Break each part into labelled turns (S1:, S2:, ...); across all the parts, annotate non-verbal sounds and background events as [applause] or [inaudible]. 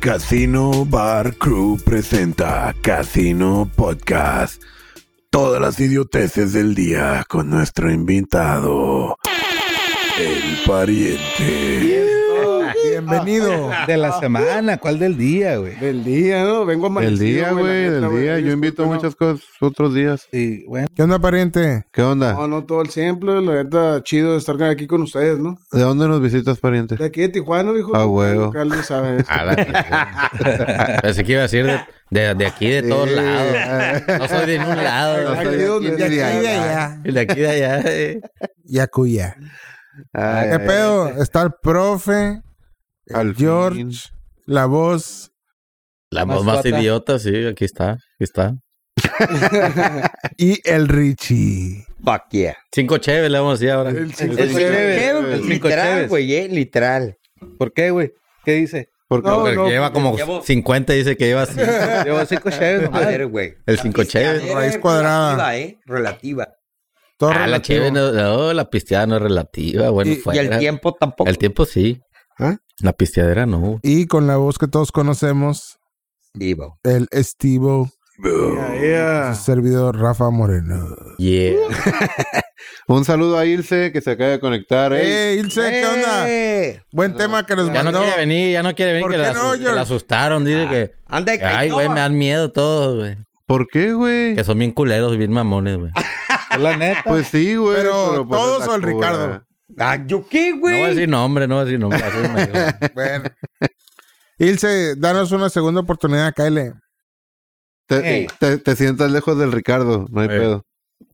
S1: Casino Bar Crew presenta Casino Podcast. Todas las idioteces del día con nuestro invitado, el pariente.
S2: Bienvenido.
S3: De la semana, ¿cuál del día, güey?
S2: Ah. Del día, ¿no? Vengo
S4: Del
S2: amanecido.
S4: día, güey,
S2: la neta,
S4: del día. Yo invito a
S2: Disculpa,
S4: muchas cosas otros días.
S3: Y bueno,
S5: ¿Qué onda, pariente?
S4: ¿Qué
S2: No,
S4: onda?
S2: no, no todo el siempre. La neta, chido estar aquí con ustedes, ¿no?
S4: ¿De dónde nos visitas, pariente?
S2: De aquí de Tijuana, dijo.
S4: Ah, huevo.
S2: Carlos,
S4: [laughs]
S2: ¿sabes?
S6: A la chingada. Pensé que iba a decir de, de- de aquí de todos lados. No soy de ningún lado.
S2: Aquí donde-
S5: De aquí, de allá.
S6: De aquí de allá. eh.
S5: Yacuya.
S4: Ay,
S5: ¿Qué
S4: ay,
S5: pedo? Está el profe, el
S4: Al
S5: George,
S4: fin.
S5: la voz.
S6: La voz más
S3: Mascota.
S6: idiota, sí, aquí está. Aquí está.
S5: Y el Richie.
S7: Fuck yeah.
S6: Cinco chéves le vamos a decir ahora.
S2: El cinco
S3: El
S7: El
S3: cinco
S2: chéves.
S3: chéves.
S7: Chévere,
S3: El cinco
S7: literal,
S3: chéves.
S7: güey, eh, literal.
S3: ¿por qué, güey? ¿Qué dice?
S4: ¿Por qué?
S2: No,
S6: Porque
S2: no,
S6: lleva como
S7: llevo-
S6: 50 dice que lleva cinco.
S3: Llevo cinco cheves, nomás.
S7: Madre, güey.
S6: el cinco chéves.
S7: Era
S5: Raíz cuadrada.
S7: Relativa, eh, relativa.
S5: Todo
S6: Ah, la
S5: relativo.
S6: cheve no, no, la pisteada no es relativa. Bueno,
S5: Y- y
S7: Y
S6: fuera.
S7: el tiempo tampoco.
S6: El tiempo sí.
S4: ¿Ah?
S6: La pisteadera no.
S5: Y con la voz que todos conocemos,
S7: Vivo.
S5: el Estivo,
S2: Ya, ya.
S5: su servidor Rafa Moreno.
S6: Yeah.
S4: [laughs] Un saludo a Ilse que se acaba de conectar. ey.
S5: ¡Ey, Ilse, qué onda!
S7: Eh,
S5: Buen tema que les
S6: Ya no
S5: mandó.
S6: quiere venir, ya no quiere venir
S5: ¿Por
S6: que
S5: qué
S6: la,
S5: no,
S6: asus- que
S5: George?
S6: la asustaron. Dice que.
S7: Anda, de
S6: Ay, güey, me dan miedo todos, güey.
S4: ¿Por qué, güey?
S6: Que son bien culeros, bien mamones, güey.
S3: Ah, Es la neta.
S4: Pues sí, güey.
S5: Pero,
S4: pues,
S5: ¿todos
S4: es la
S5: o el
S4: cura.
S5: Ricardo?
S7: Ah, ¿yo qué,
S6: No voy a
S7: güey?
S6: decir nombre, no voy a decir nombre. así me dijo.
S5: Bueno. Ilse, danos una segunda oportunidad, Kyle.
S4: Te,
S3: Ey.
S4: te- te sientas lejos del Ricardo, no hay
S6: Ey.
S4: pedo.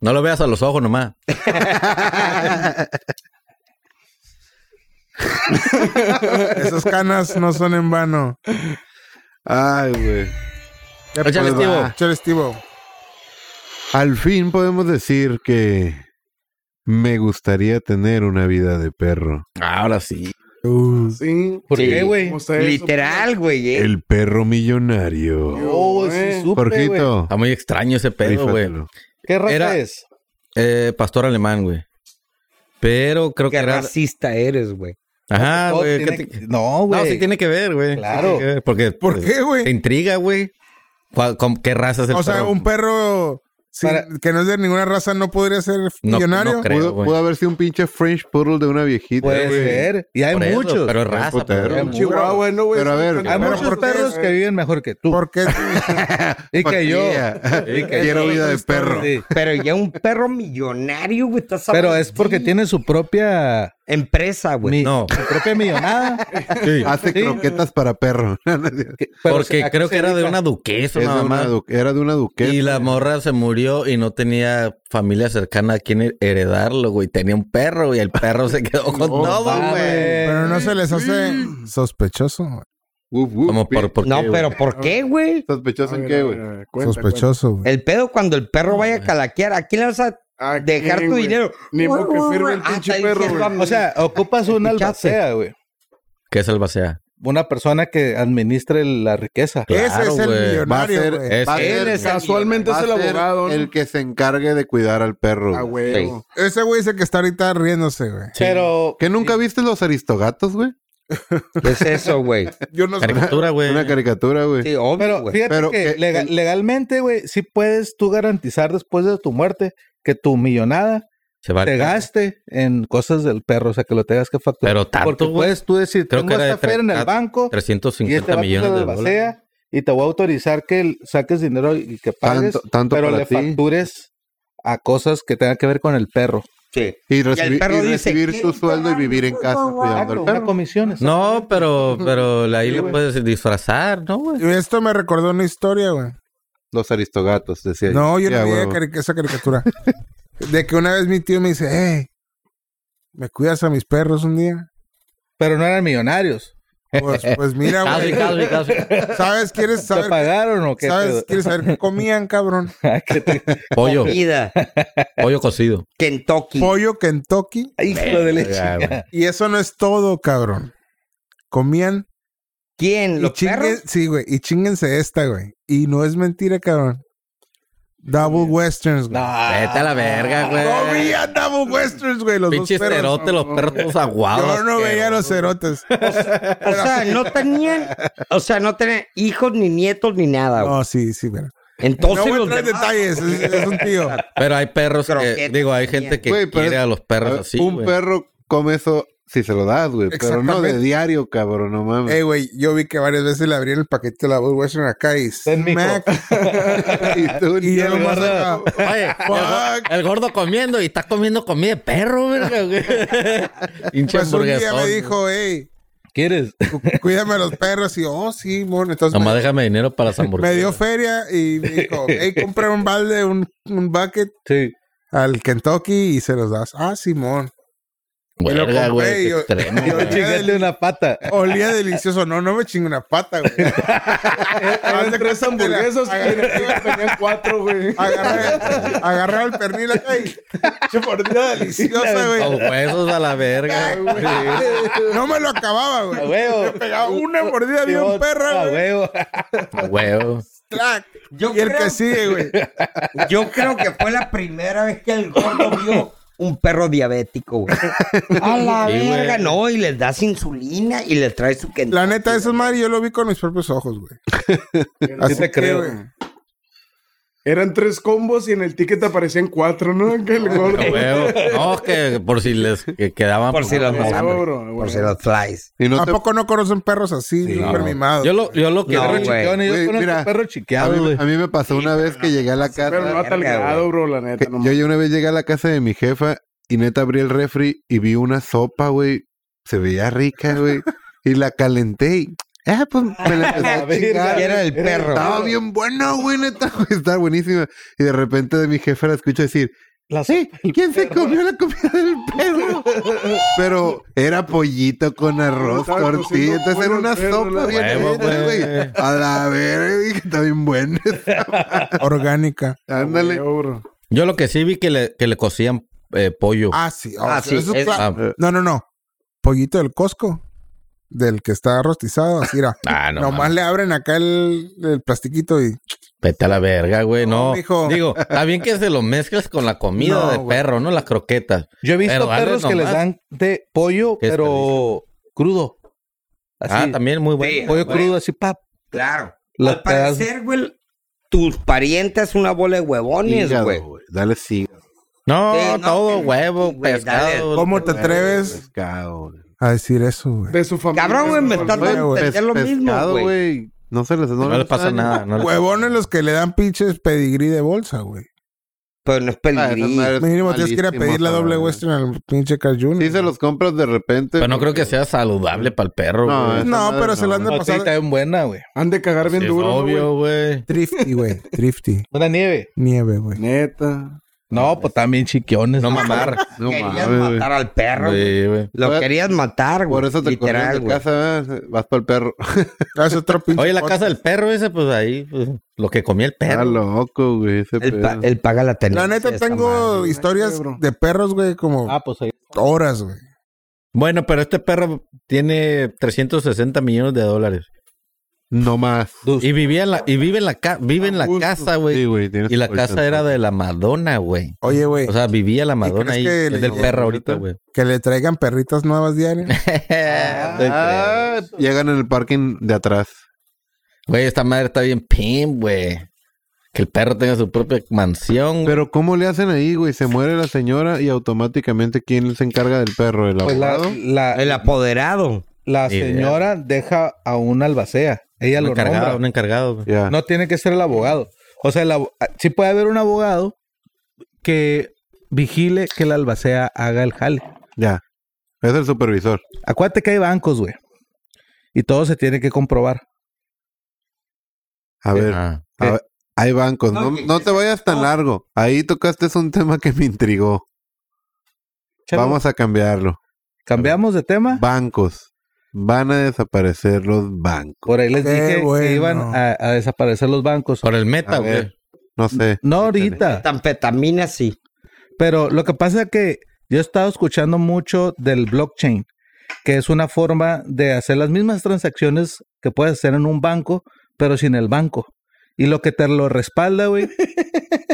S6: No lo veas a los ojos nomás.
S5: Esas canas no son en vano.
S4: Ay, güey.
S5: ¿Qué pedo?
S6: Échale, Estivo.
S5: Pues Échale, Estivo.
S4: Al fin podemos decir que me gustaría tener una vida de perro.
S6: Ahora sí.
S2: Sí.
S3: ¿Por
S7: Sí.
S3: qué, güey?
S2: ¿Cómo está eso?
S7: Literal, güey, eh.
S4: El perro millonario.
S3: Oh, sí,
S2: Eh.
S3: supe, güey.
S4: Jorgito.
S6: Está muy extraño ese pedo, güey.
S4: rífatelo.
S3: ¿Qué raza
S6: Era-
S3: es?
S6: Eh, pastor alemán, güey. Pero creo que
S7: Qué
S6: era.
S7: racista eres, güey.
S6: Ajá,
S3: Todo
S6: güey. ¿qué
S3: tiene-
S6: te-
S3: No, güey.
S6: No, sí tiene que ver, güey. Sí
S3: Claro.
S6: tiene que ver, Porque,
S5: ¿Por qué,
S6: Te
S5: güey?
S6: intriga, güey. ¿Cuál- com- ¿Qué raza es el
S5: O sea,
S6: perro?
S5: un perro sin-
S3: Para-
S5: que no es de ninguna raza no podría ser
S6: No-
S5: millonario.
S6: no creo.
S4: Pudo,
S6: güey.
S4: pudo haber sido un pinche French poodle de una viejita.
S3: Puede
S4: güey.
S3: ser. Y hay
S6: Por eso,
S3: muchos.
S6: Pero es
S4: Hay
S6: raza,
S4: putero.
S6: pero-
S2: Un Chihuahua, ¿no, güey?
S4: Pero a ver,
S2: Son
S3: Hay
S4: Pero
S2: animales
S3: muchos
S5: ¿por qué?
S3: perros que viven mejor que tú.
S5: Porque
S3: Y que yo.
S4: [laughs] Y
S3: que
S4: Quiero
S3: yo.
S4: vida de perro.
S3: Sí.
S7: Pero ya un perro millonario, güey. estás
S3: Pero
S7: hablando
S3: es porque
S7: de
S3: tiene su propia.
S7: Empresa, güey.
S6: Pues
S3: mi-
S6: No.
S3: [laughs] Su propia millonada.
S6: Sí.
S4: Hace
S3: Sí.
S4: croquetas para perro. [laughs]
S3: Pero
S6: Porque
S3: ¿a qué
S6: creo
S3: se
S6: que era de
S3: dedica?
S6: una duquesa,
S4: Es de
S6: nada
S4: una
S6: más.
S4: du- era de una duquesa.
S6: Y la morra se murió y no tenía familia cercana a quien heredarlo, güey. Tenía un perro y el perro se quedó con todo,
S3: mames.
S6: güey.
S5: pero no se les hace sospechoso. güey.
S4: Uf, uf,
S6: Como por, por qué,
S7: No,
S6: güey?
S7: pero ¿por qué, güey?
S4: ¿Sospechoso
S2: A
S4: en
S2: ver,
S4: qué,
S2: a
S4: güey?
S2: ver, a ver, cuenta,
S5: sospechoso, güey.
S7: El pedo cuando el perro vaya a calaquear, ¿a quién le vas a
S2: cuenta. ¿A
S7: dejar
S2: quién,
S7: tu
S2: Ah, güey?
S7: dinero?
S2: Ni modo que firme el
S7: Ah,
S2: pinche
S7: está
S2: perro,
S7: diciendo
S2: güey.
S7: a mí.
S3: O sea, ocupas una
S7: ¿Escuchaste?
S3: albacea, güey.
S6: ¿Qué es albacea?
S3: Una persona que administre la riqueza.
S5: Ese
S6: claro,
S5: es el
S6: güey.
S4: Va a
S5: millonario,
S4: ser,
S5: güey.
S4: va a
S6: Él
S4: ser-
S6: es
S4: va a
S2: casualmente es el
S4: ser
S2: abogado, ¿no? Ah,
S4: El que se encargue de cuidar al perro.
S2: A
S4: güey.
S2: huevo.
S5: Ese güey es el que está ahorita riéndose, güey.
S3: Pero
S4: ¿Que nunca viste los aristogatos, güey?
S7: ¿Qué es eso, güey?
S5: [laughs] Yo no sé.
S6: Caricatura, güey.
S4: Una caricatura, güey.
S7: Sí, obvio,
S3: Pero
S7: güey.
S3: fíjate
S4: Pero
S3: que,
S4: que
S3: lega-
S4: el-
S3: legalmente, güey, sí puedes tú garantizar después de tu muerte que tu millonada
S6: Se va al
S3: te
S6: perro.
S3: gaste en cosas del perro, o sea, que lo tengas que facturar.
S6: Pero tanto,
S3: Porque
S6: güey.
S3: puedes tú decir,
S6: Creo
S3: tengo
S6: que era de
S3: esta feria en
S6: tre-
S3: el banco y este
S6: 350
S3: vato
S6: millones
S3: se
S6: de
S3: desvasea,
S6: dólares.
S3: y te voy a autorizar que el- saques dinero y que pagues,
S4: Tanto- tanto
S3: pero
S4: para
S3: le
S4: ti.
S3: factures a cosas que tengan que ver con el perro.
S7: Sí.
S4: Y,
S7: Y
S4: recibir,
S7: el perro
S4: y
S7: dice,
S4: recibir
S7: "¿Quién
S4: su
S7: te
S4: sueldo y
S7: da
S4: vivir en
S7: mi
S4: casa
S7: puto
S4: cuidando al
S3: Una
S4: perro.
S3: comisión, exacto.
S6: No, pero, pero la- ahí
S3: Sí,
S6: lo
S3: güey.
S6: puedes disfrazar, ¿no, güey?
S5: Esto me recordó una historia, güey.
S4: Los aristogatos, decía
S5: No, yo
S4: Ya,
S5: no vi
S4: huevo.
S5: cari- esa caricatura. De que una vez mi tío me dice, hey, ¿me cuidas a mis perros un día?
S3: Pero no eran millonarios.
S5: Pues, pues mira,
S6: Casi,
S5: güey.
S6: casi, casi. [laughs]
S5: ¿Sabes? ¿Quieres
S3: ¿Te
S5: saber?
S3: pagaron o qué?
S5: ¿Sabes?
S3: pedo?
S5: ¿Quieres saber qué comían, cabrón?
S3: ¿Qué te-
S6: Pollo,
S7: Comida,
S6: pollo [laughs] cocido.
S7: Kentucky.
S5: Pollo Kentucky.
S3: Hijo de leche.
S5: Y eso no es todo, cabrón. Comían
S7: ¿Quién?
S5: y
S7: ¿Los
S5: chinguen-
S7: perros?
S5: sí, güey, y chinguense esta, güey. Y no es mentira, cabrón. Double Westerns, güey.
S6: Vete a la verga, güey.
S5: No veía Double Westerns, güey. Los
S6: Pinches
S5: dos perros.
S6: cerotes, los perros todos aguados.
S7: Ah,
S5: Yo no
S6: que-
S5: veía los
S7: [laughs]
S5: cerotes.
S7: O sea, no tenían, o sea, no tenían hijos, ni nietos, ni nada, güey.
S5: No, sí, sí, güey. No
S7: Entonces
S5: voy a
S7: los
S5: entrar en
S7: demás-
S5: detalles, es, es un
S7: [laughs]
S5: tío.
S6: Pero hay perros que,
S7: Croquetas
S6: digo, hay
S7: también.
S6: gente que
S4: Güey, pero
S6: quiere
S4: es-
S6: a
S4: A
S6: los
S4: ver,
S6: perros así,
S4: Ah, un
S6: güey.
S4: perro come eso si se lo das, güey. Pero no de
S5: Exactamente. Eh,
S4: diario, cabrón, no mames.
S5: Ey, güey, yo vi que varias veces le abrían el paquete de la Double Western acá y
S3: Ten, mijo.
S5: smack.
S7: [laughs]
S4: y tú,
S5: y ya
S4: ya
S5: lo más acá.
S6: Oye, el, go-
S5: Fuck.
S6: el gordo comiendo y está comiendo comida de perro,
S5: [laughs]
S6: verga, güey. Hinche
S5: Pues un día me
S6: hamburguesón.
S5: dijo, hey,
S3: ¿Quieres?
S5: cuídame a los perros. Y yo, oh, sí, bueno. Entonces
S6: Nomás
S5: me,
S6: déjame dinero para las hamburguesas.
S5: me dio feria y me dijo, hey, compra un balde, un, un bucket
S3: Sí.
S5: al Kentucky y se los das. Ah, Simón. me lo
S6: Verga, güey,
S5: compré y
S6: qué
S5: yo-
S6: extremo,
S5: yo-
S6: güey.
S3: Chingate una pata.
S5: Olía delicioso. No, no me chingo una pata, güey.
S2: [laughs] Eran tres
S5: Hazte cuenta que la-
S2: hamburguesas y en el tenían cuatro, güey.
S5: Agarré, agarré el pernil acá y se mordía deliciosa,
S6: Los
S5: güey.
S6: huesos a
S5: [laughs]
S6: la verga, güey.
S5: No me lo acababa,
S3: A
S5: güey.
S3: huevo.
S5: Me
S6: Ah,
S5: pegaba una mordida bien perra,
S3: A
S5: güey. [laughs]
S3: huevo.
S6: Huevo.
S5: Clac. Y el que sigue, güey.
S7: Yo creo que fue la primera vez que el gordo vio un perro diabético, güey. A la
S6: Sí, güey.
S7: verga, no, y les das insulina y les traes su Kentucky.
S5: La neta, eso es madre, yo lo vi con mis propios ojos, güey. Así que,
S3: te creo.
S5: güey,
S2: Eran tres combos y en el ticket aparecían cuatro, ¿no? Que el gordo.
S6: A huevo. No, que por si les que quedaban.
S7: Por si los
S2: Por
S7: moscas,
S2: favor, bro,
S7: por
S2: Ah, güey.
S7: si los flies.
S4: Y no
S5: ¿A
S4: te...
S5: poco no conocen perros así,
S6: No.
S5: super mimados?
S6: Yo lo, yo lo que.
S7: No,
S3: Perro
S7: güey.
S3: chiqueado. Yo
S4: Güey,
S3: conozco
S4: mira,
S3: perro
S4: a,
S3: chiqueado,
S4: mí,
S3: güey.
S4: a mí me pasó una vez que llegué a la casa.
S2: Pero no a tal
S7: Verga,
S2: grado, bro, la neta.
S4: que-
S2: no
S4: yo,
S2: mames.
S4: yo una vez llegué a la casa de mi jefa y neta abrí el refri y vi una sopa, güey. Se veía rica, güey. y la calenté y... Ah, pues me la empecé a chingar.
S7: Y era el perro.
S4: Estaba bien bueno, güey, neta, [laughs] güey, estaba buenísima. Y de repente de mi jefe la escucho decir,
S3: La
S4: "Sí, ¿quién se comió la comida del
S7: [laughs]
S4: perro? Pero era pollito con arroz,
S2: Estaba cociendo
S4: tortilla, entonces era
S2: pollo
S4: una
S2: el perro,
S4: sopa
S2: la
S4: bien
S6: huevo,
S4: hecha,
S6: güey.
S4: güey. A la verga, dije, está bien
S7: [laughs]
S4: buena.
S5: Orgánica.
S4: Ándale.
S2: Yo, bro.
S6: Yo lo que sí vi que le, que le cocían eh, pollo.
S5: Ah, sí. oh,
S7: Ah,
S5: sí,
S7: sí,
S5: eso es
S7: es-
S5: cla-
S6: Ah,
S5: No, no, no. Pollito del Costco. Del que está rostizado, así era.
S6: ah, no.
S5: Nomás
S6: mames.
S5: le abren acá el, el plastiquito y...
S6: Vete a la verga, güey.
S5: No,
S6: No.
S5: mijo.
S6: Digo, está bien que se lo mezclas con la comida
S5: No,
S6: de
S5: güey.
S6: perro, ¿no? Las croquetas.
S3: Yo he visto
S6: Pero dale
S3: perros que les
S6: nomás.
S3: dan de pollo,
S6: Qué
S3: pero crudo. Así,
S6: Ah, también muy bueno.
S7: Sí.
S3: pollo
S7: güey.
S3: crudo, así, pap.
S7: Claro.
S3: La
S7: Al parecer, güey, tus parientes una bola de huevones,
S4: Hígado,
S7: güey.
S4: güey. Dale sí,
S6: No,
S7: Sí, no,
S6: todo
S7: sí,
S6: huevo,
S7: güey,
S6: pescado.
S5: ¿Cómo te atreves
S4: pescado. güey.
S5: a decir eso, güey?
S2: De su familia.
S7: Cabrón, güey, me está
S5: Oye,
S7: dando a
S4: Pes-
S7: entender lo mismo,
S4: pescado,
S7: güey.
S4: güey. No se les
S6: No le pasa
S4: daño.
S6: nada. No le-
S5: Huevones los que le dan pinches pedigrí de bolsa, güey.
S7: Pero no es
S4: Ah, esas
S7: peligrí.
S4: madres
S5: Mínimo tienes que ir a
S4: malísimas,
S5: pedir la doble
S4: cabrón.
S5: western al pinche Carl Jr.
S4: Sí se los compras de repente.
S6: Pero no creo que sea saludable para el perro,
S4: No,
S6: güey.
S4: esa
S5: No,
S4: madre
S5: pero se
S4: no,
S5: lo han
S4: güey.
S5: de
S3: No, sí,
S5: pasar...
S3: está bien buena, güey.
S2: Han de cagar bien
S6: Es
S2: duro, ¿no, güey?
S6: obvio, güey.
S5: Thrifty, güey. Thrifty.
S3: Una nieve.
S5: Nieve,
S4: [laughs]
S5: güey.
S2: Neta.
S3: No, pues también chiquiones.
S6: No mamar.
S4: No
S7: Querías
S4: mames, güey.
S7: matar al perro. güey.
S6: Sí, güey.
S7: Lo
S4: Por-
S7: querías matar, güey.
S4: Por eso te
S7: Literal,
S4: corrieron de
S7: güey.
S4: casa, ¿eh? vas para el
S7: [laughs]
S4: perro.
S5: Es otro pinche
S6: Oye, la
S5: podcast.
S6: casa del perro ese, pues ahí, pues, lo que comía el
S4: Está
S6: perro.
S4: Ah, loco, güey, ese
S7: Él,
S4: pedo.
S7: pa- eh. él paga la tenencia.
S5: La neta,
S7: esta
S5: tengo
S7: Este, madre.
S5: historias
S2: Ay,
S5: de perros, güey, como
S3: Ah, pues ahí.
S5: horas, güey.
S6: Bueno, pero este perro tiene 360 millones de dólares.
S4: No más.
S6: Y vivía en la, y vive en la, ca- vive en la
S2: Justo.
S6: casa,
S4: Sí,
S6: güey.
S4: güey, tienes
S6: Y la
S4: tu
S6: casa
S4: colchón.
S6: era de la Madonna, güey.
S5: Oye, güey,
S6: O sea, vivía la Madonna
S5: crees
S6: ahí.
S5: que le
S6: Es del
S5: llegó
S6: perro
S4: la
S6: ahorita,
S4: neta?
S6: güey.
S5: que le traigan perritas nuevas diarias.
S6: Ah,
S4: Ah, llegan en el parking de atrás.
S6: Güey, esta madre está bien pim, güey. Que el perro tenga su propia mansión, güey.
S4: Pero ¿cómo le hacen ahí, güey? Se muere la señora y automáticamente ¿quién se encarga del perro? ¿El
S3: Pues la,
S4: abogado?
S3: la,
S7: El apoderado.
S3: la
S6: Ni idea.
S3: señora deja a una albacea. Ella
S6: Un
S3: lo
S6: encargado, un
S3: nombra.
S6: encargado, güey.
S4: Ya.
S3: No tiene que ser el abogado. O sea, el abo- sí puede haber un abogado que vigile que la albacea haga el jale.
S4: Ya. Es el supervisor.
S3: Acuérdate que hay bancos, güey. Y todo se tiene que comprobar.
S4: A ver,
S6: Ah.
S4: a ver, hay bancos. No, no te vayas tan largo. Ahí tocaste es un tema que me intrigó.
S3: Chalo,
S4: Vamos a cambiarlo.
S3: Cambiamos de
S6: Ah.
S3: tema.
S4: Bancos. Van a desaparecer los bancos.
S3: Por ahí les
S5: Qué
S3: dije
S5: bueno.
S3: que iban a, a desaparecer los bancos.
S6: Por el meta,
S4: A ver.
S6: güey.
S4: No sé. Explícale.
S3: No ahorita,
S7: Tanfetamina, sí.
S3: pero lo que pasa es que yo he estado escuchando mucho del blockchain, que es una forma de hacer las mismas transacciones que puedes hacer en un banco, pero sin el banco. Y lo que te lo respalda, güey.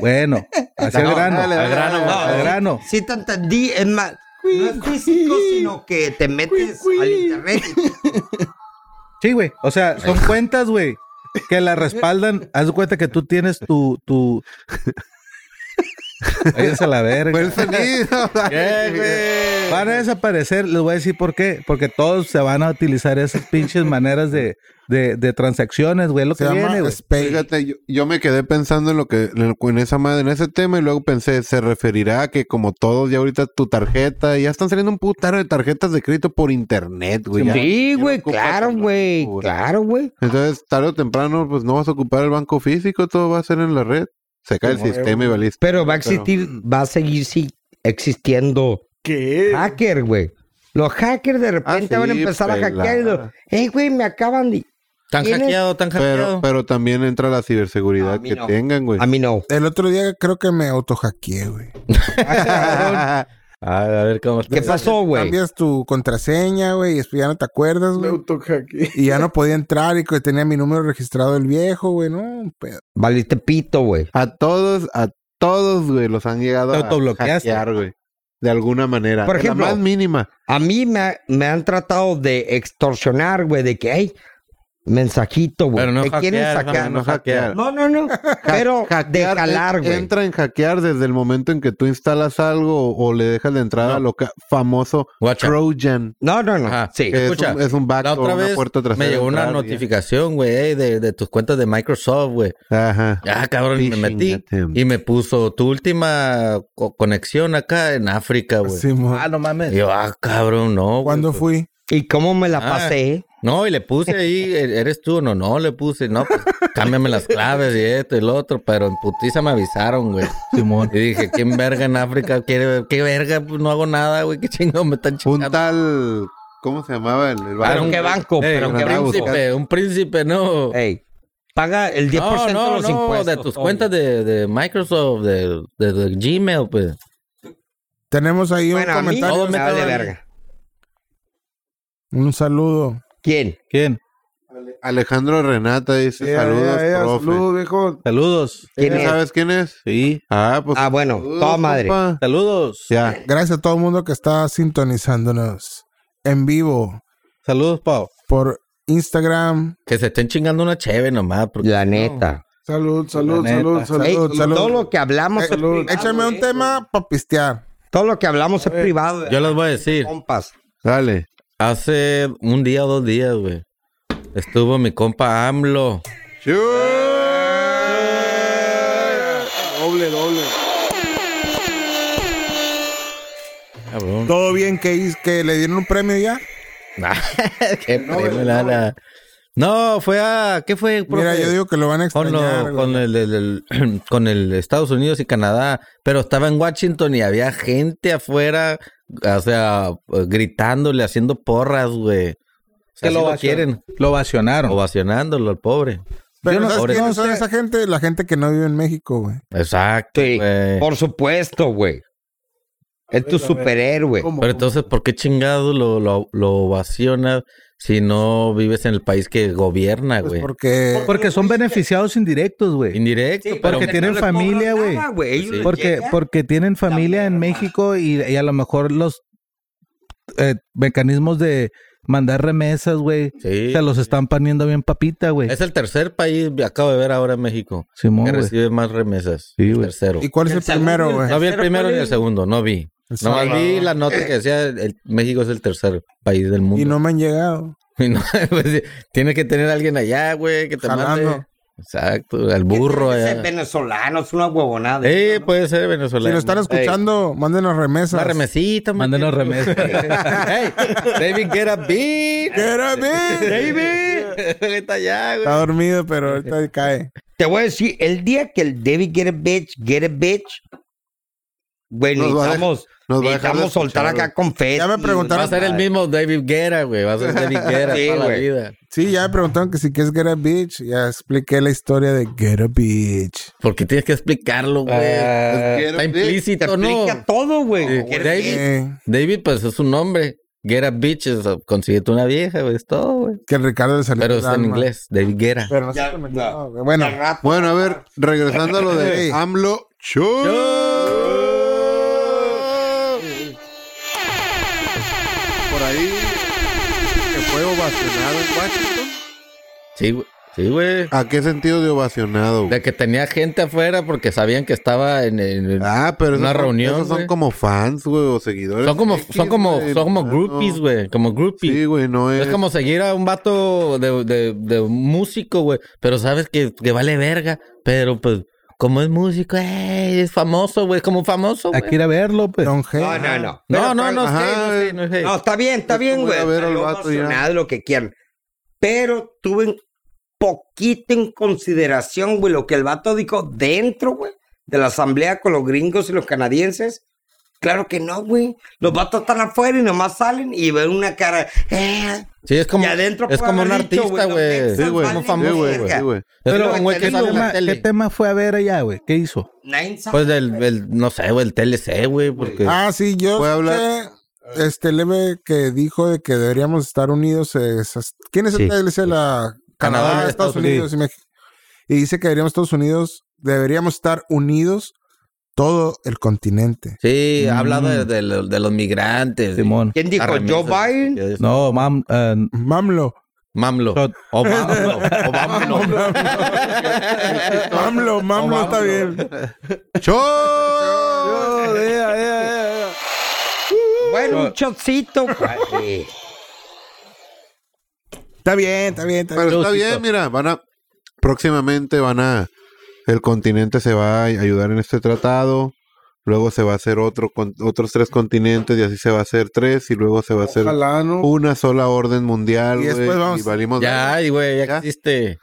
S3: Bueno, hacia el
S6: No,
S3: grano.
S6: dale, dale,
S3: al grano,
S6: dale,
S3: al
S6: dale.
S3: grano.
S7: Sí te entendí, es más, no es físico, sino que te metes al internet.
S3: Sí, güey. O sea, son cuentas, güey, que la respaldan. Haz de cuenta que tú tienes tu. tu...
S6: [laughs]
S3: Váyanse a la
S4: [laughs]
S3: verga.
S6: Pues
S4: Buen sonido.
S3: Van a desaparecer, les voy a decir por qué. Porque todos se van a utilizar esas pinches maneras de, de, de transacciones, güey. es Lo
S5: Se
S3: que viene,
S5: llama
S3: güey.
S5: Space.
S4: Fíjate, yo, yo me quedé pensando en lo que en- en esa madre, en ese tema, y luego pensé, se referirá a que como todos ya ahorita tu tarjeta, ya están saliendo un putaro de tarjetas de crédito por internet, güey. Pues ya.
S7: Sí, güey,
S4: ocupas
S7: claro,
S4: el
S7: güey,
S4: banco, güey.
S7: claro, güey.
S4: Entonces, tarde o temprano, pues no vas a ocupar el banco físico, todo va a ser en la red. Se cae el sistema y valiste.
S7: Pero va a existir,
S4: mm.
S7: va a seguir sí, existiendo
S2: ¿Qué?
S7: hacker, güey. Los hackers de repente
S4: Ah, sí,
S7: van a empezar a
S4: pelada.
S7: hackear y lo, hey, güey, me acaban de...
S6: Tan
S7: ¿Tienes?
S6: hackeado, tan
S4: Pero,
S6: hackeado.
S4: pero también entra la ciberseguridad
S7: A mí
S4: que
S7: no.
S4: tengan, güey.
S7: A mí no.
S5: El otro día creo que me autohackeé, güey.
S6: Ah, a ver cómo está.
S7: ¿Qué pasó, güey?
S5: Cambias tu contraseña, güey, y después ya no te acuerdas,
S2: Me
S5: güey.
S2: autohackeé.
S5: Y ya no podía entrar y que tenía mi número registrado el viejo, güey, no, un pedo.
S7: Valiste pito, güey.
S4: A todos, a todos, güey, los han llegado
S3: Te
S4: a
S3: autobloqueaste.
S4: hackear, güey. De alguna manera.
S7: Por
S4: De
S7: ejemplo.
S4: la más mínima.
S7: A mí me, ha- me han tratado de extorsionar, güey, de que, hey, mensajito, güey.
S6: Pero no
S7: te quieren
S6: hackear,
S7: sacar.
S6: no
S4: No hackear.
S7: No, no, no. Pero de
S4: Hackear
S7: calar,
S4: en-
S7: güey.
S4: Entra en hackear desde el momento en que tú instalas algo o, o le dejas de entrada a lo ca- famoso
S6: Guacha.
S4: Trojan.
S7: No, no, no.
S6: Ajá.
S7: Sí.
S4: que es
S6: Escucha,
S4: un, es un
S6: La
S4: backdoor,
S6: otra
S4: una
S6: vez
S4: puerta trasera.
S6: me llegó una
S4: entrar,
S6: notificación, güey, de, de tus cuentas de Microsoft, güey.
S4: ya. Ajá.
S6: Ah, cabrón, y me
S4: Phishing
S6: metí
S4: attempt.
S6: y me puso tu última co- conexión acá en África, güey.
S5: Simón.
S3: Ah, no
S6: Y
S3: mames.
S6: yo, Pues, ah, cabrón, no. güey,
S5: ¿Cuándo
S6: pues.
S5: fui?
S7: ¿Y cómo me la
S6: Ah.
S7: pasé?
S6: No, y le puse ahí, "E- ¿eres tú o no? No, le puse, no, pues cámbiame las claves y esto y lo otro, pero en putiza me avisaron, güey.
S3: Simón.
S6: Y dije, ¿quién verga en África quiere? ¿Qué verga? Pues no hago nada, güey, qué chingo me están
S4: Un
S6: chingando.
S4: tal. ¿Cómo se llamaba el, el
S7: ¿Pero
S4: barrio?
S7: qué banco?
S6: Ey,
S7: ¿Pero
S6: un
S7: qué
S4: Granada
S7: banco?
S6: príncipe, un príncipe, no.
S3: Eh,
S7: Ey, paga el 10%
S6: No,
S7: de
S6: no,
S7: los
S6: no,
S7: impuestos.
S6: de tus cuentas de, de Microsoft, de, de, de Gmail, pues.
S5: Tenemos ahí un
S7: Bueno, a mí
S5: comentario.
S7: todo
S6: me
S7: me vale
S6: vale.
S7: verga.
S5: Un saludo.
S7: ¿Quién?
S3: ¿Quién?
S4: Alejandro Renata dice:
S2: Ya,
S4: Saludos,
S2: ya, ya,
S4: profe.
S2: Saludos, viejo.
S3: Saludos.
S7: ¿Quién
S4: ¿Sí
S7: es?
S4: ¿Sabes quién es?
S3: Sí.
S4: Ah, pues.
S7: Ah, bueno,
S4: saludos,
S7: toda madre.
S4: compa.
S3: Saludos.
S4: Ya.
S5: Gracias a todo el mundo que está sintonizándonos en vivo
S3: Saludos, Pau.
S5: por Instagram.
S6: Que se estén chingando una cheve nomás. Porque
S7: La neta.
S2: Salud, salud,
S3: La neta.
S2: salud,
S7: Ey,
S2: salud, salud.
S7: Todo lo que hablamos, es
S2: Salud.
S7: privado,
S5: Échame un
S7: eh.
S5: tema para pistear.
S7: Todo lo que hablamos es privado.
S6: Yo les voy a decir,
S7: Compas.
S4: Dale.
S6: hace un día o dos días, güey, estuvo mi compa AMLO.
S2: Doble, doble.
S6: Cabrón.
S5: Todo bien que, is- que le dieron un premio ya.
S3: [laughs]
S6: Qué premio le dan a- No, fue a... ¿Qué fue,
S5: Mira,
S6: profe?
S5: yo digo que lo van a
S6: Con, lo-
S5: extrañar. güey.
S6: con el, el- el- [clears throat] con el Estados Unidos y Canadá, pero estaba en Washington y había gente afuera, o sea, gritándole, haciendo porras, güey. O sea,
S3: Que
S6: sí
S3: lo,
S6: lo quieren,
S3: Lo vacionaron.
S6: ovacionándolo al pobre.
S5: Pero
S3: yo no-
S5: ¿sabes
S6: ahora-
S5: quiénes
S3: no
S5: son
S3: sé.
S5: esa gente? La gente que no vive en México, güey.
S6: Ah, Exacto,
S7: Sí,
S6: güey.
S7: por supuesto, güey. Es tu superhéroe.
S2: ¿Cómo?
S6: Pero entonces, ¿por qué chingado lo, lo, lo ovacionas si no vives en el país que gobierna,
S5: Pues
S6: güey?
S5: porque
S3: Porque son beneficiados indirectos, güey.
S6: Indirecto, pero...
S3: porque tienen
S7: le
S3: familia,
S7: cobran
S3: güey.
S7: nada, güey. Ellos
S3: Porque,
S7: llegan-
S3: porque tienen familia en México y, y a lo mejor los eh, mecanismos de mandar remesas, güey,
S6: Sí.
S3: se los están poniendo bien papita, güey.
S6: Es el tercer país, acabo de ver ahora en México,
S3: Simón,
S6: que
S3: güey.
S6: recibe más remesas.
S3: Sí,
S6: el
S3: güey.
S6: tercero.
S5: ¿Y cuál es el, primero, güey? Pues
S6: No vi el primero ni el segundo, no vi.
S5: El
S6: Nomás
S5: Salvador.
S6: vi la nota que decía el- México es el tercer país del mundo.
S5: Y no me han llegado.
S6: [laughs] Y no, pues, tienes que tener a alguien allá, güey, que te mande.
S5: Jalando.
S6: Exacto, al
S7: ¿Qué
S6: burro eh.
S7: tiene que ser
S6: allá.
S7: venezolano, es una huevonada.
S6: Eh,
S7: ¿no?
S6: puede ser
S5: Si
S6: venezolano.
S5: lo están escuchando, mándenos remesas.
S6: Una remesita, man.
S3: Mándenos remesas.
S6: [laughs] hey, David, get a beat.
S5: Get a beat.
S6: [laughs] David. Está allá, güey.
S5: Está dormido, pero ahorita cae.
S7: Te voy a decir, el día que el David get a bitch, get a bitch, güey,
S4: Nos va a
S7: necesitamos,
S4: nos va a dejar de
S7: necesitamos soltar
S4: escuchar,
S7: acá confeti.
S5: Ya me preguntaron-
S6: Va a ser el mismo David Guerra, güey. Va a ser David Guerra
S7: Sí,
S6: toda la
S7: güey.
S6: vida.
S5: Sí, ya me preguntaron que si quieres Get a Beach. Ya expliqué la historia de Get a Beach.
S6: Porque tienes que explicarlo, güey. Pues,
S4: Get a
S6: Está
S4: beat.
S6: implícito, ¿no?
S7: Explica todo, güey.
S6: Sí.
S7: Get a
S6: David,
S5: Eh,
S6: David, pues es un nombre. Get a bitches, o consíguete una vieja, güey, es todo, güey.
S5: Que el Ricardo le salió.
S6: Pero
S5: del
S6: está en
S5: alma.
S6: inglés, David Guerra.
S5: Pero no sé
S7: Ya,
S5: cómo-
S7: ya.
S5: no, güey. Bueno,
S4: Bueno, a ver, regresando a lo de
S5: Sí.
S4: AMLO. Show. Por ahí que fue ovacionado en Washington.
S6: Sí, güey. Sí, güey.
S4: ¿A qué sentido de ovacionado? güey?
S6: De que tenía gente afuera porque sabían que estaba en, en- en-
S4: Ah, pero
S6: Una
S4: esos son-
S6: reunión,
S4: esos son
S6: güey.
S4: como fans, güey, o seguidores.
S6: son como,
S4: X,
S6: son como,
S4: güey,
S6: son como
S4: no.
S6: groupies, güey. Como groupies.
S4: Sí, güey, no es.
S6: Es como seguir a un vato de, de, de músico, güey. Pero sabes que, que vale verga. Pero pues, como es músico, ey, es famoso, güey. Como un famoso, güey.
S3: Hay que ir a verlo, pues.
S5: Don G.
S7: No, no, no.
S6: No, no, no, es
S4: Ajá,
S6: gay, no es gay, no es gay.
S7: No, está bien, está
S4: Es
S7: bien,
S4: como ir
S7: güey.
S4: a ver al
S7: Salió
S4: vato ya.
S7: emocionado, lo que quieran. Pero tuve un poquito en consideración, güey, lo que el vato dijo dentro, güey, de la asamblea con los gringos y los canadienses. Claro que no, güey. Los vatos están afuera y nomás salen y ven una cara. Eh,
S6: Sí, es como,
S7: y adentro
S6: es
S7: puede
S6: como un
S7: haber dicho,
S6: artista,
S7: los
S6: güey.
S7: Nexans
S4: Sí, güey.
S7: valen
S6: Como famoso,
S4: Sí, güey,
S7: verga.
S4: sí, güey.
S6: Pero
S7: Pero
S6: un güey
S7: te
S6: que
S7: digo,
S6: sale en la
S7: güey,
S6: tele.
S3: ¿Qué tema fue a ver allá, güey? ¿Qué hizo?
S7: Nine Sons,
S6: Pues del, del- no sé, güey, el TLC, güey, porque...
S5: Ah, sí, yo
S4: Voy a hablar-
S5: escuché, este leve que dijo de que deberíamos estar unidos. esas- ¿Quién es el
S6: Sí.
S5: TLC? La Canadá, Estados, Unidos y México. Y dice que deberíamos Estados Unidos, deberíamos estar unidos todo el continente.
S6: Sí, ha hablado de, de lo- de los migrantes.
S3: Simón.
S7: ¿Quién dijo?
S6: Arremesas,
S7: ¿Joe Biden?
S6: de eso.
S3: No, mam. eh,
S5: Mamlo.
S6: Mamlo.
S3: Shot.
S6: O Mamlo. O Mamlo.
S4: [laughs]
S5: Mamlo, Mamlo está bien.
S4: ¡Show!
S7: Bueno, un [laughs] chocito, güey.
S5: Está bien, está bien, está bien.
S4: Pero está bien, mira, van a. Próximamente van a. El continente se va a ayudar en este tratado. Luego se va a hacer otro con- otros tres continentes y así se va a hacer tres y luego se va a hacer
S2: Ojalá, ¿no?
S4: una sola orden mundial.
S5: Y
S4: güey,
S5: después vamos-
S4: y valimos
S6: Ya, ay, güey, ya
S4: Ya.
S6: existe.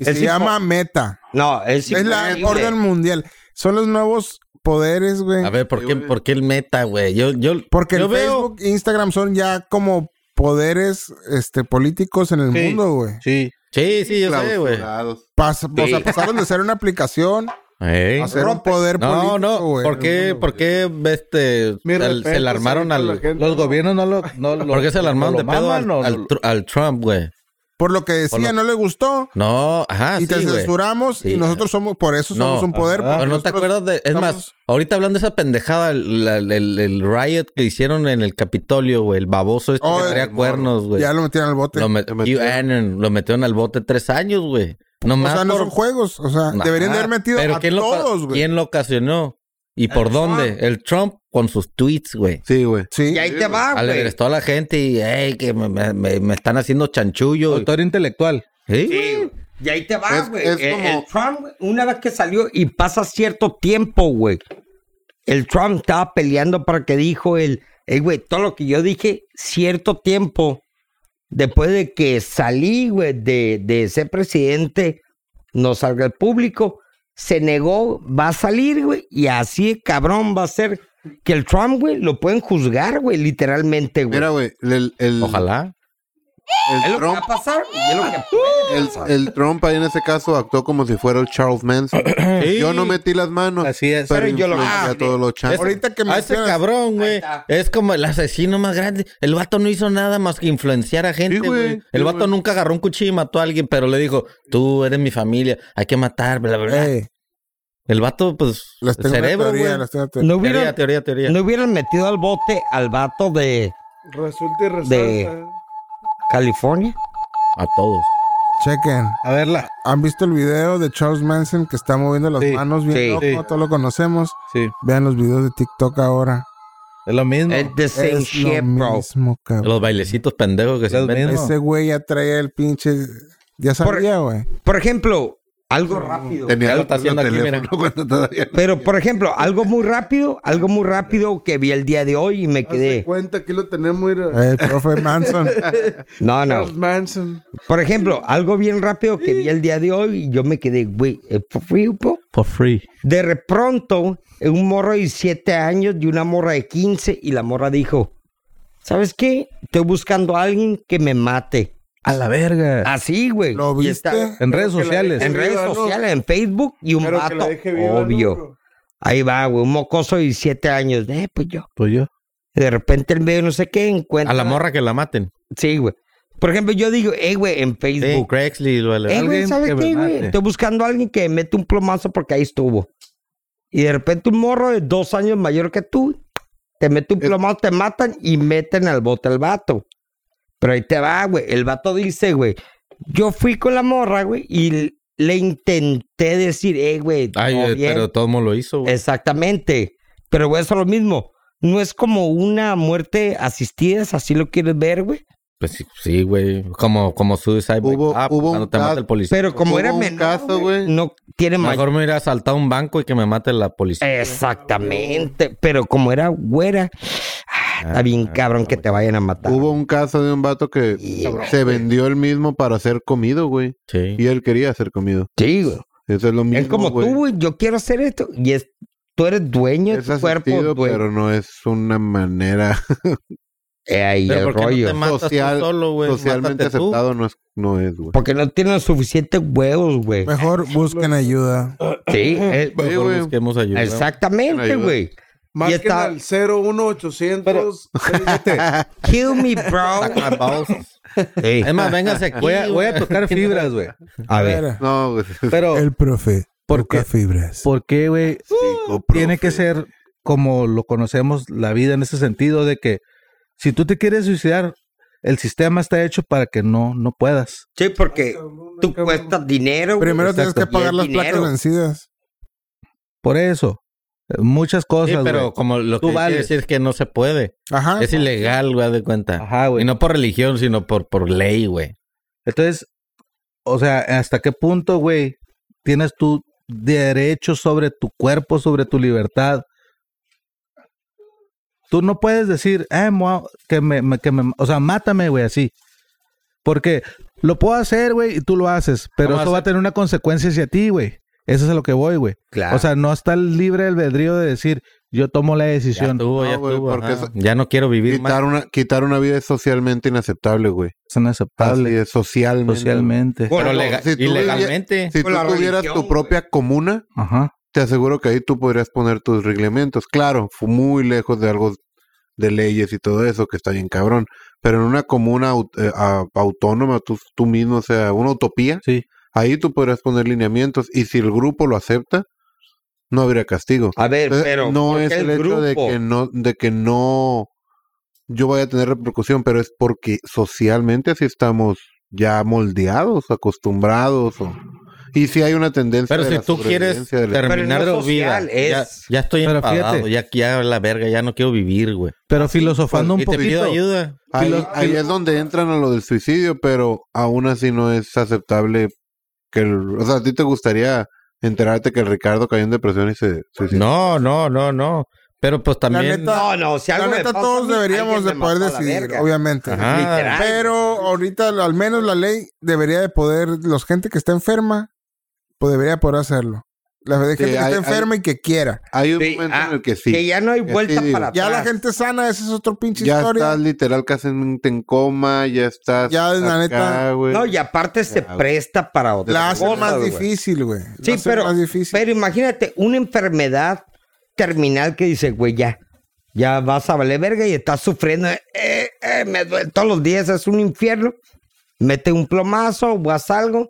S5: Y se llama Meta.
S7: No, es,
S5: es la
S7: imposible.
S5: orden mundial. Son los nuevos poderes, güey.
S6: A ver, ¿por
S4: Sí,
S6: qué,
S4: güey.
S6: ¿por qué el meta, güey? Yo, yo,
S5: Porque
S6: yo
S5: el Facebook e Instagram son ya como poderes este políticos en el
S3: Sí.
S5: mundo, güey.
S3: sí.
S6: Sí, sí, yo sé, güey.
S4: clausurados.
S5: Pas- O sea, pasaron de ser una
S6: [laughs]
S5: aplicación
S6: Ey.
S5: a ser un poder político.
S6: No, no,
S5: güey,
S6: ¿por
S5: en el
S6: qué,
S5: mundo,
S6: por qué este,
S2: Mira,
S6: al- se la armaron al...
S3: Los gobiernos no lo. No, lo
S6: ¿Por qué se la armaron
S3: no
S6: de
S3: lo
S6: pedo
S3: maman,
S6: al,
S3: no?
S6: al Tru- al Trump, güey?
S5: güey. Por lo que decía, no le gustó.
S6: No, ajá,
S5: y te
S6: Ah, sí, güey.
S5: censuramos
S6: Sí.
S5: y nosotros somos, por eso
S6: No,
S5: somos un poder. porque
S3: ajá.
S6: Pero no te
S5: nosotros-
S6: acuerdas de. Es más,
S5: estamos-
S6: ahorita hablando de esa pendejada, el, la- el- el riot que hicieron en el Capitolio, güey. El baboso este
S5: Oh,
S6: que traía
S5: el
S6: cuernos, güey.
S5: Ya lo metieron al bote.
S6: Lo, met-
S4: Lo metieron.
S6: Hugh Annan, lo metieron al bote tres años, güey.
S5: o
S6: Nomás
S5: sea, no
S6: por-
S5: son juegos. O sea,
S6: Nah,
S5: deberían de haber metido
S6: pero
S5: a
S6: ¿quién lo ca-
S5: todos, güey.
S6: ¿Quién lo ocasionó? ¿Y por dónde? El Trump con sus tweets, güey.
S4: Sí, güey.
S5: Sí.
S7: Y ahí te va, güey.
S6: Alertó a la gente y, hey, que me, me- me- me están haciendo chanchullo.
S3: Autor intelectual.
S6: Sí,
S7: Sí,
S6: güey.
S7: güey. y ahí te va,
S4: Es-
S7: güey.
S4: es
S7: El-
S4: como-
S7: El Trump, güey, una vez que salió y pasa cierto tiempo, güey. El Trump estaba peleando para que dijo el, "Ey, güey, todo lo que yo dije, cierto tiempo, después de que salí, güey, de, de ser presidente, no salga al público, se negó, va a salir, güey, y así, cabrón, va a ser que el Trump, güey, lo pueden juzgar, güey, literalmente, güey.
S4: Mira, güey, el, el,
S6: Ojalá.
S7: Es
S4: el
S7: lo que va
S4: Trump,
S7: a pasar y es lo que
S4: [laughs]
S7: puede
S4: el,
S7: pasar.
S4: el Trump ahí en ese caso actuó como si fuera el Charles Manson. Yo no metí las manos,
S3: Así es.
S4: pero yo
S7: yo lo-
S4: lo a
S7: Ah,
S4: todos los chances.
S5: Ahorita que
S6: A Ah, ese
S5: mencionas-
S6: cabrón, güey.
S7: está.
S6: Es como el asesino más grande. El vato no hizo nada más que influenciar a gente,
S4: Sí, güey.
S6: güey.
S4: Sí,
S6: El vato
S4: güey.
S6: nunca agarró un cuchillo y mató a alguien, pero le dijo, tú eres mi familia, hay que matar, bla, bla, bla.
S5: Ey,
S6: El vato, pues,
S5: les tengo una
S6: cerebro,
S5: teoría,
S6: güey.
S5: les tengo una teoría.
S7: No
S6: Teoría,
S7: hubiera,
S6: teoría, teoría.
S7: no hubieran metido al bote al vato de
S2: Resulta y resalta. ¿eh?
S7: De- California.
S6: A todos.
S5: Chequen.
S3: A verla.
S5: ¿Han visto el video de Charles Manson que está moviendo las
S3: Sí.
S5: manos bien
S7: Sí.
S5: loco?
S3: Sí.
S5: Todos lo conocemos.
S3: Sí.
S5: Vean los videos de TikTok ahora.
S3: Es lo mismo.
S7: Es the same
S5: es lo
S7: shit, bro.
S5: mismo, cabrón.
S6: Los bailecitos pendejos que se
S3: Los
S6: inventan.
S3: mismos.
S5: Ese güey ya traía el pinche... Ya
S7: Por-
S5: sabía, güey.
S7: Por ejemplo, algo rápido.
S6: Ya
S4: Tenía
S6: lo está haciendo aquí, mira.
S4: [laughs] cuando todavía-
S7: Pero, por ejemplo, algo muy rápido, algo muy rápido que vi el día de hoy y me
S2: Hazte
S7: quedé.
S2: cuenta, aquí lo tenemos, mira.
S5: El profe
S7: [laughs]
S5: Manson.
S7: No, no.
S2: Charles Manson.
S7: Por ejemplo, algo bien rápido que vi el día de hoy y yo me quedé, güey, eh, ¿es for real, bro?
S6: For free.
S7: De repronto, un morro de 7 años y una morra de 15 y la morra dijo, ¿sabes qué? Estoy buscando a alguien que me mate.
S3: A la verga.
S7: Así, güey.
S5: ¿Lo
S7: Y está-
S5: viste?
S3: En redes
S2: que la
S3: sociales.
S7: En
S2: Sí,
S7: redes
S2: viva, ¿no?
S7: sociales, en Facebook y un
S2: Pero que la
S7: vato,
S2: deje viva, ¿no,
S7: obvio.
S2: bro?
S7: Ahí va, güey, un mocoso de 17 años. Eh, pues yo.
S3: Pues yo.
S7: De repente el medio no sé qué encuentra.
S6: A la morra que la maten.
S7: Sí, güey. Por ejemplo, yo digo, eh, güey, en
S6: Sí,
S7: Facebook.
S6: Craigslist o
S7: eh, güey,
S3: alguien
S7: ¿sabes
S3: que me
S7: qué, güey?
S3: mate.
S7: Estoy buscando a alguien que me mete un plomazo porque ahí estuvo. Y de repente un morro de dos años mayor que tú te mete un plomazo, te matan y meten al bote al vato. Pero ahí te va, güey. El vato dice, güey, yo fui con la morra, güey, y le intenté decir, eh, güey,
S6: Ay,
S7: todo
S6: eh,
S7: bien.
S6: pero todo el mundo lo hizo, güey.
S7: Exactamente. Pero, güey, eso es lo mismo. No es como una muerte asistida, si así lo quieres ver, güey.
S6: Pues sí- sí, güey. Como, como Suicide by
S4: Hubo-
S6: Cop,
S4: hubo
S6: cuando
S4: un
S6: te mata
S4: caso-
S6: el policía.
S7: Pero como
S4: Hubo
S7: era
S4: un
S7: menor,
S4: caso, güey.
S7: no tiene mayor...
S6: Mejor me irá a asaltar un banco y que me mate la
S4: Eh,
S6: policía.
S7: Exactamente. Pero como era güera, ah, está bien cabrón que te vayan a matar.
S4: Hubo un caso de un vato que
S7: Sí, güey.
S4: se vendió el mismo para ser comido, güey.
S6: Sí.
S4: Y él quería ser comido.
S7: Sí, güey.
S4: Eso es lo mismo.
S7: Es como
S4: güey.
S7: tú, güey, yo quiero hacer esto. Y es, tú eres dueño de
S4: Es
S7: tu cuerpo,
S4: asistido,
S7: güey.
S4: pero no es una manera
S7: Eh, ahí
S6: Pero
S7: el
S6: ¿por qué
S7: rollo.
S6: no te matas
S4: social-
S6: tú solo, güey?
S4: socialmente
S6: Pues, Mátate tú.
S4: aceptado, no es, no es, güey.
S7: Porque no tienen suficientes huevos, güey.
S5: Mejor busquen ayuda.
S7: Sí, eh,
S4: Sí,
S6: Mejor
S4: güey.
S6: busquemos ayuda.
S7: exactamente,
S4: Ayuda.
S7: güey.
S2: Más
S7: Y
S2: que
S7: está-
S2: al 01800. [laughs]
S7: Kill me, bro.
S6: Ah, vamos.
S7: Ey,
S6: Es más,
S4: [laughs]
S6: véngase aquí.
S3: Voy a, voy a
S2: [laughs]
S6: güey.
S3: tocar fibras, güey.
S7: a ver.
S4: No, güey.
S3: Pero,
S5: El profe.
S3: ¿Por
S5: toca
S3: qué?
S5: fibras.
S3: ¿por qué, güey? Tiene que ser como lo conocemos la vida en ese sentido de que si tú te quieres suicidar, el sistema está hecho para que no, no puedas.
S7: Sí, porque tú cuestas dinero. güey.
S5: Primero tienes que
S7: Exacto.
S5: pagar
S7: Y
S5: las
S7: es
S5: placas
S7: dinero.
S5: vencidas.
S3: Por eso, eh, muchas
S6: Sí,
S3: cosas,
S6: pero
S3: güey.
S6: como lo
S3: Tú
S6: que quiere
S3: vales.
S6: decir es que no se puede.
S4: Ah,
S5: Ajá.
S6: Es ilegal, güey, haz de cuenta.
S3: Ajá,
S6: Y
S3: güey.
S6: no por religión, sino por, por ley, güey.
S3: Entonces, o sea, ¿hasta qué punto, güey, tienes tu derecho sobre tu cuerpo, sobre tu libertad? Tú no puedes decir, eh, me voy a- que me, me- que me- o sea, mátame, güey, así. Porque lo puedo hacer, güey, y tú lo haces, pero
S6: ¿Cómo
S3: eso va a
S6: hacer?
S3: tener una consecuencia hacia ti, güey. Eso es a lo que voy, güey.
S7: Claro.
S6: Ah.
S3: O sea, no está el libre albedrío de decir, yo tomo la
S6: Ya
S3: decisión.
S6: estuvo, ya
S4: No, güey,
S6: estuvo,
S4: porque
S6: ajá.
S4: eso-
S6: Ya no quiero vivir más.
S4: Quitar una, quitar una vida es socialmente inaceptable, güey.
S3: Es inaceptable
S4: Así es, socialmente.
S3: socialmente.
S6: Pero
S7: Bueno,
S6: lega-
S4: si tú
S6: ilegalmente.
S4: Si tú
S7: Con la
S4: tuvieras
S7: religión,
S4: tu
S7: güey.
S4: propia comuna,
S3: Ajá.
S4: te aseguro que ahí tú podrías poner tus reglamentos. Claro, fu- muy lejos de algo de leyes y todo eso, que está bien cabrón. Pero en una comuna au- eh, a- autónoma, tú, tú mismo, o sea, una utopía,
S3: Sí.
S4: ahí tú podrías poner lineamientos. Y si el grupo lo acepta, no habría castigo.
S7: A ver,
S4: Entonces,
S7: pero.
S4: no
S7: ¿por qué
S4: es el, hecho de
S7: grupo?
S4: que no, de que no yo vaya a tener repercusión, pero es porque socialmente así estamos ya moldeados, acostumbrados. o- y si hay una tendencia.
S6: Pero
S4: de
S6: si
S4: la
S6: tú quieres
S4: sobrevivencia, de la-
S6: terminar
S7: Pero no
S6: tu vida,
S7: social, es-
S6: ya, ya estoy
S3: Pero
S6: enfadado,
S3: fíjate.
S6: ya, ya la verga, ya no quiero vivir, güey.
S3: Pero filosofando
S6: pues, Y
S3: un
S6: te pido
S3: poquito.
S6: ayuda.
S4: Ahí, ahí es donde entran a lo del suicidio, pero aún así no es aceptable que el- o sea, a ti te gustaría enterarte que el Ricardo cayó en depresión y se suicidó.
S6: No, no, no, no. Pero pues también.
S5: neta-
S7: No, no, si
S5: La
S7: algo me
S5: neta,
S7: pasa a
S5: todos
S7: mí,
S5: deberíamos
S7: alguien
S5: de
S7: me
S5: poder
S7: mató a la
S5: decidir,
S7: verga.
S5: obviamente.
S6: Ajá.
S7: Literal.
S5: Pero ahorita, al menos la ley debería de poder, los gente que está enferma, pues debería de poder hacerlo. La gente
S4: Sí,
S5: que
S4: hay-
S5: está enferma y que quiera.
S4: Hay un
S7: Sí,
S4: momento
S7: ah,
S4: en el que sí.
S7: Que ya no hay
S4: Que
S7: vuelta
S4: sí, digo.
S7: para
S5: Ya
S7: atrás.
S5: la gente sana, esa es otra pinche
S4: ya
S5: historia.
S4: estás literal casi en en coma, ya estás.
S5: Ya, la
S4: acá,
S5: neta.
S4: güey.
S7: No, y aparte se
S4: güey.
S7: presta para otra.
S5: La hace
S7: cosa,
S5: más
S7: güey.
S5: difícil, güey. La
S7: Sí,
S5: hace
S7: pero,
S5: más difícil.
S7: pero imagínate una enfermedad terminal que dice, güey, ya, ya vas a valer verga y estás sufriendo. eh, eh, me duele todos los días, es un infierno. Mete un plomazo o haz algo.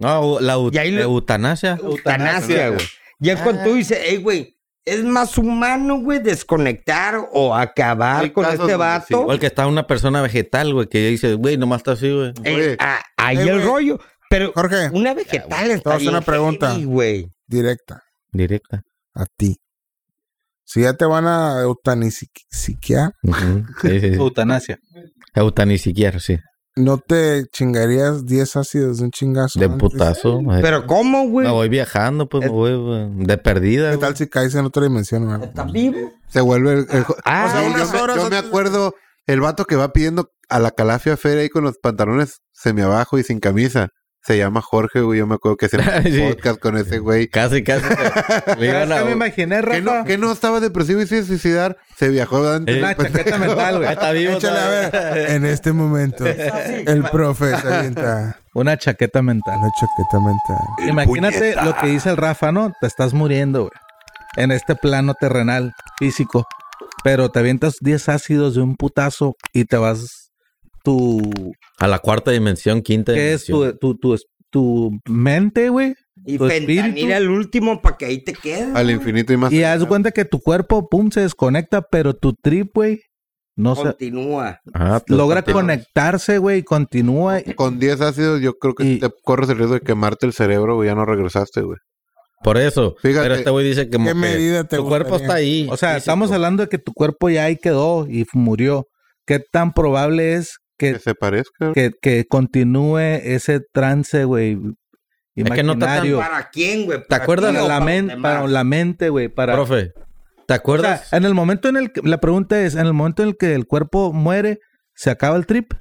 S6: No, la eu-
S7: Y ahí lo-
S6: eutanasia.
S7: Eutanasia, güey. Ya es cuando tú dices, hey, güey, es más humano, güey, desconectar o acabar
S4: Hay
S7: con
S4: casos
S7: este
S4: donde sí,
S7: vato.
S6: O el que está una persona vegetal, güey, que dice, güey, nomás está así, güey.
S7: Eh,
S4: Güey.
S7: ah, ahí
S5: Eh,
S7: el
S5: güey.
S7: rollo. Pero
S5: Jorge,
S7: una vegetal
S5: Te voy
S7: está
S5: a hacer
S7: bien
S5: una pregunta.
S7: heavy, güey.
S5: directa
S6: Directa.
S5: a ti. Si ya te van a eutanisiquear,
S6: Ujú. Sí, sí, sí.
S7: [laughs]
S3: Eutanasia.
S6: Eutanisiquiar, sí.
S5: ¿no te chingarías 10 ácidos de un chingazo?
S6: De
S5: antes?
S6: putazo. eh.
S7: Pero ¿cómo, güey?
S6: Me voy viajando, pues me voy güey, de perdida.
S5: ¿Qué
S6: güey.
S5: tal si caes en otra dimensión? o algo?
S7: ¿Estás vivo?
S4: Se vuelve el. el-
S7: Ah,
S4: o sea,
S5: unas
S4: yo, me,
S5: horas
S4: yo me
S5: antes de-
S4: acuerdo el vato que va pidiendo a la calafia feria ahí con los pantalones semi abajo y sin camisa. Se llama Jorge, güey. Yo me acuerdo que hacía
S6: [laughs] Sí.
S4: un podcast con ese güey.
S6: Casi, casi.
S7: [laughs]
S6: le iban
S3: Ya me
S6: a-
S3: imaginé,
S4: Que no,
S3: Rafa.
S4: que no estaba depresivo y se iba a suicidar. Se viajó antes.
S6: Eh,
S3: Una chaqueta mental,
S6: Ah,
S3: güey.
S6: Está vivo.
S5: Échale a
S6: todavía.
S5: ver. En este [laughs] momento, el profe se avienta
S3: Una chaqueta mental.
S5: una chaqueta mental.
S1: El
S3: Imagínate
S1: puñeta.
S3: lo que dice el Rafa, ¿no? Te estás muriendo, güey. En este plano terrenal, físico. Pero te avientas 10 ácidos de un putazo y te vas tu...
S6: A la cuarta dimensión, quinta
S3: ¿Qué es
S6: dimensión.
S3: tu, tu, tu, es- tu mente, güey?
S7: Y
S3: tu espíritu.
S7: fentanil al último para que ahí te quedes.
S4: Al infinito y más.
S3: Y haz cuenta que tu cuerpo, pum, se desconecta, pero tu trip, güey, no se...
S7: Continúa.
S6: Ah, tú-
S3: Logra
S6: tú-
S3: conectarse, güey, y continúa.
S4: Con 10 ácidos, yo creo que
S3: Y-
S4: te corres el riesgo de quemarte el cerebro, güey. Ya no regresaste, güey.
S6: Por eso.
S4: Fíjate,
S6: pero este güey dice que,
S5: ¿Qué medida te
S6: tu cuerpo
S5: gustaría?
S6: está ahí.
S3: O sea,
S6: físico.
S3: estamos hablando de que tu cuerpo ya ahí quedó y murió. ¿Qué tan probable es
S4: Que
S3: que,
S4: se parezca.
S3: que, que continúe ese trance, güey?
S6: Es que no está tan
S3: Imaginario.
S7: ¿Para quién, güey?
S6: ¿Te acuerdas
S3: para,
S6: de
S3: la men- para la mente, güey. Para...
S6: Profe, ¿te
S3: O sea,
S6: acuerdas?
S3: en el momento en el que... La pregunta es, en el momento en el que el cuerpo muere, ¿se acaba el trip?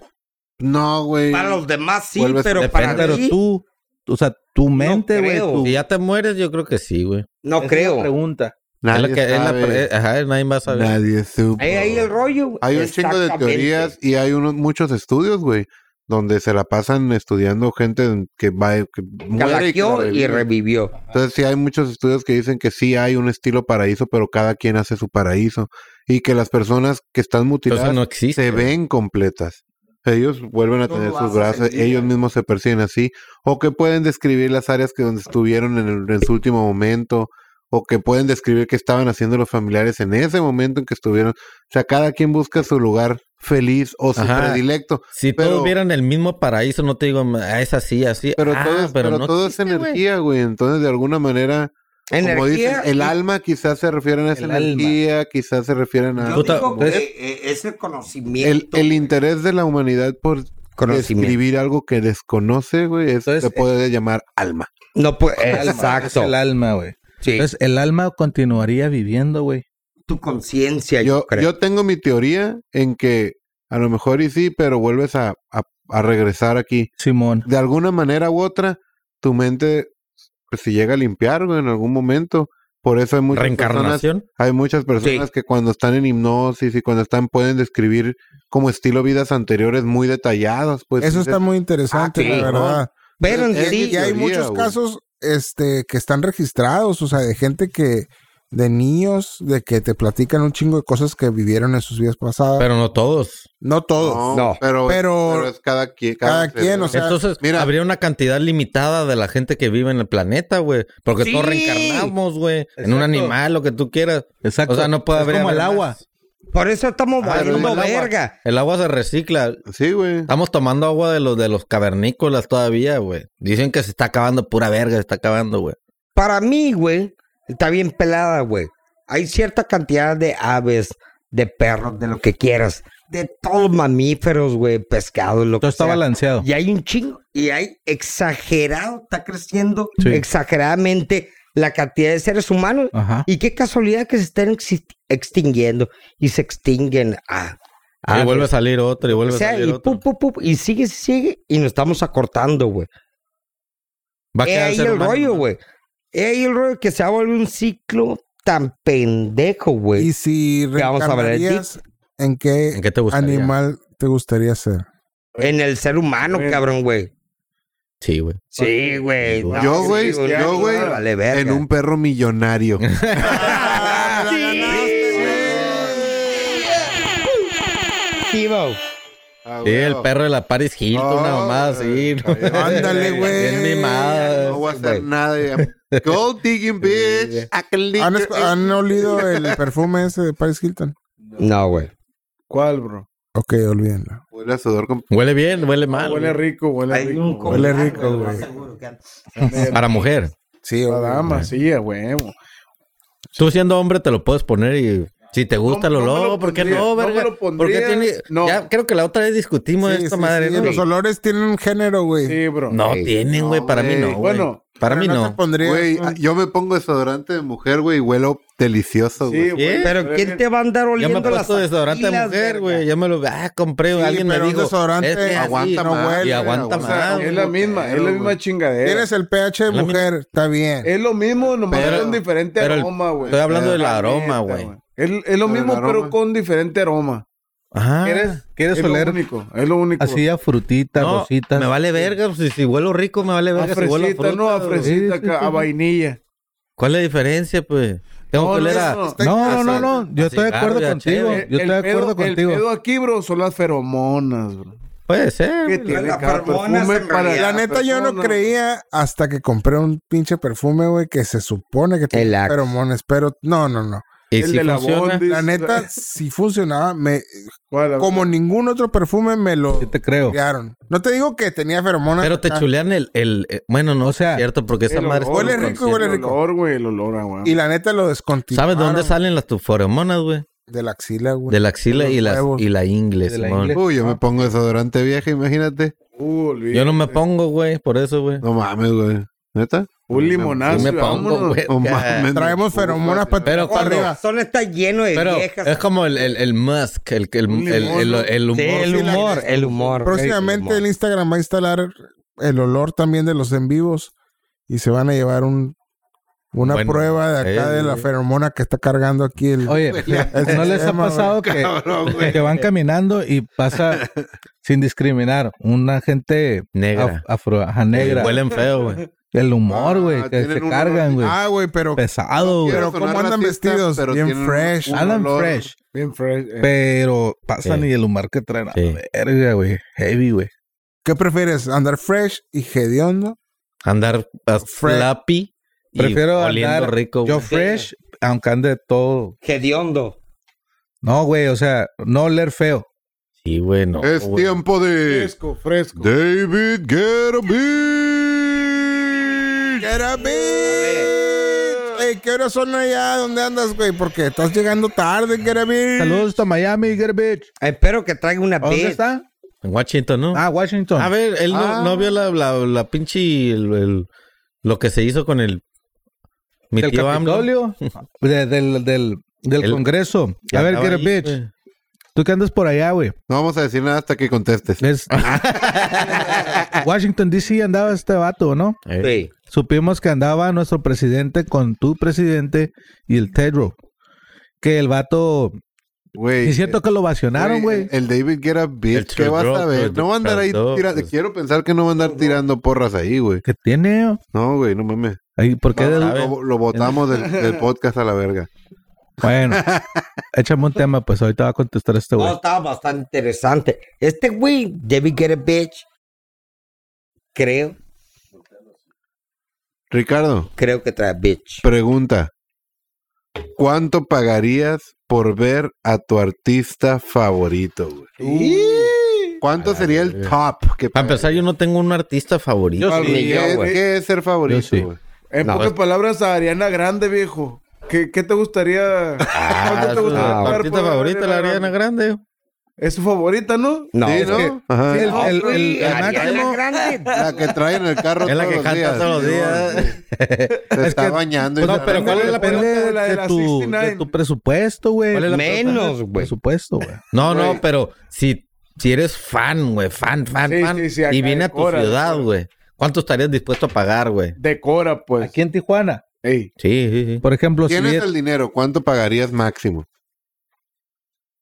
S4: No, güey.
S7: Para los demás sí,
S4: Vuelves-
S7: pero
S6: depende,
S7: para
S3: Pero
S7: ti,
S3: tú, o sea, tu mente, güey.
S7: creo.
S3: tu-
S6: si ya te mueres, yo creo que sí, güey.
S3: Esa
S7: no
S3: es la
S7: creo.
S3: pregunta.
S6: Es
S4: Nadie
S6: lo que- es la
S4: sabe.
S6: pre- eh, ajá, nadie va a saber.
S4: Nadie supo.
S7: Ahí, ahí el rollo. güey.
S4: Hay un chingo de
S7: Exactamente.
S4: teorías y hay unos muchos estudios, güey, donde se la pasan estudiando gente que va que muere y, que la
S7: Calaqueó y
S4: reviven.
S7: revivió.
S4: Entonces sí hay muchos estudios que dicen que sí hay un estilo paraíso, pero cada quien hace su paraíso y que las personas que están
S6: Entonces
S4: mutiladas
S6: no existe.
S4: se ven completas. Ellos vuelven a
S7: Tú
S4: tener
S7: lo
S4: sus
S7: vas a
S4: brazos,
S7: sentir,
S4: ellos
S7: güey.
S4: mismos se perciben así, o que pueden describir las áreas que donde estuvieron en, el- en su último momento, o que pueden describir qué estaban haciendo los familiares en ese momento en que estuvieron. O sea, cada quien busca su lugar feliz o su
S6: Ajá.
S4: predilecto,
S6: Si
S4: Pero-
S6: todos vieran el mismo paraíso, no te digo, "Ah, es así, así.
S4: pero
S6: Ah,
S4: todo es,
S6: pero
S4: pero
S6: no
S4: todo es
S6: existe, güey.
S4: energía, güey. Entonces, de alguna manera, como dicen,
S7: Energía.
S4: el
S7: y-
S4: alma quizás se refieren a esa
S3: El alma.
S4: energía, quizás se refieren a...
S7: Yo
S6: Puta,
S7: digo que,
S6: ¿ves?
S7: eh, es el
S4: El,
S7: conocimiento.
S4: el interés de la humanidad por
S7: Conocimiento. eh,
S4: describir algo que desconoce, güey, es-
S3: Entonces,
S4: se puede llamar alma.
S7: No, pues,
S3: Es
S7: exacto.
S3: el alma, güey.
S7: Sí.
S3: Entonces, el alma continuaría viviendo, güey.
S7: tu conciencia, yo,
S4: Yo,
S7: creo.
S4: yo tengo mi teoría en que a lo mejor y sí, pero vuelves a, a- a regresar aquí.
S3: Simón.
S4: De alguna manera u otra, tu mente pues, se llega a limpiar, güey, en algún momento. Por eso hay muchas personas,
S6: Reencarnación.
S4: hay muchas personas que cuando están en hipnosis y cuando están pueden describir como estilo vidas anteriores muy detalladas, pues
S5: Eso está muy interesante,
S7: Ah, sí,
S5: la verdad.
S7: Pero en
S4: es-
S7: sí,
S5: Y hay
S4: teoría,
S5: muchos
S4: güey.
S5: casos este, que están registrados, o sea, de gente que, de niños, de que te platican un chingo de cosas que vivieron en sus vidas pasadas.
S6: Pero no todos.
S5: no todos.
S4: No,
S7: No,
S4: pero,
S5: pero-
S4: pero es cada quien,
S5: cada quien, o sea,
S6: Entonces,
S4: mira.
S6: habría una cantidad limitada de la gente que vive en el planeta, güey. Porque
S7: Sí.
S6: todos reencarnamos, güey. En un
S3: Exacto.
S6: animal, lo que tú quieras.
S3: Exacto.
S6: O sea, no puede
S3: Es
S6: haber.
S3: como el
S6: más.
S3: agua.
S7: por eso estamos
S4: Ah, pero
S7: valiendo
S4: el agua.
S7: verga.
S6: El agua se recicla.
S4: sí, güey.
S6: Estamos tomando agua de los de los cavernícolas todavía, güey. Dicen que se está acabando pura verga, se está acabando, güey.
S7: Para mí, güey, está bien pelada, güey. Hay cierta cantidad de aves, de perros, de lo que quieras. De todos mamíferos, güey, pescados, lo
S3: Todo
S7: que
S3: está
S7: sea.
S3: balanceado.
S7: Y hay un chingo. Y hay exagerado, está creciendo
S3: Sí.
S7: exageradamente la cantidad de seres humanos.
S3: Ajá.
S7: Y qué casualidad que se estén exi- extinguiendo y se extinguen a.
S6: y
S7: aves.
S6: vuelve a salir otro, y vuelve
S7: O sea,
S6: a salir
S7: y
S6: otro.
S7: pu, pu, pu, y sigue, sigue, y nos estamos acortando, güey.
S6: Va a
S7: Es
S6: quedar
S7: ahí
S6: ser
S7: eh, el
S6: humano.
S7: rollo, güey. Es ahí el rollo que se ha vuelto un ciclo tan pendejo, güey.
S5: Y si
S7: ¿Qué vamos a hablar de ti?
S5: reencarnarías, ¿en qué,
S6: ¿En qué te gustaría?
S5: animal te gustaría ser?
S7: En el ser humano,
S2: Bueno.
S7: cabrón, güey.
S6: Sí, güey.
S7: Sí, güey.
S6: Yo,
S7: No, sí,
S4: güey, yo,
S7: no,
S4: güey,
S7: vale verga. Ah,
S4: En un perro millonario.
S5: Ah,
S7: Tivo.
S6: Sí, el perro de la Paris Hilton,
S4: Ah, Oh, eh,
S6: una mamada así. ¿no?
S5: Ándale, güey.
S6: Bien mimada.
S4: No voy a hacer
S6: güey.
S4: nada. ya.
S6: [laughs]
S4: Gold digging, bitch. Ah, I can lick
S5: ¿Han,
S4: your
S5: escu-
S4: ass.
S5: han olido el perfume ese de Paris Hilton?
S7: No, güey.
S2: ¿Cuál, bro?
S5: Ok, olvídenlo.
S4: Huele a sudor con...
S6: Huele bien, huele mal.
S2: Huele
S6: güey.
S2: rico, huele
S7: Hay un
S2: rico.
S5: Huele
S7: compadre,
S5: rico,
S7: lo
S5: güey.
S7: más seguro que-
S6: Para mujer.
S5: Sí,
S2: La
S5: olvídenlo.
S2: dama, sí, a huevo.
S6: Tú siendo hombre te lo puedes poner y si te
S2: No,
S6: gusta el
S2: no me
S6: olor,
S2: lo
S6: ¿por qué
S2: pondría,
S6: no,
S2: no me
S6: verga?
S2: lo
S6: ¿Por qué
S2: pondría,
S6: tiene-
S2: no.
S6: Ya creo que la otra vez discutimos
S5: Sí,
S6: esta
S5: sí,
S6: madre,
S5: sí,
S6: ¿no?
S5: Los olores tienen un género, güey.
S2: Sí, bro.
S6: No
S7: Ey,
S6: tienen, güey, para mí no,
S4: güey.
S6: güey.
S2: Bueno,
S6: para
S5: Pero
S6: mí no. eh,
S5: te pondrías ah,
S4: Güey,
S5: un-
S4: yo me pongo desodorante de mujer, güey, y huelo delicioso,
S2: Sí,
S4: güey.
S2: güey.
S7: Pero ¿quién te va a andar
S6: Ya me he
S7: oliendo las
S6: puesto desodorante de
S7: axilas,
S6: mujer,
S7: verga?
S6: güey. Ya me lo ah, compré,
S5: Sí,
S6: alguien me
S5: pero un
S6: dijo.
S5: desodorante
S6: es que así,
S4: aguanta
S6: no
S4: más,
S6: Y
S4: güey,
S6: aguanta
S4: aguanta.
S6: más.
S2: Es la misma, es la misma
S4: güey.
S2: chingadera.
S5: Tienes el pH de
S6: la Eh,
S5: mujer, está bien.
S2: Es lo mismo, nomás
S6: Pero-
S2: con diferente
S6: pero el-
S2: aroma, güey.
S6: estoy hablando del
S2: La
S6: aroma,
S2: neta,
S6: güey.
S2: Es, es lo
S4: Pero el
S2: mismo,
S4: aroma.
S2: pero con diferente aroma.
S6: Ajá.
S2: ¿Quieres?
S3: ¿Quieres
S2: es
S3: oler
S2: Lo único, es lo único.
S3: así a frutita,
S6: No,
S3: rosita?
S6: me vale verga. Si, si huelo rico, me vale
S2: a
S6: verga. si huelo a
S2: fresita,
S6: fruta,
S2: no, a
S6: güey.
S3: Sí, sí,
S2: fresita, acá,
S3: sí,
S2: a
S3: sí.
S2: vainilla.
S6: ¿Cuál es la diferencia, pues? Tengo
S2: No,
S6: que
S2: no,
S6: oler a-
S2: no.
S3: No, no, no, no. Yo
S6: a
S3: estoy de acuerdo
S6: cigarro y a
S3: contigo.
S6: cheve.
S3: Yo estoy de acuerdo
S2: pedo, Eh, El pedo
S3: contigo.
S2: aquí, bro, son las feromonas, bro.
S6: Puede ser.
S2: ¿Qué
S6: güey.
S2: tiene
S7: las
S2: cada
S7: feromonas,
S2: perfume
S7: en
S2: para
S6: ah,
S7: realidad.
S5: La neta, yo no creía hasta que compré un pinche perfume, güey, que se supone que
S7: El
S5: tiene
S7: Axe.
S5: feromones, pero no, no, no.
S6: ¿Y
S2: el
S6: si
S2: de la
S6: funciona?
S2: Bondi.
S5: La neta, sí funcionaba. Me,
S2: ¿Cuál?
S5: como ningún otro perfume me lo
S3: Yo te creo.
S5: chulearon. No te digo que tenía feromonas.
S6: Pero te
S5: acá.
S6: chulean el, el, eh, Bueno, no,
S3: O
S6: o
S3: sea,
S6: sea, cierto, porque esa
S2: el
S6: madre...
S2: olor,
S5: Huele
S6: está
S5: rico,
S6: inconsciente.
S5: huele
S2: El
S5: rico.
S2: olor, güey, el olor, ah, güey.
S5: Y la neta lo descontinuaron.
S6: ¿Sabes de dónde salen las tus feromonas, güey?
S5: De la axila, güey.
S6: De la axila
S5: los
S6: y la,
S5: huevos.
S6: y la ingle,
S3: De la
S6: Simón.
S3: ingle.
S4: Uy, yo me pongo desodorante vieja, imagínate.
S2: Uh,
S6: Yo no me
S2: olvídate.
S6: pongo, güey, por eso, güey.
S4: No mames, güey. ¿Neta?
S2: Un
S4: Ah,
S2: limonazo.
S6: Yo me
S2: y
S6: pongo,
S2: vámonos.
S6: güey.
S4: No mames.
S5: Traemos feromonas para
S6: Pero cuando-
S5: arriba.
S7: Solo está lleno de
S6: Pero
S7: viejas.
S6: es como el, el, el musk, el, el,
S2: Un
S6: el,
S2: limón,
S6: el-
S2: ¿no?
S6: el humor.
S7: Sí, el
S5: Sí, la-
S7: humor, el humor.
S5: Próximamente el Instagram va a instalar el olor también de los en vivos y se van a llevar un una
S6: Bueno,
S5: prueba de acá
S6: eh,
S5: de la
S6: eh.
S5: feromona que está cargando aquí el
S3: Oye,
S5: el
S3: ¿no les ha
S5: sistema,
S3: pasado que, que van caminando y pasa sin discriminar una gente
S6: Negra.
S3: af- afro, ajá, negra?
S6: Huelen feo, güey.
S3: El humor,
S4: Ah,
S3: güey, que
S4: tienen
S3: se
S4: un
S3: cargan,
S4: olor-
S3: güey.
S5: Ah, güey, pero
S3: Pesado, güey.
S5: pero cómo andan vestidos, bien fresh.
S3: Alan Fresh,
S2: Bien fresh, eh.
S3: pero pasan
S6: Sí.
S3: y el humor que traen a
S6: Sí.
S3: la verga, güey. Heavy, güey.
S5: ¿qué prefieres? ¿Andar fresh y hediondo?
S6: Andar a
S5: Fre-
S6: flappy y
S3: Prefiero
S6: oliendo
S3: andar
S6: rico,
S3: Yo
S6: güey.
S3: fresh, aunque ande todo.
S7: Hediondo.
S3: No, güey, o sea, no oler feo.
S6: Sí, güey, no.
S4: Es
S6: güey.
S4: tiempo de
S2: Fresco, fresco.
S4: David Guerra Beat.
S5: Get a beat. Ey, ¿qué horas son allá? ¿Dónde andas, güey? Porque estás llegando tarde, get a beat.
S3: Saludos a Miami, get a bitch.
S7: Espero que traiga una
S3: ¿A ¿Dónde
S7: vez.
S3: está?
S6: En Washington, ¿no?
S3: Ah, Washington.
S6: A ver, él no, no vio la, la, la pinche. el- el- lo que se hizo con el. Mi
S3: del
S6: tío AMLO.
S3: Capitolio, de- del, del, del
S6: El-
S3: Congreso.
S6: Que
S3: A ver,
S6: andaba
S3: get a
S6: ahí,
S3: bitch.
S6: güey.
S3: Tú que andas por allá, güey.
S4: No vamos a decir nada hasta que contestes.
S6: [laughs]
S3: Es- Washington DC andaba este vato, ¿no?
S6: Eh,
S7: Sí.
S3: Supimos que andaba nuestro presidente con tu presidente y el Tedro. Que el vato.
S4: Güey. eh,
S3: Es cierto que lo vacionaron, güey.
S4: El David Guerra
S6: El
S4: Beat. ¿Qué vas a
S6: Trudeau,
S4: ver? No va a andar ahí
S6: Trudeau,
S4: tirando.
S6: pues.
S4: Quiero pensar que no va a andar tirando porras ahí, güey.
S3: Que tiene.
S4: No, güey, no mames.
S3: Ahí, ¿Por qué?
S4: Lo-
S3: dedu-
S4: Lo, lo botamos del, del podcast a la verga.
S3: Bueno, échame un tema, pues ahorita va a contestar este
S7: No,
S3: güey.
S7: estaba bastante interesante. Este güey, David Get a Bitch, creo,
S4: Ricardo,
S7: creo que trae bitch.
S4: pregunta. ¿Cuánto pagarías por ver a tu artista favorito, güey? ¿Cuánto sería el top que
S3: Ah,
S6: Para empezar, yo no tengo un artista favorito.
S2: Pablo,
S7: sí, yo,
S4: ¿Qué,
S7: güey.
S4: qué es ser favorito,
S3: Yo sí.
S4: güey?
S2: En
S6: No,
S2: pocas
S6: es-
S2: palabras, a Ariana Grande, viejo. ¿Qué, qué te gustaría? ¿Cuánto te
S6: Ah, su
S2: gustaría pagar
S6: artista
S2: por ver a
S6: favorito, la Ariana Grande.
S2: Es su favorita, ¿no?
S7: No,
S4: sí,
S7: es que-
S4: ¿no? Ajá.
S3: El,
S7: No,
S3: el-
S7: güey,
S3: el- el
S7: Ariana
S3: máximo-
S7: Grande.
S4: La que trae en el carro
S6: [laughs] Es la
S4: todos
S6: que
S4: los
S6: canta
S4: días.
S6: todos los días.
S4: Se está
S3: que-
S4: bañando. y
S6: No,
S4: se
S6: pero
S4: arregla.
S6: ¿cuál es la
S3: Depende
S2: pregunta de la de
S3: de,
S2: la
S3: tu,
S2: 69?
S3: de tu presupuesto, güey.
S6: ¿Cuál es la
S7: Menos,
S3: Tu
S7: güey.
S3: Presupuesto, güey.
S6: No, no, pero si, si eres fan, güey, fan, fan,
S2: Sí,
S6: fan,
S2: sí, sí, acá
S6: y viene a tu
S2: decora,
S6: ciudad,
S2: decora.
S6: güey, ¿cuánto estarías dispuesto a pagar, güey?
S2: Decora, pues.
S3: Aquí en Tijuana,
S2: Ey.
S6: Sí, sí, sí.
S3: por ejemplo, si
S4: ¿Tienes
S3: vier-
S4: el dinero? ¿Cuánto pagarías máximo?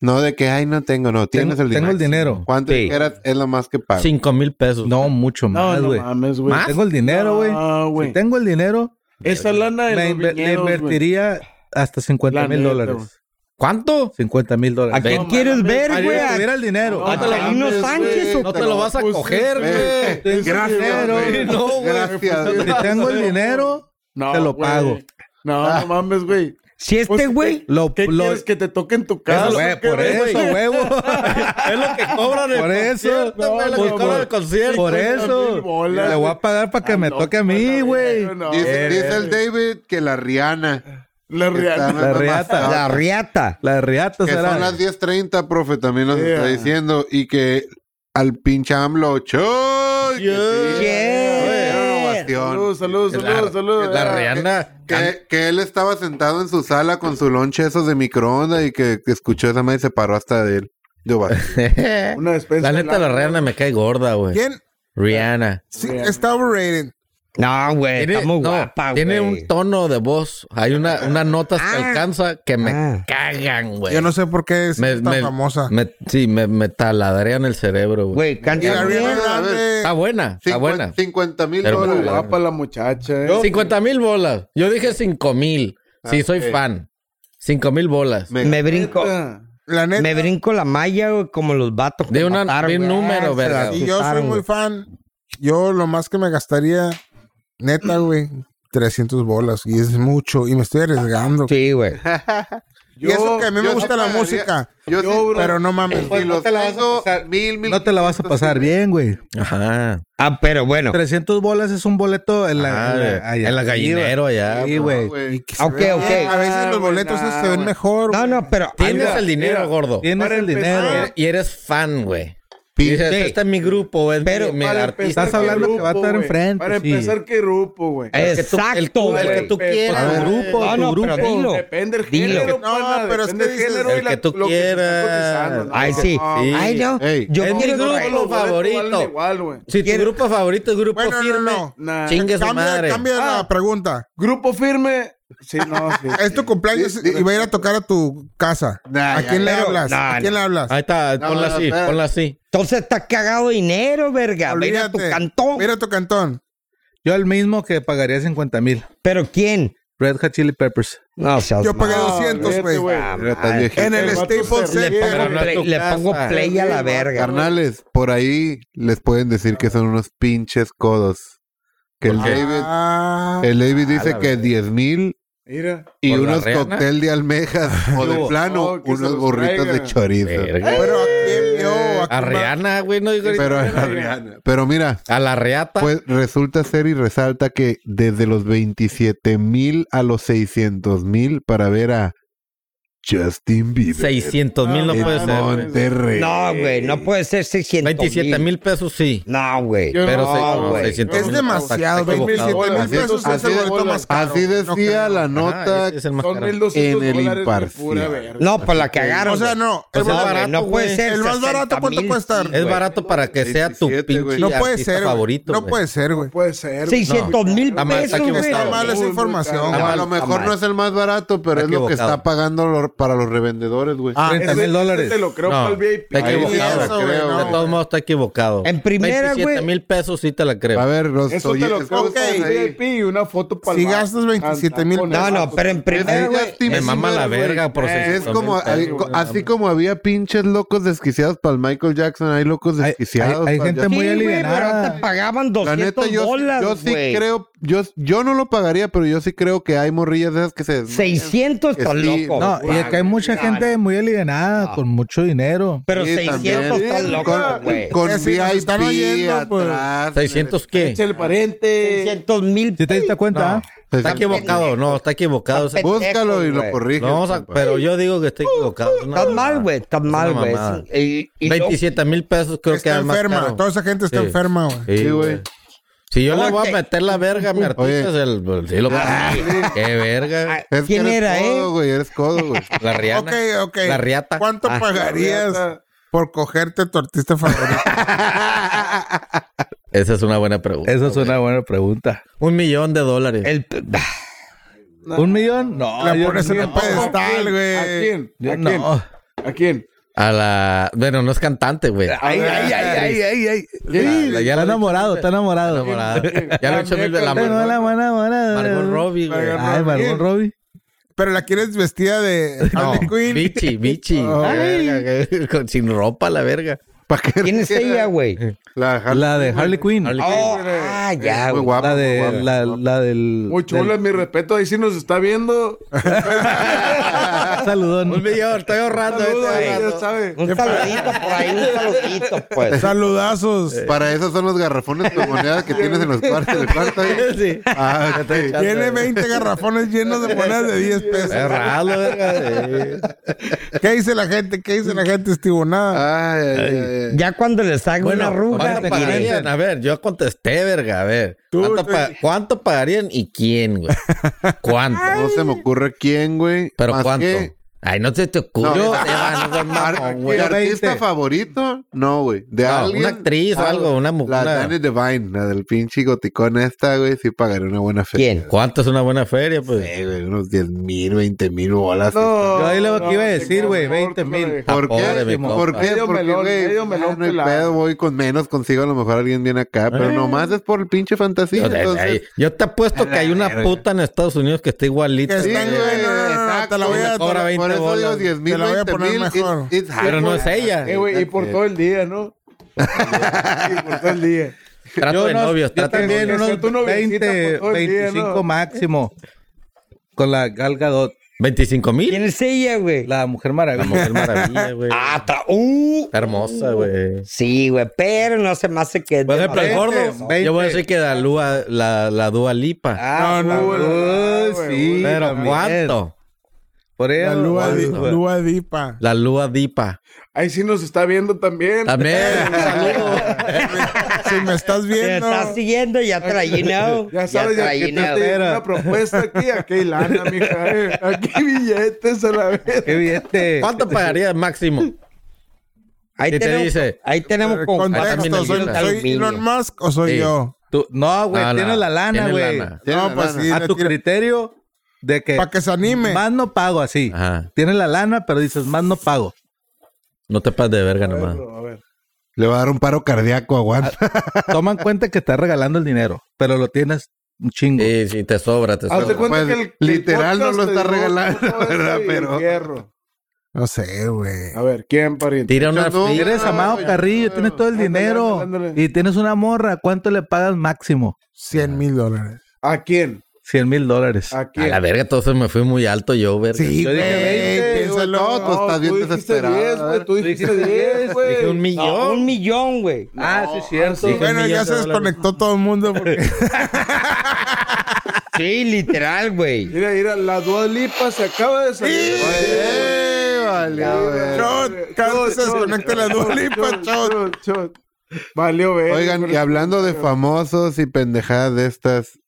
S4: No de que, ay, no tengo, no. Tienes
S3: tengo,
S4: el dinero.
S3: tengo el dinero.
S4: ¿Cuánto
S7: Sí.
S4: dijeras es lo más que pagas?
S6: Cinco mil pesos.
S3: No, mucho
S2: No,
S3: más,
S2: no
S3: güey.
S2: mames, güey.
S6: ¿Más?
S3: tengo el dinero, güey.
S2: Ah, güey.
S3: si tengo el dinero,
S2: Esa lana de
S3: me
S2: los
S3: inve- le
S2: viñedos, güey.
S3: invertiría hasta 50
S2: La
S3: mil
S2: neta, güey.
S3: dólares.
S6: ¿Cuánto?
S3: 50 mil
S7: ¿A
S3: dólares.
S7: quién
S2: No,
S7: quieres
S2: mames,
S7: ver,
S3: Si
S7: güey?
S3: yo
S7: ¿A
S3: tuviera el dinero.
S6: No, te lo-
S7: Chalino
S4: mames,
S7: Sánchez
S4: güey.
S7: o
S6: No te lo vas a
S4: Pues sí,
S6: coger,
S4: güey.
S6: güey.
S4: Gracias,
S3: dinero,
S2: [laughs]
S4: güey.
S6: no, güey.
S4: Gracias.
S3: Si tengo el dinero,
S2: No,
S3: te lo
S2: güey.
S3: pago. Ah.
S2: No, no mames, güey.
S7: Si este
S2: Pues,
S7: güey,
S3: lo,
S2: ¿Qué
S3: lo-
S2: quieres que te toque en tu
S3: Eso,
S2: casa?
S3: güey, por
S2: ¿Qué,
S3: eso,
S2: güey? [laughs]
S3: huevo. es lo que cobran
S6: el
S3: Por eso,
S6: concierto, güey, lo que
S3: por-
S6: cobran
S3: por-
S6: el concierto.
S3: Por
S2: 50,000
S3: eso,
S2: bolas,
S3: le voy a
S2: güey.
S3: pagar para que
S2: Ah,
S3: me
S2: no,
S3: toque a mí,
S2: no,
S3: güey.
S2: no,
S4: Dice,
S2: eh,
S4: dice el David que la Rihanna.
S2: La
S4: está
S2: [laughs] real.
S4: nada
S3: La
S4: más-
S3: Riata.
S7: la riata.
S3: La riata
S4: Que son
S3: será.
S4: las 10.30, profe, también nos está
S2: Yeah.
S4: diciendo. Y que al pinche AMLO, ¡choy! Que sí.
S7: Yeah.
S4: Güey, era una ovación.
S2: Saludos, saludos, saludos, saludos.
S6: La
S2: Ah,
S6: Rihanna.
S4: Que, que él estaba sentado en su sala con su lonche esos de microondas y que, que escuchó esa madre y se paró hasta de él. Yo va.
S2: Una despensa.
S6: La neta, la Rihanna me cae gorda, güey.
S5: ¿Quién?
S6: Rihanna.
S5: Sí, está overrated.
S7: No, güey, está muy
S6: no,
S7: guapa, güey.
S6: tiene un tono de voz. Hay una, unas notas que
S7: Ah.
S6: alcanza que me
S7: Ah.
S6: cagan, güey.
S5: Yo no sé por qué es
S6: me,
S5: tan
S6: me-
S5: famosa.
S6: me- sí, me, me taladrean el cerebro, güey.
S7: Güey, canta
S5: Y Ariana
S7: bien.
S4: Ah, a ver,
S5: Grande-
S6: Está buena, está buena.
S4: 50 mil
S6: Pero
S4: dólares.
S6: bueno.
S2: Guapa la muchacha, eh.
S6: 50 mil bolas. Yo dije 5 mil. Sí, soy
S4: ok.
S6: fan. 5 mil bolas.
S4: Me-
S7: Me brinco,
S2: Ah,
S5: La neta,
S7: me brinco la malla, güey, como los vatos.
S6: De una- de un
S7: güey. Ah,
S6: número,
S7: Se la
S6: verga.
S5: y yo soy
S7: chutaron,
S5: muy
S7: güey.
S5: fan. Yo lo más que me gastaría,
S4: [clears throat]
S5: neta, güey, 300 bolas. Y es mucho. Y me estoy arriesgando.
S7: Sí,
S5: [laughs]
S7: güey.
S5: y eso que a mí me
S4: yo sí
S5: gusta la
S4: pagaría-
S5: música.
S4: yo sí-
S2: Yo, bro.
S5: Pero no mames.
S4: Si los tengo, mil, mil
S3: No te la vas a pasar bien, güey.
S6: Ajá.
S7: Ah, pero bueno.
S3: 300 bolas es un boleto en la,
S6: Ah,
S3: en la-
S6: de-
S3: allá
S6: en la
S3: arriba.
S6: gallinero allá.
S3: Sí, güey.
S4: güey.
S7: Ok,
S5: A
S7: ok.
S5: veces los
S2: güey,
S5: boletos
S2: nah,
S5: se ven
S2: güey.
S5: mejor.
S7: No, no, pero.
S6: Tienes
S2: Mira,
S6: el dinero,
S2: mira.
S6: gordo. Ah,
S3: Tienes
S2: Para
S3: el
S2: empezar-
S3: dinero.
S6: Y eres fan, güey. Y dices,
S7: Sí.
S6: este es mi grupo, es
S7: Pero
S6: mi, mi
S2: para
S6: artista.
S2: empezar,
S3: Estás hablando que va a
S2: grupo,
S3: estar
S2: güey?
S3: enfrente,
S2: Para
S3: sí.
S2: empezar, ¿qué grupo, güey?
S6: El que tú- el
S7: Exacto,
S6: tú- el
S7: güey.
S6: que tú
S2: Pe-
S6: quieras,
S2: pe-
S6: tu grupo,
S7: No,
S6: tu
S7: no,
S6: grupo.
S7: pero dilo.
S2: Pues, Depende del
S7: Dilo.
S2: género,
S5: No,
S2: pana,
S5: pero es
S2: depende
S5: que
S2: del
S5: dices-
S2: género
S6: El
S2: y la-
S6: que tú
S2: lo que estás
S6: quieras.
S2: cotizando, ¿no?
S7: Ay,
S2: No,
S7: sí.
S2: no, pues,
S6: Sí.
S7: Ay, no.
S4: Ey.
S7: Yo
S6: Es mi
S7: quiero-
S2: todos
S6: grupo.
S2: los boletos
S6: favorito.
S2: valen igual, güey.
S6: Si tu grupo favorito es grupo
S5: Bueno, no,
S6: firme,
S5: no.
S2: Nah.
S6: chingue su
S5: Cambia,
S6: madre.
S5: cambia la
S2: Ah.
S5: pregunta.
S2: Grupo firme. Sí, no, sí.
S5: Es tu cumpleaños
S4: Sí, sí.
S5: y va a ir a tocar a tu casa.
S4: Nah,
S5: ¿A
S4: ya,
S5: quién le
S7: pero-
S5: hablas?
S7: nah,
S5: ¿A quién le hablas?
S6: Ahí está,
S4: No,
S6: ponla
S4: no,
S6: así,
S4: espera.
S6: ponla así.
S7: Entonces está cagado de dinero, verga. Mira tu
S5: Olvídate.
S7: cantón.
S5: Mira tu cantón.
S3: Yo el mismo que pagaría 50 mil.
S7: Pero ¿quién?
S3: Red Hot Chili Peppers.
S7: No, seas
S5: Yo pagué
S7: mamón.
S5: 200,
S2: vete,
S5: güey.
S2: güey.
S4: Mira, estás viejito.
S5: En el
S2: El vato
S5: Staples
S2: se
S7: Le
S2: ríe,
S5: Center.
S6: pero no es
S7: pongo, play,
S6: tu
S7: le
S6: casa.
S7: pongo play a la
S2: Sí,
S7: verga.
S4: Carnales, por ahí les pueden decir que son unos pinches codos. Que el David,
S5: Ah,
S4: el David dice que 10 mil
S2: Mira.
S4: y
S6: ¿Por la
S4: unos
S6: Rihanna?
S4: cóctel de almejas o de
S6: No,
S4: plano,
S2: que se
S4: unos
S2: los
S4: burritos de
S2: traigan.
S4: chorizo.
S6: Verga.
S5: pero ¿a quién vio? ¿A
S6: A
S5: quién va?
S6: Rihanna, güey, no digo
S4: Pero, pero mira,
S6: A la reata.
S4: pues resulta ser y resalta que desde los 27 mil a los 600 mil para ver a Justin Bieber
S6: 600 mil no
S2: Ah,
S6: puede
S4: en
S6: ser. güey.
S4: Monterrey.
S7: No, güey, no puede ser 600
S6: 27 mil pesos sí.
S7: No, güey.
S2: Yo
S6: Pero se-
S7: no,
S6: no,
S7: güey.
S6: 600
S5: Es
S6: mil
S5: demasiado.
S6: está- está
S5: 27
S6: equivocado.
S5: mil
S4: Así-
S5: pesos es
S4: así
S5: el
S4: de
S5: boleto
S2: bolas.
S5: más caro.
S4: Así decía la
S6: Ajá,
S4: nota.
S6: ese es el más
S2: Son
S6: caro.
S2: 1200
S4: En el
S2: dólares de
S4: imparcial.
S2: pura verga.
S7: No, pues la cagaron.
S5: O sea,
S7: güey.
S5: no.
S7: O
S5: El
S7: sea,
S5: boleto-
S6: barato,
S7: no puede
S6: güey.
S7: ser.
S5: El más
S7: 60
S5: barato, ¿cuánto
S7: mil,
S5: cuesta?
S7: güey.
S6: Es barato para que sea tu
S4: 17,
S6: pinche
S4: güey.
S5: no puede
S6: artista
S5: ser. güey.
S6: favorito.
S5: no
S6: güey.
S5: puede ser, güey.
S2: Puede ser. güey.
S7: 600 mil
S6: Está mal, está
S7: pesos, güey.
S5: Está
S6: Claro.
S5: mal esa
S2: Muy, muy
S5: información.
S2: caro.
S5: güey.
S4: a lo mejor no es el más barato, pero es
S6: Está
S4: lo que
S6: equivocado.
S4: está pagando lo- para los revendedores, güey.
S5: Ah,
S3: 30
S2: Ese-
S3: mil dólares.
S2: ese Te lo creo
S6: No,
S2: para el VIP.
S6: está
S4: Ahí
S6: equivocado.
S4: eso, güey,
S6: de
S4: no.
S6: todos modos está equivocado.
S7: En primera, güey.
S6: mil pesos sí te la creo.
S4: a ver, los
S2: Eso te lo
S4: oyentes,
S2: creo
S4: ¿cómo
S2: para
S4: están
S2: el
S4: ahí?
S2: VIP y una foto para el
S5: Si
S2: bar.
S5: gastas 27 mil
S2: Con el
S7: No, no,
S2: vato.
S7: pero en primera,
S4: Es
S7: güey.
S4: Justin
S6: Me
S4: Bieber,
S6: mama la
S4: güey.
S6: verga por
S2: Eh,
S4: Es
S6: 600
S4: como,
S6: mil pesos,
S4: ahí-
S6: güey.
S4: así como había pinches locos desquiciados para el Michael Jackson, hay locos
S3: Hay-
S4: desquiciados.
S3: hay- hay
S4: para
S3: gente
S4: Justin-
S3: muy
S7: Sí, güey, pero
S3: alienada.
S7: te pagaban
S4: La neta,
S7: 200
S4: yo, yo
S7: bolas,
S4: sí
S7: güey.
S4: creo, yo, yo no lo pagaría, pero yo sí creo que hay morrillas de esas que se...
S7: 600 está
S4: Sí,
S7: loco.
S3: No, y acá hay mucha gente muy alienada, con mucho dinero.
S7: Pero
S4: Sí,
S7: 600 está
S4: también.
S7: loco,
S4: Con-
S7: güey.
S4: Con
S5: Eh, sí, nos
S4: VIP
S5: están oyendo, pues.
S4: atrás.
S6: 600 qué?
S2: Échale parente.
S7: 600 mil
S3: Si te diste
S7: pesos.
S3: cuenta, ¿ah?
S6: Está equivocado, no, está equivocado. ese-
S4: Búscalo y lo
S7: güey.
S4: corriges.
S6: No, vamos a-
S4: compa.
S6: pero yo digo que está equivocado. Es una
S7: Estás mal,
S6: mamada.
S7: güey. Estás
S6: Es
S7: mal,
S6: una
S7: güey.
S6: mamada.
S7: Es- y- y luego-
S6: 27 mil pesos creo que
S5: Está
S6: es más
S5: enferma.
S6: caro.
S5: Toda esa gente está
S6: Sí.
S5: enferma, güey.
S6: Sí,
S4: Sí,
S6: güey.
S4: güey.
S6: Si yo le
S7: Ok.
S6: voy a meter la verga a mi artista,
S4: Oye.
S6: es el, sí lo voy a hacer. ¡Qué verga!
S7: Ah, ¿Quién
S4: eres
S7: era,
S4: codo,
S7: eh?
S4: güey, eres codo,
S6: [laughs]
S4: güey.
S6: La Rihanna.
S5: Ok, ok.
S6: La riata.
S5: ¿Cuánto
S6: Ah,
S5: pagarías por cogerte a tu artista
S2: [laughs]
S5: favorito?
S6: Esa es una buena pregunta.
S3: Esa es una buena pregunta.
S6: Un millón de dólares.
S7: El,
S3: ¿Un millón? No.
S5: La
S3: yo-
S5: pones en el
S3: no,
S5: pedestal,
S2: ¿A
S5: güey.
S2: quién?
S3: yo
S2: ¿A quién?
S3: no.
S2: ¿A quién?
S6: A la... Bueno, no es cantante, güey.
S3: Ay, ay,
S4: [laughs]
S3: ay, ay, ay, ay.
S6: Ya- ya- ya
S3: está
S6: lo-
S3: enamorado, está enamorado.
S6: Enamorada.
S3: [laughs]
S6: Ya lo he hecho mil de la
S3: Tengo la
S6: Margot,
S3: buena, buena.
S6: Margot Robbie, güey.
S3: Ay, Margot Robbie.
S5: Pero la quieres vestida
S6: [laughs]
S5: de Harley Quinn.
S6: Bichi, bichi. Verga, que- con- Sin ropa, la verga.
S4: ¿Para qué?
S7: ¿Quién es ella, güey?
S4: La, Harley-
S3: La de Harley Quinn.
S6: Harley
S7: Oh, ah, ya,
S4: muy
S7: güey.
S4: guapa.
S3: La de,
S4: muy guapa.
S3: la, la del...
S2: Muy chula, mi respeto. Ahí sí nos está viendo.
S3: del- [laughs] Saludón.
S6: Un millón, estoy ahorrando.
S2: Saludos,
S6: estoy ahorrando.
S2: ya sabe.
S7: Un saludito por ahí, un saludito, pues.
S5: Saludazos.
S4: Para eso son los garrafones con monedas
S6: [laughs]
S4: que tienes en los cuartos. del cuarto, eh.
S6: Sí.
S4: Ah, ok.
S5: Tiene 20 garrafones llenos de monedas de 10
S6: Estoy
S5: pesos.
S6: ahorrando, verga. sí.
S5: ¿Qué dice la gente? ¿Qué dice la gente, Estivo? Nada.
S4: Ay, ay, ay, ay.
S7: Ya cuando les haga una arruga,
S6: ¿cuánto
S7: diré.
S6: pagarían? A ver, yo contesté, verga. A ver, ¿cuánto, pa- cuánto pagarían y quién, güey? ¿Cuánto? Pues,
S4: No se me ocurre quién, güey.
S6: ¿Pero
S4: Más
S6: cuánto?
S4: que
S6: Ay, no te te ocurre.
S4: No.
S6: ah, Eva, no
S4: [laughs]
S6: seas mamón, güey.
S4: ¿Mi artista
S3: 20.
S4: favorito? No, güey. De
S6: No,
S4: alguien.
S6: una actriz o algo, una
S4: La
S6: mujer.
S4: Dani Devine, la del pinche goticón esta, güey, sí pagaré una buena feria.
S7: ¿Quién?
S6: ¿Cuánto es una buena feria? Pues
S4: Eh, güey, unos 10 mil, 20 mil bolas.
S3: Yo ahí lo que iba a
S2: te
S3: decir, güey,
S2: cabrón,
S3: 20
S2: córtale.
S3: mil.
S4: ¿Por
S6: Ah, pobre,
S4: qué?
S6: mi
S4: ¿Por
S6: compa.
S4: qué?
S2: Medio
S4: Porque,
S2: melón,
S4: güey,
S2: medio melón
S4: ah, no hay
S2: pelado.
S4: pedo, voy con menos, consigo a lo mejor alguien viene acá,
S5: Eh.
S4: pero nomás es por el pinche fantasía.
S6: Yo te-
S4: entonces,
S6: ahí- yo te apuesto que hay una puta en Estados Unidos que está igualita.
S5: Que
S4: Sí,
S5: está
S4: güey,
S5: güey, no, no, no,
S4: exacto,
S5: te la voy a-
S6: me cobra
S5: te la-
S6: 20
S4: Por eso digo
S6: bolas.
S4: 10 mil,
S5: Te la voy a
S4: 20
S5: poner
S4: mil.
S5: mejor.
S4: it's- it's
S6: Pero no es ella.
S2: Eh, güey, y por todo el día, ¿no? y por todo el día.
S6: Trato de
S3: unos-
S6: novios,
S3: yo
S6: trato de
S3: también
S6: novios.
S3: unos
S2: Sea tu noviecita
S3: 20,
S2: por todo el día,
S3: 25
S2: ¿no?
S3: máximo. Con la Gal Gadot,
S6: 25 mil.
S7: ¿Quién es ella, güey?
S3: la Mujer Maravilla.
S6: Mujer Maravilla, güey.
S7: Ah, está. ¡Uh!
S6: Está hermosa, güey.
S7: Sí, güey, pero no se me hace que.
S4: Pues,
S6: Por ejemplo, el gordo.
S3: 20.
S6: Yo voy a decir que la, Lua, la, la Dua Lipa.
S3: Ah,
S2: No, no,
S3: uy,
S2: no, Ah, güey,
S3: sí.
S6: Ah, Pero
S3: también.
S6: ¿cuánto?
S3: Por
S5: La
S6: Ah,
S3: eso.
S5: Lua, Di-
S3: güey.
S5: Lua Dipa.
S6: La Lua Dipa.
S2: Ahí sí nos está viendo también.
S6: También. un saludo.
S5: Si me
S6: [laughs]
S5: estás
S7: Te
S5: viendo.
S7: estás siguiendo, ya traí, ¿no?
S2: Ya sabes, ya, que
S7: traí,
S2: te
S7: ¿no?
S2: estoy dando
S3: Espera.
S2: una propuesta aquí, aquí hay lana, mija. eh. Aquí hay billetes a la vez.
S3: Qué este, billete.
S6: ¿Cuánto pagaría máximo?
S7: Ahí
S6: ¿Qué te
S7: tenemos,
S6: dice?
S7: Ahí tenemos
S5: Eh,
S7: con
S5: Contexto,
S6: Oh, también
S5: ¿soy,
S6: el-
S5: soy
S7: aluminio.
S5: Elon Musk o soy
S6: Sí.
S5: yo?
S3: Tú- no, güey,
S6: No, no,
S3: tienes la lana,
S6: tiene
S3: güey.
S6: lana.
S4: Tiene
S5: No,
S4: la
S5: pues
S4: lana.
S5: sí,
S3: A tu criterio de que
S5: Para que se anime.
S3: más no pago así.
S6: Ajá.
S3: Tienes la lana, pero dices, más no pago.
S6: No te pases de verga nomás.
S2: A ver.
S4: Le va a dar un paro cardíaco,
S6: Ah.
S4: [laughs] aguanta.
S3: Toma en cuenta que estás regalando el dinero, pero lo tienes un chingo.
S6: Sí, sí, te sobra, te
S2: Hazte
S6: sobra.
S2: cuenta
S4: Pues,
S2: que el,
S4: literal no lo está regalando, ¿verdad? Pero-
S2: Pero...
S5: No sé, güey.
S2: este A ver, ¿quién, pariente?
S6: Tira una.
S4: Yo no.
S6: tira-
S3: Eres Amado
S4: güey,
S3: Carrillo,
S4: claro.
S3: tienes todo el
S2: Ah, Ándale,
S3: dinero
S2: ándale, ándale.
S3: y tienes una morra. ¿Cuánto le pagas máximo?
S5: 100 mil dólares.
S2: ¿A quién?
S3: 100 mil dólares.
S2: ¿A
S6: A
S2: quién?
S6: la verga, todo se me fue muy alto yo, verga.
S5: Sí,
S3: Yo
S5: güey.
S3: dije 20,
S5: Piénsalo.
S4: güey, no. Tú estás bien
S2: tú dijiste
S4: desesperado,
S2: 10,
S4: a
S2: güey,
S4: ver.
S2: Tú dijiste 10, güey.
S6: Dije un millón.
S7: No, un millón, güey.
S3: ah, sí, cierto.
S6: sí.
S5: Bueno, ya
S6: millones
S5: se
S6: de dólares.
S5: desconectó todo el mundo
S6: [laughs]
S5: porque
S7: Sí, literal, güey.
S2: Mira, mira, la Dua Lipa se acaba de salir.
S4: Eh, vale, a ver.
S5: Chot, cada vez se desconecta la Dua Lipa, chot.
S2: chot, chot. Valió ver.
S4: Oigan, y hablando de famosos y pendejadas de estas,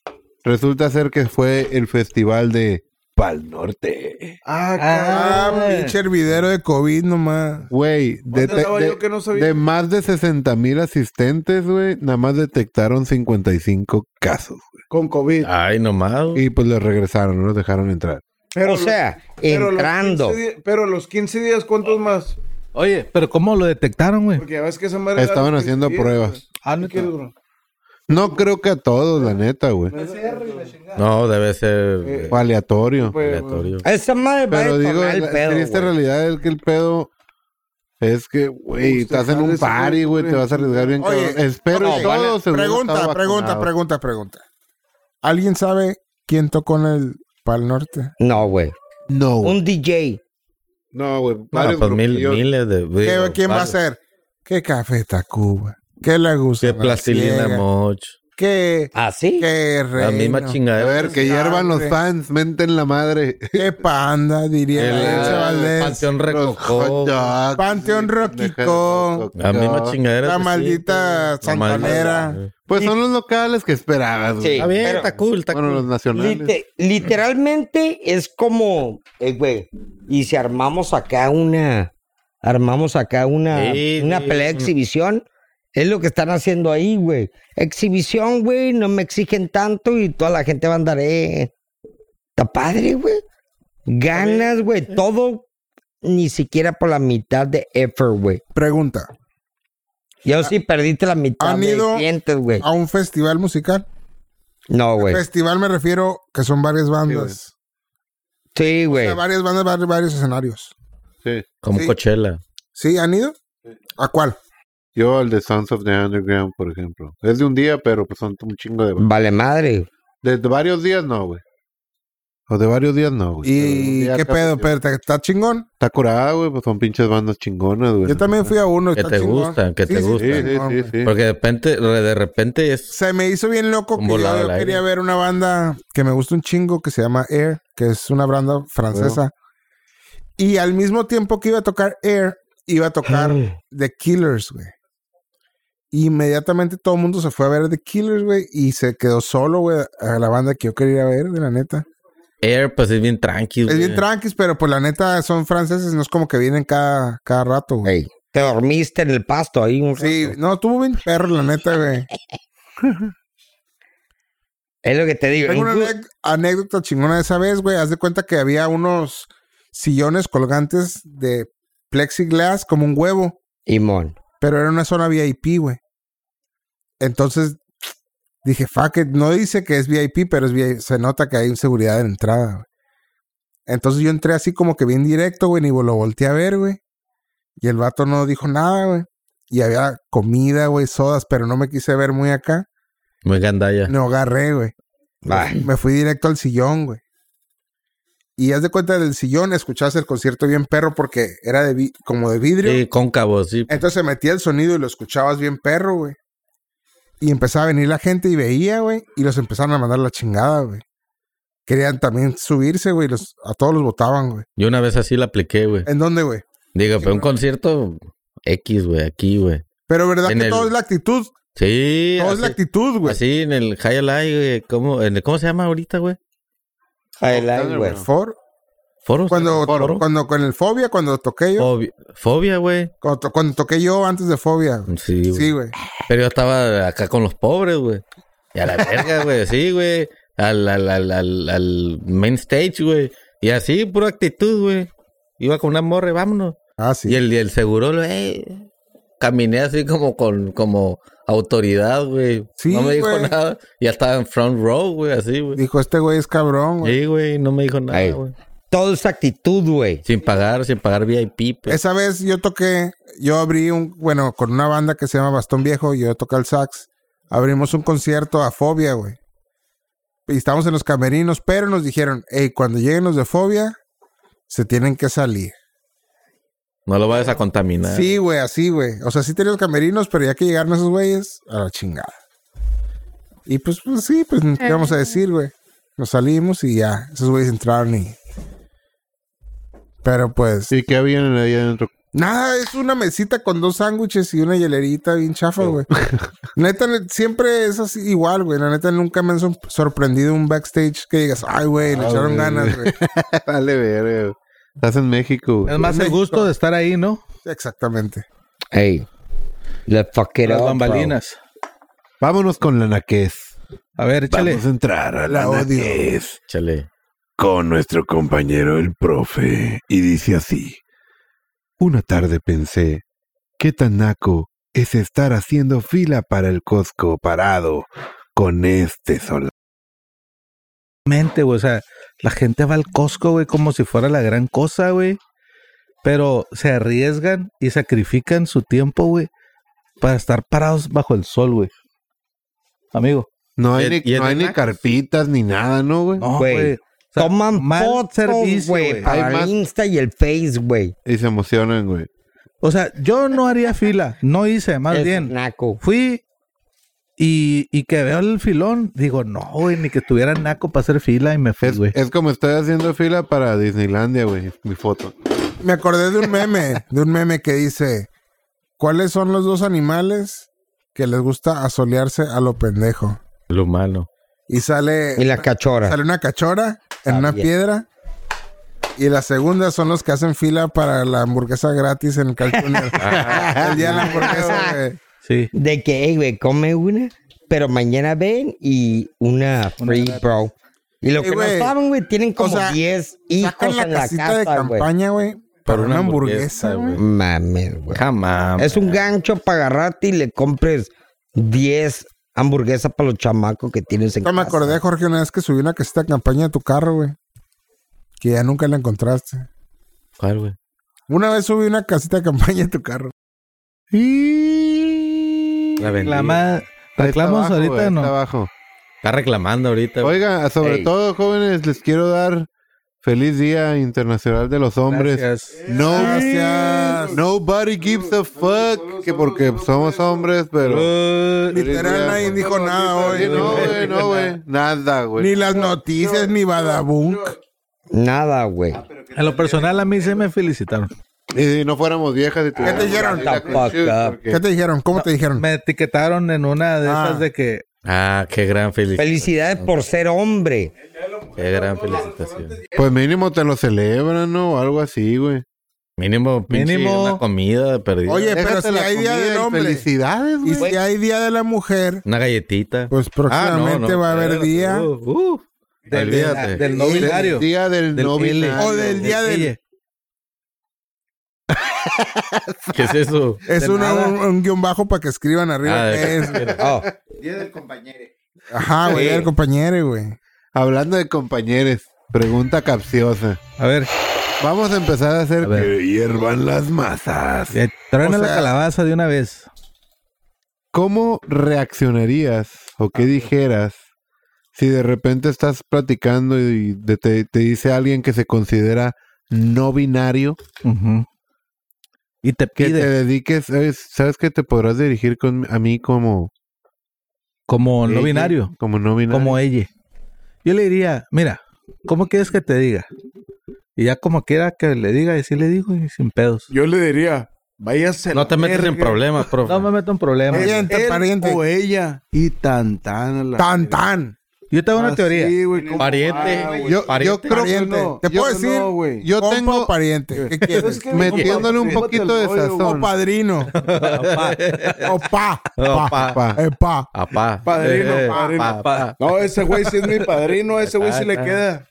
S4: resulta ser que fue el festival de Pal Norte.
S2: Ah,
S5: Ah,
S2: cabrón.
S5: pinche hervidero de COVID nomás.
S4: Güey, de,
S2: ¿Dónde estaba yo que no sabía?
S4: de más de 60 mil asistentes, güey, nada más detectaron 55 casos. güey.
S2: Con COVID.
S6: Ay, nomás. güey.
S4: Y pues les regresaron, no los dejaron entrar.
S2: Pero
S7: o
S2: los-
S7: sea,
S2: pero los
S7: entrando.
S2: 15 días- pero los 15 días, ¿cuántos más?
S3: Oye, pero ¿cómo lo detectaron, güey?
S2: Porque ya ves que esa madre.
S4: Estaban haciendo pruebas.
S3: Ah,
S2: ¿Qué
S3: neta.
S2: quieres, bro?
S4: No creo que a todos, la neta, güey.
S6: No, debe ser
S2: Eh,
S6: eh,
S4: Fue aleatorio.
S2: Pues,
S6: aleatorio.
S7: Esa madre va a
S4: Pero digo, este
S7: detonar
S4: la
S7: el pedo,
S4: triste
S7: güey.
S4: realidad es que el pedo es que,
S2: Usted
S4: güey, estás en
S2: sale
S4: un
S2: ese
S4: party, güey,
S2: hombre.
S4: te vas a arriesgar bien.
S5: Oye,
S4: cabrón. Espero
S5: ok,
S4: que todos se
S5: Pregunta, pregunta, pregunta, pregunta. ¿Alguien sabe quién tocó en el Pal Norte?
S7: No, güey.
S4: No, güey.
S7: Un DJ.
S4: no, güey.
S6: Ah,
S4: varios
S6: pues mil-
S4: grupillos.
S6: miles de. digo,
S5: ¿Qué- ¿Quién va a
S6: varios.
S5: ser? ¿Qué café Tacuba? ¿Qué la gusta?
S6: Qué plastilina moch.
S5: ¿Qué,
S7: ¿Así?
S5: qué
S6: La misma
S5: reino?
S4: A
S6: chingadera.
S4: ver, que hiervan los
S5: Hombre.
S4: fans, menten la madre.
S5: ¿Qué panda? Diría
S4: [laughs]
S6: El,
S5: Alexa
S6: eh,
S5: Valdés.
S6: Panteón
S4: Los
S6: recocó.
S4: hot dogs.
S5: Panteón Roquico.
S4: Deja de-
S6: La misma chingadera.
S5: La
S6: que sí,
S5: maldita
S6: pero- la maldita-
S5: santanera.
S4: Pues son los locales que esperabas, güey.
S7: Sí.
S6: Está bien,
S7: Pero-
S6: está cool, Ah, está
S4: Bueno, los
S6: cool.
S4: nacionales.
S7: Lite- literalmente es como, eh, güey, y si armamos acá una, armamos acá una,
S6: Sí,
S7: una
S6: sí,
S7: pelea de
S6: una-
S7: exhibición, es lo que están haciendo ahí, güey. Exhibición, güey, no me exigen tanto y toda la gente va a andar, eh. Está padre, güey. Ganas, güey, todo ni siquiera por la mitad de effort, güey.
S5: Pregunta.
S6: Ah,
S7: Yo sí perdiste la mitad
S5: ¿Han
S7: de
S5: ido
S7: clientes, güey.
S5: ¿A un festival musical?
S7: No,
S6: Pues.
S7: güey.
S5: Festival me refiero que son varias bandas.
S7: Sí,
S5: O
S7: güey.
S5: sea, varias bandas, vari- varios escenarios.
S4: Sí.
S6: Como
S5: Sí.
S6: Coachella.
S5: ¿Sí? ¿Han ido? ¿A cuál?
S4: Yo al de Sounds of the Underground, por ejemplo. Es de un día, pero pues son un chingo de...
S7: Vale madre.
S4: De varios días no, güey. O de varios días no, güey. Pues, Pero de un
S5: ¿Y
S4: día
S5: qué
S4: acá,
S5: pedo?
S4: pues,
S5: Pero te- ¿Está chingón?
S4: Está curada, güey, pues son pinches bandas chingonas, güey.
S5: Yo también fui a uno.
S6: Que
S5: está
S6: Pues, te
S5: chingón.
S6: gustan, que
S5: Sí,
S6: te
S5: sí,
S4: Sí,
S6: gustan.
S5: está
S4: sí,
S5: chingón,
S4: sí,
S5: güey.
S4: sí.
S6: Porque de repente, de repente es.
S5: Se me hizo bien loco
S6: Un
S5: que yo,
S6: volado
S5: yo
S6: al
S5: quería
S6: aire.
S5: ver una banda que me gusta un chingo que se llama Air, que es una banda francesa. Y al mismo tiempo que iba a tocar Air, iba a tocar The Killers, güey. Inmediatamente todo el mundo se fue a ver The Killers, güey, y se quedó solo, güey, a la banda que yo quería ver, de la neta.
S6: Air, pues es bien tranqui,
S5: Es
S6: güey.
S5: bien tranquis, pero pues la neta son franceses, no es como que vienen cada, cada rato, güey.
S7: Ey, te dormiste en el pasto ahí un
S5: Sí, no, estuvo bien perro, la neta, güey.
S7: Es lo que te digo.
S5: Tengo una
S7: incluso-
S5: anec- anécdota chingona de esa vez, güey. Haz de cuenta que había unos sillones colgantes de plexiglass como un huevo,
S7: Imón.
S5: pero era una zona VIP, güey. Entonces dije, fuck it, no dice que es VIP, pero es VIP. se nota que hay seguridad en entrada, güey. Entonces yo entré así como que bien directo, güey, ni lo volteé a ver, güey. Y el vato no dijo nada, güey. Y había comida, güey, sodas, pero no me quise ver muy acá.
S6: Muy gandalla.
S5: No agarré, güey.
S7: Ay,
S5: Me fui directo al sillón, güey. Y haz de cuenta del sillón, escuchaste el concierto bien perro porque era de vi- como de vidrio.
S6: Sí, cóncavo, sí.
S5: Entonces se metía el sonido y lo escuchabas bien perro, güey. Y empezaba a venir la gente y veía, güey. Y los empezaron a mandar la chingada, güey. Querían también subirse, güey. Los, a todos los votaban, güey.
S6: Yo una vez así la apliqué, güey.
S5: ¿En dónde, güey?
S6: Digo, fue un concierto X, güey, aquí, güey.
S5: Pero verdad
S6: En
S5: que
S6: el-
S5: todo es la actitud.
S6: Sí,
S5: Todo es
S6: así,
S5: la actitud, güey.
S6: así en el High Alive, güey. ¿Cómo, en el- ¿Cómo se llama ahorita, güey?
S7: highlight, güey.
S5: For-
S6: ¿Foros?
S5: cuando,
S6: ¿Foro? Oh.
S5: cuando con el fobia, cuando toqué yo.
S6: Fobi- Fobia, güey.
S5: Cuando, to- cuando toqué yo antes de fobia. güey.
S6: Sí, güey.
S5: Sí, güey.
S6: Pero yo estaba acá con los pobres, güey. Y a la verga, güey. Sí, güey. Al, al, al, al, al main stage, güey. Y así, pura actitud, güey. Iba con una morra, y vámonos.
S5: Ah, sí.
S6: Y el, y el seguro, güey. Caminé así como con como autoridad, güey.
S5: Sí,
S6: no me dijo
S5: güey.
S6: nada. Ya estaba en front row, güey, así, güey.
S5: Dijo, este güey es cabrón, güey.
S6: Sí, güey, no me dijo nada,
S7: Ahí.
S6: güey.
S7: Todo es actitud, güey.
S6: Sin pagar, sin pagar VIP. pues.
S5: Esa vez yo toqué, yo abrí un, bueno, con una banda que se llama Bastón Viejo, yo toqué el sax. Abrimos un concierto a Fobia, güey. Y estábamos en los camerinos, pero nos dijeron, hey, cuando lleguen los de Fobia, se tienen que salir.
S6: No lo vayas a contaminar.
S5: Sí, güey, así, güey. O sea, sí tenían los camerinos, pero ya que llegaron esos güeyes, a la chingada. Y pues, pues sí, pues, ¿qué vamos a decir, güey? Nos salimos y ya, esos güeyes entraron y... Pero pues...
S4: ¿Y qué habían ahí adentro?
S5: Nada, es una mesita con dos sándwiches y una hielerita bien chafa, güey. neta, ne- siempre es así igual, güey. La neta, nunca me han sor- sorprendido un backstage que digas, ay, güey, le echaron
S4: güey.
S5: ganas, güey.
S4: [laughs] Dale, verga. güey. Estás en México, güey.
S3: Es más el gusto de estar ahí, ¿no?
S5: Exactamente.
S7: Ey. Let's fuck it
S3: Las
S7: up, bro.
S3: bambalinas.
S4: Vámonos con la naquez.
S3: A ver, échale.
S1: Vamos a entrar a la,
S5: La odio.
S1: naquez
S6: Chale.
S1: con nuestro compañero el profe. Y dice así.
S4: Una tarde pensé, ¿qué tan naco es estar haciendo fila para el Costco parado con este sol?
S3: Mente, güey. O sea, la gente va al Costco, güey, como si fuera la gran cosa, güey. Pero se arriesgan y sacrifican su tiempo, güey, para estar parados bajo el sol, güey. Amigo.
S4: No
S6: ¿Y-
S4: hay, ni,
S6: y es
S4: no hay
S6: de
S4: ni
S6: nacos?
S4: cartitas ni nada, ¿no, güey?
S3: No,
S7: Güey,
S3: güey. O sea,
S7: Toman
S3: mal
S7: fotos,
S3: servicio,
S7: güey,
S3: güey.
S7: para
S4: Hay
S7: el
S4: más-
S7: Insta y el Face, güey.
S4: Y se emocionan, güey.
S3: O sea, yo no haría fila. No hice, más
S7: Es
S3: bien.
S7: Naco.
S3: Fui y, y que veo el filón. Digo, no, güey, ni que estuviera naco para hacer fila y me fui,
S4: Es,
S3: güey.
S4: es como estoy haciendo fila para Disneylandia, güey. Mi foto.
S5: Me acordé de un meme, de un meme que dice, ¿cuáles son los dos animales que les gusta asolearse a lo pendejo?
S6: Lo malo.
S5: Y sale,
S7: Y la cachora.
S5: sale una cachora en
S7: Sabía.
S5: una piedra. Y la segunda son los que hacen fila para la hamburguesa gratis en el Calzunier. el día de la hamburguesa, güey.
S3: Sí.
S7: De que, ey, güey, come una, pero mañana ven y una free, bro. Y lo
S5: Ey,
S7: que
S5: güey,
S7: no saben, güey, tienen como
S5: sea,
S7: 10
S5: Sacan
S7: hijos
S5: la
S7: en la
S5: casita de
S7: casa, güey.
S5: campaña, güey. Para una hamburguesa, güey.
S7: Mames, güey.
S6: Jamás.
S7: Es un gancho para agarrarte y le compres 10 hamburguesas para los chamacos que tienes en
S5: Ahorita me
S7: casa.
S5: acordé, Jorge, una vez que subí una casita de campaña de tu carro, güey. Que ya nunca la encontraste.
S6: ¿Cuál, güey?
S5: Una vez subí una casita de campaña de tu carro.
S6: La vendí.
S3: Reclama-
S4: Ahí está
S3: reclamos
S4: abajo,
S3: ahorita
S4: güey, ahí
S3: no.
S4: está abajo.
S6: Está reclamando ahorita, güey.
S4: Oiga, sobre
S7: Ey.
S4: todo, jóvenes, les quiero dar feliz Día Internacional de los Hombres.
S3: Gracias.
S4: No,
S5: Gracias.
S4: Nobody gives a fuck. Que porque somos hombres, pero.
S5: Literal, nadie dijo nada hoy.
S4: No, güey, no, güey. Nada,
S5: Ni
S4: güey.
S5: las noticias, ni Badabunk.
S7: Nada, güey.
S3: En lo personal, a mí se me felicitaron.
S4: Y si no fuéramos viejas y tuviéramos
S5: dijeron?
S4: la
S7: Tampoco.
S4: conchuda, porque-
S5: ¿Qué te dijeron? ¿Cómo te dijeron?
S3: Me etiquetaron en una de
S5: Ah.
S3: esas de que
S6: Ah, qué gran felicidad.
S7: Felicidades por ser hombre.
S6: Qué gran felicitación.
S4: Pues mínimo te lo celebran, ¿no? O algo así, güey.
S6: Mínimo, mínimo.
S3: Mínimo.
S6: Una comida de perdida.
S5: Oye, pero
S4: Déjate
S5: si
S4: la
S5: hay día
S4: comida
S5: del
S4: y
S5: hombre.
S4: Felicidades,
S5: Y
S4: güey.
S5: si hay día de la mujer,
S6: Una galletita. Ah,
S5: pues próximamente va a haber día.
S6: Uh, uh,
S3: Del,
S6: olvídate.
S3: del no
S4: Del
S3: binario.
S4: Día del,
S3: Del
S4: no
S3: L.
S4: binario.
S5: O del día del-
S3: Oye,
S6: ¿Qué es eso?
S5: Es
S3: de
S5: una-
S3: nada.
S5: un, un guión bajo para que escriban [laughs] arriba.
S6: Ah, de- [laughs]
S5: Es-
S7: Oh,
S5: ajá, güey,
S6: Sí.
S5: el compañero, güey.
S4: Hablando de compañeros, pregunta capciosa.
S3: A ver,
S4: Vamos a empezar a hacer
S3: A ver.
S1: Que hiervan las masas.
S3: eh, tráeme
S5: O
S3: la
S5: sea-
S3: calabaza de una vez.
S4: ¿Cómo reaccionarías o qué dijeras si de repente estás platicando y de- te, te dice alguien que se considera no binario
S3: Ujú. Y te
S4: que
S3: pide
S4: te dediques, ¿sabes, sabes que te podrás dirigir con, a mí como
S3: como no
S4: ella,
S3: binario,
S4: como no binario, [laughs]
S3: como ella. Yo le diría, mira, ¿cómo quieres que te diga? Y ya como quiera que le diga, y sí le digo, y sin pedos.
S2: Yo le diría, váyase. a
S6: No
S2: la
S6: te metes en
S2: verga.
S6: problemas, profe.
S3: No me meto en problemas.
S2: Es
S5: Pariente,
S2: él
S5: pariente.
S2: O ella. Y tan tan. a la-
S5: Tan, tan.
S3: Yo tengo una
S2: Ah,
S3: teoría.
S2: sí, güey, ¿cómo
S5: Ah,
S6: Pariente.
S2: va, güey?
S4: yo, yo
S6: Pariente.
S4: creo que
S5: Pariente.
S4: no.
S5: Te
S2: Yo
S5: puedo decir,
S2: no, güey.
S4: yo
S5: compa
S4: tengo-
S5: o pariente. ¿Qué
S2: Pero
S5: quieres?
S2: es que-
S4: metiéndole un
S2: Compa,
S4: poquito de
S2: compa,
S5: O
S4: sazón.
S5: padrino. o pa.
S6: Oh,
S5: Pa.
S6: pa.
S4: Pa.
S5: Eh, pa.
S6: Apá.
S2: Padrino,
S6: Eh,
S2: padrino.
S6: pa, pa. Ah,
S2: No, ese güey sí es mi padrino. Ese güey sí le queda.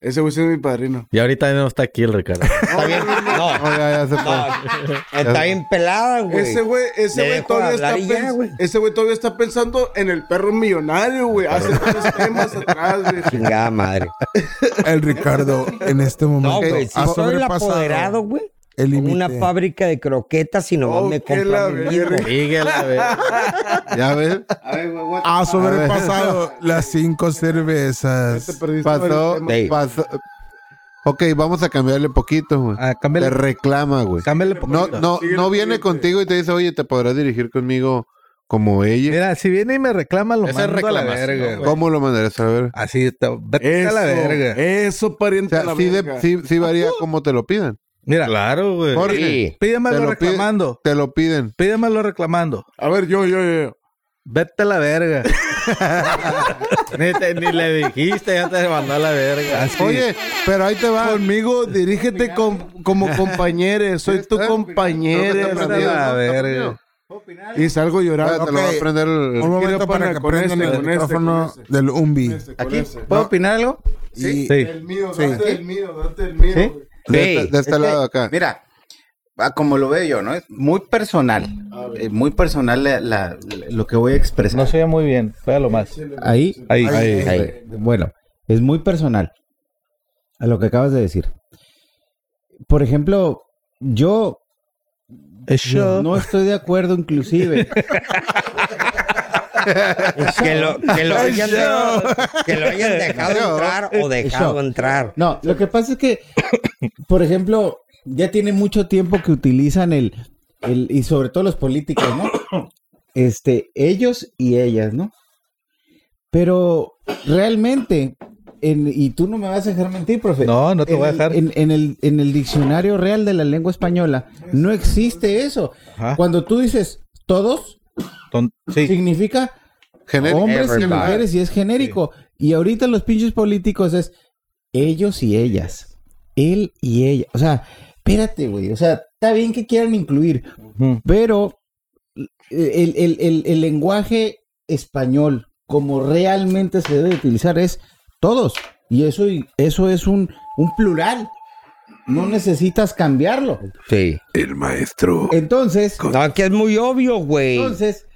S2: Ese güey sí es mi padrino.
S6: Y ahorita no está aquí el Ricardo.
S7: está bien. No,
S4: No, Oh, ya, ya se
S3: [laughs]
S4: fue.
S7: está bien pelada, güey.
S2: Ese güey, ese
S7: Le
S2: güey
S7: dejo
S2: todavía está
S7: hablar y ya,
S2: pens-
S7: güey.
S2: ese güey todavía está pensando en el perro millonario, güey. Hace tres temas atrás, güey.
S7: Chingada madre.
S5: El Ricardo en este
S7: No,
S5: momento
S7: güey, si
S5: ha
S7: soy el
S5: sobrepasado
S7: apoderado, güey.
S5: el
S7: Tengo
S5: límite.
S7: Una fábrica de croquetas y nomás
S2: Oh,
S7: me
S2: qué
S7: compran
S2: la
S7: un
S2: verga.
S7: libro.
S5: [laughs]
S6: Síguela, güey.
S4: ya ves,
S5: Ha sobrepasado las cinco
S2: Te
S5: cervezas.
S2: perdiste varios
S4: pasó,
S2: temas.
S7: Sí.
S4: pasó. Ok, vamos a cambiarle poquito, güey.
S3: Ah,
S4: Te
S3: cámbiale,
S4: reclama, güey.
S3: cámbiale
S4: No,
S3: poquito.
S4: no,
S2: Síguele,
S4: no viene
S2: síguele.
S4: contigo y te dice, oye, te podrás dirigir conmigo como ella.
S3: Mira, si viene y me reclama, lo
S6: Esa es
S3: mando a la
S6: reclamación,
S3: verga.
S6: güey.
S3: güey.
S4: ¿Cómo lo mandarás a ver?
S3: Así, te- vete
S2: Eso,
S3: a la verga.
S2: eso,
S4: O
S2: pariente. a
S4: sea,
S2: la
S4: sí, de-
S2: verga.
S4: sí- sí varía como te lo pidan.
S3: Mira,
S6: Claro, güey.
S4: Jorge,
S7: Sí.
S4: Te
S3: pídemelo
S4: lo pide-
S3: reclamando.
S4: te lo piden.
S3: Pídemelo reclamando.
S2: A ver, yo, yo, yo.
S3: Vete a la verga.
S6: Ni, te- ni le dijiste, ya te mandó a la verga.
S3: Así.
S4: Oye, pero ahí te va.
S2: Conmigo, dirígete
S4: [laughs]
S2: como compañero. Soy tu
S4: compañero.
S2: compañero.
S3: Vete a la verga.
S2: Y salgo llorando.
S4: Ah, Te lo va a
S5: Ok.
S4: prender el-
S5: Un momento
S2: Quiero
S5: para
S2: pana,
S5: que
S2: con
S5: prendan
S2: este,
S5: el
S2: con este,
S5: micrófono
S2: con este.
S5: del Umbi.
S2: Aquí.
S6: ¿Puedo opinar algo?
S5: Y-
S3: Sí.
S2: El mío, date el mío, date el mío. güey.
S4: de,
S8: Sí,
S4: este, de este
S8: es que,
S4: lado acá.
S8: Mira, ah, como lo veo yo, ¿no? Es muy personal. eh, muy personal la- la- la- lo que voy a expresar.
S3: No se ve muy bien. Pégalo más.
S8: Ahí,
S3: Ahí.
S8: ahí, ahí. Bueno, es muy personal a lo que acabas de decir. Por ejemplo, yo
S3: Es show.
S8: no estoy de acuerdo inclusive.
S7: Que lo, que lo hayan, que lo hayan dejado entrar o dejado
S8: Eso.
S7: entrar.
S8: No, lo que pasa es que, por ejemplo, ya tiene mucho tiempo que utilizan el, el- y sobre todo los políticos, ¿no? Este, ellos y ellas, ¿no? Pero realmente, en- y tú no me vas a dejar mentir, profe.
S3: No, no te
S8: en
S3: voy a
S8: el-
S3: dejar.
S8: En, en el, en el diccionario real de la lengua española no existe eso.
S3: Ajá.
S8: Cuando tú dices todos,
S3: Ton- Sí.
S8: significa
S4: Genérico.
S8: hombres y
S7: Everybody.
S8: mujeres y es genérico. Y ahorita los pinches políticos es ellos y ellas. Él y ella. O sea, espérate, güey. O sea, está bien que quieran incluir,
S3: Ujú.
S8: pero el, el- el- el lenguaje español, como realmente se debe utilizar, es todos. Y eso, eso es un, un plural. No necesitas cambiarlo.
S7: Sí.
S1: El maestro.
S8: Entonces,
S7: No, que es muy obvio, güey.
S8: entonces,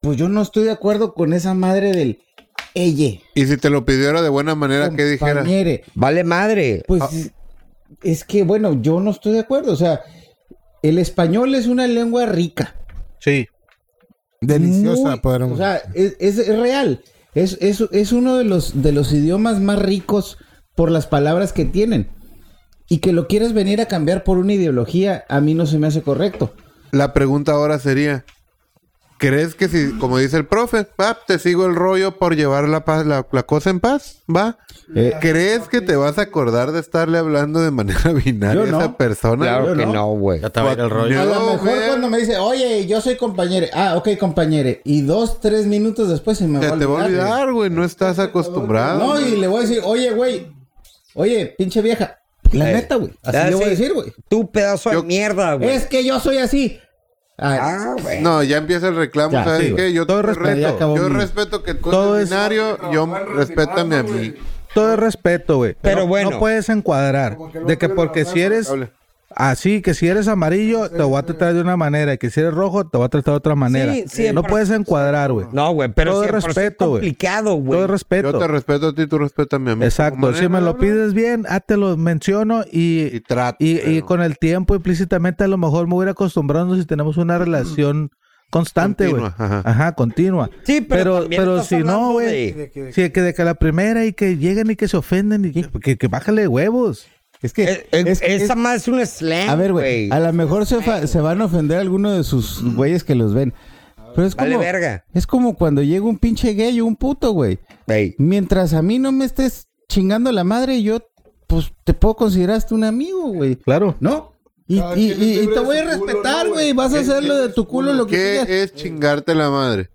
S8: pues yo no estoy de acuerdo con esa madre del ella.
S4: Y si te lo pidiera de buena manera, ¿qué dijera? Ah.
S8: compañere.
S7: Vale madre.
S8: Pues es- es que, bueno, yo no estoy de acuerdo. O sea, el español es una lengua rica.
S3: Sí.
S5: Deliciosa,
S8: Muy-
S5: podremos.
S8: O sea, es, es- es real. Es, es, es uno de los, de los idiomas más ricos por las palabras que tienen. Y que lo quieres venir a cambiar por una ideología, a mí no se me hace correcto.
S4: La pregunta ahora sería, ¿Crees que si, como dice el profe, va, te sigo el rollo por llevar la, paz, la, la cosa en paz? ¿Va?
S9: Eh,
S4: ¿Crees que te vas a acordar de estarle hablando de manera [laughs] binaria
S9: Yo no.
S4: a esa persona?
S7: Claro
S9: yo
S7: que
S9: no.
S7: no, güey.
S6: Ya te va a ir el rollo.
S9: a
S4: No,
S9: lo mejor
S4: güey.
S9: cuando me dice, oye, yo soy compañero. Ah, ok, compañero. Y dos, tres minutos después se me
S4: Se te va a olvidar, güey. No estás
S7: Ah,
S4: acostumbrado.
S9: No, y le voy a decir, oye, güey. Oye, pinche vieja. La
S7: Eh,
S9: neta, güey. Así
S7: ah,
S9: le voy a
S7: sí.
S9: decir, güey.
S7: Tú pedazo de
S4: Yo-
S7: mierda, güey.
S9: Es que yo soy así. Ah,
S7: Ah, güey.
S4: No, ya empieza el reclamo,
S9: Ya,
S4: ¿sabes
S9: sí, güey.
S4: qué? Yo
S3: Todo
S4: te
S3: respeto, ya
S4: respeto,
S3: acabó
S4: yo
S3: mi-
S4: respeto que tú
S3: todo
S4: eres
S3: es-
S4: binario, yo respétame a mí.
S3: Todo es respeto, güey.
S7: Pero
S3: No-
S7: bueno.
S3: No puedes encuadrar. De que porque si eres así, que si eres amarillo, te voy a tratar de una manera. Y que si eres rojo, te voy a tratar de otra manera.
S7: Sí, sí,
S3: no
S7: pero-
S3: puedes encuadrar, güey.
S7: No, güey, pero
S3: Todo
S7: sí,
S3: es
S7: pero sí es
S3: respeto, güey.
S7: complicado, güey.
S3: Todo es respeto.
S4: Yo te respeto a ti, tú respétame a mí.
S3: Exacto,
S4: Como
S3: si me
S4: manera
S3: lo
S4: de hablar.
S3: pides bien, ah, te lo menciono
S4: Y
S3: y,
S4: trato.
S3: y, y
S4: pero
S3: con el tiempo implícitamente a lo mejor me voy a ir acostumbrando si
S4: [clears throat]
S3: tenemos una relación constante, güey.
S4: Continua,
S3: Ajá.
S4: ajá.
S3: continua.
S7: Sí, pero
S3: pero,
S7: también
S3: pero
S7: estás
S3: si no,
S7: hablando
S3: güey,
S7: de-
S3: si que de que la primera y que llegan y que se ofenden y que, que, que bájale huevos.
S9: es que.
S7: Eh, eh,
S9: es- es-
S7: esa más es un slang.
S9: a ver, güey. A lo mejor se, fa- se van a ofender alguno de sus güeyes que los ven. Pero es como.
S7: Mm. Vale verga.
S9: Es como cuando llega un pinche gay o un puto, güey.
S7: Ey.
S9: Mientras a mí no me estés chingando la madre, yo, pues, te puedo considerar hasta un amigo, güey.
S3: Claro.
S9: ¿No? Y,
S2: Cada
S9: y-
S2: quien
S9: y-
S2: es
S9: y
S2: libre
S9: te
S2: de
S9: voy a
S2: su culo,
S9: respetar,
S2: ¿no,
S9: güey.
S2: güey?
S9: Vas a
S2: Cada
S9: hacer lo
S2: quien
S9: de
S2: es
S9: tu
S2: su
S9: culo,
S2: culo.
S9: lo que
S4: ¿Qué
S9: quieras.
S4: es chingarte la madre?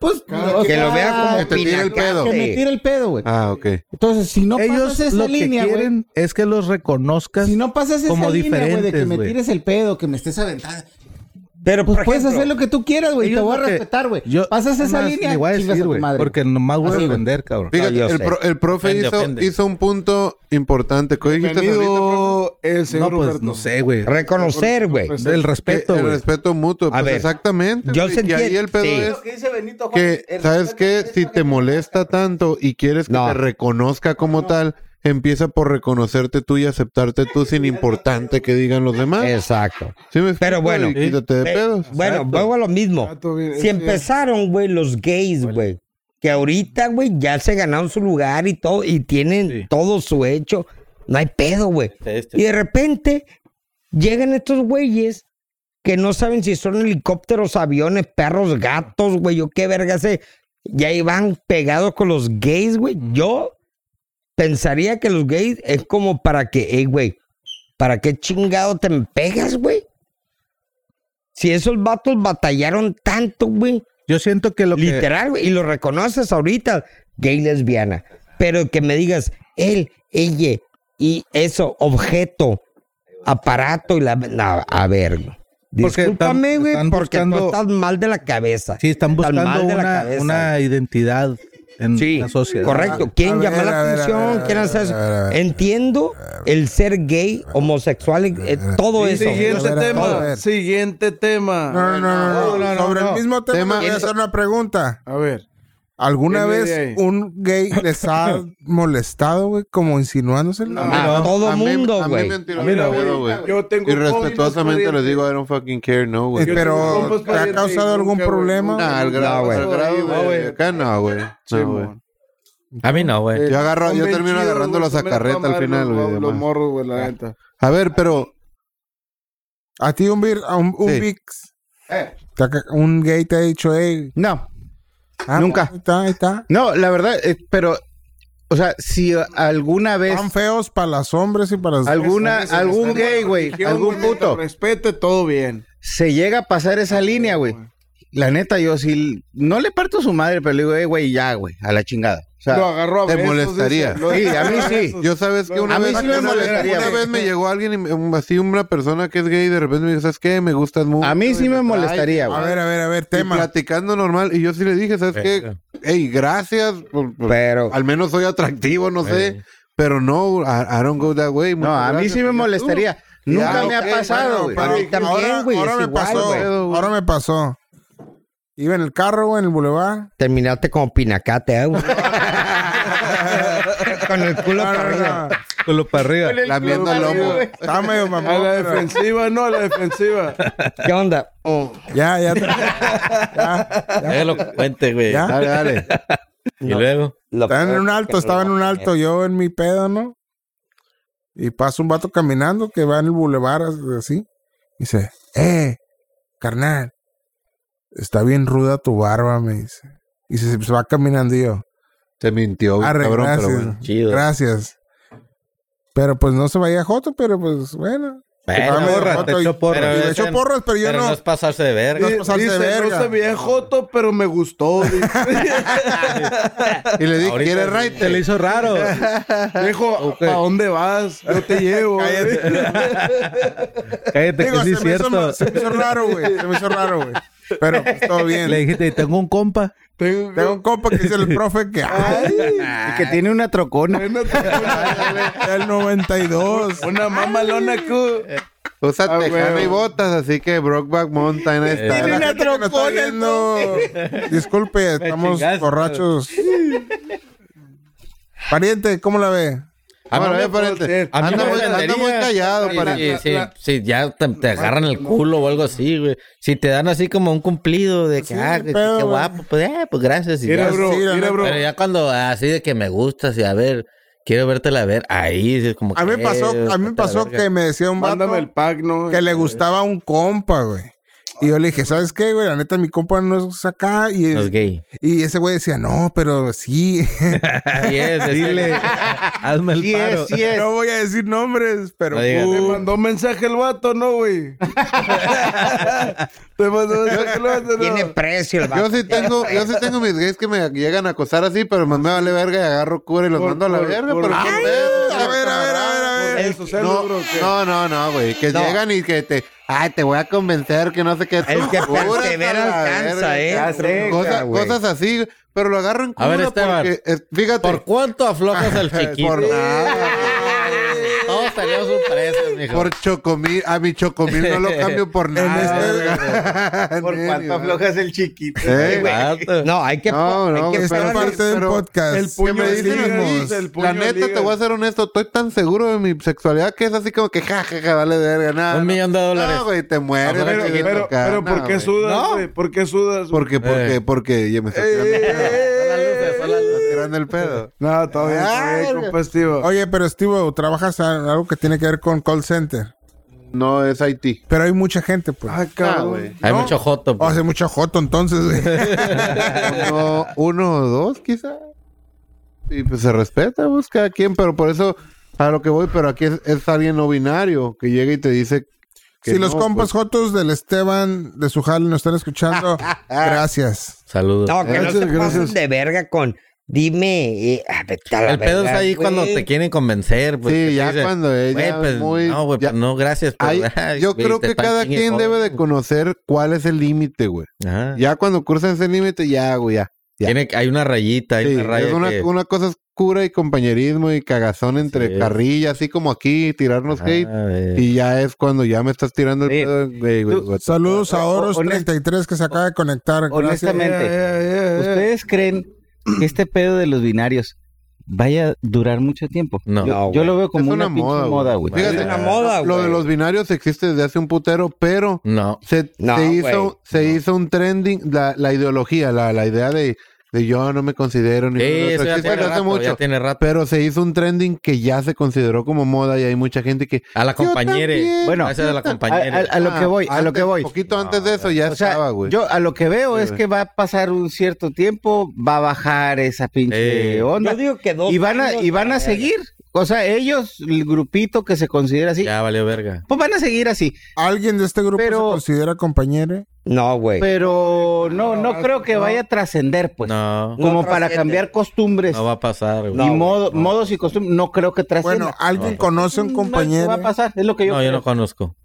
S9: Pues,
S2: Cada
S9: o
S2: quien-
S7: Que lo
S9: sea,
S7: vean como
S4: que te tire el pedo.
S9: que me tire el pedo, güey.
S4: Ah, ok.
S9: Entonces, si no
S3: Ellos
S9: pasas
S3: lo
S9: esa
S3: que
S9: línea, güey.
S3: quieren es que los reconozcas.
S9: Si no pasas esa
S3: como
S9: línea, güey, de que
S3: diferentes,
S9: me
S3: güey.
S9: tires el pedo, que me estés aventando.
S7: Pero
S9: Pues
S7: por
S9: puedes
S7: ejemplo,
S9: hacer lo que tú quieras, güey. y Te
S3: ellos
S9: voy a
S3: lo que-
S9: respetar, güey.
S3: yo-
S9: Pasas esa
S3: nomás
S9: línea,
S3: Ni voy a
S9: chingas
S3: decir,
S9: a tu
S3: güey,
S9: madre.
S3: porque nomás voy
S9: Así,
S3: a
S9: güey.
S3: vender, cabrón.
S4: Fíjate,
S7: yo
S4: el,
S7: sé.
S4: pro- el profe
S6: Ofende,
S4: hizo,
S6: ofende.
S4: hizo un punto importante. ¿Qué dijiste ahorita, profe?
S2: Bienvenido el
S3: No,
S2: señor
S3: pues
S2: Roberto.
S3: no sé, güey.
S7: reconocer, güey.
S3: Del
S4: Que
S3: respeto,
S4: Eh, el
S3: güey.
S4: respeto mutuo.
S7: A
S4: pues,
S7: ver,
S4: exactamente.
S7: yo
S4: güey.
S7: sentí-
S4: y ahí el pedo
S7: sí.
S4: es que, ¿sabes qué? Si te molesta tanto y quieres que
S7: No.
S4: te reconozca como tal, empieza por reconocerte tú y aceptarte tú sin importante que digan los demás.
S7: Exacto.
S4: ¿Sí me explico?
S7: Eh, Pero bueno.
S4: Y quítate de
S7: Eh,
S4: pedos.
S7: Bueno, vuelvo a lo mismo.
S2: Ah, todo bien,
S7: Si
S2: es bien.
S7: empezaron, güey, los gays, güey, que ahorita, güey, ya se ganaron su lugar y todo, y tienen
S3: Sí.
S7: todo su hecho, no hay pedo, güey.
S6: Este,
S7: Y de repente llegan estos güeyes que no saben si son helicópteros, aviones, perros, gatos, güey, yo qué verga sé. Y ahí van pegados con los gays, güey. Yo pensaría que los gays es como para que, hey, güey, ¿para qué chingado te me pegas, güey? Si esos vatos batallaron tanto, güey.
S3: Yo siento que lo que
S7: Literal, güey. Y lo reconoces ahorita, gay lesbiana. Pero que me digas, él, ella, y eso, objeto, aparato y la. no, a ver, güey.
S3: Porque están-
S7: discúlpame, güey,
S3: están
S7: porque tú
S3: buscando-
S7: estás mal de la cabeza.
S3: Sí, están
S7: Estás
S3: buscando
S7: mal de la
S3: una,
S7: cabeza,
S3: una identidad en
S7: Sí,
S3: la sociedad.
S7: correcto.
S5: A
S7: Quieren
S5: ver,
S7: llamar
S5: a
S7: la
S5: ver, a ver, a
S7: atención,
S5: ver,
S7: quieren
S5: a
S7: hacer
S5: ver, a ver, a ver.
S7: Entiendo el ser gay, homosexual, eh, todo eso.
S2: Pues, Siguiente
S5: a ver, a
S2: tema.
S5: ver.
S2: Siguiente tema.
S5: No, no, no, no, no. Sobre el mismo tema,
S4: Tema-
S5: te voy a hacer una pregunta.
S2: A ver.
S5: ¿Alguna
S2: ¿Qué me
S5: vez
S2: di ahí?
S5: un gay les ha molestado, güey? Como insinuándose.
S7: A todo mundo,
S4: A mí
S7: güey.
S4: me han tirado
S2: A mí no,
S4: el pedo,
S2: güey.
S4: güey.
S2: Yo tengo
S4: Y respetuosamente
S2: COVID,
S4: les digo, I don't fucking care, no, güey.
S2: Yo tengo compas
S5: Pero, ¿te ha
S2: parientes
S5: causado
S2: y
S5: algún
S2: nunca, güey,
S5: problema?
S2: nunca.
S4: Nah, al grado,
S7: No, güey.
S4: al grado,
S2: No,
S4: güey.
S2: güey.
S4: Acá no, güey. No, güey.
S2: Simón.
S6: A mí no,
S2: Eh,
S6: güey.
S4: Yo agarro, yo
S2: Son
S4: termino
S2: vencidos,
S4: agarrando
S2: güey,
S4: la
S2: se me
S4: sacarreta al
S2: toman
S4: final,
S2: los-
S4: güey.
S2: Los
S4: además.
S2: morros, güey, la neta.
S4: A ver, pero
S5: ¿A ti un, vir- a un, un
S4: Sí.
S5: vix? ¿Te ha ca- ¿Un gay te ha dicho, hey?
S8: No,
S5: ah,
S8: Nunca.
S5: Ahí está, ahí está.
S8: no, la verdad, eh, pero, o sea, si alguna vez
S5: Están feos para los hombres y para las
S8: alguna, algún gay, güey,
S2: Religión,
S8: algún
S2: güey,
S8: puto,
S2: Respete todo bien.
S8: se llega a pasar esa línea, güey. La neta, yo sí, no le parto su madre, pero le digo, "Eh, güey, ya, güey, a la chingada. O sea,
S2: Lo agarró a
S4: te
S2: besos,
S4: molestaría.
S2: dice, lo-
S8: Sí, a mí sí.
S4: yo sabes que una
S8: A mí
S4: vez,
S8: sí me
S4: una, vez-
S8: molestaría,
S4: una
S8: güey.
S4: vez me llegó alguien y me- un- así una persona que es gay y de repente me dijo, ¿sabes qué? Me gustas mucho.
S8: a mí sí me molestaría,
S5: A
S8: güey.
S5: ver, a ver, a ver,
S4: Y
S5: tema.
S4: platicando normal. Y yo sí le dije, ¿sabes
S8: Eh,
S4: qué? Ey, gracias. por- por-
S7: Pero,
S4: al menos soy atractivo, no sé. Pero no, I, I don't go that way.
S8: Eh. No, a mí sí me molestaría. Nunca
S4: Ya,
S8: me
S4: ok,
S8: ha pasado, güey.
S5: Pero
S7: A mí también,
S5: ahora,
S7: güey,
S5: ahora
S7: es
S5: me
S7: igual,
S5: pasó,
S7: güey.
S5: ahora me pasó. Iba en el carro, güey, en el boulevard.
S7: terminaste como pinacate, ¿eh, güey? Con el culo
S5: No, no,
S7: para
S5: no.
S7: arriba.
S3: Con lo para arriba.
S4: Lamiendo el lomo.
S5: Estaba medio
S2: A
S5: mamón.
S2: la
S5: pero-
S2: defensiva, no, a la
S4: [laughs]
S2: defensiva.
S7: ¿Qué onda?
S5: Ya, ya. ya,
S6: Déjalo que este, cuente, güey.
S5: ya.
S4: Dale, dale.
S6: Y luego.
S5: Estaba en un alto, estaba en un alto, yo en mi pedo, ¿no? Y pasa un vato caminando que va en el bulevar así. Y dice, eh, carnal, está bien ruda tu barba, me dice. Y se, se va caminando y yo,
S4: Te mintió, güey,
S5: arre,
S4: cabrón,
S5: gracias,
S4: pero bueno.
S6: Chido.
S5: gracias. Pero pues no se vaya joto, pero pues bueno.
S6: Bueno,
S5: Ah, me dio
S3: porra,
S5: joto
S3: te
S5: y-
S3: echó
S5: y
S3: porras.
S5: me
S6: Pero
S5: echó
S6: ese-
S5: porras, pero yo
S6: Pero
S5: no.
S6: no es pasarse de verga.
S5: No es pasarse de
S2: Dice,
S5: verga.
S2: no sabía Joto, pero me gustó.
S4: [laughs] Y le dije,
S6: Ahorita
S4: ¿quieres
S6: sí.
S4: right?
S3: Te le hizo raro.
S2: Dijo, ¿a dónde vas? Yo te
S4: [laughs]
S2: llevo.
S3: Cállate
S5: Digo,
S3: que sí es
S5: se, me hizo,
S3: cierto.
S5: se me hizo raro, güey. Se me hizo raro, güey. Pero pues, todo bien.
S3: Le dijiste, "Y tengo un compa.
S2: Tengo-
S5: Tengo un compa que es el profe que... ¡Ay!
S8: Y que tiene una trocona.
S5: [laughs] El 92.
S2: Una mamalona uh, cu.
S4: Eh, Usa
S2: Ah,
S4: tejana
S2: güey.
S4: y botas, así que Brokeback Mountain ahí
S8: Eh,
S4: está.
S5: Para la gente que nos está viendo, Disculpe, estamos
S6: chingaste.
S5: borrachos. Pariente, ¿cómo la ve?
S4: Ah, bueno,
S2: no
S4: eh,
S2: me
S4: pariente,
S2: puedo hacer.
S4: anda, muy, anda muy callado,
S6: Sí,
S4: pariente.
S6: sí, sí, sí, ya te, te agarran el culo o algo así, güey. Si te dan así como un cumplido de que,
S5: Sí,
S6: ah,
S5: qué
S6: que-
S5: pedo,
S6: qué
S5: güey.
S6: guapo, pues, eh, pues gracias. y
S2: Mira,
S6: ya.
S2: bro,
S5: Sí, la
S2: mira,
S5: neta.
S2: bro.
S6: Pero ya cuando así de que me gustas y a ver, quiero vértela a ver, ahí sí es como
S5: A mí me
S6: que, eh,
S5: pasó, a mí me
S6: vete
S5: pasó
S6: la verga.
S5: que me decía un vato
S2: Mándame el pack, ¿no?
S5: que le gustaba un compa, güey. Y yo le dije, ¿sabes qué, güey? La neta, mi compa no es acá. Y,
S6: No es gay.
S5: y ese güey decía, no, pero sí.
S6: Sí es, es-
S3: Dile, hazme el
S8: Sí
S3: paro.
S8: es,
S5: [laughs]
S8: sí es.
S5: no voy a decir nombres, pero...
S6: No digas.
S2: Te mandó mensaje el vato, ¿no,
S4: [laughs]
S2: güey? [laughs] Te mandó mensaje el vato,
S7: Tiene
S2: ¿no?
S7: precio el vato.
S5: [laughs]
S4: Yo sí tengo, yo sí tengo mis gays que me llegan a acosar así, pero más me vale verga y agarro cura y los
S2: Por-
S4: mando a la
S2: por-
S4: verga,
S2: por-
S4: pero
S2: Ay,
S4: ¿qué pedo?
S5: a ver, a ver, a ver, a ver.
S2: Por eso, celo,
S4: No,
S2: bro, que-
S4: no, no, no, güey. Que llegan y que te, ay, te voy a convencer que no sé qué.
S7: El
S4: Cúrate
S7: que
S4: a la
S7: persevera alcanza,
S4: verga.
S7: eh.
S8: Ya sé,
S4: Cosa-
S8: güey.
S4: cosas así, pero lo agarro en
S6: A
S4: cura
S6: ver, Esteban.
S4: porque, eh, fíjate,
S6: ¿Por cuánto aflojas el
S4: [laughs]
S6: chiquito?
S4: por nada.
S6: Todos teníamos un precio, mijo.
S4: Por chocomil, a mi chocomil no
S6: [laughs]
S4: lo cambio por
S6: este
S4: nada.
S8: Por cuánto aflojas el chiquito.
S4: Eh,
S8: güey.
S6: Vato.
S7: No, hay que.
S4: No, no,
S7: hay que
S4: güey,
S5: Es
S4: pero-
S5: parte del
S4: pero-
S5: podcast.
S2: el puño
S5: Que me
S2: de
S5: dicen
S2: liga,
S5: mismos.
S2: dice el puño
S4: La
S2: de
S4: neta,
S2: liga.
S4: te voy a ser honesto, estoy tan seguro de mi sexualidad que es así como que jajaja, vale verga, nada.
S6: Un
S4: no.
S6: millón de dólares.
S4: No, güey, te mueres.
S6: Ojalá
S4: te
S2: Pero,
S4: llegue
S2: pero,
S4: a tocar,
S2: pero,
S4: no,
S2: ¿por qué
S4: güey.
S2: sudas, güey? ¿Por qué sudas? güey?
S4: Porque, porque,
S6: Eh.
S4: porque, ya me estoy tirando, [laughs] el pedo,
S6: Son las luces, son las
S2: Eh.
S6: luces.
S4: estoy tirando el pedo.
S2: No, todavía
S4: Ah,
S2: bien,
S4: verga.
S2: compa Steve.
S5: Oye, pero Steve, trabajas en algo que tiene que ver con call center.
S4: No, es Haití.
S5: Pero hay mucha gente, pues.
S2: Ah,
S4: Ah,
S2: cabrón.
S4: güey.
S6: Hay
S5: ¿no?
S6: mucho joto.
S5: O
S6: pues.
S5: hace mucho joto, entonces,
S8: [laughs]
S5: güey.
S4: Uno, uno o dos, quizá. Y pues se respeta, busca a quien, pero por eso, a lo que voy, pero aquí es, es alguien no binario que llega y te dice. que
S5: Si los
S4: no,
S8: pues.
S5: compas
S4: pues,
S5: jotos del Esteban de su jale nos están
S8: [laughs]
S5: escuchando, gracias.
S6: Saludos.
S7: No, que no
S4: Gracias,
S7: se pasen
S4: gracias.
S7: de verga con. Dime. eh, ah, vete a la
S6: El pedo es
S7: verga,
S6: ahí
S7: güey.
S6: cuando te quieren convencer. Pues,
S4: Sí,
S6: que te
S4: ya cuando es
S6: "Güey,
S4: ya
S6: pues,
S4: muy-
S6: No, güey,
S4: ya-
S6: pues, no, gracias. pero,
S4: Hay-
S6: [laughs] ay,
S4: yo
S6: güey,
S4: creo
S6: te
S4: que
S6: están
S4: cada
S6: chingue,
S4: quien
S6: joder".
S4: debe de conocer cuál es el límite, güey.
S6: Ajá.
S4: Ya cuando cruzan ese límite, ya, güey, ya. ya.
S6: Tiene, hay una rayita, hay
S4: Sí,
S6: una raya.
S4: es una,
S6: que-
S4: una cosa es cura y compañerismo y cagazón entre
S6: Sí.
S4: carrilla, así como aquí, tirarnos
S6: Ah,
S4: hate.
S6: güey.
S4: Y ya es cuando ya me estás tirando el
S8: Sí.
S4: pedo, güey, güey,
S8: Tú-
S4: güey.
S5: Saludos a
S8: O- o- honest-
S5: Oros33 que se acaba de conectar. Gracias.
S8: Honestamente, ¿ustedes creen que este pedo de los binarios vaya a durar mucho tiempo?
S6: No.
S8: yo,
S7: No,
S8: yo
S7: güey.
S8: lo veo como
S4: Es
S8: una, pinche moda, güey.
S4: Fíjate,
S7: Es una moda,
S4: lo de
S7: güey.
S4: los binarios existe desde hace un putero, pero
S6: No.
S4: se,
S7: No,
S4: se
S7: güey,
S4: hizo, se hizo un trending, la, la ideología, la, la idea de, de yo no me considero ni
S6: Sí,
S4: nada de eso
S6: eso ya
S4: existe
S6: tiene
S4: desde hace
S6: rato,
S4: mucho.
S6: ya tiene rato.
S4: Pero se hizo un trending que ya se consideró como moda y hay mucha gente que
S6: A la
S4: Yo
S6: compañera.
S4: también.
S6: Bueno,
S8: Bueno,
S6: esa de la
S8: A,
S6: compañera.
S8: a- a lo que voy, a lo que
S4: Antes,
S8: voy.
S4: Poquito antes de eso ya
S8: O sea,
S4: estaba, güey.
S8: yo a lo que veo
S4: Sí,
S8: es
S4: güey.
S8: que va a pasar un cierto tiempo, va a bajar esa pinche
S6: Sí.
S8: onda
S7: Yo digo que dos.
S8: y van a
S7: años,
S8: y van
S7: la
S8: a
S7: verga.
S8: seguir. O sea, ellos, el grupito que se considera así,
S6: Ya valió verga.
S8: pues van a seguir así.
S5: ¿Alguien de este grupo
S8: Pero-
S5: se considera compañero?
S7: No, güey.
S8: Pero no, no creo que vaya a trascender, pues.
S6: No,
S8: Como
S7: No
S8: para
S7: trasciende.
S8: cambiar
S4: pues,
S8: costumbres
S6: no va a pasar, güey.
S8: y modo- modos y costumbres, no creo que trascienda.
S5: Bueno, ¿alguien conoce un
S8: No, ¿qué
S5: compañero?
S8: va a pasar? Es lo que yo,
S6: No, yo no
S8: creo.
S6: conozco.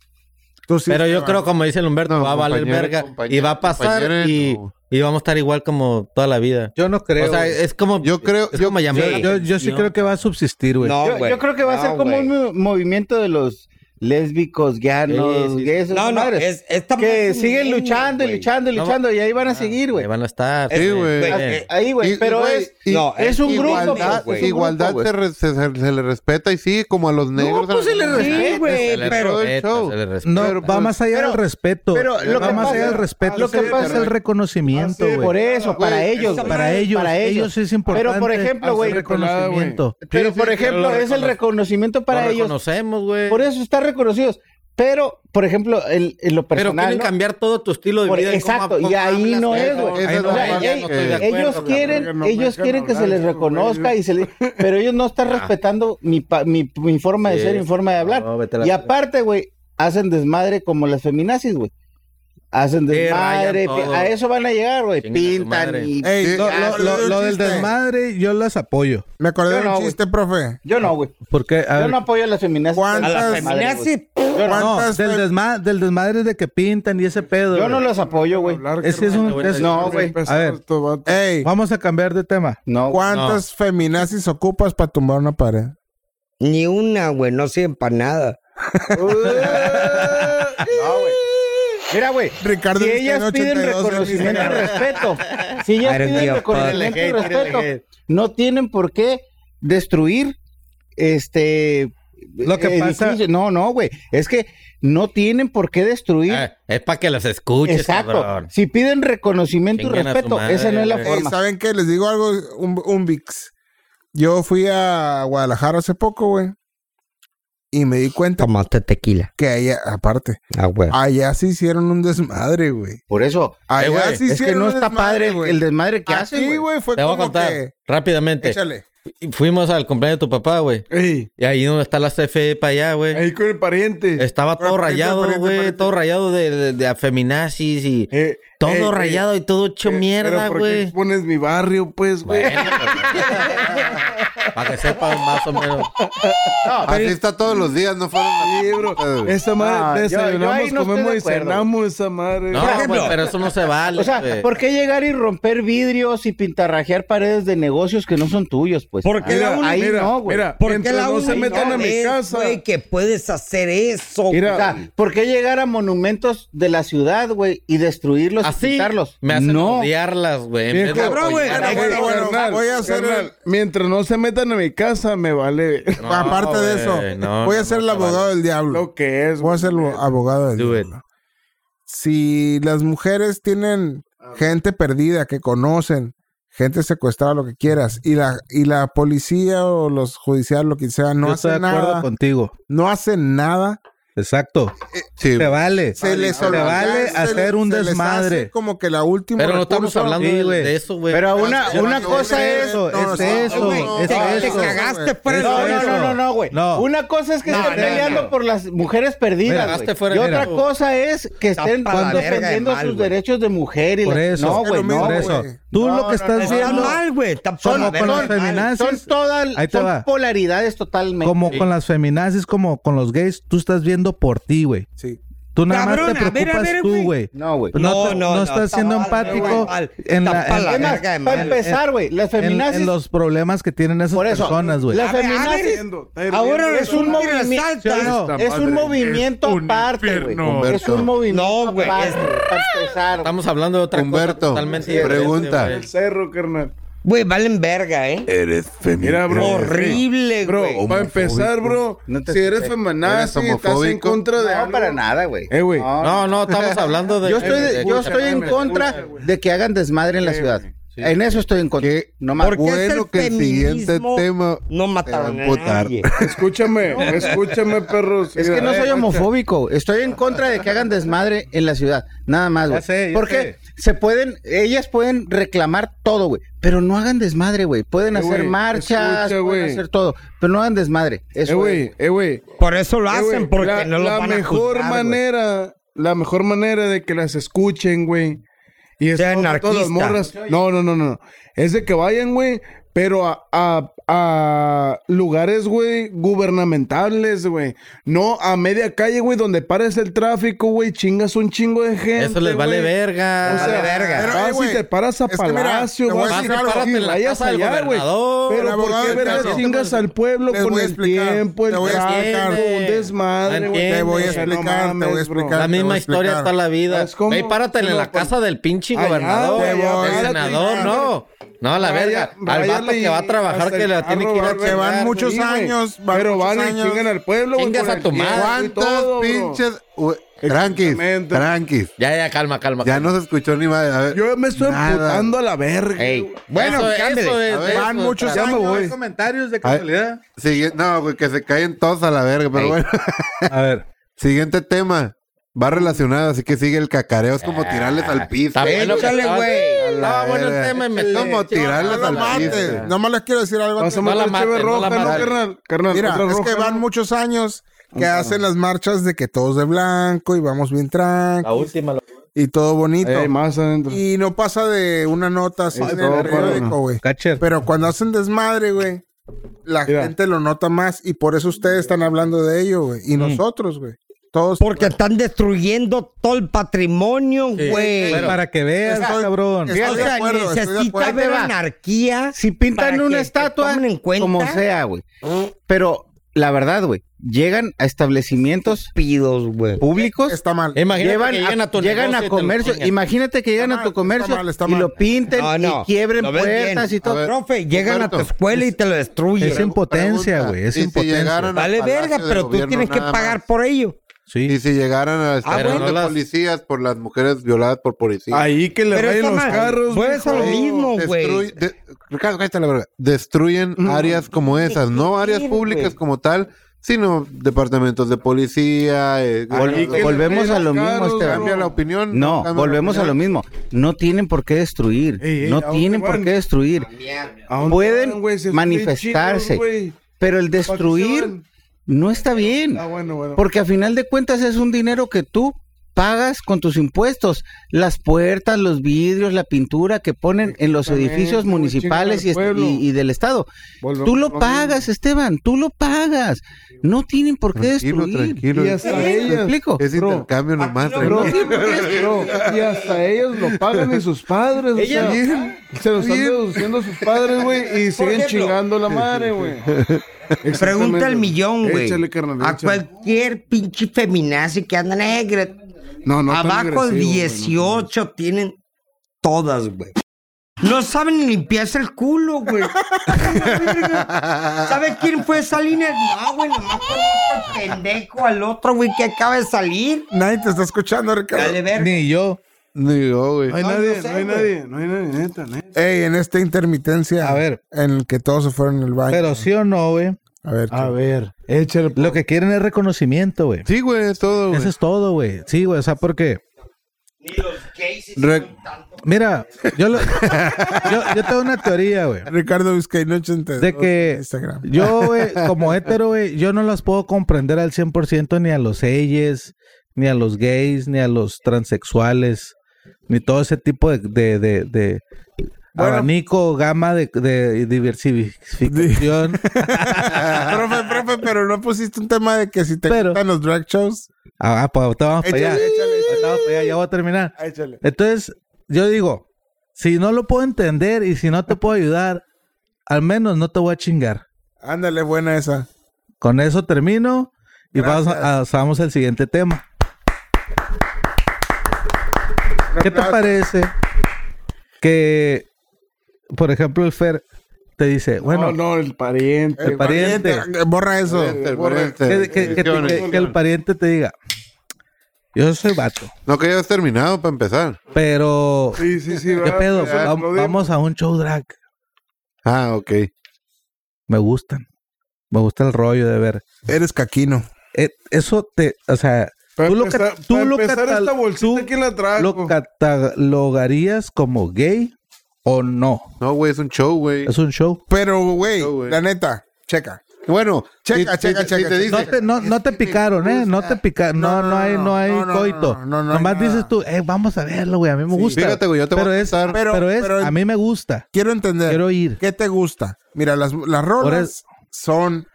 S5: Tú sí,
S6: Pero yo
S5: Esteban.
S6: creo, como dice el Humberto,
S4: No,
S6: va a valer
S4: compañero,
S6: verga. Y
S4: compañero,
S6: va a pasar
S4: compañero,
S6: y,
S4: no.
S6: y vamos a estar igual como toda la vida.
S3: Yo no creo.
S6: o sea, es como.
S4: Yo creo-
S6: es
S4: yo-
S6: como llamar-
S3: güey. yo, yo sí creo que va a subsistir, güey.
S7: No,
S8: Yo- yo,
S7: güey.
S8: creo que va a
S7: No,
S8: ser como
S7: güey.
S8: un mo- movimiento de los lésbicos, ganos,
S6: Sí, sí, sí.
S8: gays, esas
S7: No, eh, no,
S8: madres,
S7: es, esta madre
S8: que
S7: es un
S8: siguen
S7: niño,
S8: luchando y
S7: güey.
S8: luchando y
S6: No,
S8: luchando y ahí van a seguir, güey.
S6: Ahí van a estar.
S4: Sí, güey.
S6: Eh,
S7: Güey,
S6: eh,
S8: Ahí, güey,
S4: Y-
S8: pero
S4: güey,
S8: es,
S4: y-
S7: no,
S8: es un grupo,
S4: igualdad,
S8: pues, es un
S4: igualdad
S8: grupo,
S4: se, re- se- se- se le respeta y sí, como a los negros.
S8: pues,
S4: a los-
S8: se le
S4: Sí,
S8: respeta,
S6: se
S8: güey,
S6: le
S8: pero-
S6: respeta,
S4: show.
S6: se le respeta.
S3: No,
S4: pero-
S3: va más allá
S8: pero-
S3: del respeto.
S8: pero lo
S3: va
S8: que
S3: más
S8: pasa-
S3: allá del respeto.
S8: lo que
S3: sí,
S8: pasa-
S3: es el reconocimiento,
S8: güey. Por
S3: güey.
S8: eso, para
S4: güey,
S8: ellos,
S7: esa
S8: güey.
S3: Para
S7: madre-
S3: ellos,
S8: para ellos.
S3: es importante.
S8: Pero, por ejemplo,
S3: hacer
S8: güey,
S3: reconocimiento.
S8: Pero,
S4: sí,
S8: por
S4: pero
S8: ejemplo,
S6: lo
S8: es el
S6: recono-
S8: reconocimiento para
S6: lo
S8: ellos.
S6: reconocemos, güey.
S8: Por eso están reconocidos. Pero, por ejemplo, el, en lo
S6: Pero
S8: personal.
S6: quieren
S8: ¿no?
S6: cambiar todo tu estilo de
S8: Por-
S6: vida.
S8: exacto, y ahí no es, güey.
S4: Esa
S8: Ahí
S4: es
S8: no
S4: la
S8: es,
S4: parte
S8: ahí-
S4: que no estoy de acuerdo,
S8: Ellos quieren,
S2: cabrón. No
S8: ellos
S2: me
S8: quieren que
S2: dejan
S8: se les
S2: hablar,
S8: reconozca
S2: güey.
S8: y se les... Pero ellos no están respetando mi, pa- mi, mi forma de
S6: Sí,
S8: ser, mi forma de hablar.
S6: no, vete a la
S8: y
S6: verga.
S8: aparte, güey, hacen desmadre como las feminazis, güey. Hacen
S6: Sí, rayan
S8: desmadre,
S6: todo.
S8: a eso van a llegar, güey.
S6: Chinguen a su
S8: Pintan
S6: madre.
S8: y...
S5: Ey,
S4: Sí,
S5: lo,
S8: ya,
S5: lo-
S8: sí,
S5: lo-
S3: Lo,
S5: lo
S3: del
S5: chiste.
S3: desmadre, yo las apoyo.
S5: Me acordé
S8: Yo
S5: de
S8: no,
S5: un
S8: güey.
S5: chiste, profe.
S8: Yo no, güey.
S3: Porque, a
S8: Yo
S3: ver,
S8: no apoyo a las feminazis.
S5: ¿Cuántas-
S8: A las
S5: Me
S8: feminazis, güey.
S3: no,
S5: ¿Cuántas
S3: del,
S5: fe-
S3: desma- del desmadre de que pintan y ese pedo.
S8: Yo no
S3: güey.
S8: las apoyo, güey.
S2: Hablar,
S3: Es que es
S2: carnal.
S3: un. es-
S8: No, güey.
S3: A ver,
S5: Ey,
S3: vamos a cambiar de tema.
S8: No, güey.
S5: ¿cuántas feminazis ocupas para tumbar una pared?
S7: Ni una, güey, no sirven para nada.
S8: No, güey. Mira,
S6: [laughs]
S8: güey.
S5: Ricardo
S8: si
S5: Einstein,
S8: ellas piden
S5: 82 en
S8: reconocimiento y
S5: Instagram.
S8: respeto, si ellas
S7: Iron
S8: piden
S7: Dios,
S8: reconocimiento y
S6: tírenle hate,
S8: respeto,
S6: tírenle hate.
S8: no tienen por qué destruir este.
S3: Lo que pasa-
S8: edificios. No, no, güey. Es que no tienen por qué destruir.
S6: Ah, es para que las escuches,
S8: Exacto.
S6: cabrón.
S8: Si piden reconocimiento y
S6: Chinguen a su
S8: respeto,
S6: madre,
S8: esa no es la
S6: güey.
S5: Ey,
S8: forma.
S5: ¿Saben qué? Les digo algo, un, un VIX. Yo fui a Guadalajara hace poco, güey. Y me di cuenta
S7: Tomaste tequila.
S5: que allá, aparte,
S7: Ah, güey.
S5: allá se hicieron un desmadre, güey.
S8: Por eso, eh,
S5: Allá
S6: güey,
S5: sí
S8: es que
S5: hicieron
S8: no
S5: un
S8: está
S5: desmadre,
S8: padre el desmadre que
S5: Aquí,
S8: hacen, güey.
S5: güey, fue
S6: Te voy a
S5: como
S6: contar
S5: que...
S6: rápidamente.
S5: Échale.
S6: Fuimos al cumpleaños de tu papá, güey.
S2: Ey,
S6: Y ahí donde está la CFE para allá, güey.
S2: ahí con el pariente.
S6: Estaba todo
S2: Frente,
S6: rayado,
S2: frente,
S6: güey.
S2: frente.
S6: Todo rayado de, de, de afeminazis y
S2: Eh,
S6: todo
S2: eh, eh,
S6: rayado y todo hecho
S2: eh,
S6: mierda,
S2: pero ¿por qué
S6: güey.
S2: expones mi barrio, pues, güey.
S6: Para que sepan más o
S8: [laughs]
S6: menos.
S4: Así está todos los días, no fueron las
S2: Sí, bro.
S4: putas, güey.
S2: Esa madre,
S8: Ah, yo- yo ahí no
S2: desayunamos,
S8: estoy de
S2: comemos y
S8: acuerdo.
S2: cenamos esa madre.
S6: No, güey, pero eso no se vale.
S8: O sea,
S6: güey.
S8: ¿por qué llegar y romper vidrios y pintarrajear paredes de negocios que no son tuyos, pues?
S7: Porque la
S8: Ah,
S2: Mira,
S7: única-
S8: ahí
S2: mira,
S8: no, güey.
S2: Mira,
S7: ¿Por qué
S2: mientras
S7: la
S2: no se
S7: única
S2: metan a mi
S7: vez,
S2: casa.
S7: güey, que puedes hacer eso?
S2: Mira,
S8: O sea, ¿por qué llegar a monumentos de la ciudad, güey, y destruirlos y
S6: Así
S8: quitarlos?
S6: me hacen
S8: no.
S6: odiarlas, güey. en vez de
S2: Cabrón, güey.
S6: apoyar.
S5: Bueno, bueno, bueno,
S2: Carnal,
S5: voy a hacer
S2: carnal, Mientras no se metan a mi casa, me vale
S6: No,
S5: Aparte de
S6: güey,
S5: eso,
S6: no,
S5: voy a
S6: no,
S5: ser
S6: no
S5: el
S6: se vale.
S5: abogado del diablo.
S2: lo que es.
S5: Voy a
S2: güey.
S5: ser el abogado del
S6: Do it.
S5: diablo. Si las mujeres tienen gente perdida que conocen, gente secuestrada, lo que quieras, y la, y la policía o los judiciales, lo que sea, no
S3: yo estoy de
S5: hacen
S3: acuerdo
S5: nada,
S3: contigo.
S5: no hacen nada,
S3: Exacto.
S4: Sí,
S3: Se vale.
S5: se les
S3: se
S5: olvida,
S3: vale
S5: se
S3: hacer
S5: les-
S3: un
S5: se les
S3: desmadre.
S5: hace como que la última
S6: Pero no estamos hablando
S3: Sí,
S6: de,
S3: güey.
S6: de eso, güey.
S8: Pero una,
S4: Yo
S8: una
S4: no
S8: cosa
S4: creo
S8: es...
S3: Eso,
S5: No,
S3: es
S5: no,
S3: eso,
S5: güey,
S3: es
S7: te, te
S3: eso.
S7: cagaste fuera
S3: Eso,
S8: No,
S7: de
S8: no,
S3: eso.
S8: no, no, no, güey.
S3: No.
S8: Una cosa es que
S7: No,
S8: estén
S7: no,
S8: peleando
S7: no.
S8: por las mujeres perdidas,
S6: Cagaste
S8: güey.
S6: fuera
S8: Y
S6: de
S8: otra
S6: eso.
S8: cosa es que estén
S7: pa' la verga de
S8: defendiendo
S7: mal,
S8: sus
S7: güey.
S8: derechos de mujer y
S3: Por
S8: la-
S3: eso,
S8: No,
S5: es
S8: güey,
S5: lo mismo,
S8: no,
S3: Por
S5: güey.
S3: eso. Tú
S8: No,
S3: lo que
S8: no, no,
S3: estás
S7: Está
S3: viendo,
S7: mal, güey. Está por la
S3: como con
S7: verga.
S3: las feminazis,
S8: Son todas
S3: Ahí te
S8: son
S3: va.
S8: polaridades totalmente.
S3: como con las feminazis, como con los gays, tú estás viendo por ti, güey.
S5: Sí.
S3: Tú nada más
S7: Cabrón,
S3: te
S7: a ver, a
S3: preocupas
S7: ver,
S3: tú,
S7: güey.
S3: güey.
S8: No, güey.
S3: Pues
S7: No,
S3: te-
S7: no, no,
S3: estás
S7: está
S3: siendo
S7: mal,
S3: empático
S7: güey, mal.
S3: en,
S7: Está
S3: la-
S7: pa' la
S3: en-
S8: Es más,
S7: verga de
S8: para
S7: mal.
S8: empezar, güey, las
S3: eh, en- en
S8: feminazis...
S3: los problemas que tienen esas
S8: Por eso,
S3: personas, güey.
S8: las
S7: A ver, a ver,
S8: feminazis...
S2: Viendo, está hirviendo
S7: Ahora
S8: es
S2: eso,
S7: un
S8: un
S2: madre.
S8: movimiento.
S3: ¿Sí o
S7: movimiento.
S3: no?
S8: Es un movimiento aparte, güey. Es un movimiento
S7: No, güey,
S8: aparte,
S7: es-
S8: güey, para empezar, güey.
S6: Estamos hablando de otra
S4: Humberto,
S6: cosa totalmente diferente,
S4: pregunta.
S6: güey.
S2: El cerro, carnal.
S7: Güey, valen verga, ¿eh?
S1: Eres
S2: Mira,
S1: feminista.
S2: bro.
S1: [laughs]
S7: Horrible,
S2: Bro,
S7: güey.
S2: para empezar, bro,
S8: No te
S2: si eres
S8: escuché.
S2: feminazi,
S4: Eres
S2: estás en
S4: homofóbico.
S2: contra de
S8: No,
S2: algo.
S8: para nada, güey.
S2: Eh, güey.
S8: No,
S6: No, no, estamos hablando de.
S8: Yo estoy,
S6: de- de-
S8: yo estoy en
S2: me
S8: contra
S2: escucha, güey.
S8: de que hagan desmadre en la
S2: Sí,
S8: ciudad.
S2: güey.
S8: En eso estoy en contra. No más.
S7: ¿Por qué es el
S4: bueno que el siguiente
S7: feminismo?
S4: tema
S7: No mataron
S4: Te
S7: a
S4: va a emputar.
S7: nadie.
S8: [laughs]
S2: Escúchame, escúchame, perros. Eh,
S8: Es que no soy homofóbico. Estoy en contra de que hagan desmadre en la ciudad. Nada más, güey.
S3: Ya sé, ya
S8: Porque
S3: sé.
S8: se pueden, ellas pueden reclamar todo, güey. Pero no hagan desmadre, güey. Pueden
S2: Eh,
S8: hacer
S2: güey,
S8: marchas,
S2: escucha,
S8: pueden
S2: güey.
S8: hacer todo. Pero no hagan desmadre.
S2: Eh,
S8: Eso,
S2: güey, eh, güey.
S7: Por eso lo
S2: Eh, güey,
S7: hacen, porque
S2: la,
S7: no lo
S2: la
S7: van a
S2: mejor
S7: juzgar, güey.
S2: manera, la mejor manera de que las escuchen, güey. Y es
S7: Sea
S2: con todas las morras.
S7: anarquista.
S2: No, no, no, no. Es de que vayan, güey, pero a, a- a lugares, güey, gubernamentales, güey. No a media calle, güey, donde pares el tráfico, güey, chingas un chingo de gente.
S6: Eso les vale
S2: güey.
S6: verga.
S2: O sea,
S7: Vale verga.
S5: Pero,
S2: vas
S5: eh, güey,
S2: y te paras a
S5: es que mira,
S2: Palacio,
S5: te voy a
S2: vas y
S5: decir algo.
S2: paras
S6: Párate en la
S2: vayas
S6: casa del
S2: allá, güey.
S6: gobernador.
S2: Pero
S5: El
S2: ¿por
S5: abogado
S2: qué
S5: del
S2: vergas
S5: caso.
S2: chingas al pueblo
S5: Les
S2: con
S5: voy a
S2: el
S5: explicar.
S2: tiempo,
S5: Te
S2: el
S5: voy a explicar.
S2: tráfico, un desmadre, güey?
S5: Te voy a
S2: O sea, no
S5: explicar, te voy a
S2: mames, bro.
S5: explicar.
S6: La
S5: te voy a
S6: misma historia
S5: explicar.
S6: está la vida.
S2: Es como-
S6: Ey, párate en
S2: como
S6: la
S2: con-
S6: casa del pinche
S2: Allá,
S6: gobernador.
S2: güey,
S6: del
S2: allá,
S6: senador,
S2: allá.
S6: no. No, la verga. Al vato que va a trabajar que la tiene que ir a
S5: Que van
S6: chingar,
S5: muchos
S6: güey.
S5: años, van
S2: pero
S5: muchos
S2: van
S5: años.
S2: y chingan al pueblo, güey.
S6: Chingas
S2: con
S6: a
S2: el
S6: tu madre.
S2: tiempo y
S4: ¿Cuántas
S2: todo, bro.
S4: pinches... güey, Tranquis,
S2: Exactamente.
S4: tranquis.
S6: Ya, ya, calma, calma.
S4: Ya
S6: calma.
S4: no se escuchó ni madre. A ver,
S2: Yo me estoy
S4: Nada.
S2: emputando a la verga.
S8: Ey,
S2: güey.
S8: Bueno,
S6: Eso es,
S8: cámbiale.
S6: eso es, eso
S5: Van
S6: es.
S5: muchos
S2: Ya me
S5: años.
S2: voy.
S5: Eso me-
S4: A ver, sigue- no, güey, que se caen todos a la verga, pero
S8: Ey.
S4: bueno.
S3: A ver,
S4: [laughs] Siguiente tema. Va relacionado, así que sigue el cacareo. Es como
S7: Ah,
S4: tirarles al piso.
S6: Está bueno, que
S4: Échale,
S6: estaba- Estaba
S4: la
S6: bueno el
S4: verga.
S6: tema y me
S4: Es como
S5: No
S4: tirarles
S5: los
S4: al
S5: mates.
S4: piso.
S5: Nomás les quiero decir algo. antes.
S2: Pásame
S6: No la
S2: otra
S6: maten,
S2: cheve
S6: no
S2: roja,
S6: la
S2: no,
S6: maten.
S2: carnal. Carnal,
S5: Mira,
S2: otra
S5: es que
S2: roja,
S5: van
S2: ¿no?
S5: muchos años que hacen las marchas de que todos de blanco y vamos bien tranquilos
S6: La última. lo-
S5: y todo bonito.
S2: Ey, más adentro.
S5: y no pasa de una nota así
S2: Es
S5: en
S2: todo,
S5: el periódico,
S2: hermano.
S5: güey.
S3: Cacher.
S5: Pero cuando hacen desmadre, güey, la
S2: Mira.
S5: gente lo nota más y por eso ustedes están hablando de ello, güey.
S2: Mm.
S5: Y nosotros, güey. Todos.
S7: Porque están destruyendo todo el patrimonio, güey.
S3: Para que veas,
S5: Estoy-
S3: cabrón.
S5: estoy
S7: o
S5: de
S7: sea,
S5: acuerdo, estoy de
S7: necesita
S5: acuerdo.
S7: haber
S8: Ahí te va.
S7: anarquía.
S8: Si pintan
S7: para que
S8: una
S7: te
S8: estatua,
S7: tomen en cuenta.
S8: como sea, güey. Pero la verdad, güey, llegan a establecimientos
S7: Pidos, güey.
S8: públicos,
S5: Está mal.
S6: Imagínate
S8: llevan
S6: que
S8: llegan a,
S6: tu
S8: llegan
S6: negocio
S8: a
S6: y te lo
S8: comercio.
S6: chingan.
S8: Imagínate que llegan
S5: Está
S8: a tu
S5: mal,
S8: comercio
S5: está mal, está
S8: y
S5: mal.
S8: lo pinten
S7: No, no.
S8: y quiebren
S7: Lo ves
S8: puertas
S7: bien.
S8: y todo.
S4: A ver,
S7: Profe, llegan a tu
S4: Roberto,
S7: escuela y te lo destruyen.
S3: Es impotencia,
S4: Pregunta,
S3: güey. Es
S4: ¿y si
S3: impotencia.
S4: llegaran al
S7: Vale
S4: Palacio
S7: verga,
S4: de
S7: pero tú
S4: Gobierno
S7: tienes que
S4: nada
S7: pagar
S4: más?
S7: por Ah, ello.
S4: Y
S3: Sí.
S4: si llegaran a
S6: Pero
S4: estación
S6: no
S4: de
S6: las-
S4: policías por las mujeres violadas por policías.
S2: Ahí que le
S7: Pero
S2: rayen
S7: está
S2: los
S7: mal.
S2: carros.
S7: Vuelves a lo
S2: güey.
S7: mismo,
S4: Destruy-
S7: güey.
S4: de- Ricardo, cállate la verga. Destruyen áreas como esas, no áreas
S7: quieren,
S4: públicas
S7: güey?
S4: como tal, sino departamentos de policía. eh,
S2: Ahí que le
S8: volvemos
S2: rayen
S8: a lo
S2: los
S8: mismo,
S2: carros,
S8: este,
S2: bro.
S4: cambia la opinión.
S8: No,
S4: cambia la
S8: volvemos a lo
S4: opinión.
S8: mismo. No tienen por qué destruir.
S2: Ey, ey, ¿a
S8: no
S2: dónde
S8: tienen por
S2: van?
S8: qué destruir.
S2: ¿A dónde
S8: Pueden
S2: van, güey? Si están bien
S8: manifestarse.
S2: chicos, güey.
S8: Pero el
S2: se
S8: destruir
S2: van?
S8: no está bien.
S2: Ah, bueno, bueno.
S8: Porque a final de cuentas es un dinero que tú pagas con tus impuestos. Las puertas, los vidrios, la pintura que ponen en los
S2: Exactamente,
S8: edificios
S2: güey,
S8: municipales y,
S2: chingan al
S8: est- y-
S2: pueblo.
S8: y del Estado.
S2: Volvemos
S8: Tú
S2: a
S8: lo
S2: mismo.
S8: pagas, Esteban, tú lo pagas. No tienen por qué
S4: Tranquilo,
S8: destruir.
S4: tranquilo.
S2: Y hasta
S4: Es-
S8: ¿Me
S2: ellas.
S8: explico?
S4: Es
S2: Bro,
S4: intercambio nomás.
S2: Bro,
S4: tranquilo.
S2: bro, y hasta ellos lo pagan y sus padres. o sea, se los están deduciendo sus padres, güey, y siguen
S7: ejemplo.
S2: chingando la madre, güey.
S7: Pregunta al millón, güey.
S2: Échale, carnal,
S7: A
S2: échale.
S7: cualquier pinche feminazi que anda negra.
S2: No, no tan agresivo,
S7: Abajo
S2: güey, no tan
S7: 18 tienen todas, güey. No saben ni limpiarse el culo, güey.
S4: [laughs]
S7: ¿Sabe quién fue esa línea? No, güey, nomás conozco al pendejo al otro, güey, que acaba de salir.
S5: Nadie te está escuchando,
S7: Dale
S5: Ricardo.
S7: ver.
S3: Ni yo.
S4: Digo, güey.
S2: No hay nadie, no,
S7: sé,
S2: hay
S7: güey.
S2: nadie, no hay nadie, neta, neta.
S5: Ey, en esta intermitencia.
S3: A ver.
S5: En el que todos se fueron al baño.
S3: Pero sí o no, güey.
S5: a ver.
S2: A ver, échale.
S3: Lo que quieren es reconocimiento, güey.
S4: Sí, güey, es todo, güey.
S3: Eso es todo, güey. Sí, güey. O sea, porque.
S4: Re-
S3: Mira, yo, lo- yo, yo tengo una teoría, güey.
S5: Ricardo Vizcaíno 82
S3: De que
S5: en Instagram.
S3: yo, güey, como hétero, güey, yo no las puedo comprender al 100% ni a los eyes, ni a los gays, ni a los transexuales, ni todo ese tipo de, de, de, de abanico, gama de, de diversificación.
S5: profe, profe, pero no pusiste un tema de que si te
S3: Pero-
S5: gustan los drag shows.
S3: ah, ah, pues ahorita vamos para allá.
S5: Échale, échale, échale.
S3: Ahorita vamos para allá, ya voy a terminar.
S4: Ah,
S5: Échale.
S3: Entonces, yo digo, si no lo puedo entender y si no te puedo ayudar, al menos no te voy a chingar.
S5: Ándale, buena esa.
S3: Con eso termino y vamos a- pasamos al siguiente tema. ¿Qué te parece que, por ejemplo, el Fer te dice, bueno,
S2: no, no, el pariente.
S3: el pariente,
S5: Borra eso.
S4: Pariente,
S5: borra.
S4: pariente.
S3: que, que- que-
S4: Bendiciones.
S3: que- que el pariente te diga, yo soy vato,
S4: No, que ya has terminado para empezar.
S3: pero
S2: Sí, sí, sí.
S3: ¿qué
S2: va,
S3: pedo?
S2: ya,
S3: Va-
S2: lo digo.
S3: vamos a un show drag.
S4: Ah, ok.
S3: Me gustan. Me gusta el rollo de ver.
S5: Eres caquino.
S3: Eh, Eso te, o sea,
S2: Para
S3: tú lo,
S2: empezar-
S3: ca- tú
S2: para
S3: lo
S2: empezar
S3: catal-
S2: esta bolsita,
S3: tú
S2: ¿quién la trajo?
S3: lo catalogarías como gay o no.
S4: No, güey, es un show, güey.
S3: Es un show.
S5: Pero, güey,
S4: No, güey.
S5: la neta, checa.
S4: Bueno,
S5: Checa,
S4: si-
S5: checa,
S4: si-
S5: checa,
S4: si te
S5: checa.
S4: dice-
S3: No te, no, no te picaron, ¿eh? No te picaron. No, no, hay, no hay
S5: no, no,
S3: coito.
S5: no, no, no hay
S3: Nomás
S5: nada.
S3: dices tú, eh, vamos a verlo, güey. A mí me gusta.
S4: Fíjate, güey, yo te voy
S3: pero
S4: a
S3: es,
S4: contar.
S3: pero,
S5: Pero-
S3: es,
S5: pero-
S3: a mí me gusta.
S5: Quiero entender.
S3: Quiero ir.
S5: ¿Qué te gusta? Mira, las, las rolas
S3: es-
S5: son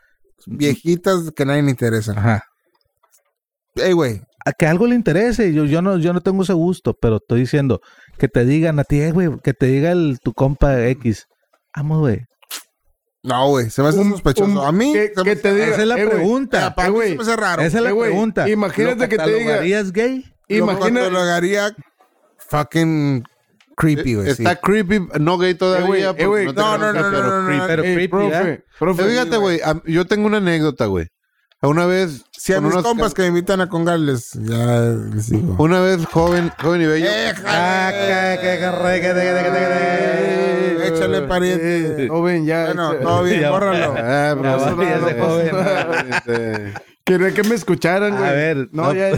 S5: viejitas que nadie le interesa.
S3: Ajá.
S5: Ey, güey.
S3: A que algo le interese. Yo, yo no, yo no tengo ese gusto, pero estoy diciendo que te digan a ti, eh, güey, que te diga el, tu compa X. Vamos, güey.
S5: No, güey. Se me hace
S2: Un-
S5: sospechoso.
S2: un-
S5: a mí.
S2: que-
S5: se me-
S2: que te diga,
S3: Esa es la
S2: eh, güey,
S3: pregunta.
S5: Para
S2: eh,
S5: mí
S2: güey,
S5: se me hace raro.
S3: Esa es la
S2: Eh, güey,
S3: pregunta.
S2: imagínate
S3: ¿Lo
S2: que te diga-
S3: catalogarías gay?
S5: Imagínate.
S2: Imagina,
S5: Catalogaría fucking creepy, güey. sí.
S4: Está creepy, no gay
S2: güey,
S4: todavía.
S2: eh,
S4: porque
S2: güey,
S4: no, te
S5: no, no,
S4: conozco,
S5: no, no,
S4: pero
S5: no, no,
S4: creepy.
S3: Pero
S2: Ey,
S3: creepy, ¿eh?
S2: profe, profe.
S4: Fíjate, güey, a- yo tengo una anécdota, güey. A Una vez.
S5: Si a
S4: con
S5: mis
S4: unos
S5: compas
S4: ca-
S5: que me invitan a congarles, ya les digo.
S4: Una vez joven, joven y bello. Ah,
S5: Échale pariente.
S2: Joven, ya. este,
S5: Bueno,
S2: echa-
S5: todo bien,
S3: Ya,
S5: bórralo.
S4: Ah, pero
S3: Ya
S4: eso
S3: va, ya
S4: no,
S3: se
S4: no,
S3: joven.
S4: este,
S2: Quería que me escucharan, güey.
S3: A ver,
S2: No, ya.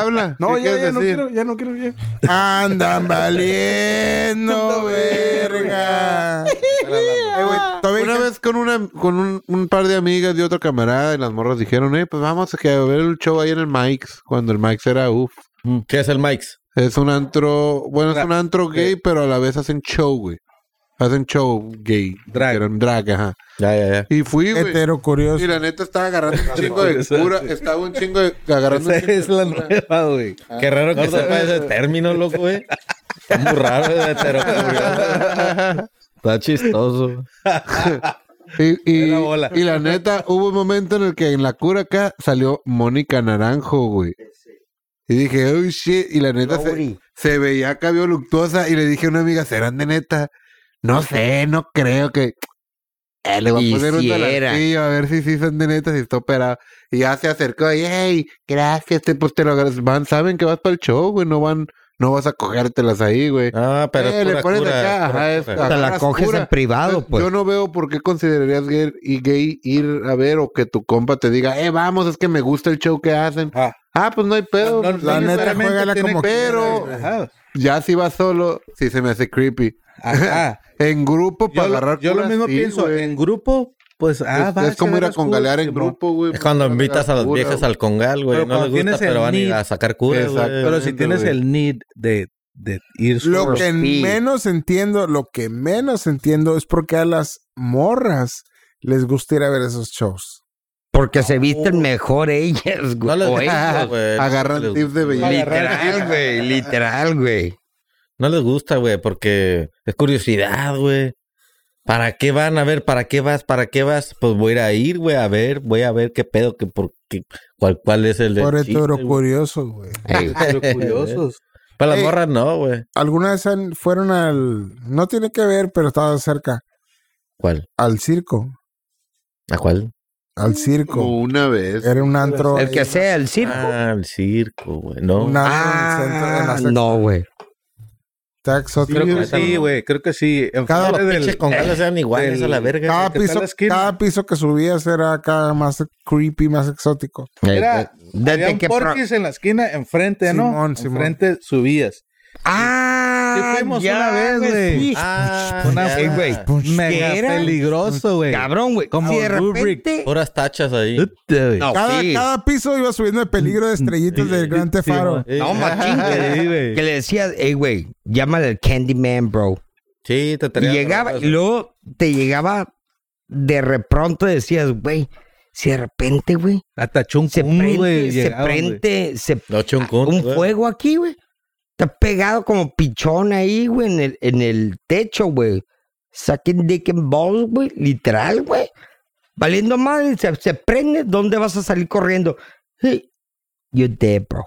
S4: Habla.
S2: No, ya,
S4: ¿qué quieres
S2: ya, no
S4: decir?
S2: quiero, ya no quiero, ya.
S5: Andan valiendo verga. Eh, güey, todavía
S4: Una
S5: hay
S4: vez con una con un, un par de amigas de otro camarada y las morras dijeron, eh, pues vamos a que- a ver el show ahí en el Mike's, cuando el Mike's era uff.
S6: Mm, ¿Qué es el Mike's?
S4: Es un antro, bueno, es un antro gay, pero a la vez hacen show, güey. Hacen show gay.
S3: Drag.
S4: Eran drag, ajá.
S6: Ya, ya, ya.
S4: Y fui, güey.
S5: hetero
S3: Pues,
S5: curioso.
S4: Y la neta estaba agarrando un
S3: [laughs]
S4: chingo de cura. Estaba un chingo de. Agarrando un [laughs]
S3: Esa
S4: chingo de
S3: es la
S4: cura.
S3: nueva, güey.
S6: Qué raro que sepa ese término, loco, güey. Está muy raro, güey, pero curioso. Está chistoso.
S3: [laughs]
S4: Y, y-
S3: Era bola.
S4: y la neta, hubo un momento en el que en la cura acá salió Mónica Naranjo, güey. Y dije, oh shit. Y la neta se,
S7: Lowry.
S4: se veía acá vio luctuosa. Y le dije a una amiga, ¿serán de neta? No sé, no creo que. Eh, le voy a poner un
S7: Quisiera.
S4: talantillo a ver si sí son de neta, si está operado. Y ya se acercó y, hey, gracias, te, pues te lo agradezco. Van, saben que vas para el show, güey, no van, no vas a cogértelas ahí, güey.
S6: Ah, pero
S4: Eh,
S6: es
S4: le
S6: pura
S4: pones
S6: cura,
S4: acá,
S6: es pura
S4: ajá, es-
S6: cura.
S4: ah,
S7: Te la
S4: Cara
S7: coges
S4: oscura.
S7: en privado,
S4: Entonces,
S7: pues.
S4: Yo no veo por qué considerarías gay y gay ir a ver o que tu compa te diga, eh, vamos, es que me gusta el show que hacen.
S3: Ah.
S4: Ah, pues no hay pedo.
S3: No, no,
S4: Pues,
S5: La
S4: sí,
S5: neta,
S4: necesariamente
S5: juégala
S4: tiene-
S5: como
S4: Pero
S5: quieras,
S3: Ajá.
S4: ya si vas solo, sí se me hace creepy.
S3: Ajá.
S4: En grupo,
S3: Yo,
S4: para
S3: lo-
S4: agarrar
S3: yo lo
S4: curas,
S3: mismo
S4: sí,
S3: pienso,
S4: güey.
S3: en grupo, pues, ah,
S4: es,
S3: va.
S4: es como ir a
S3: agarras
S4: congalar
S3: curas,
S4: en
S3: Simón.
S4: grupo, güey.
S6: Es cuando
S4: Para
S6: invitas a
S4: agarrar
S6: las
S4: curas,
S6: viejas
S4: güey.
S6: al congal, güey.
S3: Pero
S6: No les
S3: cuando
S6: gusta,
S3: tienes el
S6: pero van a ir
S3: need.
S6: a sacar curas, güey.
S4: Exacto.
S3: Pero si
S4: Exactamente,
S3: tienes
S4: güey.
S3: el need de, de ir
S5: Lo
S3: solo.
S5: que
S7: sí.
S5: menos entiendo, lo que menos entiendo es porque a las morras les gusta ir a ver esos shows.
S7: Porque se visten mejor ellas, güey.
S6: No les
S7: o
S6: gusta,
S7: ellos.
S6: güey.
S4: Agarran
S6: No les-
S4: tips de belleza.
S7: Literal, güey. Literal, güey.
S6: No les gusta, güey, porque es curiosidad, güey. ¿Para qué van a ver? ¿Para qué vas? ¿Para qué vas? Pues voy a ir a ir, güey, a ver, voy a ver qué pedo, que por qué, cuál, cuál es el del
S5: Por
S6: chiste,
S5: hetero
S6: güey.
S5: curioso, güey.
S7: Ey,
S3: curiosos.
S6: [laughs] Para las
S5: Ey.
S6: morras no, güey.
S5: Alguna vez han- fueron al. No tiene que ver, pero estaba cerca.
S6: ¿Cuál?
S5: Al circo.
S6: ¿A cuál?
S5: Al
S4: Como
S5: circo.
S4: Una vez.
S5: Era un antro.
S7: El que
S5: ahí,
S7: sea, el circo.
S6: Ah, el circo, güey. No.
S5: Un antro en el centro. En la
S7: Ah,
S5: sexta-
S7: no, güey.
S5: Tax,
S3: Creo que
S5: otro.
S3: sí, güey, creo que sí.
S5: Cada-
S3: Enfrente del-
S6: Pinches congales sean iguales
S3: del-
S6: a la verga.
S5: Cada
S3: ¿Qué tal
S5: piso,
S3: la esquina?
S5: cada piso que subías era acá más creepy, más exótico.
S7: Ey,
S3: Era,
S7: desde
S3: había un
S7: que pro-
S3: Porky's en la esquina, enfrente, ¿no?
S5: Simón, Simón.
S3: Enfrente subías.
S7: Ah,
S3: Sí fuimos
S7: ya,
S3: una vez, güey.
S7: sí.
S6: Ah,
S3: Una-
S6: ya.
S7: güey.
S3: Mega
S7: ¿Qué era?
S3: peligroso, güey.
S7: Cabrón, güey.
S3: Como
S7: si de
S3: Kubrick.
S7: repente...
S6: Puras tachas ahí.
S3: Puta, güey.
S7: No,
S5: Cada,
S7: sí.
S5: cada piso iba subiendo de peligro de estrellitas del Gran Tefaro.
S6: Eh,
S7: No, machín,
S3: Sí,
S7: que,
S3: güey.
S7: que le decías, hey, güey, llámale al Candyman, bro.
S6: Sí, te
S7: Y
S6: tenía-
S7: llegaba, y luego te llegaba de repronto, decías, güey, si de repente, güey,
S3: Hasta Chung
S7: se prende,
S3: Kung, güey.
S7: se
S3: llegaban, güey.
S7: prende, se
S6: No, Chung Kung,
S7: ah, un
S6: güey.
S7: fuego aquí, güey. Está pegado como pichón ahí, güey, en el, en el techo, güey. Saquen dick and balls, güey, literal, güey. Valiendo madre, se, se prende, ¿dónde vas a salir corriendo? Hey, you're dead, bro.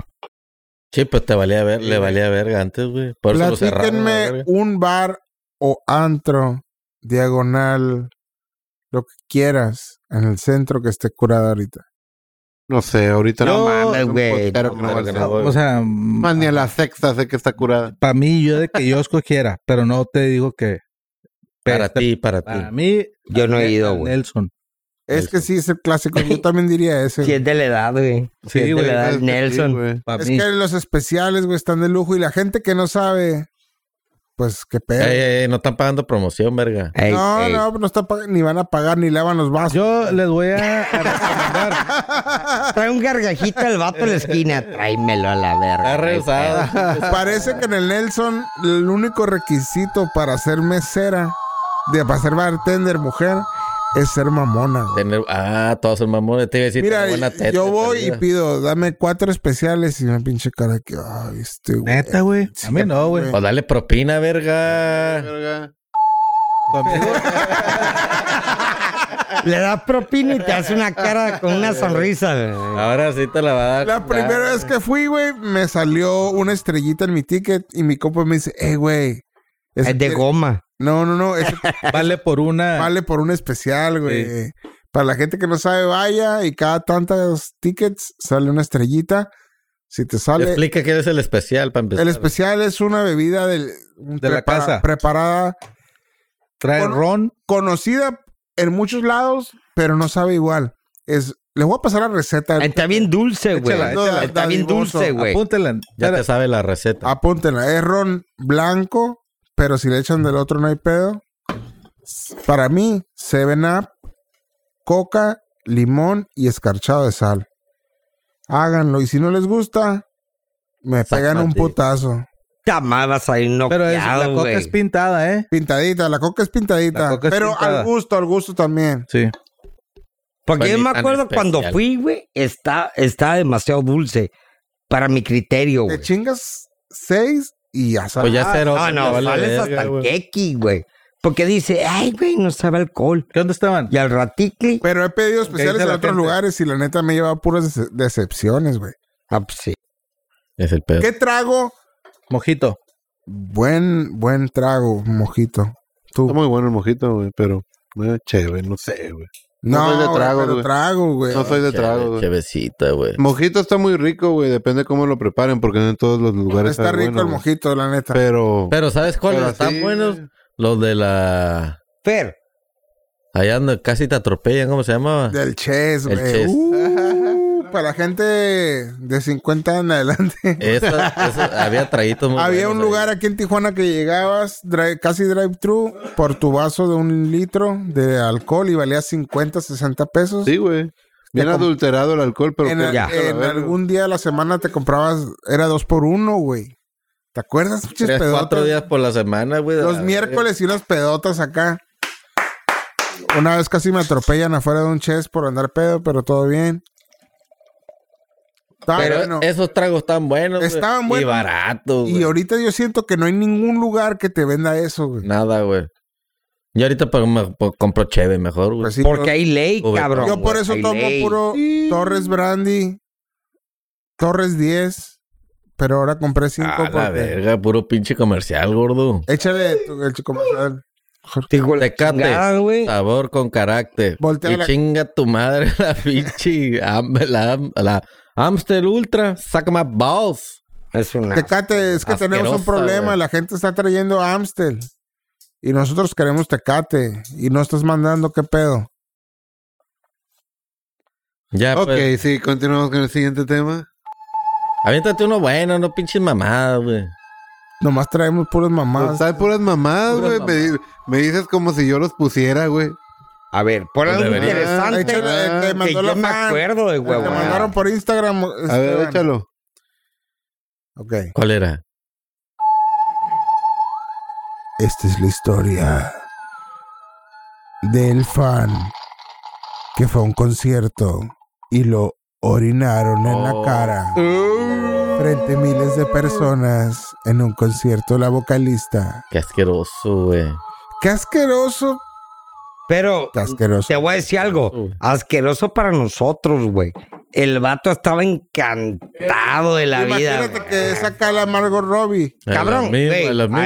S6: Sí, pues te valía ver, le valía verga antes, güey. Por eso lo cerraron. a la
S5: Platíquenme
S6: verga.
S5: un bar o antro, diagonal, lo que quieras, en el centro que esté curado ahorita.
S4: No sé, ahorita
S7: No
S4: no
S7: mames,
S4: un
S7: güey.
S4: postero que no
S6: No,
S4: va a
S6: que
S4: ser.
S6: no voy.
S3: O sea,
S4: Más ni a la sexta sé que está curada.
S3: para mí, yo de que yo escogiera, pero no te digo que.
S6: Para
S3: Pero-
S6: ti, para
S4: Ah,
S3: Para
S6: ti.
S3: mí,
S7: Yo no he ido, güey. [laughs]
S3: Nelson.
S5: Es que sí es el clásico.
S6: [laughs]
S5: Yo también diría ese.
S7: Si
S5: güey.
S7: es de la edad, güey. Si
S3: Sí,
S7: es de
S3: güey,
S7: la edad,
S4: Es que sí,
S7: Nelson.
S4: güey.
S3: Para
S5: Es
S3: mí.
S5: que los especiales, güey, están de lujo y la gente que no sabe, pues qué pedo.
S6: Ey, ey, ey, no están pagando promoción, verga.
S7: Ey,
S5: no,
S7: ey.
S5: no, no está pag- ni van a pagar ni lavan los vasos.
S3: Yo les voy a, a recomendar.
S7: Trae un gargajito al vato en la esquina. Tráemelo a la
S4: Ah,
S7: verga.
S6: Está rehusado.
S5: Parece que en el Nelson el único requisito para ser mesera, de para ser bartender mujer, es ser mamona. güey.
S6: [laughs] Tener- ah, todos son mamones. Te iba a decir,
S5: Mira,
S6: tener buena teta,
S5: yo voy y
S6: perdida.
S5: pido, dame cuatro especiales y una pinche cara de que, ay, este güey.
S3: Neta, güey. A mí no, güey.
S6: Pues dale propina, verga.
S4: Verga.
S7: Le das propina y te hace una cara con una sonrisa. güey.
S6: Ahora sí te la va a dar.
S5: La primera vez que fui, güey, me salió una estrellita en mi ticket y mi compa me dice, hey, güey. ese
S7: Es de
S5: que-
S7: goma.
S5: No, no, no,
S3: [laughs]
S5: ese
S3: Vale por una.
S5: vale por un especial, güey. Para la gente que no sabe, vaya y cada tantas tickets sale una estrellita. Si te sale,
S6: Explica que es el especial para empezar.
S5: El especial es una bebida del-
S3: De la casa.
S5: preparada,
S3: Trae
S5: con-
S3: ron.
S5: conocida en muchos lados, pero no sabe igual. Es Les voy a pasar la receta.
S7: Ah, Está bien dulce, güey.
S5: Échala, échala.
S7: Está bien
S5: Dadivoso.
S7: dulce, güey.
S3: Apúntela.
S6: Ya te sabe la receta.
S5: Apúntenla. Es ron blanco, pero si le echan del otro no hay pedo. Para mí, 7-Up, coca, limón y escarchado de sal. Háganlo. Y si no les gusta, me pegan un
S6: Sácate.
S5: putazo.
S7: Te amabas ahí
S3: Pero es- la
S7: noqueado,
S3: coca es
S7: güey.
S3: pintada, ¿eh?
S5: Pintadita, la coca es pintadita.
S3: La coca es
S5: pero
S3: pintada.
S5: al gusto, al gusto también.
S3: Sí.
S7: Porque yo
S6: Ni
S7: me
S6: tan
S7: acuerdo
S6: especial.
S7: cuando fui, güey, está, está demasiado dulce para mi criterio, güey.
S5: Te chingas 6 y ya
S6: Pues
S5: sabes.
S6: ya cero.
S7: No, no,
S6: vale
S7: sales
S6: verga,
S7: hasta el
S6: güey.
S7: quequi, güey. Porque dice, ay, güey, no sabe alcohol.
S3: ¿Qué onda estaban?
S7: Y al raticli,
S5: Pero he pedido especiales
S3: dice
S5: en
S3: la
S5: otros
S3: gente.
S5: lugares y la neta me he llevado puras dece- decepciones, güey.
S7: ah, pues sí.
S6: Es el pedo.
S5: ¿Qué trago?
S3: Mojito.
S5: Buen, buen trago, mojito. Tú.
S4: Está muy bueno el mojito, güey, pero eh, chévere, no sé, güey.
S5: No,
S4: No soy de
S5: güey,
S4: tragos,
S5: pero
S4: güey.
S5: trago, güey.
S4: No soy de trago, güey.
S6: Chevecita, güey.
S4: Mojito está muy rico, güey, depende cómo lo preparen, porque no en todos los lugares
S5: Está
S4: sabe
S5: rico
S4: bueno,
S5: el
S4: güey.
S5: mojito, la neta.
S4: Pero,
S6: Pero ¿sabes cuáles
S4: pero
S6: están
S4: así,
S6: buenos?
S4: güey.
S6: Los de la...
S7: Fer,
S6: Allá donde casi te atropellan, ¿cómo se llamaba?
S5: Del chess,
S6: El
S5: güey.
S6: Chess.
S5: Uh, para gente de 50 en adelante.
S6: Esa- esa- había traguitos muy
S5: Había
S6: buenos
S5: un
S6: ahí.
S5: lugar aquí en Tijuana que llegabas drive- casi drive-thru por tu vaso de un litro de alcohol y valía 50, 60 pesos.
S4: sí, güey. Bien
S5: Te com-
S4: adulterado el alcohol, pero
S5: en,
S4: con-
S7: ya.
S5: en
S4: verga.
S5: algún día de la semana te comprabas, era dos por uno, güey. ¿Te acuerdas? pinches
S6: Tres, cuatro
S5: pedotas?
S6: días por la semana, güey. de la
S5: Los
S6: verga.
S5: miércoles y unas pedotas acá. Una vez casi me atropellan afuera de un chess por andar pedo, pero todo bien. Está
S6: Pero
S5: ah, bueno.
S6: esos tragos están buenos, güey.
S5: Estaban buenos.
S6: Y baratos,
S5: Y
S6: güey.
S5: ahorita yo siento que no hay ningún lugar que te venda eso, güey.
S6: Nada, güey. Yo ahorita pa- me- pa- compro cheve mejor, güey.
S5: Pues sí,
S7: porque
S5: yo-
S7: hay ley,
S6: Uber,
S7: cabrón.
S5: yo por
S7: güey,
S5: eso
S7: hay
S5: tomo
S7: ley.
S5: puro Torres Brandy, Torres 10, pero ahora compré 5
S6: A la verga, puro pinche comercial, gordo.
S5: Échale tu- el chico comercial.
S7: Digo, la
S6: Tecate.
S7: chingada, güey.
S6: Sabor con carácter.
S5: Pues, Voltea
S6: y
S5: la-
S6: chinga tu madre la [laughs] pinche am- la, am- la Amstel Ultra. Saca más balls.
S7: Es una...
S5: Tecate, es que tenemos un
S6: Asquerosa,
S5: problema.
S6: güey.
S5: La gente está trayendo Amstel. Y nosotros queremos Tecate. Y no estás mandando, ¿qué pedo?
S6: Ya,
S4: Ok,
S6: pues.
S4: sí, continuamos con el siguiente tema.
S6: Aviéntate uno bueno, no pinches mamadas, güey.
S5: Nomás traemos puras
S4: Pues
S5: mamadas.
S4: hay puras mamadas,
S6: Puras
S4: güey. Me, di- me dices como si yo los pusiera, güey.
S7: A ver, por algo
S6: Pues debería.
S5: Ah,
S7: interesante
S5: échale,
S7: güey,
S5: te
S7: que
S5: mandó
S7: yo
S5: la
S7: me
S5: fan.
S7: acuerdo de
S5: Te
S7: huevo.
S5: mandaron por Instagram.
S4: A ver,
S5: Esteban.
S4: échalo.
S5: Ok.
S6: ¿Cuál era?
S5: Esta es la historia del fan que fue a un concierto y lo orinaron en la
S6: Oh.
S5: cara frente a miles de personas en un concierto. La vocalista.
S6: Qué asqueroso, güey.
S5: Qué asqueroso.
S7: Pero
S5: Qué asqueroso.
S7: te voy a decir algo. Asqueroso para nosotros, güey. El vato estaba encantado de la vida.
S5: Imagínate
S7: güey.
S5: que es acá la Margot Robbie.
S7: Cabrón, güey. Ay,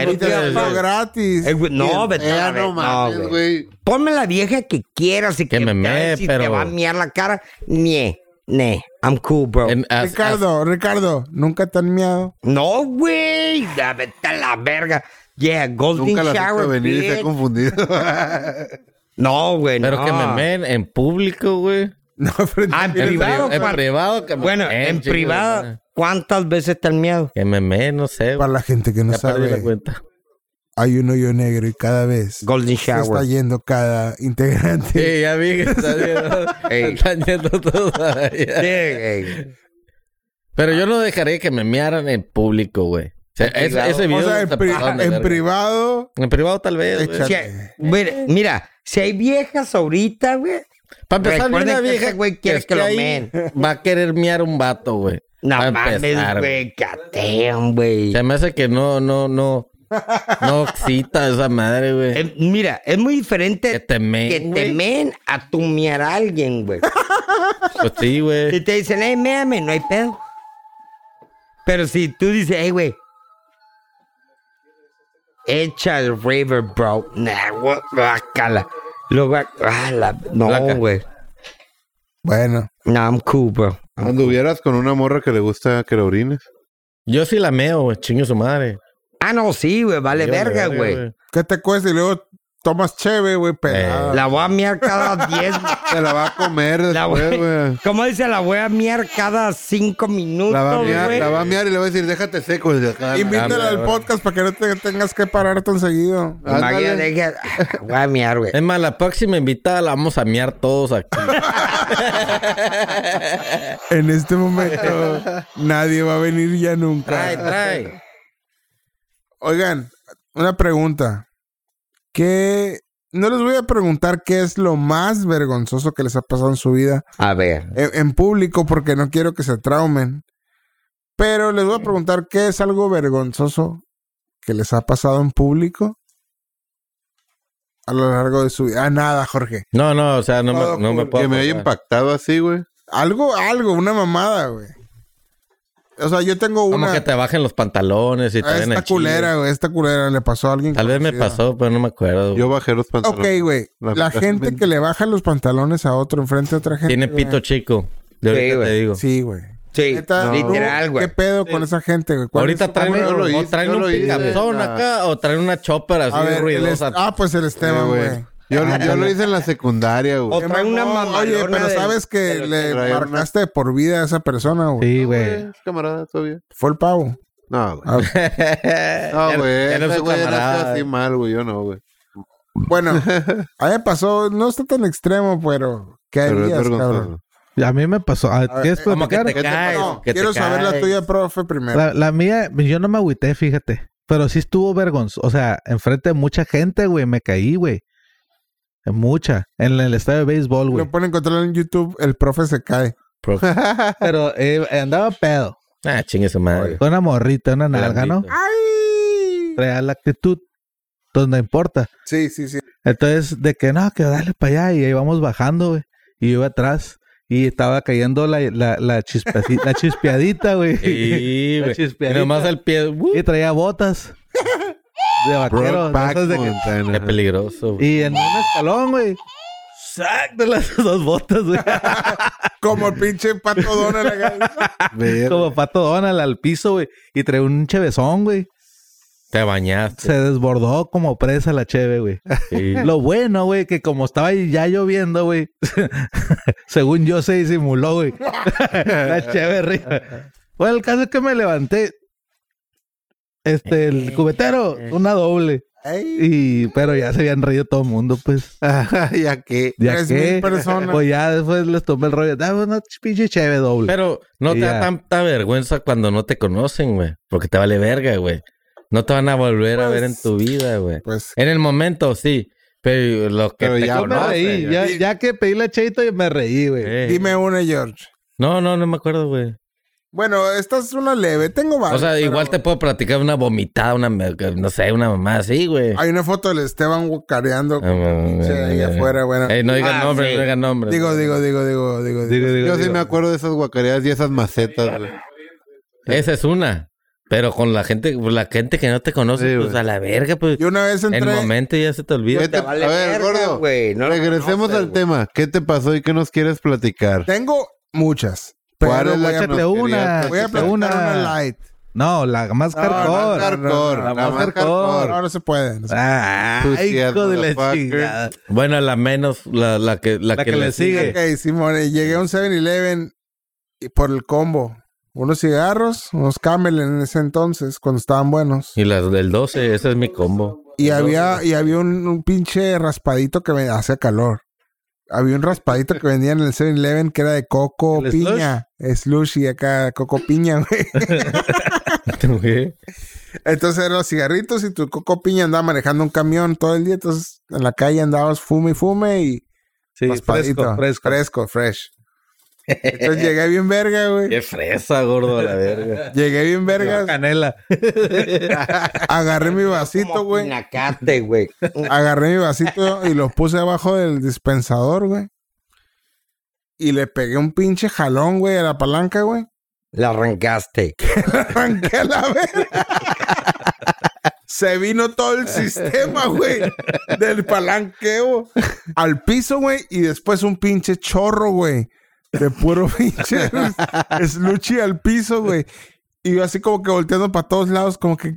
S5: Y te la
S7: Sí,
S5: fue
S7: sí.
S5: gratis.
S7: Eh, güey, no, vete. a la
S4: Eh,
S7: ver-
S4: no mames,
S7: güey.
S4: güey.
S7: Ponme la vieja que quieras y
S6: Que
S7: que,
S6: me mee,
S7: si te
S6: pero-
S7: va a miar la cara. Nie, ne, I'm cool, bro.
S5: Ricardo, Ricardo, nunca te han miado. [laughs]
S7: No, güey. ya Vete a la verga. Yeah, Golden
S4: Nunca la has
S7: Shower.
S4: visto venir y se
S7: bitch.
S4: ha confundido. [laughs]
S7: No, güey.
S6: pero
S7: no.
S6: que me meen en público, güey.
S5: No, frente
S7: Ah,
S5: a
S7: en
S5: miles de-
S7: privado,
S6: En
S7: Juan.
S6: privado. Que me
S7: Bueno,
S6: meen,
S7: en
S6: chingo,
S7: privado,
S6: madre.
S7: ¿cuántas veces te han miado?
S6: Que me meen, no sé.
S5: Para
S6: güey.
S5: la gente que no
S6: Ya perdí la
S5: sabe,
S6: cuenta.
S5: hay un hoyo negro y cada vez
S7: Golden
S5: se está
S7: Shower.
S5: yendo cada integrante.
S6: Sí, ya vi
S5: [laughs]
S6: que está yendo,
S7: Ey.
S6: están yendo todos allá.
S7: Sí,
S6: Pero yo no dejaré que me mearan en público, güey. O sea,
S7: En
S6: ese,
S7: privado.
S6: ese video
S5: O sea, en,
S6: está
S5: pri-
S6: pasado de
S5: en
S6: verga.
S5: privado,
S6: En privado tal vez. güey.
S5: Echa-
S7: sí. Mira, mira, si hay viejas ahorita, güey.
S6: Para empezar, ni
S7: Recuerden
S6: una
S7: que
S6: vieja
S7: ese güey quiere que
S6: esté
S7: lo
S6: ahí
S7: meen.
S6: Va a querer mear un vato, güey.
S7: No
S6: Para
S7: mames,
S6: empezar,
S7: güey. Catean, güey.
S6: Se me hace que no, no, no.
S7: [laughs]
S6: No excita esa madre, güey.
S7: Eh, mira, es muy diferente
S6: Que te meen,
S7: que te
S6: güey.
S7: meen a tu miar a alguien, güey.
S6: Pues sí,
S7: si
S6: güey.
S7: te dicen, hey, meame, no hay pedo. Pero si tú dices, hey, güey. Echa el river, bro. Nah, gua- guácala. Luego, ah, la- no,
S6: Placa.
S7: güey.
S5: bueno,
S7: No, I'm cool, bro.
S4: Anduvieras con una morra que le gusta que la orines.
S6: Yo sí la meo, güey. Chingo su madre.
S7: Ah, no, sí, güey, vale
S6: Yo,
S7: verga,
S6: verga,
S7: güey.
S5: ¿qué te cuesta? Y luego tomas cheve,
S6: Eh,
S5: güey, pelada.
S7: La voy a miar cada 10.
S4: Te la va a comer
S7: La
S4: después,
S7: voy-
S4: güey.
S7: ¿Cómo dice? La voy a miar cada 5 minutos.
S4: La va, a miar,
S7: güey.
S4: la va a miar y le va a decir, déjate seco. Y acá-
S5: Invítala
S4: Ah,
S5: al podcast para que no te tengas que parar tan seguido.
S4: ándale.
S7: Imagínate que- ah, Voy a miar, güey.
S6: Es más, la próxima invitada la vamos a mear todos aquí.
S5: En este
S6: [laughs]
S5: momento nadie va a venir ya nunca.
S6: trae, trae.
S5: Oigan, una pregunta. ¿Qué? No les voy a preguntar qué es lo más vergonzoso que les ha pasado en su vida
S7: A ver.
S5: en, en público porque no quiero que se traumen. Pero les voy a preguntar qué es algo vergonzoso que les ha pasado en público a lo largo de su vida. Ah, nada, Jorge.
S6: No, no, o sea, no
S5: Todo
S6: me, no me
S5: cool.
S6: puedo.
S4: Que me haya
S6: acordar.
S4: impactado así, güey.
S5: Algo, algo, una mamada, güey. O sea, yo tengo
S6: Como
S5: una...
S6: que te bajen los pantalones y te den
S5: Esta
S6: el chile.
S5: culera, güey. Esta culera le pasó a alguien.
S6: Tal vez me
S5: conocido.
S6: pasó, pero no me acuerdo.
S4: Yo bajé los
S5: Ok,
S4: pantalones.
S5: güey.
S4: La-
S5: La gente que le baja los pantalones a otro enfrente a otra gente.
S6: Tiene
S5: güey.
S6: pito chico. De
S7: Sí,
S6: ahorita
S7: güey.
S6: te digo.
S5: Sí, güey.
S7: Sí,
S5: Neta, tú,
S7: literal, güey.
S5: ¿Qué pedo con esa gente, güey? ¿Cuál es
S6: Ahorita
S5: su-
S6: traen,
S4: Yo lo
S6: o
S4: hice,
S6: traen
S4: yo
S6: un
S4: lo hice.
S6: picazón
S4: Ah.
S6: acá o traen una chopper así
S5: A ver, el est-
S6: ruidosa.
S5: Ah, pues el Esteban,
S4: Sí,
S5: güey.
S4: Yo, lo- yo lo hice
S5: [laughs]
S4: en la secundaria, güey.
S7: O trae una
S5: mamá.
S7: mamalona
S5: Oye, pero
S7: del-
S5: sabes que
S7: del-
S5: le
S4: trae una-
S5: marcaste de por vida a esa persona, güey.
S3: Sí, güey.
S4: güey. Camarada, todavía.
S5: Fue el pavo.
S4: [laughs] No, güey.
S5: Ah,
S4: No, güey.
S6: ya no
S4: ese
S6: soy
S4: güey nació
S6: camarada.
S4: así mal, güey. Yo no, güey.
S5: Bueno, a mí me pasó, no está tan extremo, pero ¿qué
S4: Pero es
S5: harías, cabrón?
S4: vergonzoso.
S3: A mí me pasó. ah,
S5: ver,
S3: ¿Quieres
S6: Como que
S3: platicar?
S6: te
S4: ¿Qué te
S6: caes.
S4: pasó?
S6: que te
S5: Quiero saber la
S6: caes.
S5: tuya, profe, primero.
S3: La, la mía, yo no me agüité, fíjate. Pero sí estuvo vergonzoso. O sea, enfrente de mucha gente, güey, me caí, güey. En Mucha. En el estadio de béisbol, güey.
S5: Lo pueden encontrar en YouTube, el profe se cae.
S3: [laughs] Pero eh, andaba pedo.
S6: Ah, chingue su madre.
S3: Con una morrita, una nalga, ¿no?
S6: Blandito.
S5: ¡Ay!
S3: Traía la actitud. Entonces no importa.
S5: Sí, sí, sí.
S3: Entonces, de que no, que dale para allá. Y ahí vamos bajando, güey. Y yo iba atrás. Y estaba cayendo la, la, la, chispeci- la chispeadita, güey.
S6: Sí,
S3: [laughs] La
S6: güey. Y
S3: chispeadita.
S6: nomás el pie. uh,
S3: Y traía botas. De vaquero. de
S4: Brokeback
S3: esas de que-
S4: [laughs] Mountain.
S6: qué peligroso. güey.
S3: Y en un escalón, güey. Sac de las [laughs] dos
S6: [laughs]
S3: botas, güey.
S5: Como el pinche pato Donald. acá.
S4: Ver-
S3: Como pato Donald al piso, güey. Y trae un chevezón, güey.
S6: Te bañaste.
S3: Se desbordó como presa la cheve, güey.
S6: Sí.
S3: Lo bueno, güey, que como estaba ya lloviendo, güey. [laughs] según yo se disimuló, güey. [laughs] la cheve arriba. Bueno, el caso es que me levanté. Este, el cubetero, una doble. Y, pero ya se habían reído todo el mundo, pues.
S5: [laughs]
S4: ya que.
S3: Ya
S5: Tres
S3: que,
S5: mil personas.
S3: pues ya después les tomé el rollo. Dame una ch- pinche cheve doble.
S6: Pero no te
S3: Sí,
S6: da
S3: ya.
S6: tanta vergüenza cuando no te conocen, güey. Porque te vale verga, güey. No te van a volver a ver en tu vida, güey.
S5: Pues
S6: En el momento, sí. Pero los que
S4: Pero
S6: te
S4: ya
S3: Yo me
S6: conocen,
S3: reí.
S6: güey.
S3: Ya, ya que pedí la cheita, yo me reí, güey.
S6: Eh.
S5: dime una, George.
S6: No, no, no me acuerdo, güey.
S5: Bueno, esta es una leve. Tengo varias.
S6: o sea, igual te puedo platicar una vomitada, una, no sé, una mamá así, güey.
S5: Hay una foto del Esteban careando
S6: Ah,
S5: pinche ahí
S6: ah,
S5: afuera, bueno.
S6: Ey, no digan
S7: Ah,
S6: nombres,
S7: sí.
S6: no digan nombres.
S5: Digo, digo, digo, digo, digo, digo.
S3: Digo, digo,
S4: Yo sí
S3: digo.
S4: me acuerdo de esas guacareadas y esas macetas, [laughs] güey.
S6: Esa es una. Pero con la gente, la gente que no te conoce,
S4: Sí,
S6: pues
S4: güey.
S6: a la verga, pues.
S5: Yo una vez
S6: En el
S5: entré.
S6: momento ya se te olvida.
S4: Vete-
S6: Te-
S4: a ver, gordo.
S7: güey. No lo
S4: Regresemos
S7: conoces,
S4: al
S7: güey.
S4: tema. ¿Qué te pasó y qué nos quieres platicar?
S5: Tengo muchas.
S4: ¿Cuál
S5: Pero
S4: es la
S5: voy, a,
S4: que
S3: échale
S4: nos
S3: una.
S5: voy
S4: querías
S5: a
S4: platicar?
S5: platicar
S3: una-
S5: una... light.
S3: No, la más
S5: No,
S3: hardcore.
S4: la más hardcore,
S3: La
S4: la
S3: más
S4: más
S3: hardcore.
S5: No, no se puede. no se-
S3: Ah,
S4: Tú sí eres
S3: hijo de la
S4: Pues motherfucker.
S3: chingada.
S6: Bueno, la menos, la, la que, la que, le sigue.
S5: Ok, Simón, eh, llegué a un 7-Eleven y por el combo. Unos cigarros, unos camel en ese entonces, cuando estaban buenos.
S6: Y las del 12, ese es mi combo.
S5: Y había, y había un, un pinche raspadito que me hacía calor. Había un raspadito que vendían en el 7-Eleven que era de coco
S3: ¿El
S5: piña. Slushy acá, coco piña, [laughs] güey. Entonces eran los cigarritos y tu coco piña andaba manejando un camión todo el día. Entonces en la calle andabas fume y fume y
S3: Sí,
S5: raspadito.
S3: fresco,
S5: fresco,
S3: fresco.
S5: fresh. Entonces llegué bien verga,
S3: [laughs]
S5: güey.
S6: Qué fresa, gordo, a la verga.
S5: Llegué bien verga.
S3: Canela.
S5: Agarré mi vasito,
S7: Como
S5: güey.
S7: pinacate, güey.
S5: Agarré mi vasito y lo puse abajo del dispensador, güey. Y le pegué un pinche jalón, güey, a la palanca, güey. [laughs]
S7: La arrancaste.
S5: Arranqué a la verga. Se vino todo el sistema, güey, del palanqueo al piso, güey, y después un pinche [laughs] chorro, güey, de puro pinche sluchi al piso, güey. Y yo así como que volteando para todos lados, como que...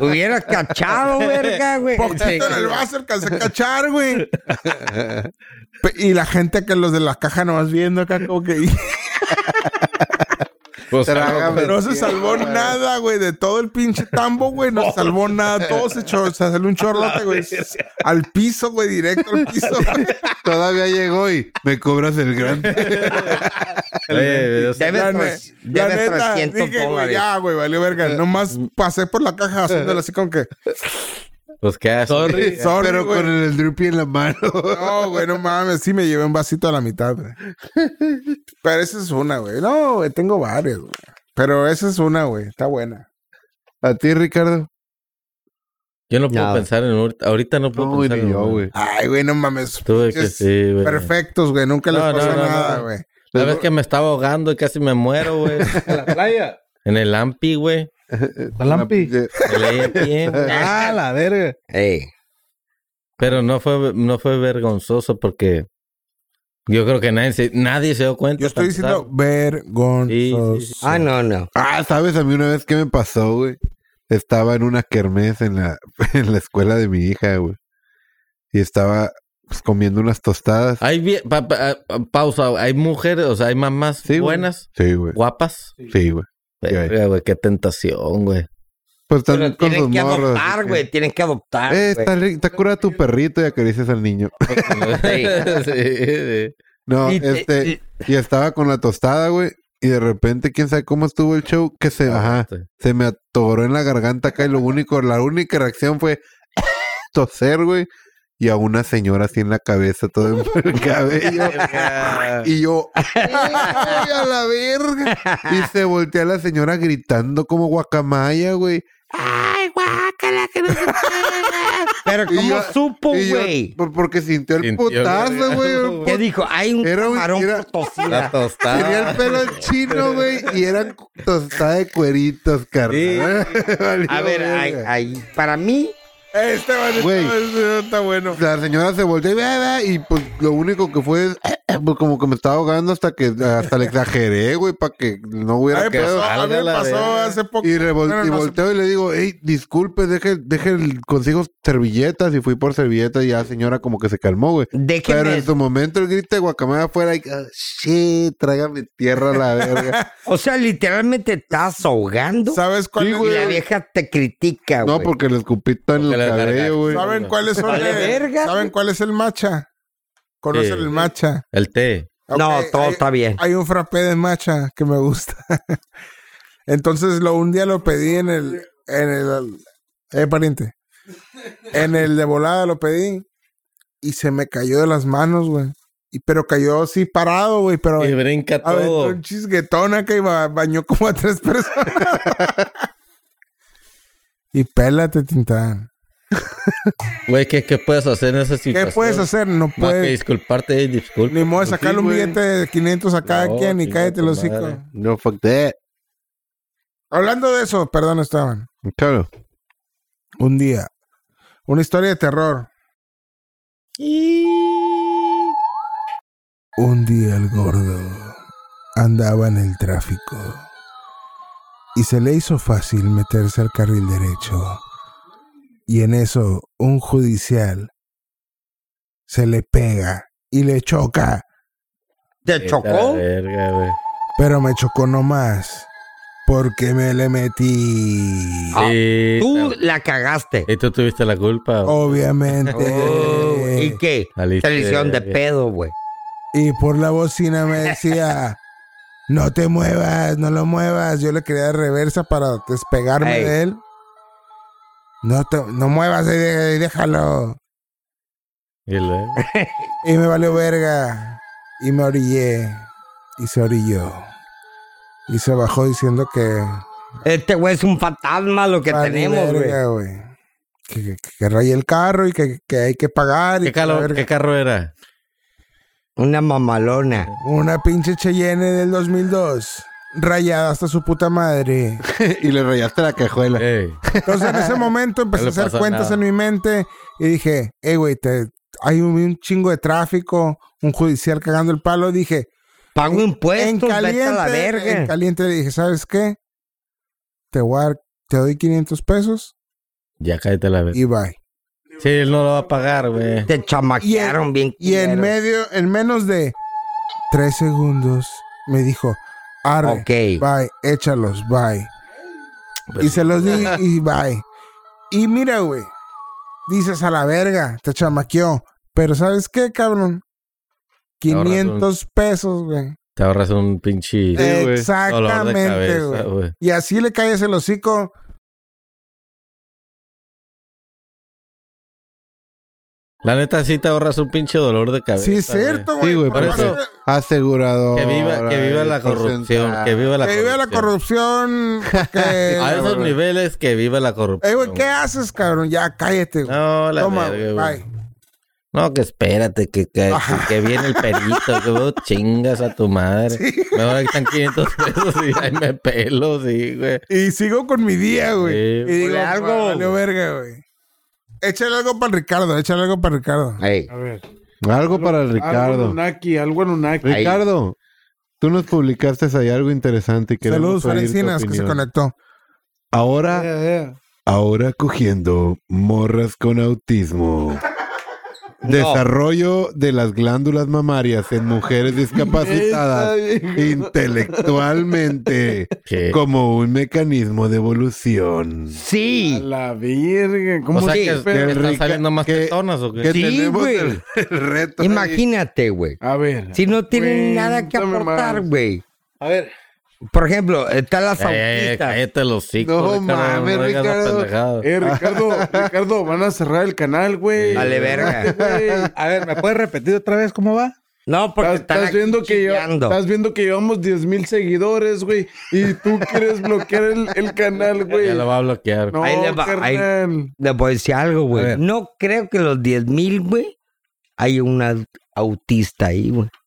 S7: Hubieras cachado, verga, güey.
S5: Poquito en el vaso alcancé a cachar, güey. Pe- y la gente que los de la caja nomás viendo acá como que... [laughs]
S6: Pues,
S4: Trágame.
S5: No se salvó nada, güey. De todo el pinche tambo, güey. No se salvó nada. Todo se, echó, se salió un chorrote, güey. Al piso, güey. Directo al piso. güey.
S4: Todavía llegó y me cobras el grande.
S6: oye, o sea,
S7: Debes,
S5: La
S7: tres-
S5: ne- la
S7: debes
S5: neta,
S7: 300
S5: dije, güey,
S7: dólares.
S5: ya, güey, valió verga. Nomás pasé por la caja haciéndolo así como que...
S6: pues, ¿qué haces?
S5: Sorry,
S4: pero
S5: güey.
S4: con el drippy en la mano.
S5: No, güey, no mames. Sí me llevé un vasito a la mitad, güey. Pero esa es una, güey. No, güey, tengo varias, güey. Pero esa es una, güey. Está buena.
S4: [laughs] A ti, Ricardo.
S6: Yo no puedo
S7: Ya.
S6: pensar en ahorita, ahorita no pues, puedo
S4: No,
S6: pensar en
S4: ni yo,
S6: una.
S4: güey.
S5: Ay, güey, no mames.
S6: Tuve que
S5: Pinches
S6: sí, güey.
S5: Perfectos, güey. Nunca les
S6: No, no,
S5: pasó
S6: no, no,
S5: nada,
S6: no.
S5: güey.
S6: La vez que me estaba ahogando y casi me muero, güey.
S3: ¿A la playa?
S6: En el Ampi, güey.
S3: ¿A
S4: Ah,
S3: Lampi?
S4: pues, eh,
S6: Me leí a pie, güey.
S3: Ah, la verga.
S7: Ey.
S6: Pero no fue, no fue vergonzoso porque yo creo que nadie se, nadie se dio cuenta.
S5: Yo estoy
S6: para empezar.
S5: diciendo vergonzoso.
S6: Sí, sí, sí.
S7: Ah, no, no.
S4: Ah, ¿sabes a mí una vez qué me pasó, güey? Estaba en una kermés en la, [laughs] en la escuela de mi hija, güey. Y estaba pues, comiendo unas tostadas.
S6: Hay vie- pa- pa- ah, pausa, hay mujeres, o sea, hay mamás
S4: Sí, güey.
S6: buenas,
S4: Sí, güey.
S6: guapas.
S4: Sí, güey. Sí, güey.
S6: Verga, güey, qué tentación, güey.
S4: Pues están
S7: Pero
S4: con sus
S7: tienen que
S4: morros.
S7: adoptar,
S4: así
S7: güey. Tienen que
S4: que-
S7: adoptar.
S4: Eh,
S7: güey.
S4: está, ri- está cura tu perrito y acaricias al niño.
S6: [laughs] Sí, sí.
S4: No,
S7: Y-
S4: este.
S7: y-
S4: Y estaba con la tostada, güey. Y de repente, quién sabe cómo estuvo el show, que se, ajá,
S6: sí.
S4: se me atoró en la garganta acá y lo único, la única reacción fue [laughs] toser, güey. Y a una señora así en la cabeza, todo en el cabello. y yo, ¡ay, a la verga! Y se voltea la señora gritando como guacamaya, güey. ¡Ay, guácala,
S7: [laughs]
S4: que no se puede!
S7: Pero
S4: Y
S7: ¿cómo
S4: yo-
S7: supo,
S4: Y yo,
S7: güey?
S4: por- Porque sintió el
S6: Sintió, güey.
S4: potazo, güey.
S7: ¿Qué dijo? Hay un
S4: Era un-
S7: camarón
S4: era-
S6: La
S7: potosina.
S4: Tenía
S6: tostada.
S5: Ah.
S4: el pelo chino, güey, y eran tostada de cueritos, carnal. [laughs] Valió
S7: A ver,
S4: verga.
S7: ahí, ahí. para mí,
S5: Este, güey,
S4: Güey.
S5: este está bueno.
S4: La señora se volteó y, "Ve, ve", y pues lo único que fue es [clears throat] pues, como que me estaba ahogando hasta que hasta le exageré, güey, para que no
S5: A mí
S4: hubiera
S5: me pasó,
S4: quedado.
S5: a mí me
S6: Válgala,
S5: pasó
S6: verga.
S5: hace poco.
S4: Y, revol-
S5: Bueno,
S4: y
S5: no sé-
S4: volteo y le digo, hey, disculpe, deje, deje el, consigo servilletas y fui por servilletas y ya la señora como que se calmó, güey.
S7: déjenme.
S4: Pero en su momento el grito de guacamaya fuera y, "Ah, shit, tráigame tierra a la
S5: [laughs]
S4: verga.
S7: O sea, literalmente estás ahogando.
S5: ¿Sabes cuál
S4: Sí,
S5: es-
S7: Y la vieja te
S5: Ah,
S7: critica, güey.
S4: no, porque le escupí todo en el
S6: Porque la
S4: cabello, güey.
S5: ¿Saben cuáles son? de-
S7: Vale verga.
S5: ¿Saben cuál es el matcha? ¿Conocen
S6: Sí.
S5: el matcha?
S6: El té.
S7: No,
S5: Ok,
S7: todo
S5: hay-
S7: está bien.
S5: Hay un frappé de matcha que me gusta. [laughs] Entonces, lo, un día lo pedí en el. En el eh, pariente. En el de volada lo pedí. Y se me cayó de las manos, güey. Y, pero cayó así parado, güey. Pero
S6: Y brinca
S5: aventó
S6: todo.
S5: un chisguetón acá y ba- bañó como a tres personas. [laughs] y pélate, Tintán.
S6: Güey, ¿qué, ¿qué puedes hacer en esa
S5: ¿Qué
S6: situación?
S5: puedes hacer? Pues, No
S6: Más pues, que
S5: puedes.
S6: disculparte, eh, disculpa.
S5: Ni modo de sacarle un
S4: güey.
S5: billete de 500 a cada
S6: No,
S5: quien y
S6: chinga
S5: cállate
S6: tu
S5: los hocico.
S6: madre.
S4: No, fuck that.
S5: Hablando de eso, perdón, Esteban.
S4: Claro.
S5: Un día. Una historia de terror. Un día el gordo andaba en el tráfico y se le hizo fácil meterse al carril derecho. Y en eso un judicial se le pega y le choca,
S7: ¿Te
S6: A la
S7: chocó?
S6: verga, güey.
S5: pero me chocó nomás porque me le metí.
S7: Ah,
S6: Sí,
S7: Tú la cagaste.
S6: Y tú tuviste la culpa.
S5: Obviamente.
S7: Oh, ¿Y qué?
S6: Saliste,
S7: Te le hicieron de
S6: verga.
S7: pedo, güey.
S5: y por la bocina me decía, [laughs] no te muevas, no lo muevas. Yo le quería dar reversa para despegarme
S7: Ey.
S5: de él. No, te, no muevas ahí, de- ahí, déjalo.
S6: Y luego,
S5: Y me valió verga. Y me orillé. Y se orilló. Y se bajó diciendo que...
S7: Este güey es un fantasma lo que
S5: "Vale
S7: tenemos, güey.
S5: verga, güey. Que, que, que rayé el carro y que, que hay que pagar. y
S6: ¿Qué,
S5: que la
S6: calo-
S5: verga.
S6: qué carro era?
S7: Una mamalona.
S5: Una pinche Cheyenne del 2002. Rayada hasta su puta madre.
S4: [laughs] y le rayaste la cajuela.
S6: Ey,
S5: Entonces en ese momento empecé
S6: [laughs]
S5: a
S6: No le
S5: hacer
S6: pasó
S5: cuentas
S6: nada.
S5: en mi mente y dije, hey, güey, te- hay un, un chingo de tráfico, un judicial cagando el palo. Dije,
S7: Pago impuestos,
S5: en
S7: Pues vete a la
S5: caliente, en
S7: verga.
S5: caliente le dije, ¿sabes qué? te voy a dar- te doy 500 pesos
S6: Ya cállate la vez.
S5: y bye.
S6: Sí, él no lo va a pagar, güey.
S7: Te chamaquearon bien.
S5: Y en
S7: culero.
S5: medio, en menos de tres segundos, me dijo, arre,
S7: Ok.
S5: bye, échalos, bye. y se los di y bye. Y mira, güey, dices a la verga, te chamaqueó. Pero ¿sabes qué, cabrón?
S6: Ahorras un-
S5: 500 pesos, güey.
S6: Te ahorras un
S4: güey.
S6: pinche dolor de
S5: Exactamente,
S6: cabeza,
S5: güey.
S6: güey.
S5: Y así le caes el hocico.
S6: La neta sí te ahorras un pinche dolor de cabeza.
S5: Sí, es cierto, güey.
S4: Sí, güey,
S5: Por
S6: por eso-
S5: eso-
S4: Asegurador.
S6: güey. Que viva, que viva la corrupción, que viva la
S5: Que viva la corrupción.
S6: [laughs]
S5: porque-
S6: A esos niveles que viva la corrupción.
S5: Ey, güey, ¿qué haces, cabrón? Ya, cállate, güey.
S6: No, la
S5: Toma,
S6: verga,
S5: güey,
S6: güey.
S5: bye.
S6: No, que espérate, que, que, que- que viene el perito,
S4: [laughs]
S6: que vos chingas a tu madre. Mejor aquí están 500 pesos y ahí me pelo, sí, güey.
S5: Y sigo con mi día, güey.
S6: Sí,
S5: y digo,
S7: ponle algo,
S5: algo.
S7: güey.
S5: verga, güey. Échale algo para Ricardo, échale algo para Ricardo.
S7: Ey,
S2: A ver.
S4: Algo para el
S2: Algo
S4: Ricardo.
S2: Anunnaki, algo Anunnaki.
S4: Ricardo, tú nos publicaste ahí algo interesante y
S5: Saludos,
S4: queremos pedir tu
S5: Felicinas, que se
S4: opinión.
S5: conectó.
S4: Ahora
S2: Yeah, yeah.
S4: Ahora cogiendo morras con autismo. Desarrollo de las glándulas mamarias en mujeres discapacitadas
S2: Esta, hijo.
S4: intelectualmente
S6: [laughs] ¿Qué?
S4: como un mecanismo de evolución.
S2: A
S7: sí.
S2: la virgen. ¿Cómo
S6: O sea,
S2: se
S6: que,
S2: espera?
S6: que están
S4: rica-
S6: saliendo más
S4: que-
S6: tetonas o qué. Eh,
S4: Que
S7: Sí,
S4: tenemos
S7: güey.
S4: el, el reto. ahí.
S7: Imagínate, güey.
S2: A ver.
S7: Si no tienen nada que
S2: Cuéntame
S7: aportar,
S2: más.
S7: güey.
S2: A ver.
S7: Por ejemplo, están las
S6: Ey, ey, ey,
S7: autistas.
S6: Eh, cállate los hocico,
S4: No
S6: Ricardo,
S4: mames,
S6: no digas esas
S4: Ricardo.
S6: pendejadas.
S2: Eh, Ricardo, Ricardo, van a cerrar el canal, güey.
S7: Vale, verga.
S2: Güey,
S3: A ver, ¿me puedes repetir otra vez cómo va?
S7: No, [laughs] porque
S2: Estás,
S7: están
S2: estás
S7: aquí
S2: viendo que yo,
S7: chillando.
S2: estás viendo que llevamos 10 mil seguidores, güey. Y tú quieres bloquear el, el canal, güey.
S6: Ya lo va a bloquear.
S2: No,
S7: Ahí le va, ahí-
S2: carnal.
S7: Les voy a decir algo,
S3: A
S7: güey.
S3: ver.
S7: No creo que los 10 mil, güey, hay un au- autista ahí, güey.
S3: [laughs]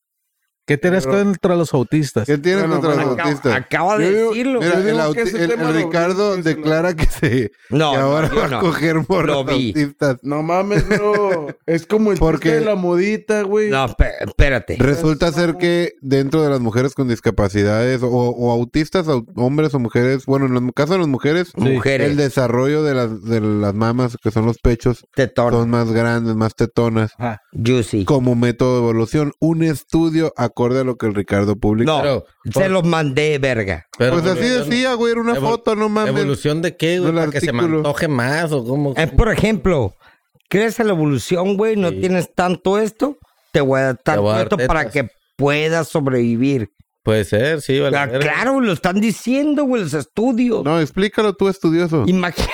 S3: ¿Qué tienes contra los autistas?
S4: ¿Qué tienes
S2: Bueno,
S4: contra
S2: bueno,
S4: los
S7: Acaba,
S4: autistas?
S7: acaba de
S2: Yo digo-
S7: decirlo.
S4: Mira,
S2: yo
S4: el,
S2: digo que
S4: auti-
S2: ese
S4: el- el
S2: tema lo-
S4: Ricardo
S2: díselo.
S4: declara que se
S7: no,
S4: que ahora
S7: no, yo
S4: va
S7: no.
S4: a coger morras
S7: Lo vi.
S4: autistas.
S2: No mames, bro. Es como el
S4: Porque-
S2: chiste de la modita, güey.
S7: No, espé- espérate.
S4: Resulta ser que dentro de las mujeres con discapacidades o, o autistas, au- hombres o mujeres, bueno, en el caso de las mujeres,
S7: Mujeres.
S4: el desarrollo de las, de las mamas, que son los pechos,
S7: Tetón.
S4: son más grandes, más tetonas,
S7: Juicy.
S4: como método de evolución. Un estudio acorde a lo que el Ricardo publicó.
S7: No,
S6: Pero-
S7: se los mandé, verga.
S6: Pero-
S4: Pues así decía, güey, era una
S6: Evol-
S4: foto, no mames.
S6: ¿Evolución de qué, güey?
S4: No, el
S6: ¿Para que se me
S4: artículo. Em-
S6: antoje más o cómo?
S7: Es Eh, por ejemplo, crece la evolución, güey, no tienes tanto esto, te voy a dar tanto
S6: voy a dar
S7: esto para
S6: tetas.
S7: que puedas sobrevivir.
S6: Puede ser, sí, vale.
S7: Ah,
S6: verga.
S7: claro, lo están diciendo, güey, los estudios.
S4: No, explícalo tú, estudioso.
S7: Imagínate.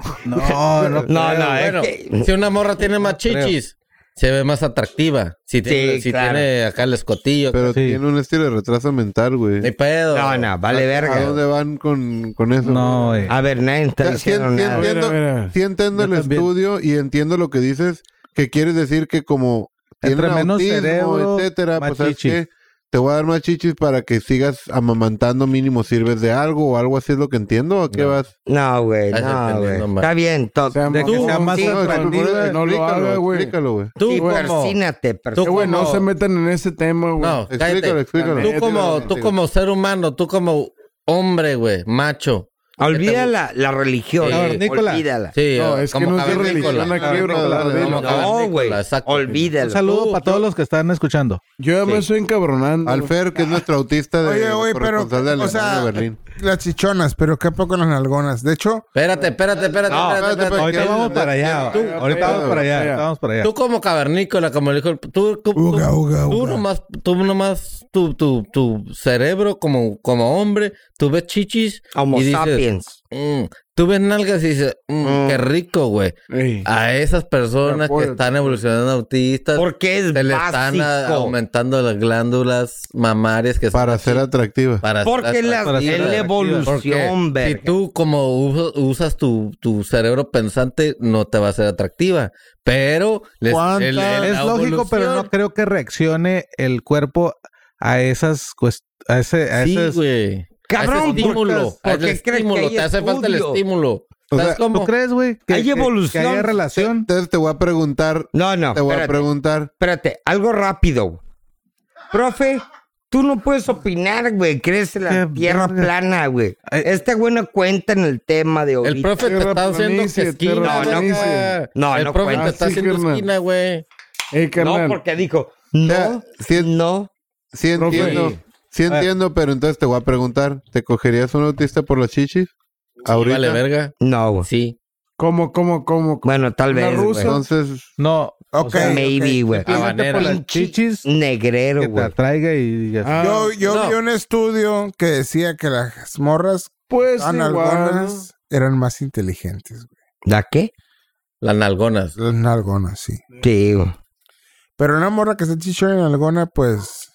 S3: [laughs] No, no.
S7: No, no, es
S6: Bueno,
S7: que-
S6: si una morra tiene más chichis, se ve más atractiva. Si tiene, si
S7: claro.
S6: tiene acá el escotillo.
S4: Pero
S3: Sí.
S4: tiene un estilo de retraso mental,
S6: Ni
S4: güey.
S6: pedo.
S7: No, no, vale
S4: ¿A
S7: verga.
S4: dónde van con, con eso?
S3: No, güey.
S7: A ver, nadie está
S4: Ya, sí,
S7: diciendo
S4: sí
S7: nada.
S4: entiendo,
S2: Mira, mira.
S4: sí entiendo
S3: Yo
S4: el
S3: también.
S4: estudio y entiendo lo que dices, que quieres decir que como
S3: Entre
S4: tienen
S3: menos
S4: autismo,
S3: cerebro,
S4: etcétera,
S3: más
S4: pues ¿sabes
S3: chichis.
S4: qué? te voy a dar más chichis para que sigas amamantando mínimo sirves de algo o algo así es lo que entiendo o qué vas.
S7: No, güey,
S6: Estás
S7: no,
S6: entendiendo
S7: güey.
S6: mal.
S7: Está bien,
S2: O sea,
S7: todo.
S3: De que
S2: mamón,
S3: sea más
S2: sí,
S4: No, es que por
S2: no,
S4: eso
S2: no lo haga,
S4: explícalo,
S2: güey.
S4: explícalo, güey.
S6: Tú,
S7: Y
S6: como-
S7: persínate,
S6: tú
S2: Eh, güey, no
S6: como-
S2: se metan en ese tema, güey.
S6: No, cállate.
S4: Explícalo, explícalo.
S6: Tú como, tú como ser humano, tú como hombre, güey, macho.
S7: Olvida la, la religión.
S6: Sí.
S3: Cavernícola.
S7: Olvídala.
S6: Sí, ah,
S2: No, es que
S6: como
S2: no es de
S6: cavernícola.
S2: religión aquí, bro.
S4: Cavernícola,
S2: la
S4: no,
S2: de-
S6: Como
S7: No, güey.
S6: cavernícola, exacto.
S3: Un
S7: Olvídala.
S3: saludo
S6: Tú,
S3: para todos los que están escuchando.
S2: Yo ya me estoy encabronando.
S4: Al Fer, que es nuestro autista de
S5: Oye, güey, pero,
S4: corresponsal de
S5: o
S4: Alemania,
S5: sea,
S4: Berlín.
S5: Las chichonas, pero qué poco las nalgonas. De hecho,
S6: Espérate, espérate, espérate. espérate,
S4: espérate,
S6: espérate.
S4: ¿qué?
S3: Ahorita vamos para allá.
S2: Tú-
S3: Ahorita vamos para allá. ahorita Vamos para allá.
S6: Tú como cavernícola, como le dijo el... Tú, tú,
S5: Uga, uga,
S6: tú
S5: uga.
S6: nomás, tú nomás, tu, tu, tu cerebro como, como hombre, tú ves chichis
S7: Homo
S6: y dices,
S7: sapiens.
S6: mm, tú ves nalgas y dices, mm, qué rico, güey.
S2: Ey.
S6: A esas personas que
S2: Acuérdate.
S6: están evolucionando autistas,
S7: Porque es
S6: se le están a-
S7: básico.
S6: aumentando las glándulas mamarias que
S4: para ser atractiva.
S6: para
S7: Porque la,
S6: para ser
S7: es la
S6: atractivas.
S7: evolución,
S6: Porque si
S7: verga.
S6: tú como us- usas tu, tu cerebro pensante, no te va a ser atractiva. Pero les-
S4: ¿Cuántas?
S6: la
S3: Es lógico, pero no
S6: evolución-
S3: creo que reaccione el cuerpo a esas cuest- a ese, a
S6: Sí,
S3: esas-
S6: güey.
S7: Cabrón,
S6: Ese estímulo.
S7: ¿por
S6: ese
S7: qué crees que
S6: estímulo,
S7: hay
S6: te hace falta el
S7: estudio?
S6: estímulo. ¿Sabes
S3: ¿Tú
S6: cómo?
S3: crees, güey? que-
S7: Hay
S3: que- que
S7: evolución.
S3: haya relación.
S4: Entonces te voy a preguntar,
S7: No, no,
S4: te voy a
S7: espérate.
S4: preguntar,
S7: Espérate, algo rápido. güey. Profe, Tú no puedes opinar, güey. Crees en la tierra plana, güey.
S6: Ay.
S7: Este güey no cuenta en el tema de
S6: El
S7: ahorita.
S6: profe te
S2: Tierra
S6: está haciendo
S2: planicie,
S6: que esquina,
S2: tierra
S6: no,
S2: planicie.
S7: No,
S6: El
S7: no
S6: profe
S7: cuenta.
S6: te está
S2: Así,
S6: haciendo
S2: carnal.
S6: esquina, güey.
S2: Ey, carnal.
S7: No, porque dijo,
S4: sea,
S7: no,
S4: sí en-
S7: no.
S4: sí
S2: Profe.
S4: entiendo. Sí entiendo, pero entonces te voy a preguntar, ¿te cogerías un autista por las chichis? Ahorita.
S6: Vale, verga.
S7: No, güey.
S6: Sí.
S2: ¿Cómo, cómo, cómo?
S7: Bueno, tal
S2: La
S7: vez,
S2: rusa.
S7: güey.
S4: Entonces,
S3: No,
S5: Ok.
S3: sea,
S5: ok.
S7: Maybe, güey.
S3: Habanero.
S7: Pinche
S3: Las chichis
S7: Negrero,
S3: que te
S7: güey.
S3: atraiga y digas.
S2: Ah,
S5: Yo, yo vi un estudio que decía que las morras
S2: pues igual.
S5: analgonas eran más inteligentes. güey.
S7: ¿La qué?
S6: Las nalgonas.
S5: Las nalgonas, sí.
S7: Sí, güey.
S5: Pero una morra que está chichona en nalgona, pues...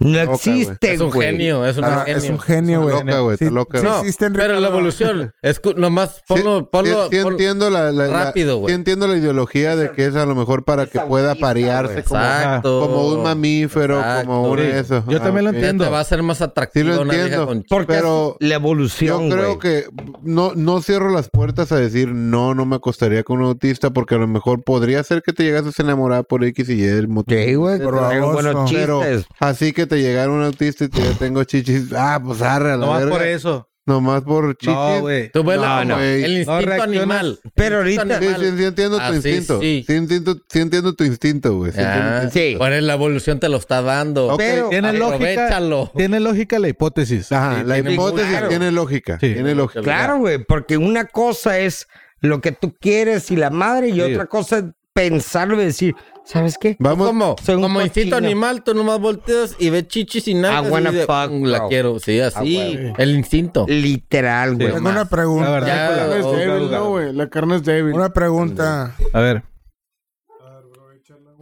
S7: No
S4: Loca, güey.
S7: existe,
S6: Es un
S7: güey.
S6: genio, es un
S5: ah,
S6: genio.
S5: es un genio, güey.
S4: Está loca, güey,
S5: Sí,
S4: está loca,
S5: sí
S4: güey.
S5: existen,
S6: Pero la
S5: Ricardo.
S6: evolución, escu- nomás
S4: sí-
S6: ponlo, ponlo,
S4: sí- sí
S6: ponlo-
S4: entiendo la, la- la-
S6: rápido,
S4: sí
S6: güey.
S4: entiendo la ideología de que es a lo mejor para que pueda parearse como,
S6: Exacto.
S4: como un mamífero,
S6: Exacto.
S4: como un
S6: Sí.
S4: eso. Ah,
S3: Yo también lo
S4: ok.
S6: Ya
S3: entiendo.
S6: te va a ser más
S4: Sí
S6: atractiva
S4: lo
S6: una vieja
S4: entiendo,
S6: con
S7: Porque
S4: pero
S7: es la
S4: yo
S7: evolución,
S4: creo
S7: güey.
S4: que no, no cierro las puertas a decir no, no me acostaría con un autista porque a lo mejor podría ser que te llegases a enamorar por X y Y el motivo.
S7: Sí, güey.
S5: Por
S7: traigo
S5: baboso.
S7: buenos
S4: Pero
S7: chistes.
S4: así que te llegara un autista y te diga, tengo chichis, ah, pues arre a la
S3: Nomás
S4: verga.
S3: por eso.
S4: Nomás por chichis.
S3: No, güey.
S6: Tú ves
S4: No,
S6: la-
S4: no.
S6: el
S3: No
S6: instinto
S3: reaccionas.
S6: animal.
S7: Pero
S6: El instinto
S7: ahorita-
S4: Sí,
S6: animal.
S4: sí, sí entiendo tu
S6: Ah, sí,
S4: instinto.
S6: sí.
S4: Sí entiendo, sí entiendo tu instinto, güey. Sí entiendo tu
S6: Ah,
S4: instinto.
S7: Sí.
S6: Por la evolución te lo está dando.
S4: Ok,
S7: Pero-
S3: Tiene lógica,
S6: Aprovechalo.
S3: tiene lógica la hipótesis.
S4: Ajá, la
S6: tiene
S4: hipótesis
S6: mucho-
S4: tiene lógica.
S3: Sí.
S4: Tiene lógica.
S7: Claro, güey. Porque una cosa es lo que tú quieres y la madre, y
S3: Sí.
S7: otra cosa es pensarlo y decir, ¿sabes qué?
S4: Vamos,
S6: ¿Cómo?
S7: Soy un
S6: Como instinto
S7: cochino.
S6: animal, tú nomás volteas y ves chichis y nada.
S7: I wanna fuck,
S6: la
S7: bro."
S6: quiero. Sí, así. el instinto.
S7: Literal, güey.
S5: Tengo una pregunta.
S3: La verdad.
S2: La carne es
S6: Ya, o-
S2: débil, no, güey. La carne es débil.
S5: Una pregunta.
S3: A ver.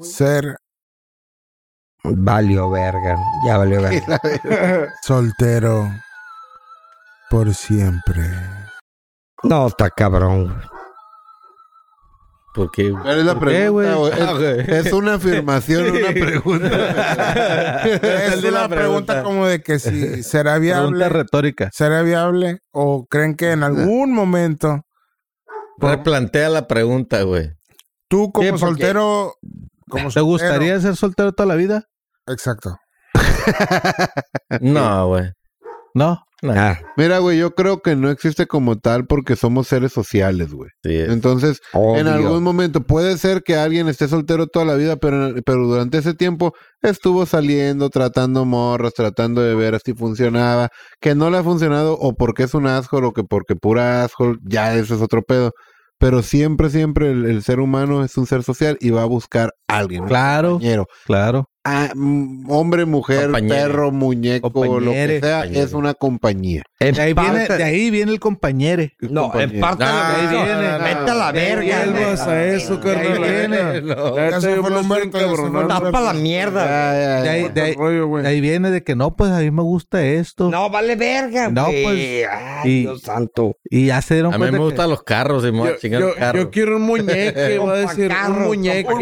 S5: Ser
S7: Valió verga. Ya valió verga.
S5: soltero por
S3: [laughs]
S5: siempre.
S7: No, está cabrón, güey.
S6: ¿Por qué? güey?
S4: ¿Cuál es la
S3: qué, güey?
S4: pregunta, güey?
S3: Ah, güey.
S4: Es, es una
S3: [laughs]
S4: afirmación, una pregunta.
S5: Es
S3: de la
S5: una pregunta
S3: pregunta.
S5: como de que
S3: [laughs]
S5: si será
S3: Pregunta
S5: viable,
S3: retórica.
S5: será viable o creen que en algún momento
S6: Replantea la pregunta, güey.
S5: tú como
S6: Sí, porque-
S5: soltero, como
S3: ¿Te gustaría ser soltero toda la vida? [laughs]
S5: Exacto.
S6: No, güey.
S3: No.
S7: Ah,
S4: Mira, güey, yo creo que no existe como tal porque somos seres sociales, güey.
S6: Sí, es.
S4: Entonces, en
S7: obvio.
S4: algún momento puede ser que alguien esté soltero toda la vida, pero, pero durante ese tiempo estuvo saliendo, tratando morras, tratando de ver si funcionaba, que no le ha funcionado o porque es un asco o que porque pura asco, ya ese es otro pedo. Pero siempre, siempre el, el ser humano es un ser social y va a buscar a alguien. un
S3: Claro,
S4: compañero.
S3: claro.
S4: Ah, mm, hombre, mujer,
S6: Compañero.
S4: perro, muñeco, lo que
S3: Compañere.
S4: sea,
S6: Compañero.
S4: es una compañía.
S7: En
S3: De ahí viene,
S7: parte-
S3: de ahí viene el compañere.
S7: No, en parte
S6: Ah,
S7: de lo que
S6: ahí
S7: hizo.
S6: viene.
S7: Vete a la verga. güey.
S2: Vuelvas a eso, carnal. la neta. La neta,
S5: Ya se
S2: yo
S5: fue
S2: me estoy
S5: Humberto, ya se fue
S2: encabronando.
S7: Tapa la mierda.
S4: Ya, ya,
S3: De
S4: ya.
S3: ahí, de ahí-
S2: Rollo, güey.
S3: de ahí viene de que no, pues a mí me gusta esto.
S7: güey. No, vale verga,
S3: No,
S7: güey.
S3: pues,
S7: Ay,
S3: y-
S7: Dios santo.
S3: Y ya se dieron
S6: A mí
S3: cuenta
S6: me
S3: que-
S6: gustan los carros, y me voy a
S2: Yo,
S6: chingar
S2: yo-
S6: los carros.
S2: yo quiero un [laughs] muñeque, va a decir.
S7: Carro,
S2: Un muñeque.
S7: un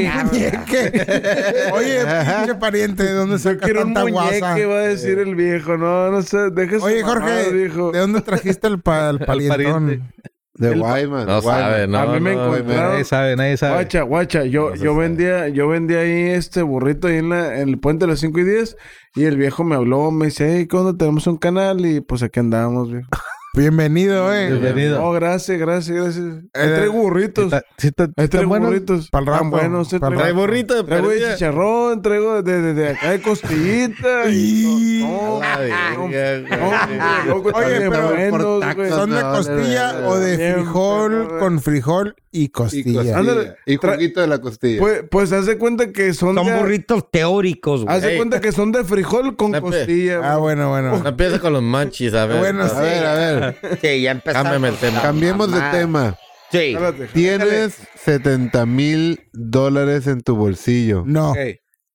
S5: muñeque. Oye, pinche pariente, ¿de dónde
S2: Yo
S5: sacas
S2: quiero un
S5: tanta guasa?
S2: muñeque, va a decir el viejo. No, no sé. Déjese.
S5: Oye, Jorge,
S2: Viejo.
S5: ¿de dónde trajiste el,
S3: [laughs]
S5: pa- el palientón?
S4: De Guaymas,
S6: No
S4: de Guaymas.
S6: sabe, no.
S2: a mí me
S6: no,
S2: encontraron-
S3: Nadie sabe, nadie sabe.
S2: Guacha, guacha, yo,
S6: No se
S2: yo
S6: sabe.
S2: vendía, yo vendía ahí este burrito ahí en, la, en el puente de las 5 y 10 y el viejo me habló, me dice, hey, ¿cuándo tenemos un canal? Y pues aquí andamos,
S6: [laughs]
S2: viejo.
S5: Bienvenido, eh.
S3: Bienvenido.
S2: Oh, gracias, gracias, gracias. Hay
S5: Eh,
S2: tres burritos.
S3: Está- sí está-
S2: Hay tres
S3: está bueno.
S2: burritos.
S5: Pa'l rato,
S2: Tan buenos, sí,
S5: pa'l
S2: traigo-
S5: rato.
S6: burrito de
S2: Traigo de
S6: perdida.
S2: chicharrón, traigo de, de, de acá de costillita.
S5: [laughs]
S2: y todo.
S6: A la
S2: No,
S6: verga,
S2: no,
S6: güey.
S2: no, loco,
S5: Oye,
S2: están bien
S5: pero por
S2: buenos, güey.
S5: ¿Son de
S4: No, de
S5: costilla
S4: verdad,
S5: o de
S2: bien,
S5: frijol
S2: pero-
S5: con frijol y
S4: Y
S5: costilla?
S4: costilla.
S2: Ándale.
S4: Y
S2: Tra-
S4: juguito de la costilla.
S2: Pues, pues haz de cuenta que son,
S7: Son
S2: de,
S7: burritos teóricos, güey.
S2: haz de
S6: Ey.
S2: cuenta que son de frijol con
S6: Pepe.
S2: costilla.
S5: Ah, bueno, bueno.
S6: No empieza con los manchis, a ver.
S5: Bueno,
S6: A
S5: sí.
S4: a ver, a [laughs] ver.
S7: Sí, ya empezamos.
S6: Cámbiame el tema.
S4: Cambiemos de tema.
S7: Sí.
S2: Espérate.
S4: Tienes 70 mil dólares en tu bolsillo
S5: No.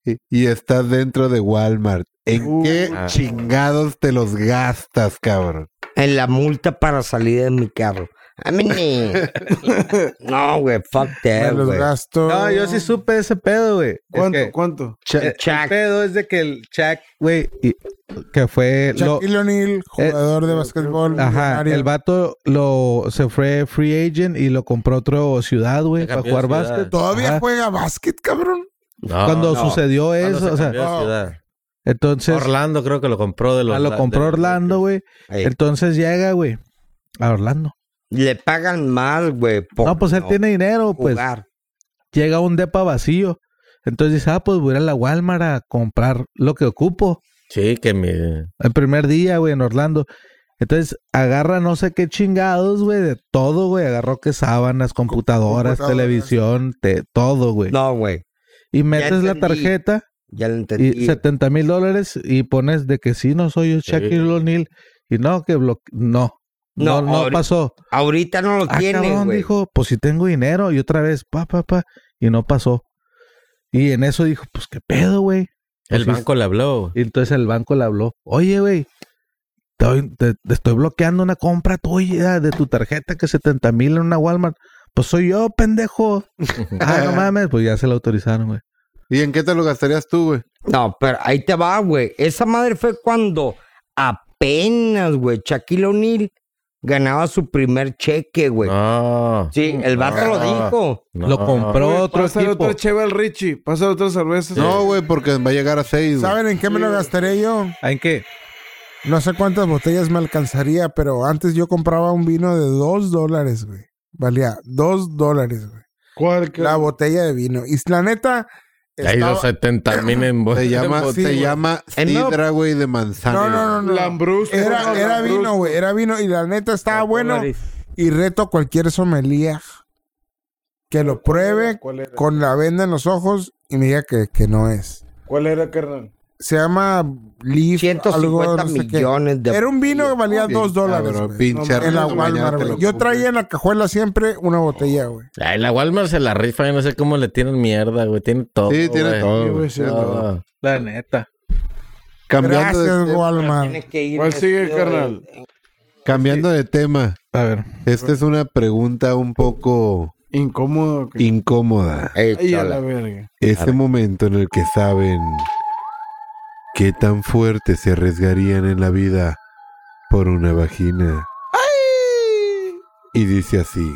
S4: y, y estás dentro de Walmart. ¿En
S2: Uh.
S4: qué chingados te los gastas, cabrón?
S7: En la multa para salir de mi carro. A
S2: [laughs]
S7: mí ni... No, güey, fuck
S5: Me
S7: that,
S5: los
S7: güey.
S5: gasto.
S3: No, yo sí supe ese pedo, güey. Es
S2: ¿Cuánto?
S3: que
S2: ¿Cuánto?
S3: el- El
S7: Chac.
S3: pedo es de que el Shaq, güey, y- que fue lo,
S5: Shaquille O'Neal, jugador de básquetbol.
S3: Ajá,
S5: millonario.
S3: el vato lo se fue free agent y lo compró otro ciudad, güey,
S6: Se
S3: para
S6: cambió
S3: jugar
S6: de ciudad.
S3: básquet.
S5: ¿Todavía
S3: Ajá.
S5: juega básquet, cabrón?
S6: No,
S3: Cuando
S6: no.
S3: sucedió
S6: Cuando
S3: eso,
S6: se
S3: o sea,
S6: cambió de ciudad.
S3: Entonces,
S6: Orlando creo que lo compró de los.
S3: ah, lo compró
S6: de-
S3: Orlando, güey.
S7: Ey,
S3: Entonces llega, güey, a Orlando.
S7: Le pagan más, güey. por
S3: No, pues él
S7: no
S3: tiene dinero, pues.
S7: jugar.
S3: llega un depa vacío. Entonces dice, ah, pues voy a ir a la Walmart a comprar lo que ocupo.
S6: Sí, que mi.
S3: El primer día, güey, en Orlando. Entonces agarra no sé qué chingados, güey, de todo, güey. Agarró que sábanas, computadoras,
S5: computadoras.
S3: televisión, te- todo, güey.
S7: No, güey.
S3: y metes la
S7: entendí.
S3: tarjeta
S7: Ya lo
S3: y
S7: entendí.
S3: 70 mil dólares y pones de que sí, no soy yo, Shaquille O'Neal. Y no, que bloque... No.
S7: No,
S3: No, no,
S7: ahorita-
S3: pasó.
S7: Ahorita no lo
S3: Ah,
S7: tiene,
S3: cabrón,
S7: güey.
S3: dijo, pues si tengo dinero. Y otra vez, pa, pa, pa. Y no pasó. Y en eso dijo, pues qué pedo, güey.
S6: El
S3: Pues,
S6: banco le habló.
S3: Y entonces el banco le habló, oye, güey, te, doy- te- te estoy bloqueando una compra tuya de tu tarjeta que 70 mil en una Walmart. Pues soy yo, pendejo.
S7: [laughs]
S3: ah, no mames, pues ya se la autorizaron, güey.
S4: ¿Y en qué te lo gastarías tú, güey?
S7: No, pero ahí te va, güey. Esa madre fue cuando apenas, güey, Shaquille O'Neal ganaba su primer cheque, güey.
S2: Ah.
S6: No.
S7: Sí, el vato lo dijo.
S6: no.
S3: Lo compró
S2: Güey,
S3: otro
S2: pásale
S3: equipo.
S2: otro cheve al Richie. Pásale otra cerveza.
S4: No, güey, porque va a llegar a seis, güey.
S5: ¿Saben en qué me lo gastaré yo?
S3: Ah, ¿En qué?
S5: No sé cuántas botellas me alcanzaría, pero antes yo compraba un vino de dos dólares, güey. Valía dos dólares, güey.
S2: ¿Cuál? que-
S5: La botella de vino. Y la neta,
S6: Hay
S5: estaba-
S6: dos 70 mil en bol-
S4: Se llama,
S6: en bol-
S4: se llama
S7: Eh, no.
S4: sidra, güey, de manzana.
S5: No, no, no, no.
S2: Lambrusco.
S5: Era,
S2: No,
S5: era
S2: Lambrusco.
S5: vino, güey. Era vino y la neta estaba bueno. Y reto a cualquier somelía que lo pruebe
S2: ¿Cuál era?
S5: con la venda en los ojos y me diga que, que no es.
S2: ¿Cuál era, carnal?
S5: Se llama Leaf.
S7: 150
S5: algo, no sé qué.
S7: millones de...
S5: Era un vino que valía
S4: Bien
S5: dos dólares.
S4: cabrón,
S5: güey.
S4: pinche
S2: No,
S5: En la
S4: rato, mañana
S5: Walmart,
S4: te
S5: güey.
S4: lo
S5: Yo
S4: compras.
S5: traía en la cajuela siempre una botella, güey.
S6: Ay, la Walmart se la rifa, yo no sé cómo le tienen mierda, güey. Tiene todo.
S4: Sí, tiene
S6: güey.
S4: todo,
S2: Sí,
S4: güey,
S2: güey, sí,
S4: tiene
S2: güey.
S4: todo.
S6: Todo.
S3: La neta.
S4: Cambiando, de,
S5: Gracias,
S4: tema-
S5: Walmart.
S7: Tienes que ir
S2: ¿Cuál sigue,
S7: vestido de-
S2: carnal?
S4: cambiando de tema,
S3: A ver.
S4: esta es una pregunta un poco
S2: Incómodo. que-
S4: incómoda.
S7: Ey,
S2: Ay, a
S7: chola.
S2: la verga.
S4: Ese momento en el que saben qué tan fuerte se arriesgarían en la vida por una vagina. Y dice así,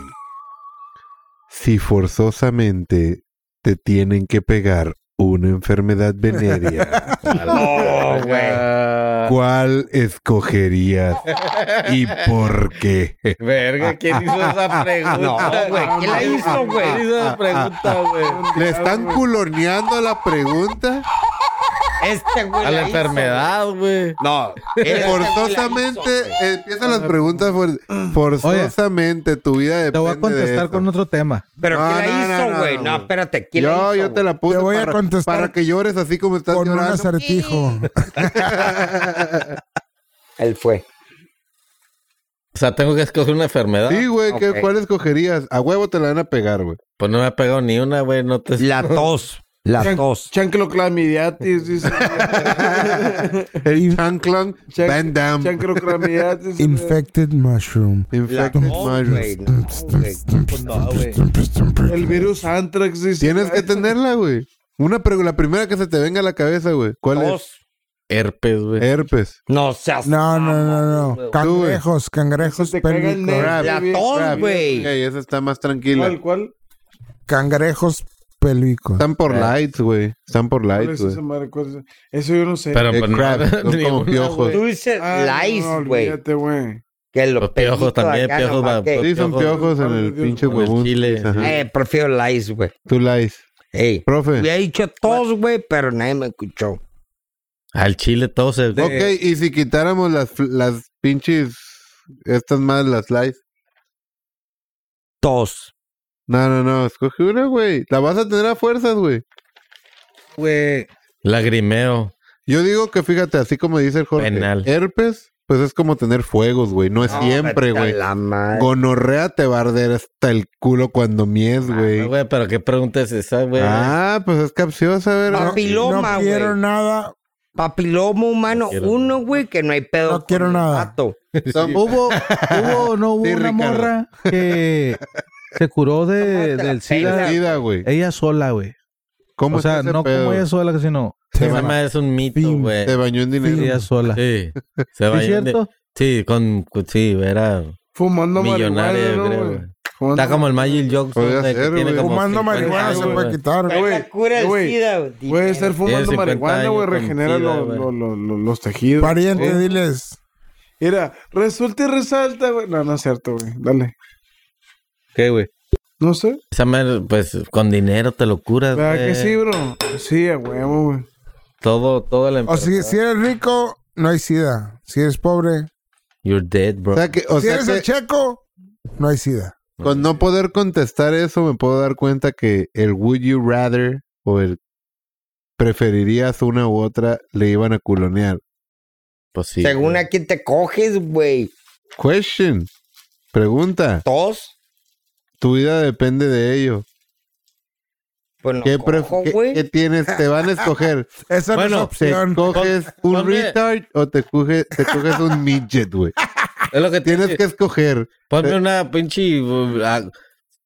S4: si forzosamente te tienen que pegar una enfermedad
S6: [laughs]
S4: venérea,
S7: No, güey.
S4: ¿cuál escogerías y por qué? Ah,
S6: Verga, ¿quién hizo esa pregunta?
S7: [laughs] No, güey, ¿quién la hizo, güey?
S6: ¿Quién hizo
S4: ah,
S6: esa pregunta, güey?
S4: ¿Le están culoneando la pregunta?
S7: Este güey
S6: A la
S7: hizo,
S6: enfermedad, güey.
S7: güey. No. este güey la
S4: Eh, Forzosamente, eh,
S7: hizo, güey.
S4: empiezan las preguntas fuer- forzosamente, tu vida depende
S3: Te voy a
S4: de
S3: contestar
S4: eso.
S3: con otro tema.
S7: Pero
S4: No,
S7: ¿quién
S4: no,
S7: la
S4: no,
S7: hizo, güey?
S4: no,
S7: No,
S4: no.
S7: espérate, ¿quién la
S4: Yo,
S7: hizo,
S4: yo te
S7: güey?
S4: la puse
S5: Te voy a
S4: para,
S5: contestar
S4: para que llores así como estás
S5: Con un
S4: llorando.
S5: acertijo.
S7: Él fue.
S6: O sea, tengo que escoger una enfermedad.
S4: Sí, güey, ¿qué-
S7: Ok.
S4: ¿cuál escogerías? A huevo te la van a pegar, güey.
S6: Pues no me ha pegado ni una, güey. No te.
S7: La tos. La
S2: Chan-
S7: tos.
S2: Chancloclamidiatis, dice.
S5: [laughs]
S4: El chanclón
S2: Chan-
S4: Van Damme.
S2: Chancloclamidiatis.
S5: Infected mushroom.
S7: La
S4: Infected
S7: tos,
S4: Mushrooms.
S7: güey. No, güey.
S4: pues
S2: El virus Antrax, dice.
S4: Tienes que tenerla, güey. Una pregu- la primera que se te venga a la cabeza, güey. ¿Cuál
S7: Tos.
S6: Herpes,
S4: es?
S6: güey.
S4: Herpes.
S7: No seas...
S5: No, no, no, no. Cangrejos, cangrejos
S2: Te caiga el
S5: pélvicos.
S2: nervio,
S7: La
S2: bien.
S7: tos,
S4: Crap.
S7: güey.
S4: Ok, esa está más tranquila.
S2: ¿Cuál, cuál?
S5: Cangrejos pélvicos.
S4: Están
S7: Eh.
S4: por lights, güey. Están por
S2: ¿Cuál
S4: lights,
S2: es
S4: güey.
S2: esa madre? ¿Cuál es? Eso yo no sé.
S6: [laughs] Pero
S4: Eh,
S6: pues, no,
S4: crap, son
S6: [laughs] ni
S4: como
S6: una,
S4: piojos.
S7: Tú
S6: güey.
S7: dices
S2: Ah,
S7: lice,
S2: no,
S7: güey.
S2: olvídate, güey.
S7: que los,
S6: Los piojos
S7: pelitos
S6: también,
S7: acá
S6: piojos
S7: nomás
S6: va-
S7: que-
S4: Sí, son
S6: Piojos.
S4: piojos en el pinche
S6: Con el
S4: huevón.
S6: chile.
S4: Ajá.
S7: Eh, prefiero lice, güey.
S4: Tú lights.
S7: Ey.
S4: Profe.
S7: Hubiera dicho tos, güey, pero nadie me escuchó.
S6: Al chile todo se.
S4: Ok, y si quitáramos las, fl- las pinches, estas más, las lights.
S7: Tos.
S4: No, no, no, escoge una, güey. La vas a tener a fuerzas, güey.
S3: Güey,
S6: Lagrimeo.
S4: Yo digo que fíjate, así como dice el Jorge,
S6: Penal.
S4: herpes, pues es como tener fuegos, güey. No es siempre,
S7: Vete a
S4: güey.
S7: La madre.
S4: Gonorrea te va a arder hasta el culo cuando mies, güey.
S6: Ah, Güey, pero qué pregunta es esa, güey.
S4: Ah, pues es capciosa, ¿verdad? [laughs]
S7: Papiloma,
S5: No
S7: güey.
S5: quiero nada.
S7: Papiloma humano.
S6: No quiero
S7: uno, güey, que no hay pedo.
S5: No
S7: con
S5: quiero
S7: el
S5: nada.
S7: vato.
S4: Son-
S3: hubo, hubo, o no hubo
S4: Sí,
S3: una
S4: Ricardo.
S3: morra que se curó de,
S7: No, te la
S3: del
S7: pelas.
S3: SIDA
S4: Sida, güey.
S3: ella sola, güey.
S4: ¿Cómo
S3: O sea,
S4: está ese
S3: no
S4: pedo?
S3: como ella sola, sino
S6: Se
S5: Tema.
S6: llama es un mito,
S5: Fin.
S6: güey.
S4: Te bañó en dinero.
S3: ella sola.
S6: Sí. Se
S4: [laughs]
S3: ¿Sí
S6: va
S3: ¿Es cierto?
S6: Sí, con. Sí, era
S2: Fumando
S6: millonario,
S2: marihuana,
S6: yo
S2: ¿no,
S6: creo,
S2: güey?
S6: güey.
S2: Fumando-
S6: Está como el Magic Jokes.
S4: Podría
S6: ¿no? De que
S4: ser,
S6: tiene
S4: güey.
S6: como
S5: Fumando
S6: 50
S5: marihuana
S6: años,
S5: se puede
S6: Ah, güey.
S5: quitar, güey.
S2: Güey,
S7: La cura del
S2: güey,
S7: SIDA, güey.
S2: Puede estar fumando
S6: 50
S2: marihuana, güey,
S6: años con
S2: regenera
S6: sida,
S2: lo-
S6: güey.
S2: lo- lo- lo- los tejidos.
S5: Pariente,
S2: güey.
S5: diles.
S2: Mira, resulta y resalta, güey. No, no es cierto, güey. Dale.
S3: ¿Qué, güey?
S2: No sé.
S6: Esa madre, pues con dinero te lo curas.
S2: ¿Verdad
S6: güey.
S2: que sí, bro? Sí, a huevo, güey.
S6: Todo, todo la
S4: Ah,
S5: O si, si eres rico, no hay sida. Si eres pobre,
S6: You're dead, bro.
S4: O sea que, o
S5: si
S4: sea
S5: eres
S4: que
S5: el checo, no hay sida.
S6: Pues
S4: con no poder contestar eso me puedo dar cuenta que el would you rather o el preferirías una u otra le iban a culonear.
S6: Pues sí.
S7: Según
S6: güey.
S7: a quién te coges, güey.
S4: Question. Pregunta.
S7: ¿Tos?
S4: Tu vida depende de ello.
S7: Pues no
S4: ¿Qué, pref-
S7: cojo,
S4: qué-
S7: güey.
S4: qué tienes? ¿Te van a escoger?
S5: [laughs] Esa no es
S6: Bueno,
S4: ¿Te
S5: opción.
S4: coges un
S6: ponme-
S4: retard o te, coge- te coges un midget,
S6: [laughs]
S4: güey?
S6: Es lo que
S4: Tienes que escoger.
S6: Ponme una pinche. uh, ah,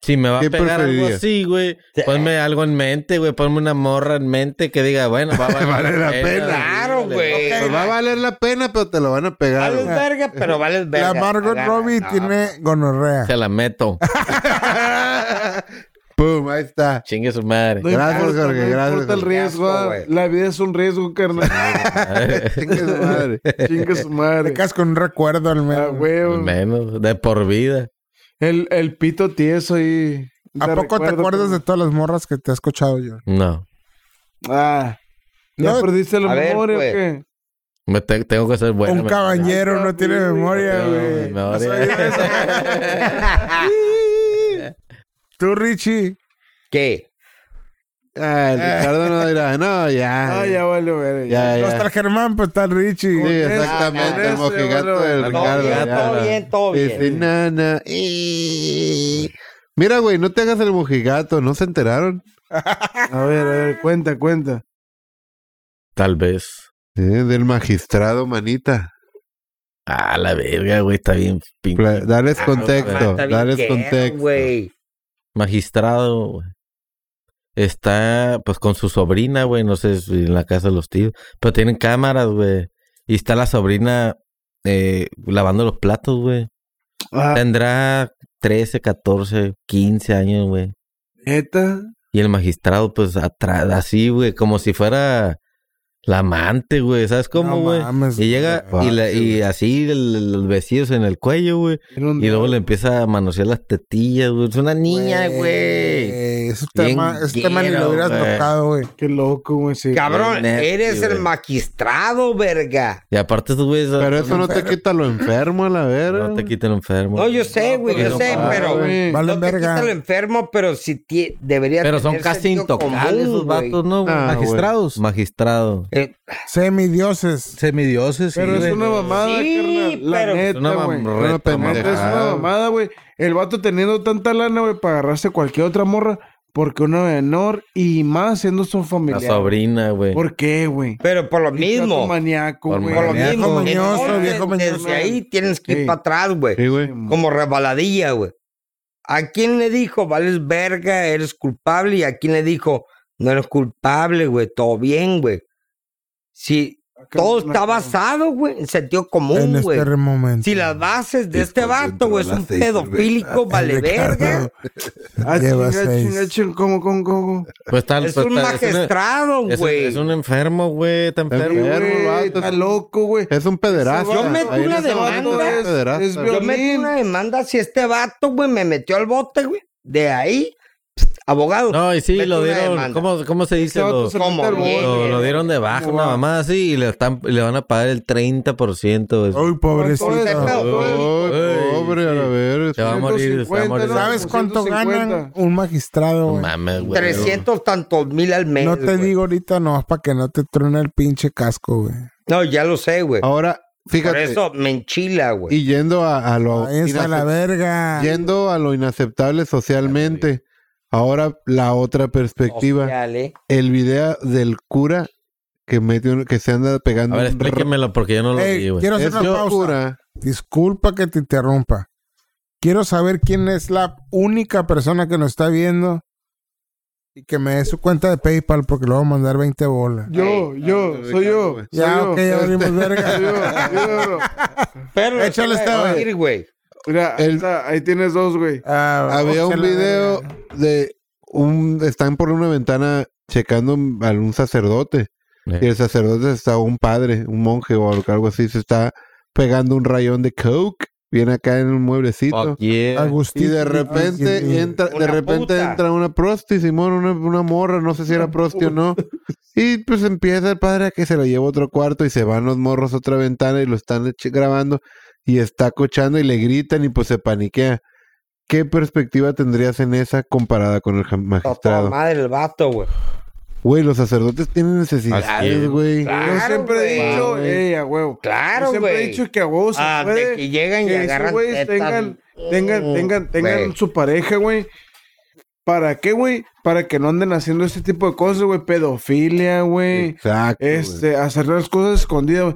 S6: si me va a
S4: ¿Qué
S6: pegar algo
S4: preferirías?
S6: así, güey. Ponme algo en mente, güey. Ponme una morra en mente que diga, bueno,
S4: [laughs]
S6: va a valer,
S4: Vale la pena.
S7: Claro,
S6: güey.
S7: güey.
S4: Pues va a valer la pena, pero te lo van a pegar.
S7: Vales
S4: güey.
S7: verga, pero vales verga.
S5: La Margot
S7: Agarra,
S5: Robbie
S7: no.
S5: tiene gonorrea.
S6: Se la meto.
S4: [laughs] Pum, ahí está.
S6: Chingue su madre.
S2: No
S4: Gracias,
S2: importa,
S4: Jorge,
S2: no
S4: gracias,
S2: importa el
S4: Jorge.
S2: riesgo.
S7: Asco,
S2: ah,
S7: güey.
S2: la vida es un riesgo, carnal.
S4: Chingue su madre.
S2: Chinga su
S5: Te
S2: madre.
S5: quedas con un recuerdo al
S2: Ah,
S5: menos.
S2: huevo.
S6: Menos, de por vida.
S2: El, el pito tieso ahí.
S5: ¿A poco te acuerdas de todas las morras que te has escuchado yo?
S6: No.
S2: Ah. ¿Ya
S5: No,
S2: perdiste la
S7: a ver,
S2: memoria
S7: pues.
S2: o qué?
S6: Me te- tengo que ser bueno.
S5: un
S6: me-
S5: caballero no tiene
S2: papi,
S5: memoria,
S6: No,
S5: güey.
S6: no,
S5: ¿Has
S6: no.
S5: oído
S6: [laughs]
S5: eso?
S7: [laughs]
S5: Tú, Richie.
S7: ¿Qué?
S4: Ah, el Ricardo no dirá, no, ya.
S2: Ah, ya vale, güey.
S4: ya,
S5: No
S4: ya.
S5: está el Germán, pero está el Richie.
S4: Sí, exactamente,
S2: con
S4: el
S2: ese,
S4: mojigato
S2: boludo.
S4: del
S2: Todo
S4: Ricardo.
S7: bien,
S4: ya,
S7: todo
S4: ya.
S7: bien, todo
S4: Sí,
S7: bien.
S4: sí, na, na, eh. Mira, güey, no te hagas el mojigato, ¿no se enteraron?
S2: A ver, a ver, cuenta, cuenta.
S6: Tal vez.
S4: Eh, del magistrado, manita.
S6: Ah, la verga, güey. Está bien pinche.
S4: Pla- Dales contexto,
S7: Está bien
S4: dales
S7: quiero,
S4: contexto.
S7: güey.
S6: magistrado güey, está pues con su sobrina, güey, no sé si en la casa de los tíos, pero tienen cámaras, güey. Y está la sobrina eh, lavando los platos, güey.
S2: Ah,
S6: Tendrá 13, 14, 15 años, güey.
S2: neta.
S6: Y el magistrado pues atrás, así, güey, como si fuera la amante, güey, ¿sabes cómo, güey?
S5: mames,
S6: y llega y, la- y así el- los vestidos en el cuello, güey.
S2: Era un-
S6: Y luego le empieza a manosear las tetillas, güey. Es una niña, güey.
S5: Ese
S6: Bien
S5: tema, ese tema ni
S6: quiero,
S5: lo hubieras
S6: güey.
S5: tocado, güey.
S2: Qué loco, güey. Sí.
S7: Cabrón,
S6: Nasty,
S7: eres el
S6: güey.
S7: magistrado, verga.
S6: Y aparte, estos güeyes
S4: Pero eso no te quita lo enfermo, a la verga.
S6: no te quita el enfermo.
S7: No, yo sé, güey, yo
S6: pero
S7: sé,
S6: no,
S7: pero.
S2: güey.
S7: No
S5: Valen
S7: te quita el
S5: verga.
S7: enfermo, pero si ti- debería
S6: Pero son
S7: tener
S6: casi
S7: sentido
S6: intocables
S7: común,
S6: esos
S7: güey.
S6: vatos, ¿no? güey?
S4: Ah,
S6: Magistrados. Magistrado.
S7: Eh,
S5: Semidioses.
S3: Semidioses. sí,
S2: Pero
S3: güey.
S2: es una mamada,
S7: Sí,
S2: carnal. La
S7: pero-
S6: Es una
S2: neta, güey.
S6: mam-
S4: Una
S6: reta, mamá.
S2: Neta, Es una mamada, güey. El vato teniendo tanta lana, güey, para agarrarse cualquier otra morra. Porque una menor y más siendo su
S6: La
S2: familiar.
S6: sobrina, güey.
S2: ¿Por qué, güey?
S7: Pero por lo
S2: Vato
S7: mismo.
S2: Maníaco,
S6: Por
S2: güey.
S7: Por lo
S3: Viejo
S7: mismo.
S5: mañoso, viejo mañoso.
S7: Desde ahí tienes que ir
S2: Sí.
S7: para atrás, güey.
S4: Sí, güey.
S7: Como rebaladilla, güey. ¿A quién le dijo, vales verga, eres culpable? Y a quién le dijo, no eres culpable, güey, todo bien, güey. Si todo está basado, güey, en sentido
S5: En
S7: común, güey.
S5: este momento.
S7: Si las bases de este vato, güey, es un pedofílico, vale verga.
S2: Ah,
S5: Lleva
S2: chinga,
S5: seis.
S2: chinga, chinga, ¿Cómo, cómo, cómo?
S6: Pues está-
S7: Es
S6: pues
S7: un
S6: está- es una-
S7: magistrado,
S6: es un-
S7: güey.
S6: Es un enfermo, güey. Está
S4: Está
S6: enfermo.
S4: enfermo,
S2: Güey,
S4: el vato.
S2: Está loco, güey.
S4: Es un pederasta.
S2: Yo meto
S4: Ahí
S7: una
S4: ese vato
S7: demanda.
S4: es un pederasta.
S2: Es
S7: Yo metí
S2: violín.
S7: una demanda si este vato, güey, me metió al bote, güey. De ahí, pst, abogado. [laughs]
S6: No, y sí,
S7: Mete
S6: lo
S7: una
S6: dieron.
S7: demanda.
S6: ¿Cómo, ¿Cómo se dice?
S2: Ese vato
S6: Lo,
S2: se mete
S7: ¿Cómo?
S2: al bote,
S6: lo- lo dieron de baja,
S2: ¿Cómo
S6: una
S2: va?
S6: mamá así, y le, están, le van a pagar el 30%. güey.
S5: Uy, pobrecito.
S4: Ay, pobre, a la verga.
S6: Se va a morir, se va a
S2: 150,
S6: morir.
S2: ¿no?
S5: ¿Sabes cuánto
S2: 250?
S5: ganan un magistrado,
S6: No
S5: güey?
S6: mames, güey.
S7: 300 tantos mil al mes.
S5: No te
S7: güey.
S5: digo ahorita, no, para que no te truene el pinche casco, güey.
S7: No, ya lo sé, güey.
S4: Ahora,
S7: Por
S4: fíjate.
S7: eso me enchila, güey.
S4: Y yendo a, a lo
S5: Ahí está Ah, la
S4: inace-
S5: verga.
S4: yendo a lo inaceptable socialmente. Ahora la otra perspectiva,
S7: Social, ¿eh?
S4: el video del cura que mete un- que se anda pegando
S6: A
S4: un
S6: ver,
S4: r-
S6: explíquemelo porque yo no lo
S5: Ey,
S6: vi, güey.
S5: Eh, quiero hacer
S4: es
S5: una
S4: un
S5: pausa.
S4: cura.
S5: Disculpa que te interrumpa. Quiero saber quién es la única persona que nos está viendo y que me dé su cuenta de PayPal porque le voy a mandar 20 bolas.
S2: Yo, yo, soy yo. soy
S5: Ya,
S2: yo,
S5: ok, ya abrimos
S2: soy yo,
S5: verga.
S2: yo, bro.
S7: Pero
S5: Échale,
S7: te voy a
S5: Esteban.
S7: decir, güey.
S2: Mira, ahí está, ahí tienes dos, güey.
S5: [laughs] Ah,
S4: Había un
S5: ópsela,
S4: video
S5: verga.
S4: de un están por una ventana checando a un sacerdote
S6: Eh.
S4: y el sacerdote está un padre, un monje o algo así se está pegando un rayón de coke, viene acá en un mueblecito
S6: Fuck yeah.
S5: Agustín.
S4: y de repente entra, de
S7: Una
S4: repente
S7: puta.
S4: entra una prosti, Simón, una, una morra, no sé si era prosti o no. Y pues empieza el padre a que se la lleva a otro cuarto y se van los morros a otra ventana y lo están ch- grabando y está cochando y le gritan y pues se paniquea. ¿Qué perspectiva tendrías en esa comparada con el ja-
S7: A toda
S4: magistrado?
S7: madre el vato, güey.
S4: Güey, los sacerdotes tienen
S6: Así es.
S4: necesidades, güey.
S2: Yo
S7: Claro,
S2: siempre he
S7: güey.
S2: dicho,
S4: güey.
S2: ey, a huevo. Yo
S7: Claro,
S2: siempre he
S7: güey.
S2: dicho que a huevo se
S7: Ah, de
S2: puede.
S7: que llegan y
S2: que esos
S7: agarran
S2: güeyes
S7: tetas. Mm,
S2: tengan, tengan, tengan, tengan
S7: Güey.
S2: su pareja, güey. ¿Para qué, güey? Para que no anden haciendo este tipo de cosas, güey. Pedofilia, güey.
S4: Exacto. güey.
S2: Este, hacer las cosas escondidas, güey.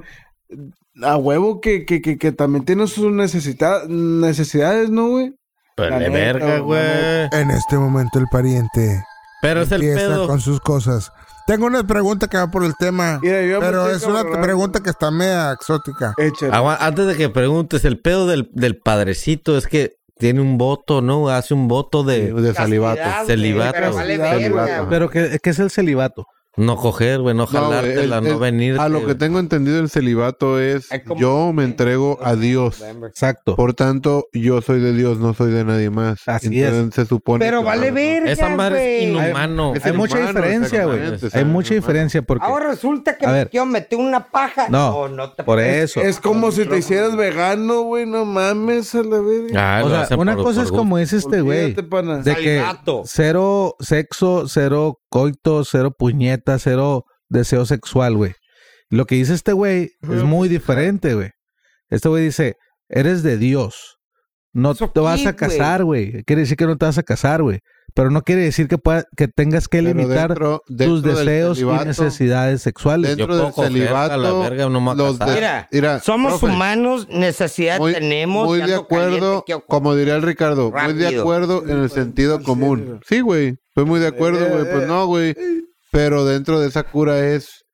S2: A huevo que, que, que, que también tiene sus necesita- necesidades, ¿no, güey?
S6: Pero
S2: La
S6: de
S2: neta,
S6: verga,
S2: la
S6: güey.
S5: En este momento el pariente
S6: Pero es el
S5: empieza
S6: pedo.
S5: con sus cosas. Tengo una pregunta que va por el tema,
S2: Mira, yo ya me
S5: pero
S2: estoy
S5: es una
S2: cabronando.
S5: pregunta que está media exótica.
S2: Échale.
S6: Agua- Antes de que preguntes, el pedo del, del padrecito es que tiene un voto, ¿no? Hace un voto de
S4: de salivato.
S7: Castidad, güey,
S6: Celibato.
S7: pero vale
S4: Celibato.
S7: verga, güey.
S3: Pero que, que es el celibato.
S6: no coger, güey, no
S4: No, güey, el-
S6: jalártela, no,
S4: el-
S6: venir.
S4: a lo que tengo entendido el celibato es
S7: Es como-
S4: yo me entrego a Dios.
S3: Exacto.
S4: Por tanto, yo soy de Dios, no soy de nadie más.
S3: Así es.
S4: se supone
S7: Pero
S4: que-
S7: vale verga,
S6: Esa madre es
S7: güey.
S6: inhumano.
S4: Es
S3: Hay
S4: el
S3: mucha
S4: humano,
S3: diferencia, güey.
S4: exactamente,
S3: Hay
S4: ¿sabes?
S3: mucha
S4: Humano.
S3: diferencia porque...
S7: Ahora resulta que
S3: A
S7: me
S3: ver.
S7: quiero meter una paja.
S3: No,
S7: te
S3: por eso.
S2: Es como si te hicieras vegano, güey, no mames a la verga.
S6: Ah,
S3: o
S6: lo
S3: sea,
S6: hacen
S3: una
S6: por-
S3: cosa
S6: por
S3: es
S6: gusto.
S3: como es este güey.
S2: Olvídate, pana.
S3: De que
S7: Salivato.
S3: cero sexo, cero coito, cero puñeta, cero deseo sexual, güey. Lo que dice este güey es muy diferente, güey. Este güey dice, eres de Dios. No
S7: ¿Eso
S3: te vas
S7: qué,
S3: a
S7: güey?
S3: casar, güey. Quiere decir que no te vas a casar, güey. Pero no quiere decir que, pueda- que tengas que
S4: Pero
S3: limitar
S4: dentro-
S3: tus
S4: dentro del
S3: deseos y
S4: celibato-
S3: necesidades sexuales.
S4: Dentro
S6: Yo puedo
S4: del
S6: coger,
S4: celibato,
S6: a la verga, no me voy a
S4: los de-
S6: casar.
S7: Mira,
S4: mira,
S7: somos
S4: profe.
S7: humanos, necesidad
S4: muy,
S7: tenemos.
S4: muy
S7: y
S4: de
S7: ando caliente,
S4: acuerdo,
S7: quiero comer.
S4: como diría el Ricardo, muy de
S7: Rápido.
S4: acuerdo en el sentido común. pues, Sí, güey, estoy muy de acuerdo, güey, pues no, güey, pero dentro de esa cura es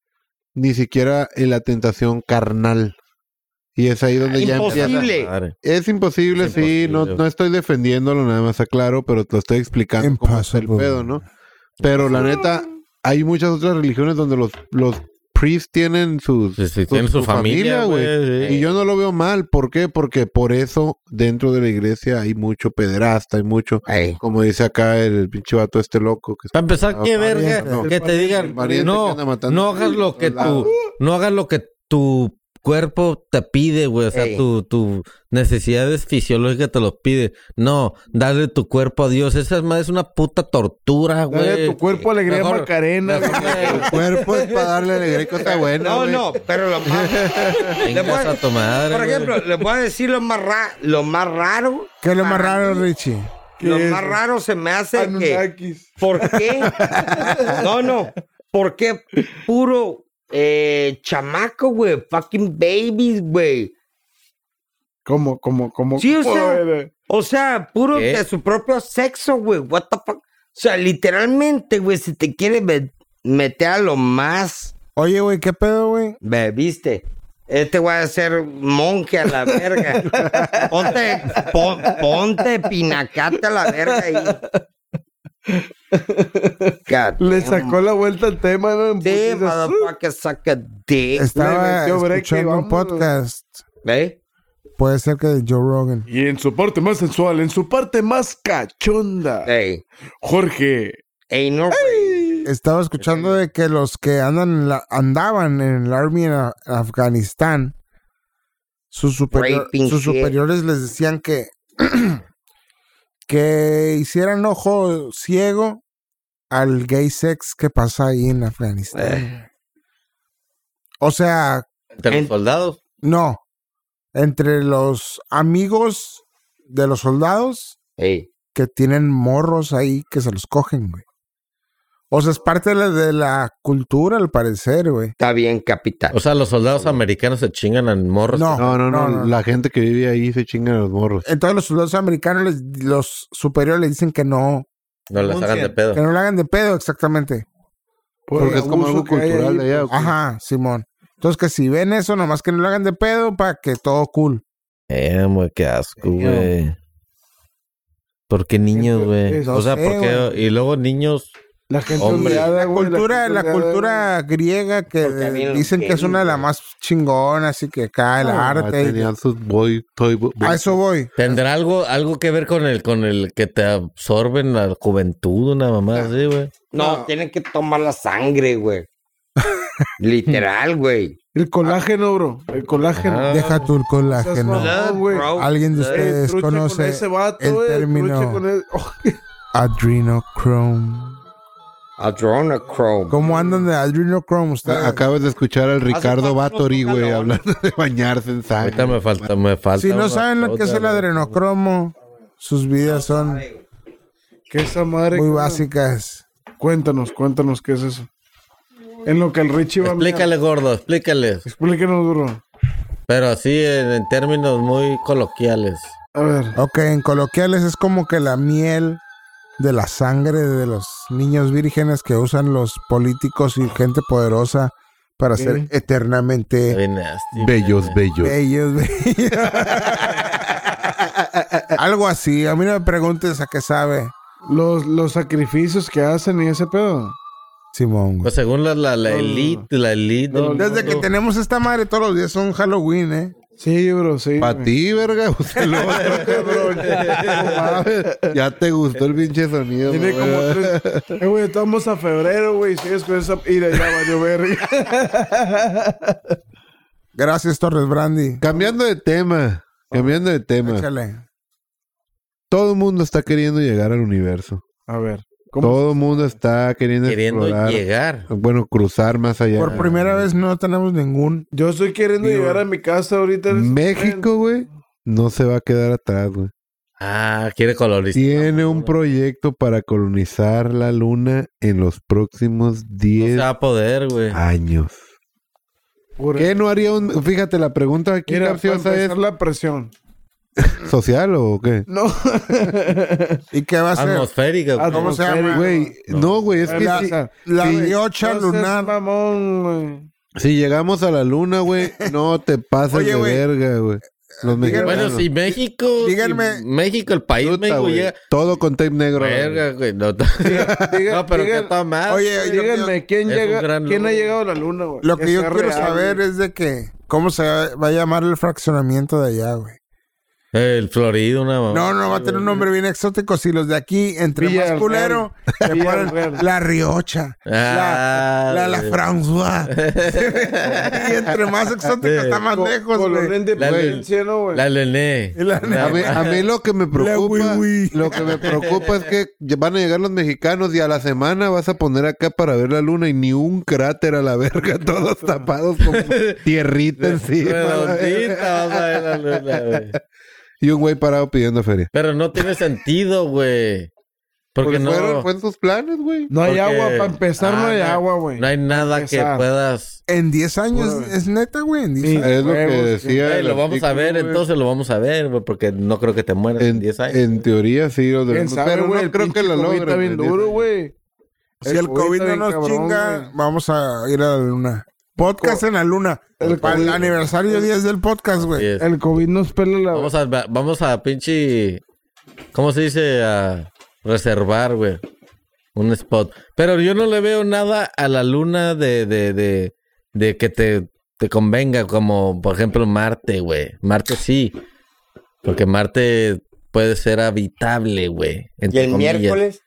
S4: ni siquiera en la tentación carnal. Y es ahí donde ya empieza.
S7: Imposible.
S6: Madre.
S4: Es imposible,
S6: Es
S4: sí, no,
S6: imposible.
S4: no estoy defendiéndolo, nada más aclaro, pero te lo estoy explicando cómo está el
S5: Impossible.
S4: pedo, ¿no? Pero la neta, hay muchas otras religiones donde los, los priests tienen sus,
S6: Sí, sí, tienen su familia, güey, sí.
S4: Y yo no lo veo mal. ¿Por qué? Porque por eso dentro de la iglesia hay mucho pederasta, hay mucho,
S7: Ey.
S4: como dice acá el pinche vato este loco. Que está-
S6: Para empezar, qué
S4: Ah,
S6: verga
S4: pariente, no.
S6: que te digan,
S4: pariente que
S6: no,
S4: anda matando
S6: no hagas lo que
S4: por todos
S6: tu, no hagas lo que tu cuerpo te pide, güey, o sea,
S7: Ey.
S6: tu, tu necesidades fisiológicas te los pide. No, dale tu cuerpo a Dios, esa es más es una puta tortura, güey.
S2: Dale a tu cuerpo alegría
S6: Mejor-
S2: Macarena.
S6: mejor que
S4: Cuerpo es para darle
S6: [laughs]
S4: alegría, cosa buena.
S7: No,
S4: güey.
S7: no, pero lo más. Le voy
S6: vengas
S7: a-
S6: a tu madre,
S7: por
S6: güey.
S7: ejemplo, les voy a decir lo más, ra- lo más raro.
S5: ¿Qué es lo más raro, Richie?
S7: Lo
S2: ¿Qué es? Ah,
S7: más raro se me hace que.
S2: Anunnakis.
S7: ¿Por qué? No, no. ¿Por qué puro eh, chamaco, güey? Fucking babies, güey.
S2: ¿Cómo, cómo, cómo?
S7: Sí, o
S2: cómo,
S7: sea,
S2: güey?
S7: O sea, puro
S6: ¿Qué?
S7: de su propio sexo, güey. What the fuck. O sea, literalmente, güey, si te quieres me- meter a lo más,
S5: Oye, güey, ¿qué pedo, güey?
S7: ve, viste. Este voy a ser monje a la verga. Ponte, pon- ponte pinacate a la verga ahí. God
S2: Le
S7: damn.
S2: sacó la vuelta al tema, ¿no? En
S7: Sí,
S2: putiza.
S7: motherfucker, suck a dick.
S2: Eh, Le
S5: Estaba
S2: metió break y
S5: escuchando un
S2: vámonos.
S5: podcast.
S7: ¿Eh?
S5: Puede ser que de Joe Rogan.
S2: Y en su parte más sensual, en su parte más cachonda.
S5: Eh.
S7: Ey,
S2: Jorge.
S7: ey, no.
S5: Estaba escuchando de que los que andan en la- andaban en el Army en Af- Afganistán, sus, superior-
S7: Raping
S5: sus
S7: shit.
S5: superiores les decían que, [clears throat] que hicieran ojo ciego al gay sex que pasa ahí en Afganistán.
S7: Eh,
S5: O sea,
S6: Entre los soldados.
S5: no. Entre los amigos de los soldados
S7: ey.
S5: que tienen morros ahí que se los cogen, güey. O sea, es parte de la, de la cultura, al parecer, güey.
S7: Está bien, capitán.
S6: O sea, los soldados americanos se chingan a morros.
S5: No,
S4: No, no, no, La gente que vive ahí se chingan a los morros.
S5: Entonces los soldados americanos, les- los superiores les dicen que no,
S6: No las hagan de
S5: que
S6: pedo.
S5: no lo hagan de pedo, exactamente.
S2: Por
S4: Porque
S2: el
S4: es como
S2: abuso
S4: algo
S2: que hay
S4: cultural
S2: ahí, pues.
S4: de allá. ¿o qué?
S5: Ajá, Simón. Entonces que si ven eso, nomás que no lo hagan de pedo para que todo cool.
S6: Eh, güey, qué asco,
S2: Damn.
S6: güey. ¿Por qué niños,
S2: Siempre
S6: güey?
S2: es
S6: O sea,
S5: así,
S6: ¿por qué? Y luego niños.
S2: La gente
S6: Hombre.
S2: humillada,
S5: La
S2: güey,
S5: cultura,
S2: gente
S5: la
S2: humillada,
S5: cultura griega que
S7: Porque había los
S5: dicen que es una de las más chingonas, así que acá el
S4: Ah,
S5: arte. y-
S4: tenían sus boy, toy, bo-
S5: A eso voy.
S6: ¿Tendrá algo, algo que ver con el, con el que te absorben la juventud, una mamá así, güey?
S7: No,
S2: No.
S7: tienen que tomar la sangre, güey. Literal, güey.
S2: güey. El colágeno, bro. El colágeno.
S6: Ah.
S5: Deja tu
S2: Seas
S5: colágeno.
S2: mamón, güey.
S7: Bro.
S5: ¿Alguien de
S2: Eh,
S5: ustedes
S2: trucha con
S5: conoce
S2: ese vato,
S5: el
S2: eh, trucha
S5: término?
S2: con el- Oh,
S5: adrenochrome?
S7: Adrenochrome.
S5: ¿Cómo andan de adrenochrome
S6: Ah,
S5: ustedes?
S4: A- Acabas de escuchar al Ricardo
S7: cuánto no
S4: Bathory,
S7: toca
S4: güey,
S7: la ola?
S4: hablando de bañarse en
S2: Ah,
S6: Ahorita
S4: sangre.
S6: me falta, me falta.
S5: si no
S6: una
S5: saben lo que es el
S6: otra, güey.
S5: adrenocromo, sus vidas son
S2: que esa madre.
S5: muy
S2: cabrón.
S5: básicas.
S2: Cuéntanos, cuéntanos qué es eso. En lo que el Richie va a mirar.
S6: Explícale, gordo, explícale.
S2: Explíquenos, bro.
S6: Pero así en, en términos muy coloquiales.
S2: A ver.
S5: Ok, en coloquiales es como que la miel de la sangre de los niños vírgenes que usan los políticos y gente poderosa para ser
S2: Eh,
S5: eternamente
S6: Bien nasty, güey.
S4: Bellos, bellos.
S5: bellos. bellos. [laughs] Algo así. A mí no me preguntes a qué sabe
S2: Los, los sacrificios que hacen y ese pedo.
S5: Simón. güey.
S6: Pues según la, la, la elite, la elite.
S2: No,
S6: del
S5: Desde que
S6: mundo.
S5: tenemos esta madre todos los días son Halloween, ¿eh?
S2: Sí, bro, sí.
S4: Pa'
S2: güey.
S4: ti, verga, usted lo otro, cabrón. No mames, ya te gustó el pinche sonido,
S2: Tiene
S4: güey.
S2: como tres. Eh, güey, estamos a febrero, güey. Sigues con esa. Mira, ya valió verga.
S5: Gracias, Torres Brandy.
S4: Cambiando de tema, cambiando de tema.
S5: Échale.
S4: Todo el mundo está queriendo llegar al universo.
S2: A ver. ¿Cómo?
S4: Todo el mundo está queriendo,
S6: queriendo
S4: explorar,
S6: llegar.
S4: bueno, cruzar más allá.
S5: Por primera vez no tenemos ningún.
S2: Yo estoy queriendo llegar a mi casa ahorita. en este momento.
S4: México, güey, no se va a quedar atrás, güey.
S6: Ah, quiere colonizar.
S4: Tiene un proyecto para colonizar la luna en los próximos
S6: No se
S4: 10
S6: va a poder, güey.
S4: años.
S2: Pura-
S4: ¿Qué no haría un... Fíjate, la pregunta aquí
S2: Mira, para
S4: capciosa es...
S2: empezar la presión.
S4: ¿Social o qué?
S5: [laughs]
S2: No.
S5: ¿Y qué va
S6: Ah,
S5: a ser? Ah,
S6: Atmosférica, güey.
S5: ¿Cómo se llama?
S4: Güey,
S6: No.
S4: no, güey, es que
S2: La-
S4: si,
S5: La
S4: Sí.
S5: biocha
S2: No seas
S5: lunar.
S2: Mamón, güey.
S5: [laughs]
S4: si llegamos a la luna, güey, no te pases
S5: Oye,
S4: de
S5: güey.
S4: verga, güey. Los
S5: Díganme-
S4: mexicanos.
S6: Bueno, si México.
S5: Díganme-
S6: si México, el país
S4: Puta,
S6: México
S4: güey.
S6: llega.
S4: Todo con tape negro.
S6: Verga, güey. No, no, [laughs]
S2: Diga-
S6: no, pero
S2: diga-
S6: qué tal más.
S5: Oye, yo- yo-
S2: Díganme, ¿quién,
S6: es un
S2: llega,
S6: gran
S2: ¿quién ha
S6: logro.
S2: llegado a la luna, güey?
S5: lo que yo
S2: sea
S5: quiero
S2: real,
S5: saber
S2: güey.
S5: es de que cómo se va a llamar el fraccionamiento de allá, güey.
S6: El Florido, una mamá.
S5: No, no va a tener un nombre bien exótico si los de aquí entre
S2: Villarreal.
S5: más culero le ponen
S2: Villarreal.
S5: la Riocha,
S6: Ah,
S5: la la
S6: güey.
S5: François.
S2: [laughs]
S5: y entre más exótico
S6: Sí.
S5: está más
S2: Co-
S5: lejos,
S2: Colón de
S5: güey.
S2: Independencia, ¿no, güey?
S6: La Lené.
S5: Y la-
S4: A mí, a mí lo que me preocupa, lo que me preocupa es que van a llegar los mexicanos y a la semana vas a poner acá para ver la luna y ni un cráter a la verga, [laughs] todos tapados con tierrita encima.
S6: Redondita, vas a ver la luna, güey.
S4: Y un güey parado pidiendo feria.
S6: Pero no tiene sentido, güey.
S4: Porque
S6: Porque no.
S4: Pues fueron, fueron sus planes, güey.
S2: No hay
S6: porque-
S2: agua, para empezar no
S6: Ah,
S2: hay agua, güey.
S6: No hay nada
S2: Empezar.
S6: que puedas.
S5: En 10 años
S2: Pura, güey.
S5: es neta, güey, en 10
S2: Sí. Eh,
S5: años.
S4: Es lo que
S2: Huevos,
S4: decía.
S6: Güey,
S4: el
S6: lo vamos a
S4: artículo,
S6: ver,
S4: güey.
S6: entonces lo vamos a ver, güey, porque no creo que te mueras en
S4: En,
S6: 10 años.
S4: en teoría sí, los de
S2: ¿Quién sabe,
S4: pero
S2: güey?
S4: no
S2: El
S4: creo que
S2: pinche
S4: lo
S2: COVID Está
S4: logren.
S2: bien
S4: en diez
S2: duro,
S4: años.
S2: güey.
S5: Si el COVID
S2: está
S5: no
S2: bien
S5: nos
S2: cabrón,
S5: chinga,
S2: güey.
S5: vamos a ir a la luna. Podcast en la luna.
S2: El
S5: para el
S2: COVID.
S5: aniversario 10 del podcast,
S6: Así
S5: güey.
S6: es.
S2: El COVID nos pela la...
S6: Vamos a, va- vamos a pinche. ¿Cómo se dice? A reservar, güey. Un spot. Pero yo no le veo nada a la luna de, de, de, de que te, te convenga, como por ejemplo Marte, güey. Marte sí. Porque Marte puede ser habitable, güey.
S7: Y
S6: entre
S7: el
S6: comillas.
S7: miércoles,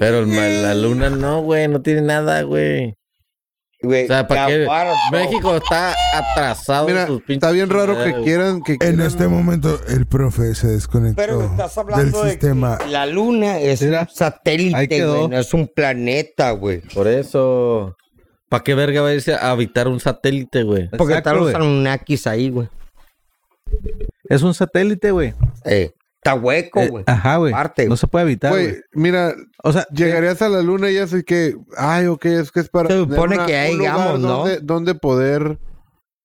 S6: Pero el ma- la luna no, güey. No tiene nada, güey.
S7: güey.
S6: O sea, ¿para qué?
S7: Jaguar, bro.
S6: México está atrasado. en
S4: Mira,
S6: sus pinches
S4: está bien raro que
S6: chingaderas, güey.
S4: quieran que
S5: En
S4: quieran-
S5: este momento el profe se desconectó
S7: Pero estás
S5: del
S7: hablando de que
S5: sistema.
S7: la luna es
S3: Mira,
S7: un satélite,
S3: ahí quedó.
S7: güey, no es un planeta, güey.
S6: Por eso. ¿Para qué verga va a irse a habitar un satélite, güey?
S7: Porque
S3: Exacto,
S7: están los
S3: güey.
S7: anunnakis ahí, güey.
S3: Es un satélite, güey.
S7: Eh, está hueco,
S3: Eh,
S7: güey.
S3: ajá, güey.
S7: Parte,
S3: No
S7: güey.
S3: se puede evitar,
S4: Güey,
S3: güey.
S4: mira,
S3: O sea,
S4: llegarías a la luna y así que, ay, ok, es que es para.
S7: Se
S4: tener
S7: supone que ahí
S4: un lugar
S7: llegamos, ¿no?
S4: Donde, donde poder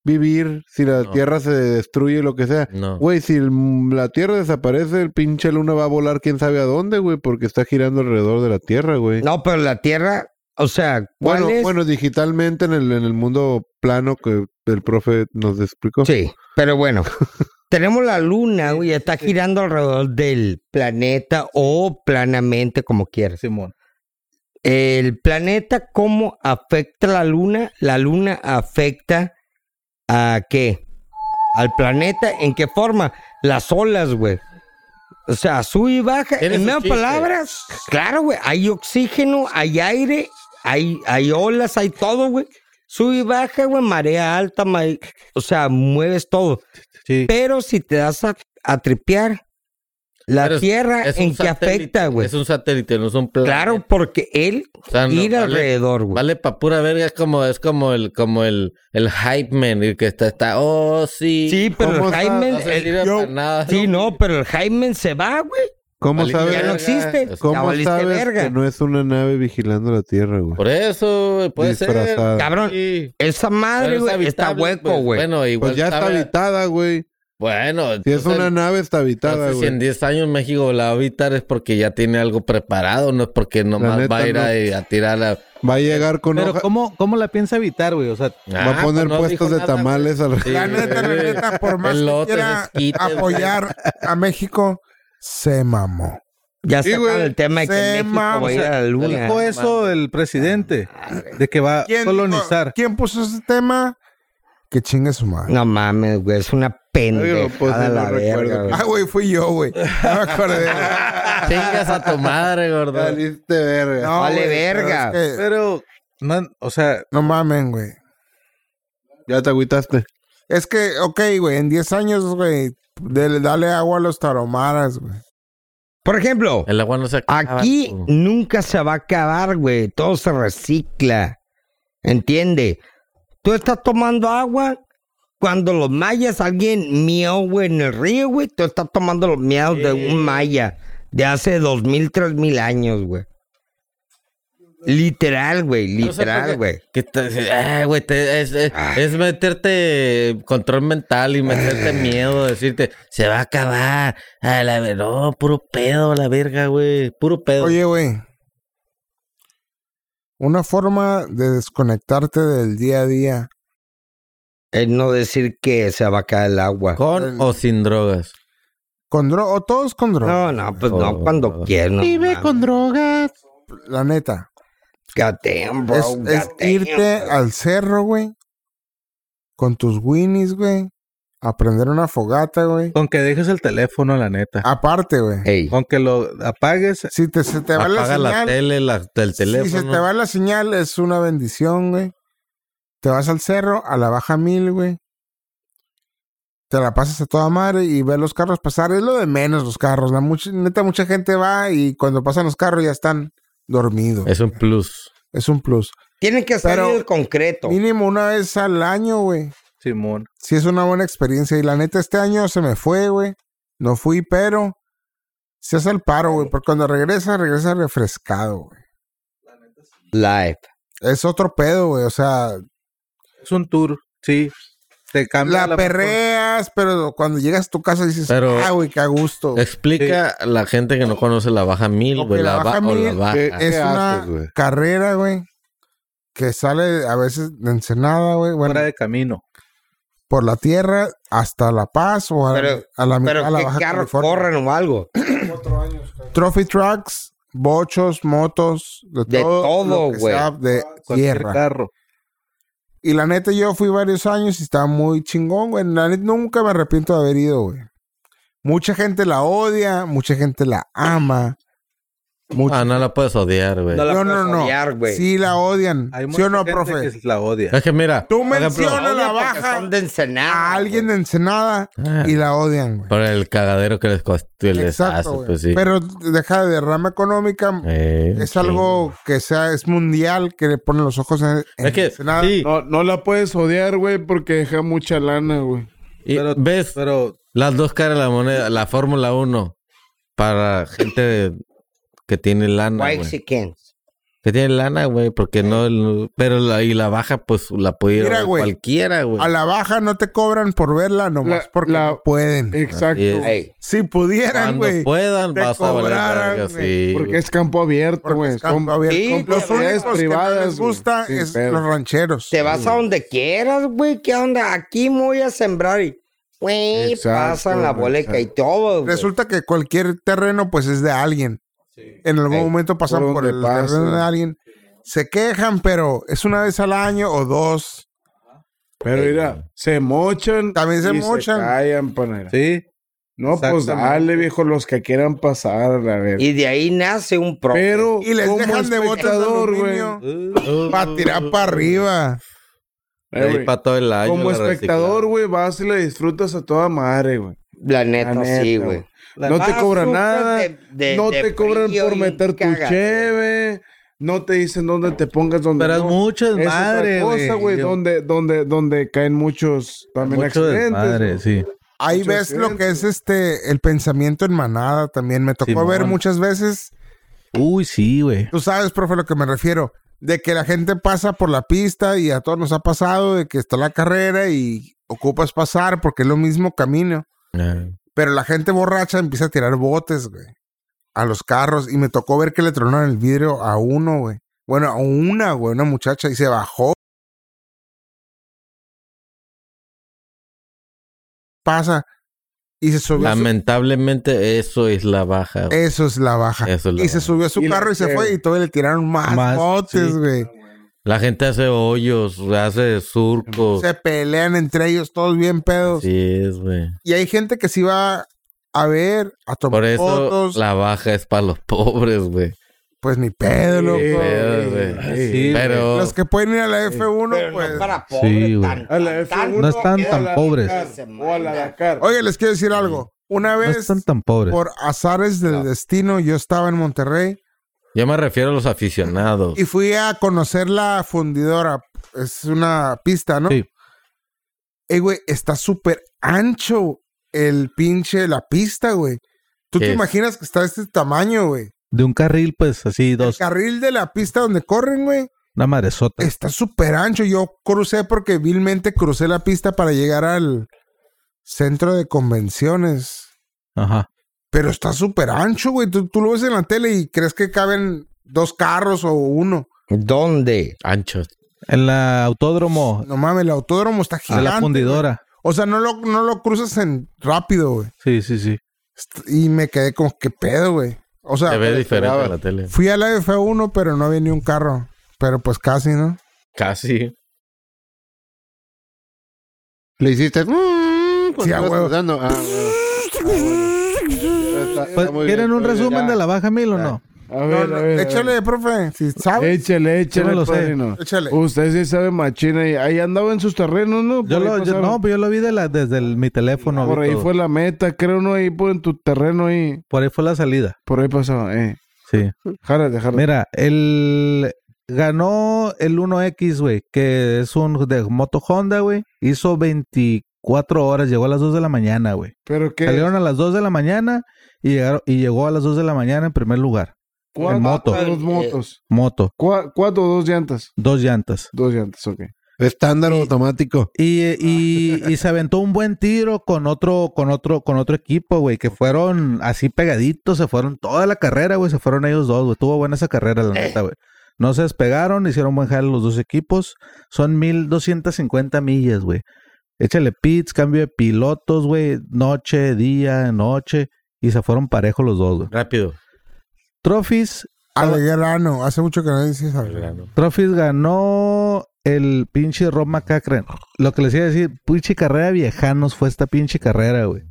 S4: vivir si la
S6: No.
S4: tierra se destruye, lo que sea.
S6: No.
S4: Güey, si el- la tierra desaparece, el pinche luna va a volar quién sabe a dónde, güey, porque está girando alrededor de la tierra, güey.
S7: No, pero la Tierra, o sea, ¿cuál
S4: Bueno,
S7: es?
S4: bueno, digitalmente en el, en el mundo plano que el profe nos explicó.
S7: Sí, pero bueno, tenemos la luna, güey, está girando alrededor del planeta o planamente, como quieras.
S3: Simón.
S7: El planeta, ¿cómo afecta la luna? La luna afecta a qué? Al planeta, ¿en qué forma? Las olas, güey. O sea, sube y baja.
S6: Eres
S7: En
S6: un
S7: menos
S6: chiste.
S7: palabras, claro, güey. Hay oxígeno, hay aire, hay, hay olas, hay todo, güey. Sube y baja, güey, marea alta, ma- o sea, mueves todo.
S3: Sí.
S7: Pero si te das a, a tripear, la
S6: Pero es-
S7: Tierra,
S6: Es un
S7: ¿en qué
S6: satélite,
S7: afecta, güey?
S6: Es un satélite, no es un planeta.
S7: Claro, porque él
S6: O sea, no,
S7: gira
S6: vale-
S7: alrededor, güey.
S6: Vale pa' pura verga, es como, es como el, como el, el hype man, el que está, está, oh sí.
S7: Sí, pero
S4: ¿Cómo
S7: el
S4: está?
S7: Jaime.
S6: No se
S7: el-
S6: sirve para nada.
S7: sí, no, pero el Jaime se va, güey.
S4: ¿Cómo
S6: Valiste
S4: sabes,
S7: Ya no
S6: verga.
S7: existe.
S6: Es-
S7: Ya
S4: cómo
S7: valiste
S4: sabes
S7: verga.
S4: que no es una nave vigilando la Tierra, güey?
S6: Por eso, güey, puede
S4: Disfrazada.
S6: ser.
S7: Cabrón,
S6: Sí.
S7: esa
S6: Pero
S7: madre,
S6: es
S7: güey, está
S6: habitable,
S7: hueco,
S6: pues,
S7: güey.
S6: Bueno, igual.
S4: Pues ya está
S6: sabe-
S4: habitada, güey.
S6: Bueno,
S4: Si es una nave, está habitada,
S6: entonces, si en
S4: güey.
S6: 10 años México la va a habitar es porque ya tiene algo preparado, no es porque nomás
S4: neta,
S6: va a ir a, a tirar a...
S4: Va a llegar con
S3: Pero
S4: hoja-
S3: ¿cómo, ¿cómo la piensa evitar, güey? O sea,
S6: Ah,
S4: Va a
S6: pues
S4: poner puestos de tamales al [laughs]
S5: La neta, la neta, por más que
S6: Elotes,
S5: quiera
S6: esquites,
S5: apoyar a México, se mamó.
S7: Ya
S5: Sí,
S7: se
S5: güey,
S7: el tema de que
S5: se
S7: México
S5: mama,
S7: va a
S5: o
S7: ir a la luna.
S3: dijo eso el presidente de que va a
S5: ¿Quién,
S3: colonizar.
S5: dijo- ¿Quién puso ese tema? Que chingue su madre.
S7: No mames, güey, es una pendejada
S4: Oigo, pues,
S7: a la
S4: no
S7: verga,
S4: recuerdo.
S7: güey.
S5: Ah, güey, fui yo, güey. No me acordé.
S6: Chingas a tu madre, gordo.
S4: Valiste verga.
S5: No,
S7: Vale
S5: güey,
S7: verga.
S5: pero es que-
S3: Pero, man, o sea,
S5: no mamen, güey.
S4: Ya te agüitaste.
S5: Es que, ok, güey, en 10 años, güey, dele- dale agua a los taromaras, güey.
S7: Por ejemplo,
S6: El agua no se acaba,
S7: Aquí
S6: tú.
S7: nunca se va a acabar, güey. Todo se recicla. ¿Entiende? Tú estás tomando agua. Cuando los mayas, alguien mió, güey, en el río, güey. Tú estás tomando los miados de un maya de hace dos mil, tres mil años, güey. Literal, güey.
S6: No sé por
S7: Literal,
S6: qué-
S7: güey.
S6: que te- ah, güey, te- es, es- es meterte control mental y meterte miedo, decirte, se va a acabar. A la ver- no, puro pedo, a la verga, güey. Puro pedo.
S5: Oye, güey. Una forma de desconectarte del día a día.
S7: Es no decir que se va a caer el agua.
S6: ¿Con o sin drogas?
S5: Con dro o todos con droga.
S7: No, no, pues no,
S6: Oh.
S7: cuando quieras. Vive con
S5: La neta.
S7: Goddamn, bro.
S5: es es
S7: goddamn.
S5: irte al cerro, güey. Con tus winnies, güey. A prender una fogata, güey.
S3: con que dejes el teléfono, la neta.
S5: Aparte, güey.
S7: Ey.
S3: Con que lo apagues.
S5: Si te, se te va la
S6: Eh, Apaga la,
S5: señal.
S6: tele, la, el teléfono.
S5: Si se te va la señal, es una bendición, güey. Te vas al cerro, a la baja mil, güey. Te la pasas a toda madre y ves los carros pasar. Es lo de menos los carros. La much- neta, mucha gente va y cuando pasan los carros ya están dormidos. Es,
S6: Es un plus.
S5: un plus.
S7: Tiene que salir
S5: Pero-
S7: el concreto.
S5: Mínimo una vez al año, güey.
S3: Simón.
S5: Sí es una buena experiencia. Y la neta, este año se me fue, güey. No fui, pero... Se hace el paro, güey. Porque cuando regresa, regresa refrescado, güey.
S7: Live.
S5: Es otro pedo, güey. O sea,
S3: Es un tour, sí. Te cambia
S5: La, perreas, pero cuando llegas a tu casa dices,
S6: Pero-
S5: ah, güey, qué a gusto. güey".
S6: Explica a la gente que no conoce la baja mil,
S5: Ok,
S6: güey.
S5: la
S6: La,
S5: Baja
S6: baja
S5: Mil,
S6: o la baja.
S4: ¿Qué-
S5: Es
S4: qué
S5: una
S4: haces, güey?
S5: carrera, güey, que sale a veces de Ensenada, güey, bueno,
S3: Fuera de camino.
S5: por la tierra hasta La Paz o a,
S7: Pero-
S5: a la mitad
S7: Pero
S5: de la
S7: qué
S5: Baja
S7: carros
S5: California.
S7: corren o algo.
S5: Trophy trucks, bochos, motos, de,
S7: De
S5: todo,
S7: todo,
S5: lo que
S7: güey.
S5: sea de
S3: Cualquier
S5: tierra.
S3: carro.
S5: Y la neta, yo fui varios años y estaba muy chingón, güey. La neta, nunca me arrepiento de haber ido, güey. Mucha gente la odia, mucha gente la ama. Mucha
S6: Ah, no la puedes odiar, güey.
S7: No la
S5: No, no,
S7: puedes
S5: no.
S7: odiar, güey.
S5: Sí la odian. ¿Sí
S3: Hay mucha
S5: o no,
S3: gente
S5: profe?
S3: que la odia.
S6: Es que mira,
S5: Tú
S6: por ejemplo,
S5: mencionas la
S7: Porque
S5: baja
S7: son de Ensenada,
S5: a alguien de Ensenada
S6: Ah.
S5: y la odian, güey.
S6: por el cagadero que les, cost- que les hace,
S5: Exacto, güey.
S6: pues sí.
S5: Pero deja de derrama económica.
S6: Eh,
S5: es
S6: sí.
S5: algo que sea, es mundial, que le ponen los ojos en, en
S6: Es que,
S5: Ensenada.
S6: sí,
S2: No, no la puedes odiar, güey, porque deja mucha lana, güey.
S6: y
S3: pero-
S6: ves
S3: Pero
S6: las dos caras de la moneda, la Fórmula 1 para gente que tiene lana,
S7: White
S6: güey.
S7: chickens.
S6: Que tiene lana, güey, porque no, el- pero la, y la baja, pues la puede ir
S5: Eh. Mira,
S6: a
S5: güey,
S6: cualquiera, güey.
S5: A la baja no te cobran por verla nomás
S2: La-
S5: porque
S2: la- eh,
S5: no pueden.
S2: Exacto.
S6: Así es.
S7: Ey,
S5: Si pudieran,
S6: Cuando
S5: güey.
S6: puedan,
S5: te
S6: vas a valer
S5: cobraran,
S6: verga,
S5: güey,
S6: sí,
S2: Porque
S6: güey.
S2: es campo abierto,
S5: porque
S2: güey.
S5: es campo
S2: Son-
S5: abierto.
S7: Sí,
S5: los
S2: güey.
S5: únicos que no
S2: Privadas,
S5: les
S2: güey,
S5: gusta
S2: sin
S5: es
S2: pedo.
S5: los rancheros.
S7: te vas a donde quieras, güey. ¿Qué onda? Aquí me voy a sembrar y, güey,
S2: Exacto,
S7: pasan la
S2: güey,
S7: boleca y todo. güey.
S5: Resulta que cualquier terreno, pues, es de alguien. En algún
S7: Ey,
S5: momento pasan
S2: por
S5: por,
S2: donde
S5: el
S2: pasa.
S5: terreno de alguien. Se quejan, pero es una vez al año o dos.
S2: Pero mira, se mochan.
S5: También se
S2: y
S5: mochan.
S2: Se callan, panera.
S3: Sí.
S2: No, pues
S3: Exactamente.
S2: dale, viejo, los que quieran pasar, a ver.
S7: Y de ahí nace un pro.
S2: Pero
S5: Y les
S2: como
S5: dejan de botas de
S2: espectador, güey,
S5: aluminio para tirar para arriba.
S2: eh,
S6: Ahí
S2: güey,
S6: pa' todo el año.
S2: como
S6: la
S2: espectador,
S6: reciclada.
S2: güey, vas y le disfrutas a toda madre, güey.
S7: La neta,
S2: La neta,
S7: sí,
S2: güey.
S7: güey.
S2: No te
S7: Ah,
S2: cobran
S7: súper
S2: nada,
S7: de- de-
S2: no
S7: de
S2: te cobran
S7: frío
S2: por
S7: y
S2: meter tu
S7: cagas.
S2: cheve, no te dicen dónde te pongas, dónde
S3: Pero es
S2: no.
S3: mucho
S2: Es otra
S3: desmadre,
S2: cosa, güey,
S3: güey. Yo-
S2: donde, donde, donde caen muchos también
S3: Mucho
S2: accidentes.
S3: desmadre,
S2: güey.
S3: sí.
S5: Ahí
S2: Mucho
S5: ves lo
S2: accidente.
S5: que es este el pensamiento en manada también. Me tocó
S3: Simón.
S5: ver muchas veces.
S3: Uy, sí, güey.
S5: Tú sabes, profe, a lo que me refiero. De que la gente pasa por la pista y a todos nos ha pasado de que está la carrera y ocupas pasar porque es lo mismo camino.
S6: Ah.
S5: Pero la gente borracha empieza a tirar botes, güey. A los carros. Y me tocó ver que le tronaron el vidrio a uno, güey. Bueno, a una, güey, una muchacha. Y se bajó. Pasa. Y se subió. a su-
S6: Lamentablemente, eso es la baja. güey.
S5: Eso es la baja.
S6: Eso es la
S5: y se
S6: baja.
S5: subió a su
S2: Y la
S5: carro y se
S2: que-
S5: fue. Y todavía le tiraron más,
S3: Más,
S5: botes,
S3: sí.
S5: güey.
S6: La gente hace hoyos, hace surcos.
S5: Se pelean entre ellos, todos bien pedos.
S6: Así es, güey.
S5: Y hay gente que sí va a ver, a tomar
S6: Por eso
S5: fotos.
S6: la baja es para los [laughs] pobres, güey.
S5: Pues ni pedo, loco.
S2: Sí,
S6: Pero, güey.
S3: Ah, Sí,
S6: Pero
S5: Los que pueden ir a la F1,
S7: Pero
S5: pues.
S7: no para pobres
S3: Sí, güey.
S7: tan,
S2: A la
S7: tan,
S2: F1
S7: tan,
S3: No están
S7: porque-
S3: tan
S2: o a la
S3: pobres.
S2: Dakar, O a la Dakar.
S5: Oye, les quiero decir algo. Una
S3: No
S5: vez,
S3: están tan pobres.
S5: Pues, por azares del destino, yo estaba en Monterrey
S6: yo me refiero a los aficionados.
S5: y fui a conocer la fundidora. Es una pista, ¿no?
S3: Sí.
S5: Ey, güey, está súper ancho el pinche, la pista, güey. ¿Tú
S6: ¿Qué
S5: te
S6: es?
S5: imaginas que está de este tamaño, güey?
S3: De un carril, pues, así,
S5: El
S3: dos.
S5: carril de la pista donde corren, güey,
S3: Una madresota.
S5: está súper ancho. Yo crucé porque vilmente crucé la pista para llegar al centro de convenciones.
S3: Ajá.
S5: Pero está súper ancho, güey. Tú, tú lo ves en la tele y crees que caben dos carros o uno.
S7: ¿Dónde?
S6: Anchos.
S3: En la autódromo
S5: No mames, el autódromo está
S3: de
S5: gigante.
S3: la fundidora.
S5: O sea, no lo, no lo cruzas en rápido, güey.
S3: Sí, sí, sí.
S5: Est- Y me quedé como, ¿qué pedo, güey? O sea,
S6: Se ve diferente
S4: esperaba.
S6: en la tele.
S5: fui a la F1, pero no había ni un carro. Pero pues casi, ¿no?
S6: Casi.
S4: Le hiciste. mm, cuando
S5: Sí, a
S4: ibas
S5: huevo.
S4: cruzando. Ah, huevo. Ah, bueno. Está- está
S3: Pues,
S4: muy
S3: ¿Quieren
S4: bien,
S3: un
S4: muy bien.
S3: resumen de la baja, Mil, o no?
S2: A ver,
S5: No, no,
S2: a ver, a ver.
S5: échale, profe, si sabes.
S2: Échale,
S3: Yo me
S2: échale,
S3: lo sé.
S2: padrino.
S5: Échale.
S4: uh,
S2: Usted sí sabe machina. y Ahí andaba en sus terrenos, ¿no? Por
S3: Yo
S2: ahí
S3: lo, yo,
S2: pasaron.
S3: no, pues yo lo vi de la, desde el- mi teléfono.
S2: Por
S3: vi
S2: ahí
S3: todo.
S2: fue la meta, creo, ¿no? Ahí por en tu terreno, ahí.
S3: Por ahí fue la salida.
S2: Por ahí pasó, eh.
S3: Sí.
S2: Jálate, jálate.
S3: Mira, el ganó el 1X, güey, que es un de moto Honda, güey. Hizo 24 horas, llegó a las 2 de la mañana, güey.
S2: Pero que
S3: Salieron a las 2 de la mañana y llegaron y llegó a las 2 de la mañana en primer lugar.
S2: cuatro,
S3: en moto.
S2: dos motos.
S3: Moto,
S2: Cua- cuatro o dos llantas.
S3: dos llantas.
S2: Dos llantas, ok.
S4: Estándar automático.
S3: Y, eh, y, y se aventó un buen tiro con otro, con otro, con otro equipo, güey, que fueron así pegaditos, se fueron toda la carrera, güey, se fueron ellos dos, güey. Tuvo buena esa carrera, la neta, güey. No se despegaron, hicieron buen jale los dos equipos. Son 1250 millas, güey. Échale pits, cambio de pilotos, güey. Noche, día, noche. Y se fueron parejos los dos, güey.
S6: Rápido.
S3: Trophies,
S4: uh.
S5: Alegrano, hace mucho que no dices Alegrano.
S3: Trophies ganó el pinche Rob McCracken. Lo que les iba a decir, pinche carrera de viejanos fue esta pinche carrera, güey.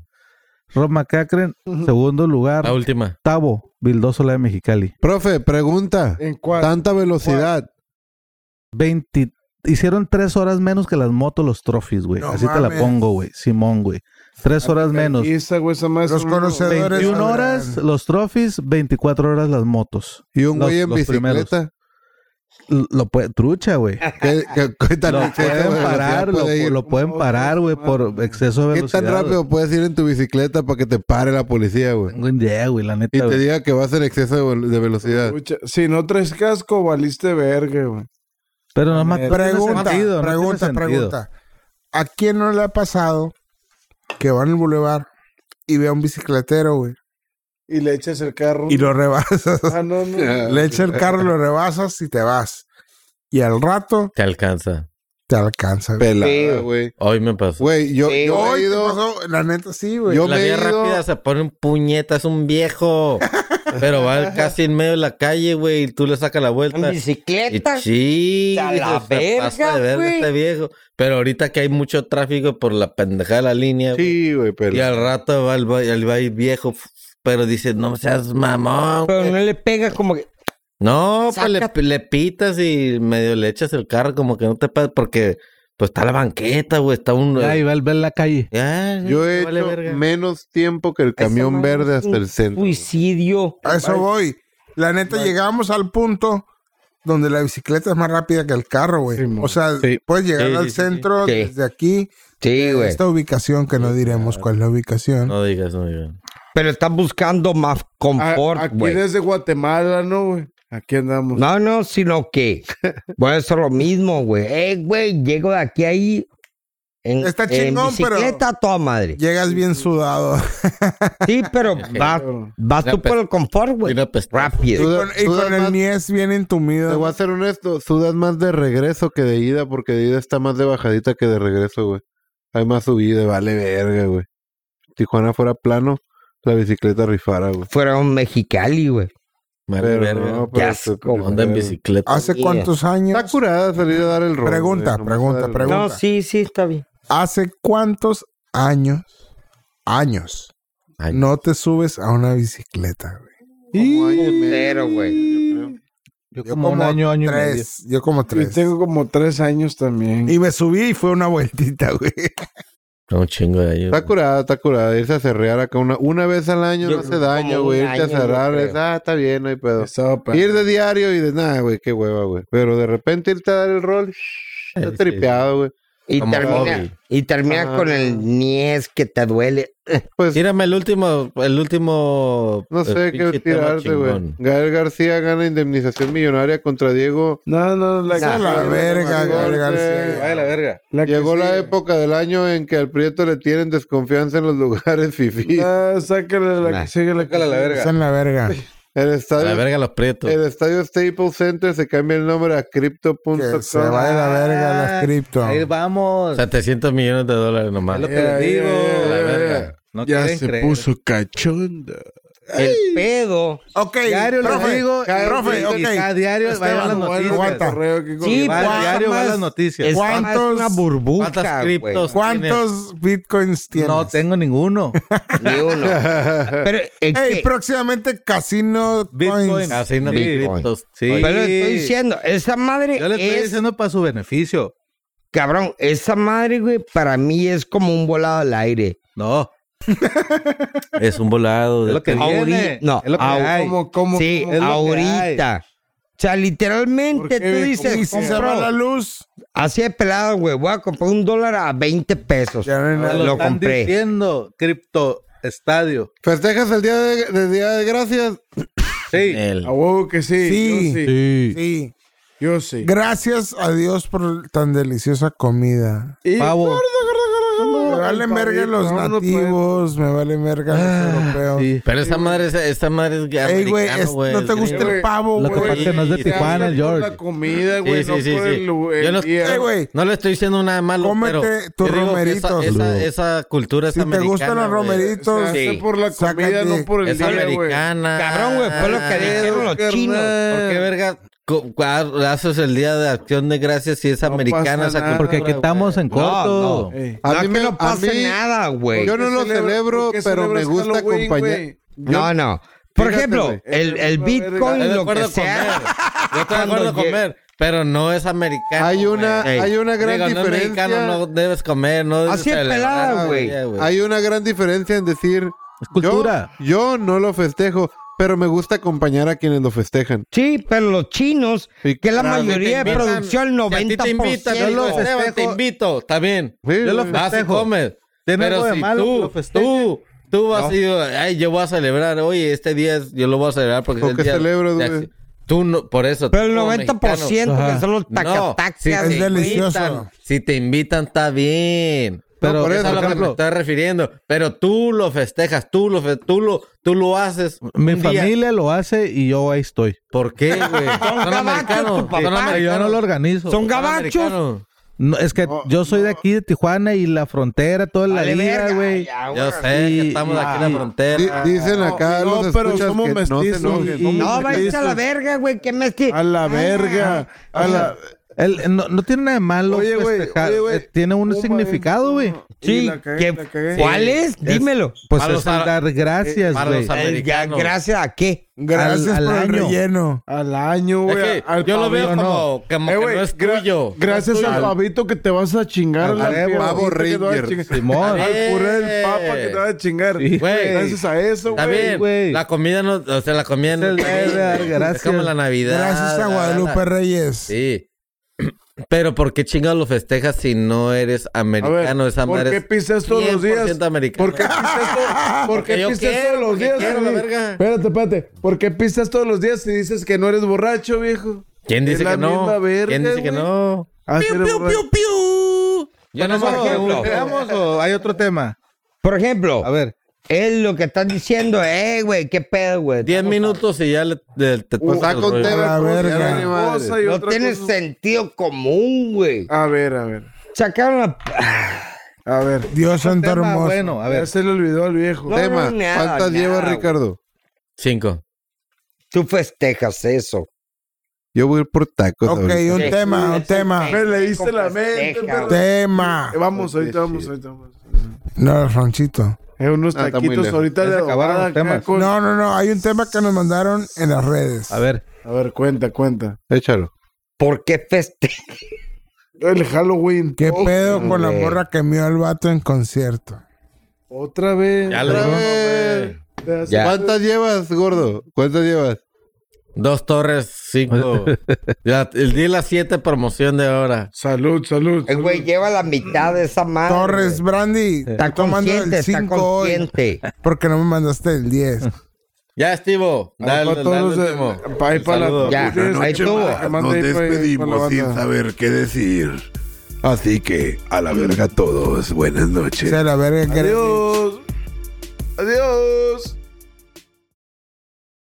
S3: Rob McCracken, segundo lugar.
S6: La última.
S3: Octavo, Bildoso la de Mexicali.
S4: Profe, pregunta.
S2: En cuatro.
S4: Tanta velocidad.
S3: 20 hicieron tres horas menos que las motos los trophies, güey.
S5: No
S3: Así te
S5: mames.
S3: la pongo, güey. Simón, güey. Tres horas menos.
S2: Y esa, güey, esa más.
S5: Los conocedores.
S3: 21
S5: sabrán.
S3: horas los trophies, 24 horas las motos.
S4: Y un
S3: Los-
S4: güey en
S3: los primeros.
S4: bicicleta.
S3: lo puede, trucha, güey.
S4: ¿Qué, qué- qué tan
S3: Lo
S4: exceso de
S3: pueden
S4: velocidad
S3: parar, lo,
S4: puede ir?
S3: lo pueden parar, güey, por exceso de
S4: ¿Qué
S3: velocidad.
S4: tan rápido puedes ir en tu bicicleta para que te pare la policía, güey?
S3: Tengo idea, güey, la
S4: Y
S3: neta.
S4: te
S3: güey.
S4: diga que vas en exceso de, vel- de velocidad.
S2: Escucha, Si no traes casco, valiste verga, güey.
S3: Pero nomás no Eh, tiene
S5: Pregunta,
S3: sentido, no tiene
S5: pregunta,
S3: sentido.
S5: pregunta. ¿A quién no le ha pasado que va en el bulevar y ve a un bicicletero, güey?
S2: Y le echas el carro.
S5: Y lo
S4: [laughs]
S5: rebasas.
S2: Ah, no, [laughs] no.
S5: le echa el carro, lo rebasas y te vas. Y al rato
S6: Te alcanza.
S5: te alcanza, güey.
S4: Pelada, güey.
S6: Hoy me pasó.
S4: Güey, yo, yo me
S5: Hoy
S4: he
S5: te
S4: ido-
S5: pasó, la neta sí, güey.
S4: Yo
S6: la
S4: me he
S6: vía
S4: ido-
S6: rápida se pone un puñeta, es un viejo. Pero va casi en medio de la calle, güey, y tú le sacas la
S7: En
S6: vuelta. Y
S7: bicicleta.
S6: sí,
S7: A la
S6: se pasa
S7: verga,
S6: de verga
S7: güey.
S6: este viejo. Pero ahorita que hay mucho tráfico por la pendejada de la línea, güey,
S4: Sí, güey,
S6: y
S4: pelada.
S6: al rato va el, va el- va el viejo, pero dice, no seas mamón.
S7: Pero no le pega como que.
S6: No, pues le,
S7: Sácate.
S6: le pitas y medio le echas el carro como que no te pasa, porque pues está la banqueta, güey, está un...
S3: Ahí va el ver la calle.
S6: Ya,
S4: Yo he
S6: no vale
S4: hecho
S6: verga.
S4: menos tiempo que el camión
S7: madre
S4: verde hasta el centro.
S7: Suicidio.
S5: A eso voy. La neta, llegamos al punto donde la bicicleta es más rápida que el carro, güey. o sea, puedes llegar
S6: Sí,
S5: al
S6: sí, sí,
S5: centro
S7: sí. Sí.
S5: desde aquí,
S7: Sí,
S5: a
S7: güey.
S5: esta ubicación, que no diremos cuál es la ubicación.
S6: No digas, no digas.
S7: Pero están buscando más
S2: A-
S7: confort,
S2: Ah, aquí
S7: güey.
S2: desde Guatemala, ¿no, güey? Aquí andamos.
S7: No, no, sino
S3: [laughs]
S7: que voy a hacer lo mismo, güey. Eh, güey, llego de aquí a ahí en,
S5: Está
S7: en
S5: chingón, pero-
S7: bicicleta a toda madre.
S5: Llegas bien sudado.
S7: Sí,
S3: [laughs]
S7: pero vas, vas tú por el confort, güey.
S6: Mira, pues,
S5: Y [laughs]
S7: Rápido.
S5: con, y
S4: Sudas
S5: con el
S4: más-
S5: niés bien
S4: Te
S5: entumido.
S4: voy a ser honesto, sudas más de regreso que de ida, porque de ida está más de bajadita que de regreso, güey. Hay más subida, vale verga, güey. Tijuana fuera plano, la bicicleta rifara, güey.
S7: Fuera un Mexicali, güey.
S6: vale
S4: Pero
S6: verga.
S4: no,
S7: Qué
S4: pero
S7: asco,
S4: pero-
S7: güey.
S6: Anda en bicicleta.
S4: Ah,
S5: ¿Hace
S7: Yeah.
S5: cuántos
S4: Está
S5: años?
S4: curada salir a dar el rol.
S5: Pregunta, pregunta, pregunta.
S7: No, sí, sí, está bien.
S5: ¿Hace cuántos años? Años.
S6: Ay,
S5: No te subes a una bicicleta, güey.
S7: Pero, güey.
S3: Yo como, un año, año y medio.
S5: tres. Yo como
S2: Yo
S5: tres.
S2: tengo como tres años también.
S5: Y me subí y fue una vueltita,
S3: [laughs]
S5: güey.
S6: un chingo de ellos.
S4: Está curada, está curada. Irse a cerrear acá una, una vez al año
S7: Yo
S4: no hace
S7: creo que
S4: daño,
S7: como
S4: güey.
S7: un
S4: Irte a
S7: año, yo
S4: cerrar
S7: creo.
S4: es, ah, está bien, no hay pedo.
S2: Estaba pa-
S4: Ir de diario y de nada, güey, qué hueva, güey. Pero de repente irte a dar el rol, shh, está
S6: sí.
S4: tripeado, güey.
S7: Y
S6: Como
S7: termina,
S6: hobby.
S7: y termina
S4: Ah.
S7: con el niés que te duele.
S4: Pues
S6: Tírame el último, el último.
S4: no
S6: el
S4: sé qué
S6: Pues pinche tema
S4: tirarte, güey.
S6: chingón.
S4: Gael García gana indemnización millonaria contra Diego.
S2: No, no, la
S5: A la verga, Gael García.
S4: Ay, la
S6: verga.
S2: la que
S4: Llegó la
S2: sigue.
S4: época del año en que al Prieto le tienen desconfianza en los [laughs] lugares fifí.
S2: Ah, sácale la que sigue la que sigue.
S5: Esa en la verga.
S4: El
S6: A la
S4: estadio,
S6: verga los prietos.
S4: el estadio Staples Center se cambia el nombre a Crypto.com.
S5: Que se va de la verga las cripto.
S3: ah. Ahí vamos.
S6: 700 millones de dólares nomás.
S3: Es lo que les digo.
S6: A la verga.
S3: No
S2: Ya
S3: quieren
S2: se
S3: creer.
S2: puso cachonda.
S7: El pedo.
S5: Ok,
S3: Diario les
S5: profe,
S3: digo.
S5: profe,
S3: y- y cada
S5: ok.
S3: diario vayan las
S2: Bueno,
S3: noticias.
S5: aguanta.
S2: correo aquí con-
S7: Sí,
S3: Va
S7: ¿cuántas
S3: al diario, va a las
S7: más
S3: noticias.
S7: es-
S5: ¿Cuántos-
S7: Es una burbuja,
S6: ¿Cuántas
S7: güey.
S6: criptos?
S5: ¿Cuántos bitcoins tienes?
S3: No tengo ninguno.
S7: Ni uno. Pero, ¿en
S5: Ey,
S7: qué?
S5: próximamente Casino
S3: Bitcoin. Ah,
S5: Coins.
S6: Así no
S3: Sí.
S6: hay criptos. Sí.
S7: Pero le estoy diciendo, esa madre
S3: Yo le estoy
S7: es,
S3: diciendo para su beneficio.
S7: cabrón, esa madre, güey, para mí es como un volado al aire.
S3: No,
S6: Es un volado.
S3: es
S6: de-
S3: lo que
S7: Ahorita-
S3: viene.
S7: no,
S3: es lo que
S7: ahor-
S3: hay.
S2: ¿Cómo, cómo,
S7: sí,
S2: cómo?
S7: ahorita. O sea, literalmente
S2: ¿Por qué?
S7: tú
S5: Y
S7: dices,
S5: si se va
S7: compro,
S5: la luz,
S7: así de pelado, güey, voy a comprar un dólar a 20 pesos.
S5: ya no hay nada.
S3: Lo,
S7: lo
S3: están
S7: compré.
S3: diciendo, Cripto Estadio.
S4: ¿Festejas el día de, del día de gracias?
S3: Sí.
S6: Él.
S2: A huevo que sí.
S5: Sí.
S2: Yo sí.
S5: Sí.
S2: Yo sí.
S5: Gracias a Dios por tan deliciosa comida.
S2: Y-
S3: Pavo.
S5: Me valen verga los nativos, me valen verga los europeos.
S3: Sí.
S6: Pero esa madre es, esa madre es
S5: Ey, güey,
S6: americano,
S5: es-
S6: güey.
S5: no te
S6: es
S5: gusta
S6: gringo.
S5: el pavo,
S3: Lo que
S5: güey.
S3: pasa es que no es de
S2: Se habla
S3: Tijuana, el
S2: por
S3: George.
S2: La comida,
S6: Sí,
S2: güey,
S6: sí,
S2: no
S6: sí,
S2: por
S6: sí.
S2: el- el
S6: Yo no-
S2: día.
S5: Ey, güey,
S6: No le estoy diciendo nada malo,
S5: Cómete
S6: pero
S5: tus
S6: yo digo que esa-
S5: romeritos.
S6: Esa, esa cultura es
S5: si te
S6: americana.
S5: gustan los
S6: güey.
S5: romeritos,
S2: Se hace por la comida,
S5: Sácate.
S2: no por el
S6: Es
S2: día, güey.
S6: americana.
S7: Cabrón, güey, fue lo
S6: Ah,
S7: que dijeron los
S2: carnal.
S7: chinos.
S6: ¿Por qué verga co- cua- haces el día de acción de gracias si es
S2: No
S6: americana
S2: pasa
S6: esa
S2: nada.
S6: cultura?
S3: Porque aquí estamos en corto.
S2: Ey.
S4: A mí
S7: no que
S4: me-
S7: no pase
S4: a mí-
S7: nada, güey.
S4: Yo no lo
S2: ¿Por qué celebra-
S4: celebro,
S2: por qué
S4: pero me
S2: celebras
S4: gusta
S2: Halloween,
S4: acompañar.
S2: güey?
S7: no, no. Por
S4: Fíjate,
S7: ejemplo,
S4: güey.
S7: el, el
S2: Yo-
S6: Estoy
S7: Bitcoin,
S6: de
S7: lo
S6: acuerdo
S7: que
S6: con
S7: sea,
S6: él. Yo estoy de acuerdo
S7: Cuando
S6: con
S7: llegue-
S6: él, pero no es americano.
S4: Hay una,
S6: güey.
S7: Ey.
S4: hay una gran
S6: Digo, no es
S4: diferencia.
S6: mexicano, no debes comer, no debes
S7: Así es
S6: celebrar
S7: pelada,
S6: ese
S7: güey.
S6: día,
S4: Hay una gran diferencia en decir
S3: Es cultura.
S4: Yo, yo no lo festejo, Pero me gusta acompañar a quienes lo festejan.
S7: Sí, pero los chinos,
S4: Y
S7: que es la
S4: claro, si te
S7: mayoría de
S6: invitan,
S7: producción,
S6: Si a ti
S7: 90%.
S6: te invitan, yo lo festejo. Te invito, está bien.
S4: Sí,
S6: yo lo
S4: sí.
S6: vas y
S3: festejo.
S6: comes.
S3: Tiene algo
S6: Pero
S3: de
S6: si
S3: malo que lo
S6: tú,
S3: festeje.
S6: tú, tú vas y ay, yo voy a celebrar, oye, este día es- yo lo voy a celebrar porque es el
S4: ¿Por qué
S6: día
S4: celebras,
S6: de
S4: güey?
S6: acción. Tú no, por eso.
S7: Pero el
S6: tú como
S7: 90%
S3: Ajá.
S7: que son los
S6: No, si
S7: tacataxias.
S5: Es
S6: te
S5: delicioso.
S6: invitan, si te invitan, está bien. Pero
S4: por
S6: eso
S4: eso,
S6: es a lo
S4: por
S6: que me
S4: ejemplo.
S6: estoy refiriendo. Pero tú lo festejas, tú lo, fe- tú lo, tú lo haces.
S3: Mi
S6: un día.
S3: familia lo hace y yo ahí estoy.
S6: ¿Por qué, güey?
S7: gabachos,
S6: Son americanos.
S7: tu papá.
S6: Son
S3: Pero yo no
S6: americanos.
S3: lo organizo.
S7: Son
S6: Son
S7: gabachos.
S6: americanos.
S3: No, es que yo soy de aquí, de Tijuana y la frontera, toda la
S7: Vale,
S3: vida,
S7: verga,
S3: güey.
S7: ya, güey.
S6: Yo sé que
S3: Y-
S6: estamos aquí en la
S4: Di-
S6: frontera.
S4: dicen acá
S2: Ah, no,
S4: los
S2: pero
S4: escuchas
S2: somos
S4: que no se
S2: mestizos
S4: enojen.
S2: y-
S4: ¿Cómo?
S7: No, váyanse a la verga, güey. ¿Qué me estoy-
S2: A la verga.
S3: Ah,
S2: A la...
S3: El- no, no tiene nada de malo
S2: Oye, güey,
S3: festejar,
S2: oye, güey.
S3: eh, tiene un
S2: Puma,
S3: significado,
S2: eh.
S3: güey.
S2: Y
S7: Sí,
S2: la cagué,
S7: ¿qué-
S2: la cagué.
S7: ¿cuál es? Dímelo.
S3: Pues
S6: Para
S3: es
S6: los
S3: el
S6: ara-
S3: dar gracias,
S6: para
S3: güey.
S6: los ara-
S7: Eh, ya,
S6: Americanos.
S7: ¿Gracias a qué?
S5: Gracias
S3: al
S5: por el
S3: año.
S5: relleno.
S2: Al año,
S6: Es
S2: güey.
S6: que
S2: al
S6: yo lo veo
S2: pavito,
S6: como, como
S2: Eh,
S6: que
S2: güey,
S6: no es
S2: gra-
S6: tuyo.
S2: Gracias al pavito que te vas a chingar.
S4: Al-
S2: la
S4: al
S2: piel, pavito
S4: pavo
S2: que te vas a
S4: Ranger,
S2: chingar.
S3: Simón.
S2: Al puré del
S6: Eh.
S2: papa que te vas a chingar.
S3: Sí,
S6: güey.
S2: Gracias a eso,
S6: Está
S2: güey.
S6: bien,
S3: güey.
S6: la comida no, o sea, la comida no,
S3: el día de dar
S6: es como
S3: gracias.
S6: la Navidad.
S5: Gracias
S6: la-
S5: a
S6: la-
S5: Guadalupe Reyes.
S6: Sí. Pero ¿por qué chingados lo festejas si no eres
S2: A ver,
S6: americano? Esa
S2: ¿por
S6: madre
S2: qué
S6: es
S2: pisas todos los días?
S6: 100% americano.
S2: ¿Por qué pisas, to- por qué
S6: Porque yo
S2: pisas
S6: quiero,
S2: todos los
S6: porque
S2: días?
S6: quiero, la
S2: güey?
S6: verga.
S2: Espérate, espérate. ¿Por qué pisas todos los días si dices que no eres borracho, viejo?
S6: ¿Quién dice
S2: Es la
S6: que
S2: misma
S6: no?
S2: verga,
S6: ¿Quién dice que
S2: güey.
S6: no?
S2: Ah, sí eres borracho.
S6: Yo no
S3: Por ejemplo,
S6: sé.
S3: ¿pegamos o hay otro tema?
S7: Por ejemplo,
S3: A ver,
S7: es lo que están diciendo, eh, güey, qué pedo, güey.
S6: 10 minutos y ya le, le- te
S4: Pues está
S6: cortas el
S4: con
S6: rollo.
S4: Tera,
S5: A la
S4: pues, ya
S5: verga.
S4: no tiene madre.
S2: Cosa y
S7: No
S2: otra
S7: tiene
S2: cosa.
S7: sentido común, güey.
S2: A ver, a ver.
S7: Sacaron la...
S2: A ver.
S5: Dios santo
S3: tema
S5: hermoso.
S3: bueno, a
S2: Ya
S3: ver.
S2: se le olvidó al viejo.
S7: No,
S4: Tema,
S7: no, nada,
S4: ¿cuántas
S7: nada,
S4: lleva
S7: güey.
S4: Ricardo?
S6: Cinco.
S7: Tú festejas eso.
S4: Yo voy a ir por tacos
S5: Ok,
S4: ahorita.
S5: un
S7: Sí,
S5: tema, un
S7: es
S5: tema.
S7: tema.
S2: Me leíste la
S7: Festeja,
S2: mente,
S7: güey.
S2: perro.
S5: Tema.
S2: Eh, Vamos, ahorita
S4: Holy
S2: vamos,
S4: shit.
S2: ahorita vamos.
S5: No, Ranchito.
S2: Eh, unos
S4: Ah, está muy
S2: taquitos
S4: lejos.
S2: ahorita
S3: Ya
S2: de
S3: se acabaron
S2: adobada
S3: los temas.
S2: acá con-
S5: No, no, no. Hay un tema que nos mandaron en las redes.
S3: A ver,
S2: A ver, cuenta, cuenta.
S4: Échalo.
S7: ¿Por qué festejas?
S2: El Halloween.
S5: ¿Qué
S2: Oh,
S5: pedo con la
S7: güey.
S5: morra que mió al vato en concierto?
S2: Otra vez.
S6: Ya lo
S4: Otra
S6: dijo,
S4: vez.
S6: güey.
S2: Te hace-
S7: Ya.
S4: ¿Cuántas llevas, gordo? ¿Cuántas llevas?
S6: Dos torres,
S2: [laughs]
S6: cinco. ya, el día de las siete promoción de ahora.
S2: Salud, salud.
S7: Eh, Güey, lleva la mitad de esa madre.
S5: Torres Brandy,
S7: Está
S5: está tomando
S7: consciente,
S5: el
S7: está
S5: 5 hoy.
S7: consciente.
S5: Porque no me mandaste el 10.
S6: Ya, Estivo. Dale,
S2: Para
S6: dale el
S2: todos los de-
S6: último.
S2: pa' ahí para la-
S6: Saludo.
S7: Ya,
S1: Una
S7: ahí
S1: noche
S7: estuvo.
S1: más,
S2: Manda
S1: nos
S2: ahí pa' ahí, pa' la
S1: despedimos sin
S2: banda.
S1: saber qué decir. Así que, a la verga a todos, buenas noches.
S5: Se la verga que eres.
S2: Adiós. Adiós.